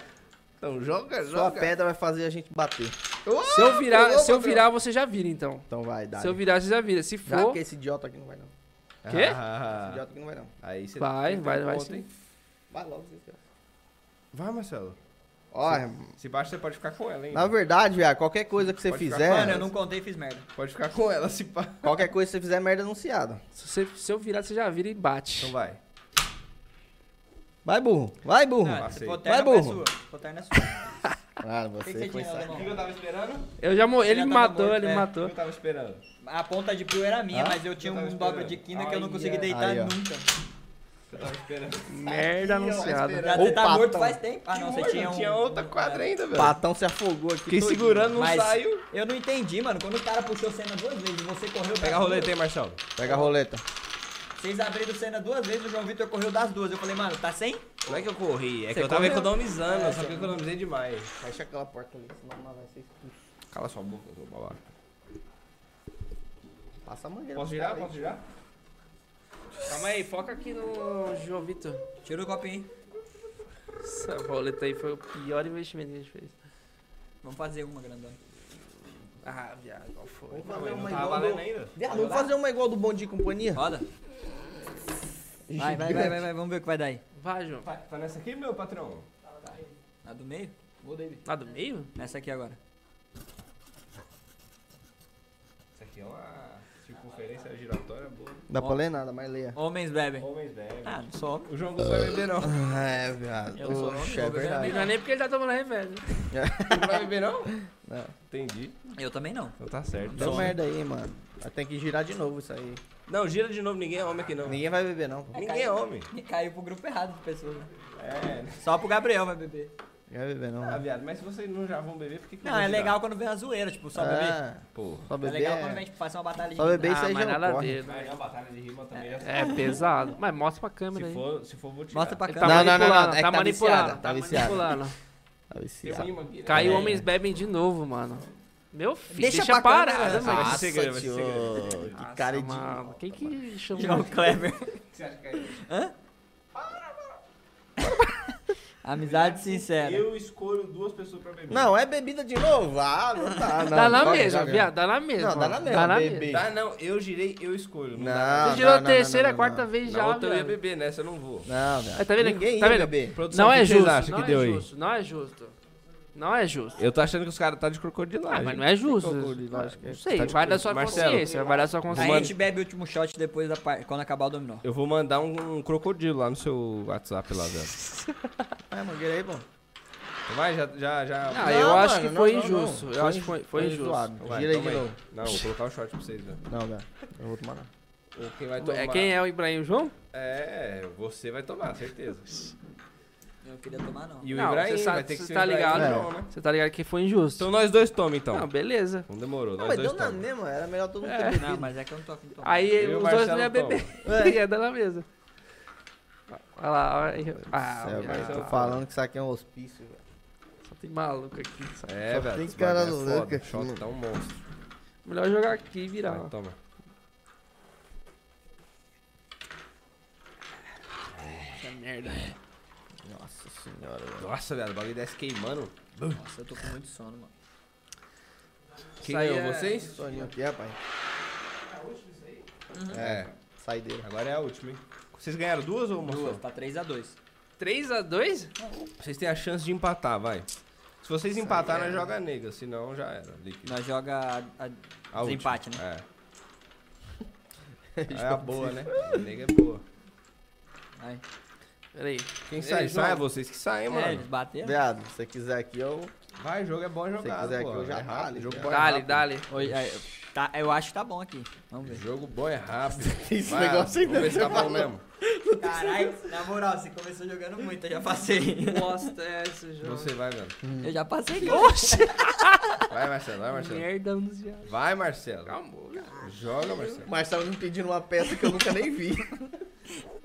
S3: Então joga,
S2: sua
S3: joga.
S2: pedra vai fazer a gente bater.
S1: Se eu virar, se eu virar, você já vira, então.
S2: Então vai, dá.
S1: Se eu virar, você já vira. Se
S2: Já
S1: for,
S2: porque esse idiota aqui não vai, não.
S1: Quê?
S2: Esse
S3: Ah,
S2: idiota aqui não vai, não.
S3: Aí você
S1: Vai,
S3: tem
S1: vai,
S3: um
S1: vai
S3: ponto,
S1: sim.
S3: hein?
S2: Vai logo, esse idiota.
S3: Vai, Marcelo.
S2: Ó,
S3: Se baixa, você pode ficar com ela, hein?
S2: na verdade, viado, qualquer coisa que você
S3: Pode ficar
S2: fizer,
S4: Mano, eu não contei e fiz merda.
S3: Pode ficar com ela, se pá.
S2: qualquer coisa que você fizer, é merda anunciada.
S1: se, você- se eu virar, você já vira e bate.
S3: Então vai.
S2: Vai, burro. Vai, burro.
S4: Ah,
S3: passei.
S4: se for terno,
S2: Vai,
S4: é
S2: burro.
S4: sua. Se for terno, é sua.
S2: Claro,
S4: O que que você
S2: você foi
S4: tinha,
S2: sacanagem.
S4: Alemão?
S3: eu tava esperando?
S1: Eu já mo-
S4: Você
S1: Ele
S4: já
S1: me
S4: tava
S1: matou,
S4: morto,
S1: ele me
S4: é.
S1: matou.
S3: eu tava esperando?
S4: A ponta de pio era minha,
S2: Hã?
S4: mas eu tinha
S3: Eu tava
S4: um dobra de
S3: esperando.
S4: quina que eu não
S3: Ai,
S4: consegui
S3: ai.
S4: deitar
S2: Aí, ó.
S4: nunca.
S3: Eu tava esperando.
S1: Merda
S3: Aqui, ó,
S1: anunciada.
S4: Já
S2: Ô,
S4: você tá morto
S2: patão.
S4: faz tempo. Ah, não, você tinha um...
S3: outra quadra ainda, velho.
S2: Patão se afogou aqui.
S3: Fiquei
S2: todinho.
S3: segurando, não
S4: Mas-
S3: saiu.
S4: Eu não entendi, mano. Quando o cara puxou cena duas vezes, você correu
S3: Pega a
S4: das
S3: roleta aí, Marcelo.
S2: Pega a roleta.
S4: duas. Vocês abriram cena duas vezes, o João Vitor correu das duas. Eu falei, mano, tá sem?
S3: Não é que eu corri, é que
S4: Você
S3: eu tava
S4: correu?
S3: economizando,
S4: É,
S3: só que eu economizei demais.
S2: Fecha aquela porta ali, senão não vai ser expulso.
S3: Cala sua boca, eu tô babaca.
S2: Passa a mangueira.
S3: Posso
S2: pro
S3: girar?
S2: cara aí.
S3: Posso girar?
S1: Calma aí, foca aqui no Jovito.
S4: Tira o copinho aí.
S1: Essa roleta aí foi o pior investimento que a gente fez.
S4: Vamos fazer uma, grandona.
S1: Ah, viado, qual foi?
S2: Vamos fazer uma
S3: Não
S4: Tá
S3: tava
S2: igual
S3: valendo
S4: né?
S2: do...
S3: ainda.
S2: Viado, Vamos fazer uma igual do Bom Dia e Companhia?
S4: Roda. Vai, vai, vai, vai, vai. Vamos ver o que vai dar aí.
S1: Vai, João.
S3: Tá, tá nessa aqui, meu patrão?
S4: A do meio?
S1: Lá Tá do meio?
S4: Nessa aqui agora.
S3: aqui é uma circunferência giratória boa.
S2: Dá pra ler nada, mas leia.
S4: Homens bebem.
S3: Homens bebem.
S4: Ah, não sou homem.
S3: O João não vai beber, não.
S2: É, viado.
S4: Eu sou
S2: Oxe, é
S4: homem, eu vou beber
S2: verdade.
S1: Não é nem porque ele tá tomando remédio.
S3: Não vai beber, não?
S2: Não.
S3: Entendi.
S4: Eu também não.
S3: Então tá certo.
S4: né?
S2: Deu merda aí, mano. Mas Tem que girar de novo isso aí.
S3: Não, gira de novo, ninguém é homem aqui, não.
S2: Ninguém vai beber, não. pô.
S3: Ninguém é homem.
S4: E caiu pro grupo errado de pessoas. né?
S3: É,
S4: Só pro Gabriel vai beber.
S2: Ninguém vai beber, não.
S3: ah, viado, mas se vocês não já vão beber, por que que eu
S4: Não,
S3: vou
S4: é
S3: girar?
S4: legal quando vem a zoeira, tipo, só beber.
S2: É,
S3: Porra.
S2: só
S4: É
S2: beber.
S4: legal quando
S2: é-
S4: vem, tipo, fazer uma batalha
S2: Só beber isso
S1: Ah,
S2: aí
S1: mas
S2: já
S1: nada
S2: não
S1: a
S2: corre.
S1: ver. né?
S3: Mas é uma batalha de rima também. já-
S1: É pesado. Mas mostra pra câmera
S3: Se
S1: aí.
S3: for, se for, vou tirar.
S4: Mostra Ah, pra
S1: Ele
S4: cá.
S1: tá
S2: Não, não, não, não,
S1: manipulando,
S2: é
S1: tá
S2: que tá
S1: manipulando,
S2: viciada, tá
S1: tá
S2: viciada.
S1: manipulando.
S2: Tá
S3: Tem
S2: viciado.
S3: um imã aqui, né?
S1: Caiu
S2: É.
S1: Homens Bebem de novo, mano. Meu filho,
S4: Deixa
S1: deixa,
S4: pra
S1: parar. né,
S4: câmera.
S1: mano?
S3: vai ser
S2: Nossa,
S3: segredo, vai ser
S2: tio,
S3: segredo.
S2: Que cara de...
S1: Mano, quem que
S4: João
S1: chamou?
S4: Kleber.
S3: O que você acha que é isso?
S4: Amizade sincera.
S3: Eu escolho duas pessoas pra beber.
S2: Não, é bebida de novo? Ah, não tá. Não,
S1: Dá lá
S2: Joga,
S1: mesmo,
S2: joga.
S1: viado, dá lá mesmo.
S2: Não, dá lá
S1: mano.
S2: mesmo, bebê.
S3: Tá, não, eu girei, eu escolho.
S2: Não,
S3: dá.
S2: não,
S1: Você girou a
S2: não, não,
S1: terceira,
S2: não,
S1: a quarta
S2: não.
S1: vez
S3: Na
S1: já,
S3: outra eu ia
S1: velho.
S3: beber, nessa eu não vou.
S2: Não, velho.
S1: Aí, tá vendo?
S2: Ninguém
S1: Tá
S2: ia
S1: vendo?
S2: beber.
S3: Produção,
S1: Não
S3: o
S1: é
S3: que vocês
S1: justo,
S3: acham
S1: não
S3: que deu
S1: é
S3: aí?
S1: justo, não é justo. Não é justo.
S3: Eu tô achando que os caras tá de crocodilagem.
S1: Ah, mas não é justo.
S2: crocodilagem,
S1: Não
S2: que-
S1: sei,
S3: tá de
S1: vai
S3: cu-
S1: da sua
S3: Marcelo.
S1: consciência, vai da sua
S4: Aí a gente
S1: consciência.
S4: bebe o último shot depois da par... quando acabar o dominó.
S3: Eu vou mandar um, crocodilo lá no seu WhatsApp lá, velho.
S2: É, mangueira aí, pô.
S3: Então Vai, já, já, já. Então
S1: Ah, eu
S2: Não,
S1: acho
S2: mano,
S1: que
S2: não,
S1: foi
S2: não, não.
S1: injusto. Eu acho que foi, foi injusto.
S2: zoado.
S3: Vai,
S2: Gira aí
S3: toma
S2: de novo.
S3: Não, vou colocar um shot pra vocês, velho.
S2: Não, velho. Eu vou tomar. não.
S3: Ou Quem vai tomar?
S1: É, quem é o Ibrahim? O João?
S3: É, você vai tomar, certeza.
S4: Eu não queria tomar, não.
S3: E o
S1: Não,
S3: Ibrahim
S1: você
S3: vai
S1: sabe-
S3: ter que
S1: você
S3: ser
S1: tá
S3: o Ibrahim,
S1: ligado,
S3: não, né?
S1: Você tá ligado que foi injusto.
S3: Então nós dois toma, então.
S1: Não,
S3: Não,
S1: beleza.
S3: demorou,
S2: Não,
S3: nós
S2: mas deu
S3: dois
S2: na
S3: toma.
S2: mesma. Era melhor todo mundo ter
S4: Não,
S2: bebido.
S4: mas é que eu não tô afim de tomar.
S1: Aí
S3: Eu e o
S1: os dois
S3: Marcelo
S1: não é iam beber. Ia dar na mesa. Olha lá, olha aí. Ah,
S2: Céu,
S1: viado,
S2: velho, Tô falando que isso aqui é um hospício, velho.
S1: só tem maluco aqui. sabe?
S3: É,
S2: Só
S3: velho.
S2: tem
S3: esse
S2: cara
S3: bagulho é foda,
S2: louca aqui,
S3: Shot
S2: mano.
S3: tá um monstro.
S1: Melhor jogar aqui e virar.
S3: Vai, então. toma.
S1: Essa merda.
S2: Nossa senhora, velho.
S3: Nossa, velho, o bagulho desce queimando.
S4: Nossa, eu tô com muito sono, mano.
S3: Quem
S1: Isso aí
S3: ganhou,
S1: é-
S2: Que
S3: vocês?
S2: soninho aqui, rapaz.
S3: É.
S2: Saideira.
S3: Agora é a última, hein? Vocês ganharam duas ou uma
S4: Duas,
S3: só?
S4: tá 3x2.
S1: 3x2?
S3: Vocês têm a chance de empatar, vai. Se vocês empatarem, nós joga nega, senão já era. Líquido.
S4: Nós joga a, a
S3: A última.
S4: desempate, né?
S3: É. É a boa, né? A nega é boa.
S4: Aí.
S1: Pera aí.
S3: Quem
S2: Ei,
S3: sai?
S2: João.
S3: Sai é vocês que saem,
S4: É,
S3: mano.
S4: eles bateram.
S2: Viado, se você quiser aqui, eu...
S3: Vai, jogo é bom jogar,
S2: Se quiser
S3: pô.
S2: que eu já
S3: é rápido.
S2: fale,
S3: Jogo
S2: já.
S3: bom é
S1: Dale,
S3: rápido.
S1: dale.
S4: Oi, aí, tá, eu acho que tá bom aqui. Vamos ver.
S3: Jogo bom é rápido.
S2: Esse
S3: Vai,
S2: negócio ainda
S3: Vamos ver se tá bom mesmo.
S4: Caralho, na moral, você começou jogando muito, eu já passei.
S1: Bosta é esse jogo.
S3: Você vai, mano.
S1: Hum.
S4: Eu já passei.
S1: Oxe!
S3: Vai, Marcelo. Vai, Marcelo.
S1: Merda nos diabos.
S3: Vai, Marcelo.
S1: Calma, cara.
S3: Joga, Marcelo.
S2: Marcelo me pedindo uma peça que eu nunca nem vi.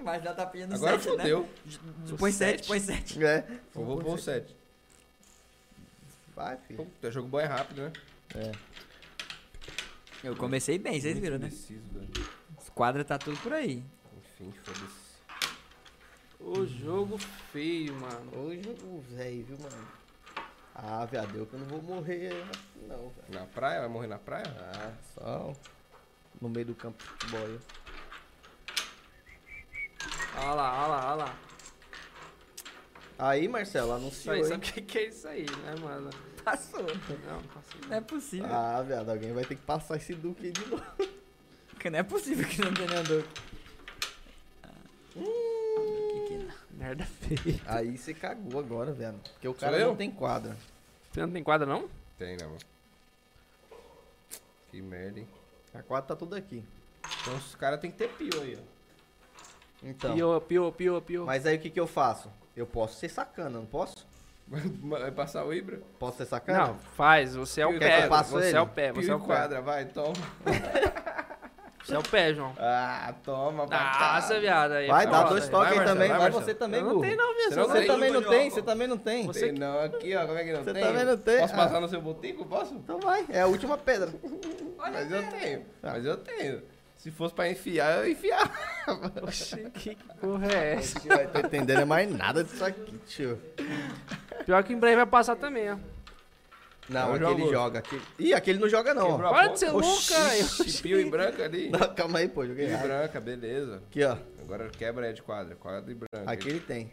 S4: Mas já tá pedindo
S3: Agora
S4: 7, né?
S3: fodeu.
S4: Põe
S1: O
S4: 7,
S1: sete.
S4: põe 7.
S2: É.
S3: Eu vou pôr o 7.
S2: Vai, filho.
S3: Puta, jogo bom é rápido, né?
S2: É.
S4: Eu comecei bem, vocês viram, né?
S3: Preciso, velho.
S4: Os quadros tá tudo por aí.
S3: Enfim, foda-se.
S1: O jogo feio, mano.
S2: Hoje o velho, viu, mano? Ah, viado, eu que eu não vou morrer assim, não, velho.
S3: Na praia? Vai morrer na praia?
S2: Ah, só no meio do campo de futebol aí.
S1: Olha lá, olha lá, olha lá.
S2: Aí, Marcelo, anunciou,
S1: Sabe
S2: hein?
S1: o que, que é isso aí, né, mano?
S4: Passou.
S1: Não, passei.
S4: Não
S1: né?
S4: é possível.
S2: Ah, viado, alguém vai ter que passar esse Duque aí de novo.
S4: Que Não é possível que não tenha andou.
S1: Hum.
S4: Que que não?
S1: Merda feia.
S2: Aí você cagou agora, velho. Porque o
S3: Sou
S2: cara
S3: eu?
S2: não tem quadra.
S1: Você não tem quadra, não?
S3: Tem, né, mano? Que merda, hein?
S2: A quadra tá tudo aqui.
S3: Então os caras tem que ter pio aí, ó.
S2: Então.
S1: Pior, pior, pior, pior.
S2: Mas aí o que, que eu faço? Eu posso ser sacana, não posso?
S3: Vai passar o Ibra?
S2: Posso ser sacana?
S1: Não, faz. Você é o
S3: Quer
S2: que
S1: pé.
S2: eu faça
S1: Você
S2: ele?
S1: é o pé, você
S3: Pio
S1: é
S3: e
S1: o pé.
S3: quadra, vai, toma.
S1: Você é o pé, João.
S3: Ah, toma, pra
S1: Nossa,
S3: caralho.
S1: viado. Aí é
S2: Vai, dá
S1: foda,
S2: dois
S1: hein?
S3: Vai,
S2: toques aí
S3: Marcelo,
S2: também.
S3: vai,
S2: Vai
S3: Marcelo.
S2: você também,
S1: Eu não
S2: burro.
S1: tenho, não, viado.
S3: Você
S1: Você
S3: não
S1: não
S2: Você
S3: tem.
S1: tem.
S2: também não
S3: Júnior,
S2: tem,
S3: pô.
S2: você também não tem.
S1: Você-
S3: Tem não aqui, ó. Como é que não
S2: Você
S3: tem?
S2: também não tem?
S3: Posso
S2: Ah.
S3: passar no seu botico? Posso?
S2: Então vai, é a última pedra.
S3: mas eu tenho. Mas eu tenho. Se fosse pra enfiar, eu enfiava.
S1: Oxi, que porra é essa?
S2: Você vai tá entendendo é mais nada disso aqui, tio.
S1: Pior que o Ibrahim vai passar também, ó.
S2: Não,
S3: Eu
S2: aquele
S3: jogo.
S2: joga. Aquele... Ih, aquele não joga não, ó.
S3: Quebrou a
S1: Para
S3: ponta.
S1: de ser louco,
S3: Oxi,
S1: caralho.
S3: Pio e branca ali.
S2: Não, calma aí, pô, joguei
S3: Pio e
S2: errado.
S3: branca, beleza.
S2: Aqui, ó.
S3: Agora quebra é de quadra. Quadra e branca.
S2: Aquele tem.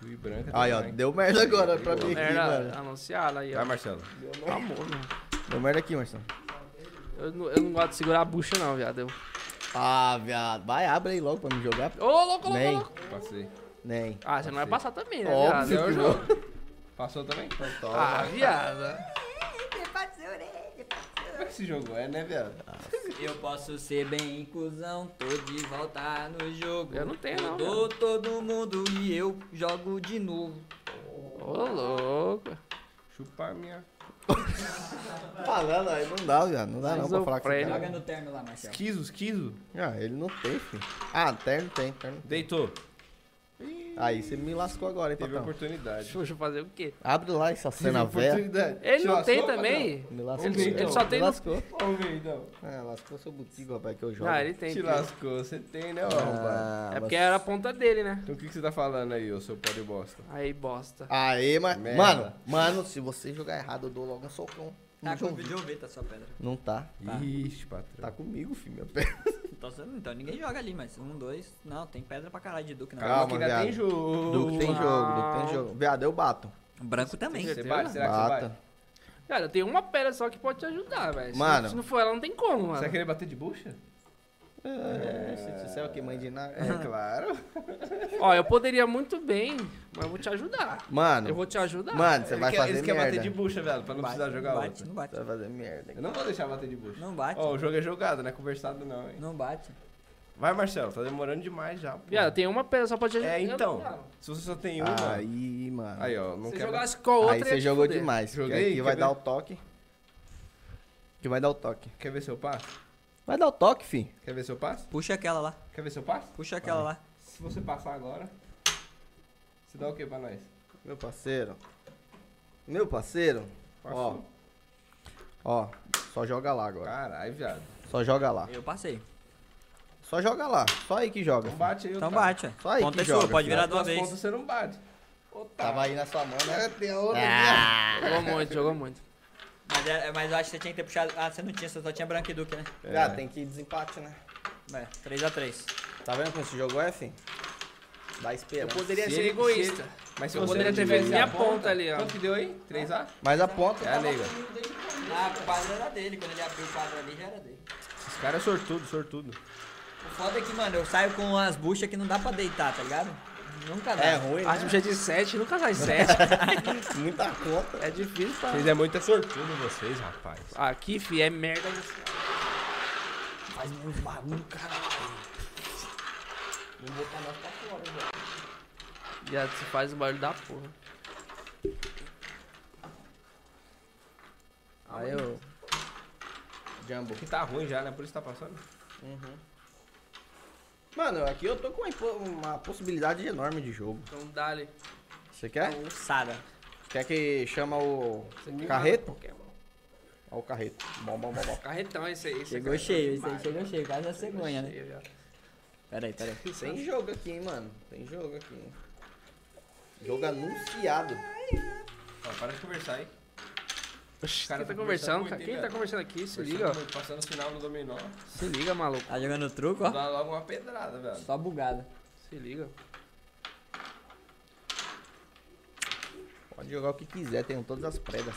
S3: Pio e branca.
S2: Aí, ó,
S3: também.
S2: deu merda agora pra mim aqui,
S1: Merda
S2: mano.
S1: anunciada aí, ó.
S3: Vai, Marcelo.
S1: Amor, mano.
S2: Deu merda aqui, Marcelo.
S1: Eu não, eu não gosto de segurar a bucha, não, viado. Eu...
S2: Ah, viado. Vai, abre aí logo pra me jogar.
S1: Ô, louco, louco,
S2: Nem.
S1: louco.
S3: Passei.
S2: Nem.
S1: Ah, você não vai passar também, né, viado?
S2: Óbvio,
S3: eu
S2: que
S3: jogo.
S2: não.
S3: Passou também?
S1: Ah, viado.
S3: Como é que se jogou? É, né, viado?
S4: Eu posso ser bem cuzão, tô de volta no jogo.
S1: Eu não tenho, não,
S4: Mudou todo mundo e eu jogo de novo.
S1: Ô, louco.
S3: Chupa a minha.
S2: Falando aí, não dá, viado. Não dá não pra falar com esse
S1: Esquizofrênico.
S2: cara.
S4: Joga no terno lá, Marcelo.
S3: Esquizo, esquizo.
S2: Ah, ele não tem, filho. Ah, terno tem, terno.
S3: Deitou.
S2: Aí você me lascou agora, hein,
S3: Teve
S2: patrão.
S3: oportunidade.
S1: Deixa eu fazer o quê?
S2: Abre lá essa cena velha.
S1: Ele não tem também?
S2: Me lascou.
S1: Ele- ele
S2: então.
S1: só
S2: Me
S1: tem no-
S2: lascou.
S3: Vamos ver, então.
S2: Ah, lascou seu butico, rapaz, que eu jogo.
S1: Ah, ele tem.
S3: Te
S1: filho.
S3: lascou, você tem, né, ó, rapaz?
S2: Ah,
S1: É porque
S2: mas-
S1: era a ponta dele, né?
S3: Então o que, que você tá falando aí, ô seu pó de bosta?
S1: Aí, bosta.
S2: Aê, mas.
S3: Merda.
S2: Mano, mano, se você jogar errado, eu dou logo um socão.
S4: Tá
S2: Não,
S4: com o videoveta só, pedra.
S2: não tá.
S3: Ixi, patrão.
S2: Tá comigo, filho. Meu pé.
S4: Então, você- então ninguém joga ali, mas um, dois. Não, tem pedra pra caralho de Duke na
S2: Calma,
S3: Calma, que ainda
S2: viado.
S3: tem jogo.
S2: Duque tem jogo, Duque tem jogo. Viado, eu bato.
S4: Branco também.
S3: Você bate? Será que você
S2: Bata.
S3: bate?
S1: Cara, eu tenho uma pedra só que pode te ajudar, velho. Se-
S2: Mano.
S1: Se não for ela, não tem como,
S3: Você vai
S1: mano.
S3: querer bater de bucha?
S2: É, se disser o que mãe de nada.
S3: É claro.
S1: Ó, eu poderia muito bem, mas eu vou te ajudar. Eu
S2: Mano,
S1: vou te ajudar.
S2: mano, você
S3: Ele
S2: vai
S3: quer-
S2: fazer
S3: Eles querem
S2: merda.
S3: bater de bucha, velho, pra não precisar jogar
S4: bate,
S3: outra.
S4: Não
S2: Você vai
S4: bate,
S2: fazer merda.
S3: Eu não vou deixar bater de bucha.
S4: não bate.
S3: Ó, o jogo é jogado, não é conversado não, hein?
S4: Não bate.
S3: Vai, Marcelo, tá demorando demais já. pô.
S1: Viado, eu tenho uma pedra só pra te ajudar.
S3: É,
S1: Eu-
S3: então.
S1: Cara,
S3: Se você só tem uma... Aí,
S2: Aí, mano.
S3: ó, não
S1: Se
S3: quer...
S1: jogasse com a outra,
S2: Aí
S1: ia te
S2: você jogou
S1: fuder.
S2: demais. porque
S3: Joguei,
S2: Aqui vai
S3: quer ver?
S2: dar o toque. Que vai dar o toque.
S3: Quer ver seu passo?
S2: Vai dar o toque, fi.
S3: Quer ver seu passo?
S4: Puxa aquela lá.
S3: Quer ver seu passo?
S4: Puxa aquela lá.
S3: Se você passar agora... Você dá o que pra nós?
S2: Meu parceiro. Meu parceiro.
S3: Passou.
S2: Ó, só joga lá agora.
S3: Caralho, viado.
S2: Só joga lá.
S4: Eu passei.
S2: Tá. Só joga lá. Só aí que joga.
S3: Não bate aí,
S4: Então
S3: otário.
S4: bate. ó.
S2: Só aí
S4: Conta
S2: que
S4: é sua,
S2: joga,
S4: pode
S2: filho.
S4: virar de uma
S3: Duas
S4: vez.
S3: pontas você não bate.
S2: Tava aí na sua mão, né?
S3: Tem a outra,
S1: Jogou muito, jogou muito.
S4: Mas, é- mas eu acho que você tinha que ter puxado. Ah, você não tinha, você só tinha branco e Duque, né?
S2: Ah, tem que ir desempate, né?
S4: É, 3x3.
S2: Tá vendo como esse jogo é, fi? Dá esperança.
S1: Poderia
S3: Se
S1: ser
S3: ele-
S1: egoísta.
S3: Mas se
S1: Eu
S3: você
S1: poderia
S3: não
S1: ter
S3: tivesse
S1: feito minha
S3: a
S1: ponta ali, ó.
S3: Quanto que deu aí? 3A?
S2: Mas a ponta.
S3: É a nega.
S4: Ah, o quadro era dele. Quando ele abriu o quadro ali, já era dele.
S3: Os caras é sortudo, sortudo.
S4: O foda é que, mano, eu saio com as buchas que não dá pra deitar, tá ligado? Nunca dá.
S2: É ruim,
S1: As
S2: né?
S1: bichas de 7 nunca sai 7.
S2: Muita conta.
S1: é difícil pra.
S3: Vocês é muito sortudo vocês, rapaz.
S1: Aqui, fi, é merda.
S4: Faz muito barulho, caralho.
S1: Já se faz o barulho da porra.
S2: Aí eu. Jumbo. Uhum.
S3: Porque tá ruim já, né? Por isso tá passando.
S2: Mano, aqui eu tô com uma, impo- uma possibilidade enorme de jogo.
S1: Então dá-lhe.
S2: Você quer?
S4: Ossada.
S2: Quer que chama o carreto? Ó o carreto. Bom, bom, bom, bom.
S1: é Carretão esse aí. esse
S4: Chegou
S1: cara.
S2: é
S4: cheio, isso aí chegou cheio, quase a cegonha, né?
S1: Cheio, viado.
S4: Peraí, peraí.
S2: Tem jogo aqui, hein, mano. Tem jogo aqui. hein. Jogo anunciado.
S3: Ó, para de conversar aí.
S1: Oxi,
S3: Cara,
S1: Quem tá
S3: tá
S1: conversando?
S3: conversando muito, hein,
S1: Quem tá
S3: cara?
S1: conversando aqui? Se
S3: Conversando
S1: liga, ó.
S3: muito, Passando o final no dominó.
S1: Se liga, maluco.
S4: Tá jogando truco, ó.
S3: Dá logo uma pedrada, velho.
S4: Só bugada.
S1: Se liga.
S2: Pode jogar o que quiser, tem todas as predas.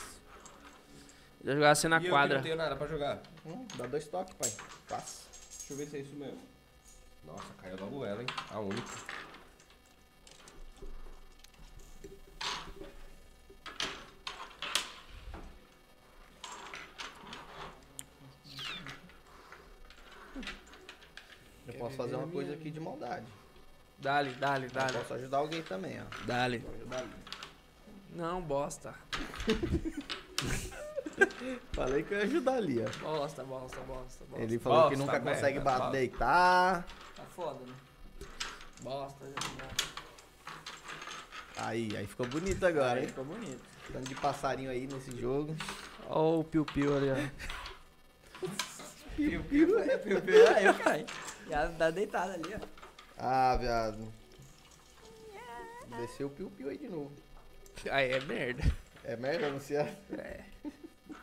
S1: Já jogasse na
S3: e eu que
S1: quadra.
S3: não tenho nada pra jogar.
S2: Hum, dá dois toques, pai. Passa.
S3: Deixa eu ver se é isso mesmo. Nossa, caiu logo ela, hein? A única.
S2: Eu posso fazer uma coisa aqui de maldade.
S1: Dá-lhe, dá-lhe,
S2: Eu
S1: dá-lhe.
S2: posso ajudar alguém também, ó.
S1: Dá-lhe. Não, bosta.
S2: Falei que eu ia ajudar ali, ó.
S1: Bosta, bosta, bosta, bosta.
S2: Ele falou que
S3: Bosta,
S2: nunca
S3: merda,
S2: consegue
S3: fala.
S2: bater, deitar.
S4: Tá foda, né?
S1: Bosta, gente, bosta.
S2: Aí, aí ficou bonito agora,
S4: Aí
S2: hein?
S4: ficou bonito.
S2: Tanto de passarinho aí nesse jogo.
S1: Ó o piu-piu ali, ó.
S4: Piu, piu, é, piu, piu, aí eu caí. Já dá deitada ali, ó.
S2: Ah, viado. Desceu o piu-piu aí de novo.
S1: Aí é merda.
S2: É merda anunciado?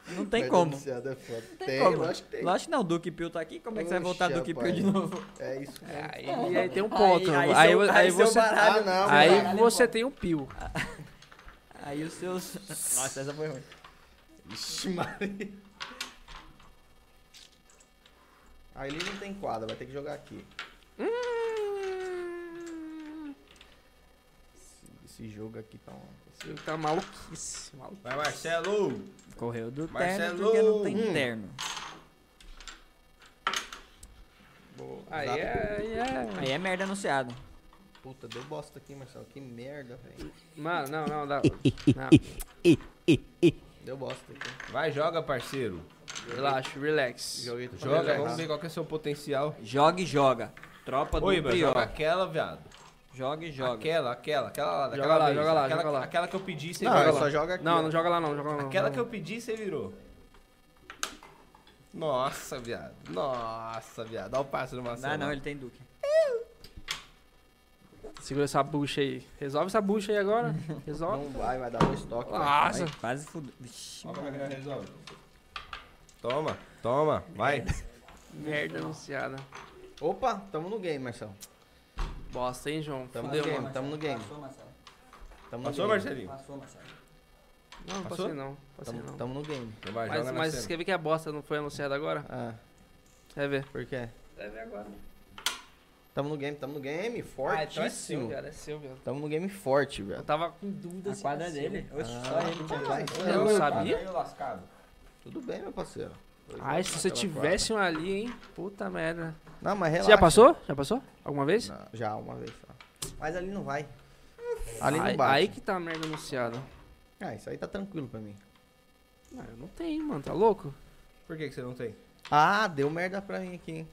S4: Não tem
S2: merda
S4: como.
S2: Anunciado é foda. Tem,
S4: como.
S2: eu acho que tem.
S4: Lógico que não, Duque Piu tá aqui, como é que você vai voltar
S2: Oxe,
S4: Duque Piu
S2: rapaz.
S4: de novo?
S2: É isso mesmo.
S1: Aí, aí tem um ponto. Aí,
S4: Aí, aí,
S1: vo-
S4: seu,
S1: aí
S4: aí, seu
S1: você,
S2: Ah,
S4: baralho.
S2: não.
S1: aí
S2: viado.
S4: baralho
S1: você
S4: é bom.
S1: tem um pio.
S4: Aí os seus. Nossa, essa foi ruim.
S2: Ixi, Maria. Aí ele não tem quadra, vai ter que jogar aqui.
S1: Hum,
S2: Esse, esse jogo aqui tá um.
S1: esse jogo tá maluquice, maluco.
S6: Vai, Marcelo!
S4: Correu do
S6: Marcelo!
S4: terno porque não tem
S2: Hum.
S4: terno.
S2: Boa.
S1: Aí
S2: Exato.
S1: é, aí é.
S4: Aí é merda anunciado.
S2: Puta, deu bosta aqui, Marcelo. Que merda, velho.
S1: Mano, não, não, dá. Não,
S2: Deu bosta aqui.
S3: Vai, joga, parceiro.
S1: relaxa, relax.
S2: Joguei tudo
S3: Joga,
S2: errado.
S3: vamos ver qual que é o seu potencial.
S4: Joga e joga. Tropa do
S3: Oi, Ibra, joga
S4: Prior.
S3: aquela, viado.
S4: Joga e joga.
S3: Aquela, aquela, aquela lá, daquela
S1: Joga lá,
S3: vez.
S1: joga lá,
S3: aquela,
S1: joga lá.
S3: Aquela que eu pedi, você
S2: Não,
S3: virou.
S2: eu só joga aqui.
S1: Não,
S2: ó.
S1: não joga lá não, joga lá não.
S3: Aquela
S1: não.
S3: que eu pedi, você virou. Nossa, viado. Nossa, viado. Dá o passo no maçã.
S4: Não, não, ele tem Duque.
S1: Segura essa bucha aí. Resolve essa bucha aí agora. Resolve.
S2: Não vai, vai dar um dois toques. vai.
S1: Nossa.
S4: Vai, quase fudeu. Vixe,
S3: Ó como é que nós resolve. Toma, toma,
S1: É.
S3: vai.
S1: Merda anunciada.
S2: Opa, tamo no game, Marcelo.
S1: Bosta, hein, João?
S2: Tamo
S1: Fudeu,
S2: no game,
S1: mano.
S2: tamo no game.
S4: Passou, Marcelo.
S2: Tamo no
S3: Passou,
S2: game.
S3: Marcelinho?
S4: Passou, Marcelo.
S1: Não, não
S3: Passou?
S1: passei não. Passei
S2: Tamo,
S1: não.
S2: tamo no game.
S3: Então vai,
S1: Mas,
S3: joga na
S1: mas
S3: cena.
S1: você quer ver que a bosta não foi anunciada agora?
S2: Ah,
S1: Quer ver?
S2: por quê?
S1: Quer ver agora.
S2: Tamo no game, tamo no game.
S1: Ah, então Ah, é seu,
S2: Fortíssimo.
S1: cara. Tá, É seu, velho.
S2: tamo no game forte,
S1: Eu
S2: velho.
S1: tava com dúvida
S4: A
S1: se
S4: quadra
S1: era seu.
S4: dele. Oxe,
S2: Ah, Tá
S4: só ele tinha
S2: vai,
S4: quadra.
S2: vai.
S1: Eu não sabia.
S6: Meio lascado.
S2: Tudo bem, meu parceiro. Dois
S1: Ai, se você
S2: naquela
S1: tivesse um ali, hein? Puta merda.
S2: quadra. Não, mas
S1: Você
S2: relaxa.
S1: já passou? Já passou? Alguma vez?
S2: Não, já, uma vez só. Mas ali não vai. Ali
S1: aí,
S2: não bate.
S1: aí que tá a merda anunciada.
S2: Ah, isso aí tá tranquilo pra mim.
S1: Não, eu não tenho, mano. Tá louco?
S3: Por que, que você não tem?
S2: Ah, deu merda pra mim aqui, hein?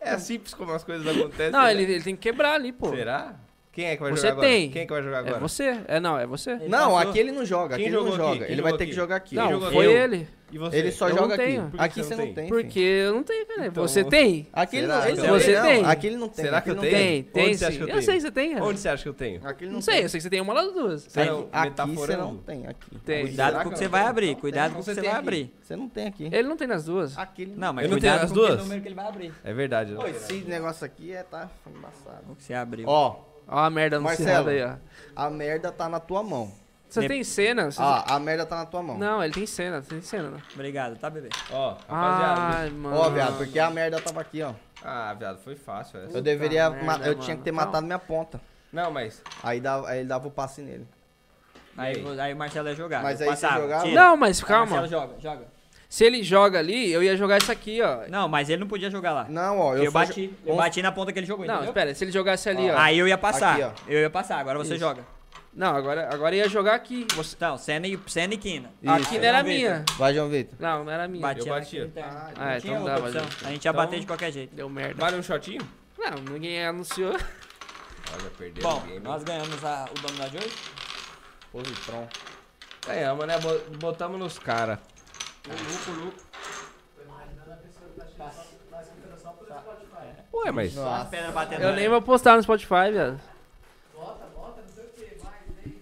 S3: É simples como as coisas acontecem.
S1: Não,
S3: né?
S1: ele, ele tem que quebrar ali, pô.
S3: Será? Quem é que vai
S1: Você
S3: jogar agora?
S1: tem.
S3: Quem é que vai jogar
S1: É
S3: agora?
S1: você? É, não, é você.
S4: Ele
S2: não,
S4: passou.
S2: aqui ele não joga,
S3: Quem
S2: aqui ele não
S3: jogou aqui?
S2: joga.
S3: Quem
S2: ele vai
S3: jogou
S2: ter que
S3: aqui?
S2: jogar aqui.
S1: não,
S3: jogou
S1: foi
S3: aqui?
S1: ele.
S3: E você?
S2: Ele só
S1: Eu não
S2: joga aqui.
S1: tenho. Por
S3: que
S2: Aqui
S3: você
S2: você
S3: não
S2: não
S3: tem?
S2: tem. filho.
S1: Porque eu não tenho, cara.
S3: Então-
S1: Você tem?
S2: Aqui ele não,
S3: Será?
S2: ele não
S1: Você
S2: não.
S1: tem?
S2: Aqui ele não tem.
S3: Será
S2: aqui
S3: que eu
S2: não
S3: tenho?
S1: Tem,
S3: Onde
S1: tem
S3: você acha
S1: sim.
S3: que eu
S1: Eu
S3: tenho?
S1: sei que você tem. é. cara.
S3: Onde você acha que eu tenho?
S2: Aqui ele
S1: Não,
S2: não,
S1: sei,
S2: tem.
S1: eu sei que você tem uma das duas.
S3: Será
S2: Aqui-
S3: que eu-
S2: aqui você
S3: metaforando?
S2: não tem, aqui.
S1: Tem.
S4: Cuidado com o que você vai abrir. Cuidado
S6: Então
S4: com o que
S6: você
S4: você
S6: tem
S4: vai
S6: aqui.
S4: abrir.
S2: Você não tem aqui.
S1: Ele não tem nas duas.
S2: Aqui ele
S4: Não, mas
S3: Eu não tenho
S4: cuidado
S3: as
S4: com o
S3: duas?
S4: número que ele vai abrir.
S3: É verdade. né?
S2: Pô, Esse negócio aqui é tá embaçado.
S4: O que você abriu.
S2: Ó,
S1: Ó a merda anunciada
S2: Marcelo.
S1: aí, ó.
S2: a merda tá na tua mão.
S1: Você
S4: Lem-
S1: tem cena? Você-
S2: Ó, a merda tá na tua mão.
S1: Não, ele tem cena, tem cena. né?
S4: Obrigado, tá, bebê?
S3: Ó, rapaziada.
S1: Ai, mano.
S2: Ó, viado, porque a merda tava aqui, ó.
S3: Ah, viado, foi fácil essa.
S2: Eu deveria.
S1: merda,
S2: ma- eu
S1: mano.
S2: tinha que ter
S1: Calma.
S2: matado minha ponta.
S3: Não, mas.
S2: Aí, dava, aí ele dava o passe nele.
S4: Aí,
S3: aí?
S4: vo- aí o Marcelo é ia jogar.
S2: Mas
S4: Eu
S2: aí você
S4: passava,
S2: jogava?
S4: tira.
S1: Não, mas
S4: Aí
S1: calma.
S4: Marcelo joga, joga.
S1: Se ele joga ali, eu ia jogar isso aqui, ó.
S4: Não, mas ele não podia jogar lá.
S2: Não, ó,
S4: eu,
S2: eu, só
S4: bati,
S2: jo-
S4: eu
S2: Vamos-
S4: bati na ponta que ele jogou,
S1: Não,
S4: entendeu?
S1: espera, se ele jogasse ali, ó.
S4: Aí eu ia passar.
S2: Aqui,
S4: eu ia passar, agora você
S1: Isso.
S4: joga.
S1: Não, agora, agora ia jogar aqui. Você...
S4: Então, Senna e, Senna e Kina.
S1: Aqui não era
S4: Vamos ver,
S1: minha.
S2: Vai, João Vitor.
S1: Não, não era minha.
S4: Batia
S3: Eu batia.
S4: naquele terno.
S1: Ah,
S4: então. Tinha
S1: então dá,
S4: outra
S1: mas...
S4: opção. A gente ia
S3: Então-
S4: bater de qualquer jeito.
S1: Deu merda.
S3: Vale um shotinho?
S1: Não, ninguém anunciou.
S3: Olha, perdeu
S4: Bom,
S3: o game.
S4: nós ganhamos a, o dominó de hoje.
S2: Positron.
S3: Ganhamos, né? Bo- Botamos nos caras. Ué, mas.
S2: Nossa.
S4: Pedra batendo.
S1: Eu nem vou postar no Spotify, viado.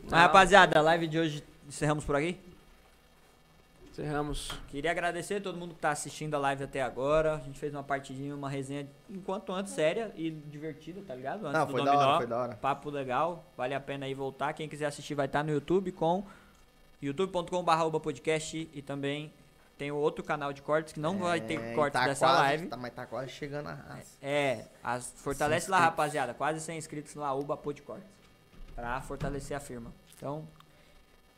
S4: Mas, rapaziada, a live de hoje encerramos por aqui.
S1: Encerramos.
S4: Queria agradecer a todo mundo que tá assistindo a live até agora. A gente fez uma partidinha, uma resenha, enquanto antes, séria e divertida, tá ligado? Antes
S2: Não,
S4: do
S2: foi da
S4: dominó.
S2: hora, foi da hora.
S4: Papo legal, vale a pena aí voltar. Quem quiser assistir vai estar no YouTube com youtube.com.br podcast e também tem o outro canal de cortes que não vai ter
S2: É,
S4: cortes
S2: tá
S4: dessa
S2: quase-
S4: live.
S2: Tá, mas tá quase chegando a raça.
S4: É, as- fortalece lá, rapaziada. Quase 100 inscritos lá, Uba Podcortes. Pra fortalecer a firma. Então,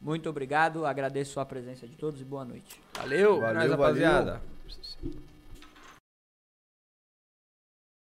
S4: muito obrigado. Agradeço a presença de todos e boa noite.
S1: Valeu. é
S3: Valeu,
S1: nós,
S3: rapaziada.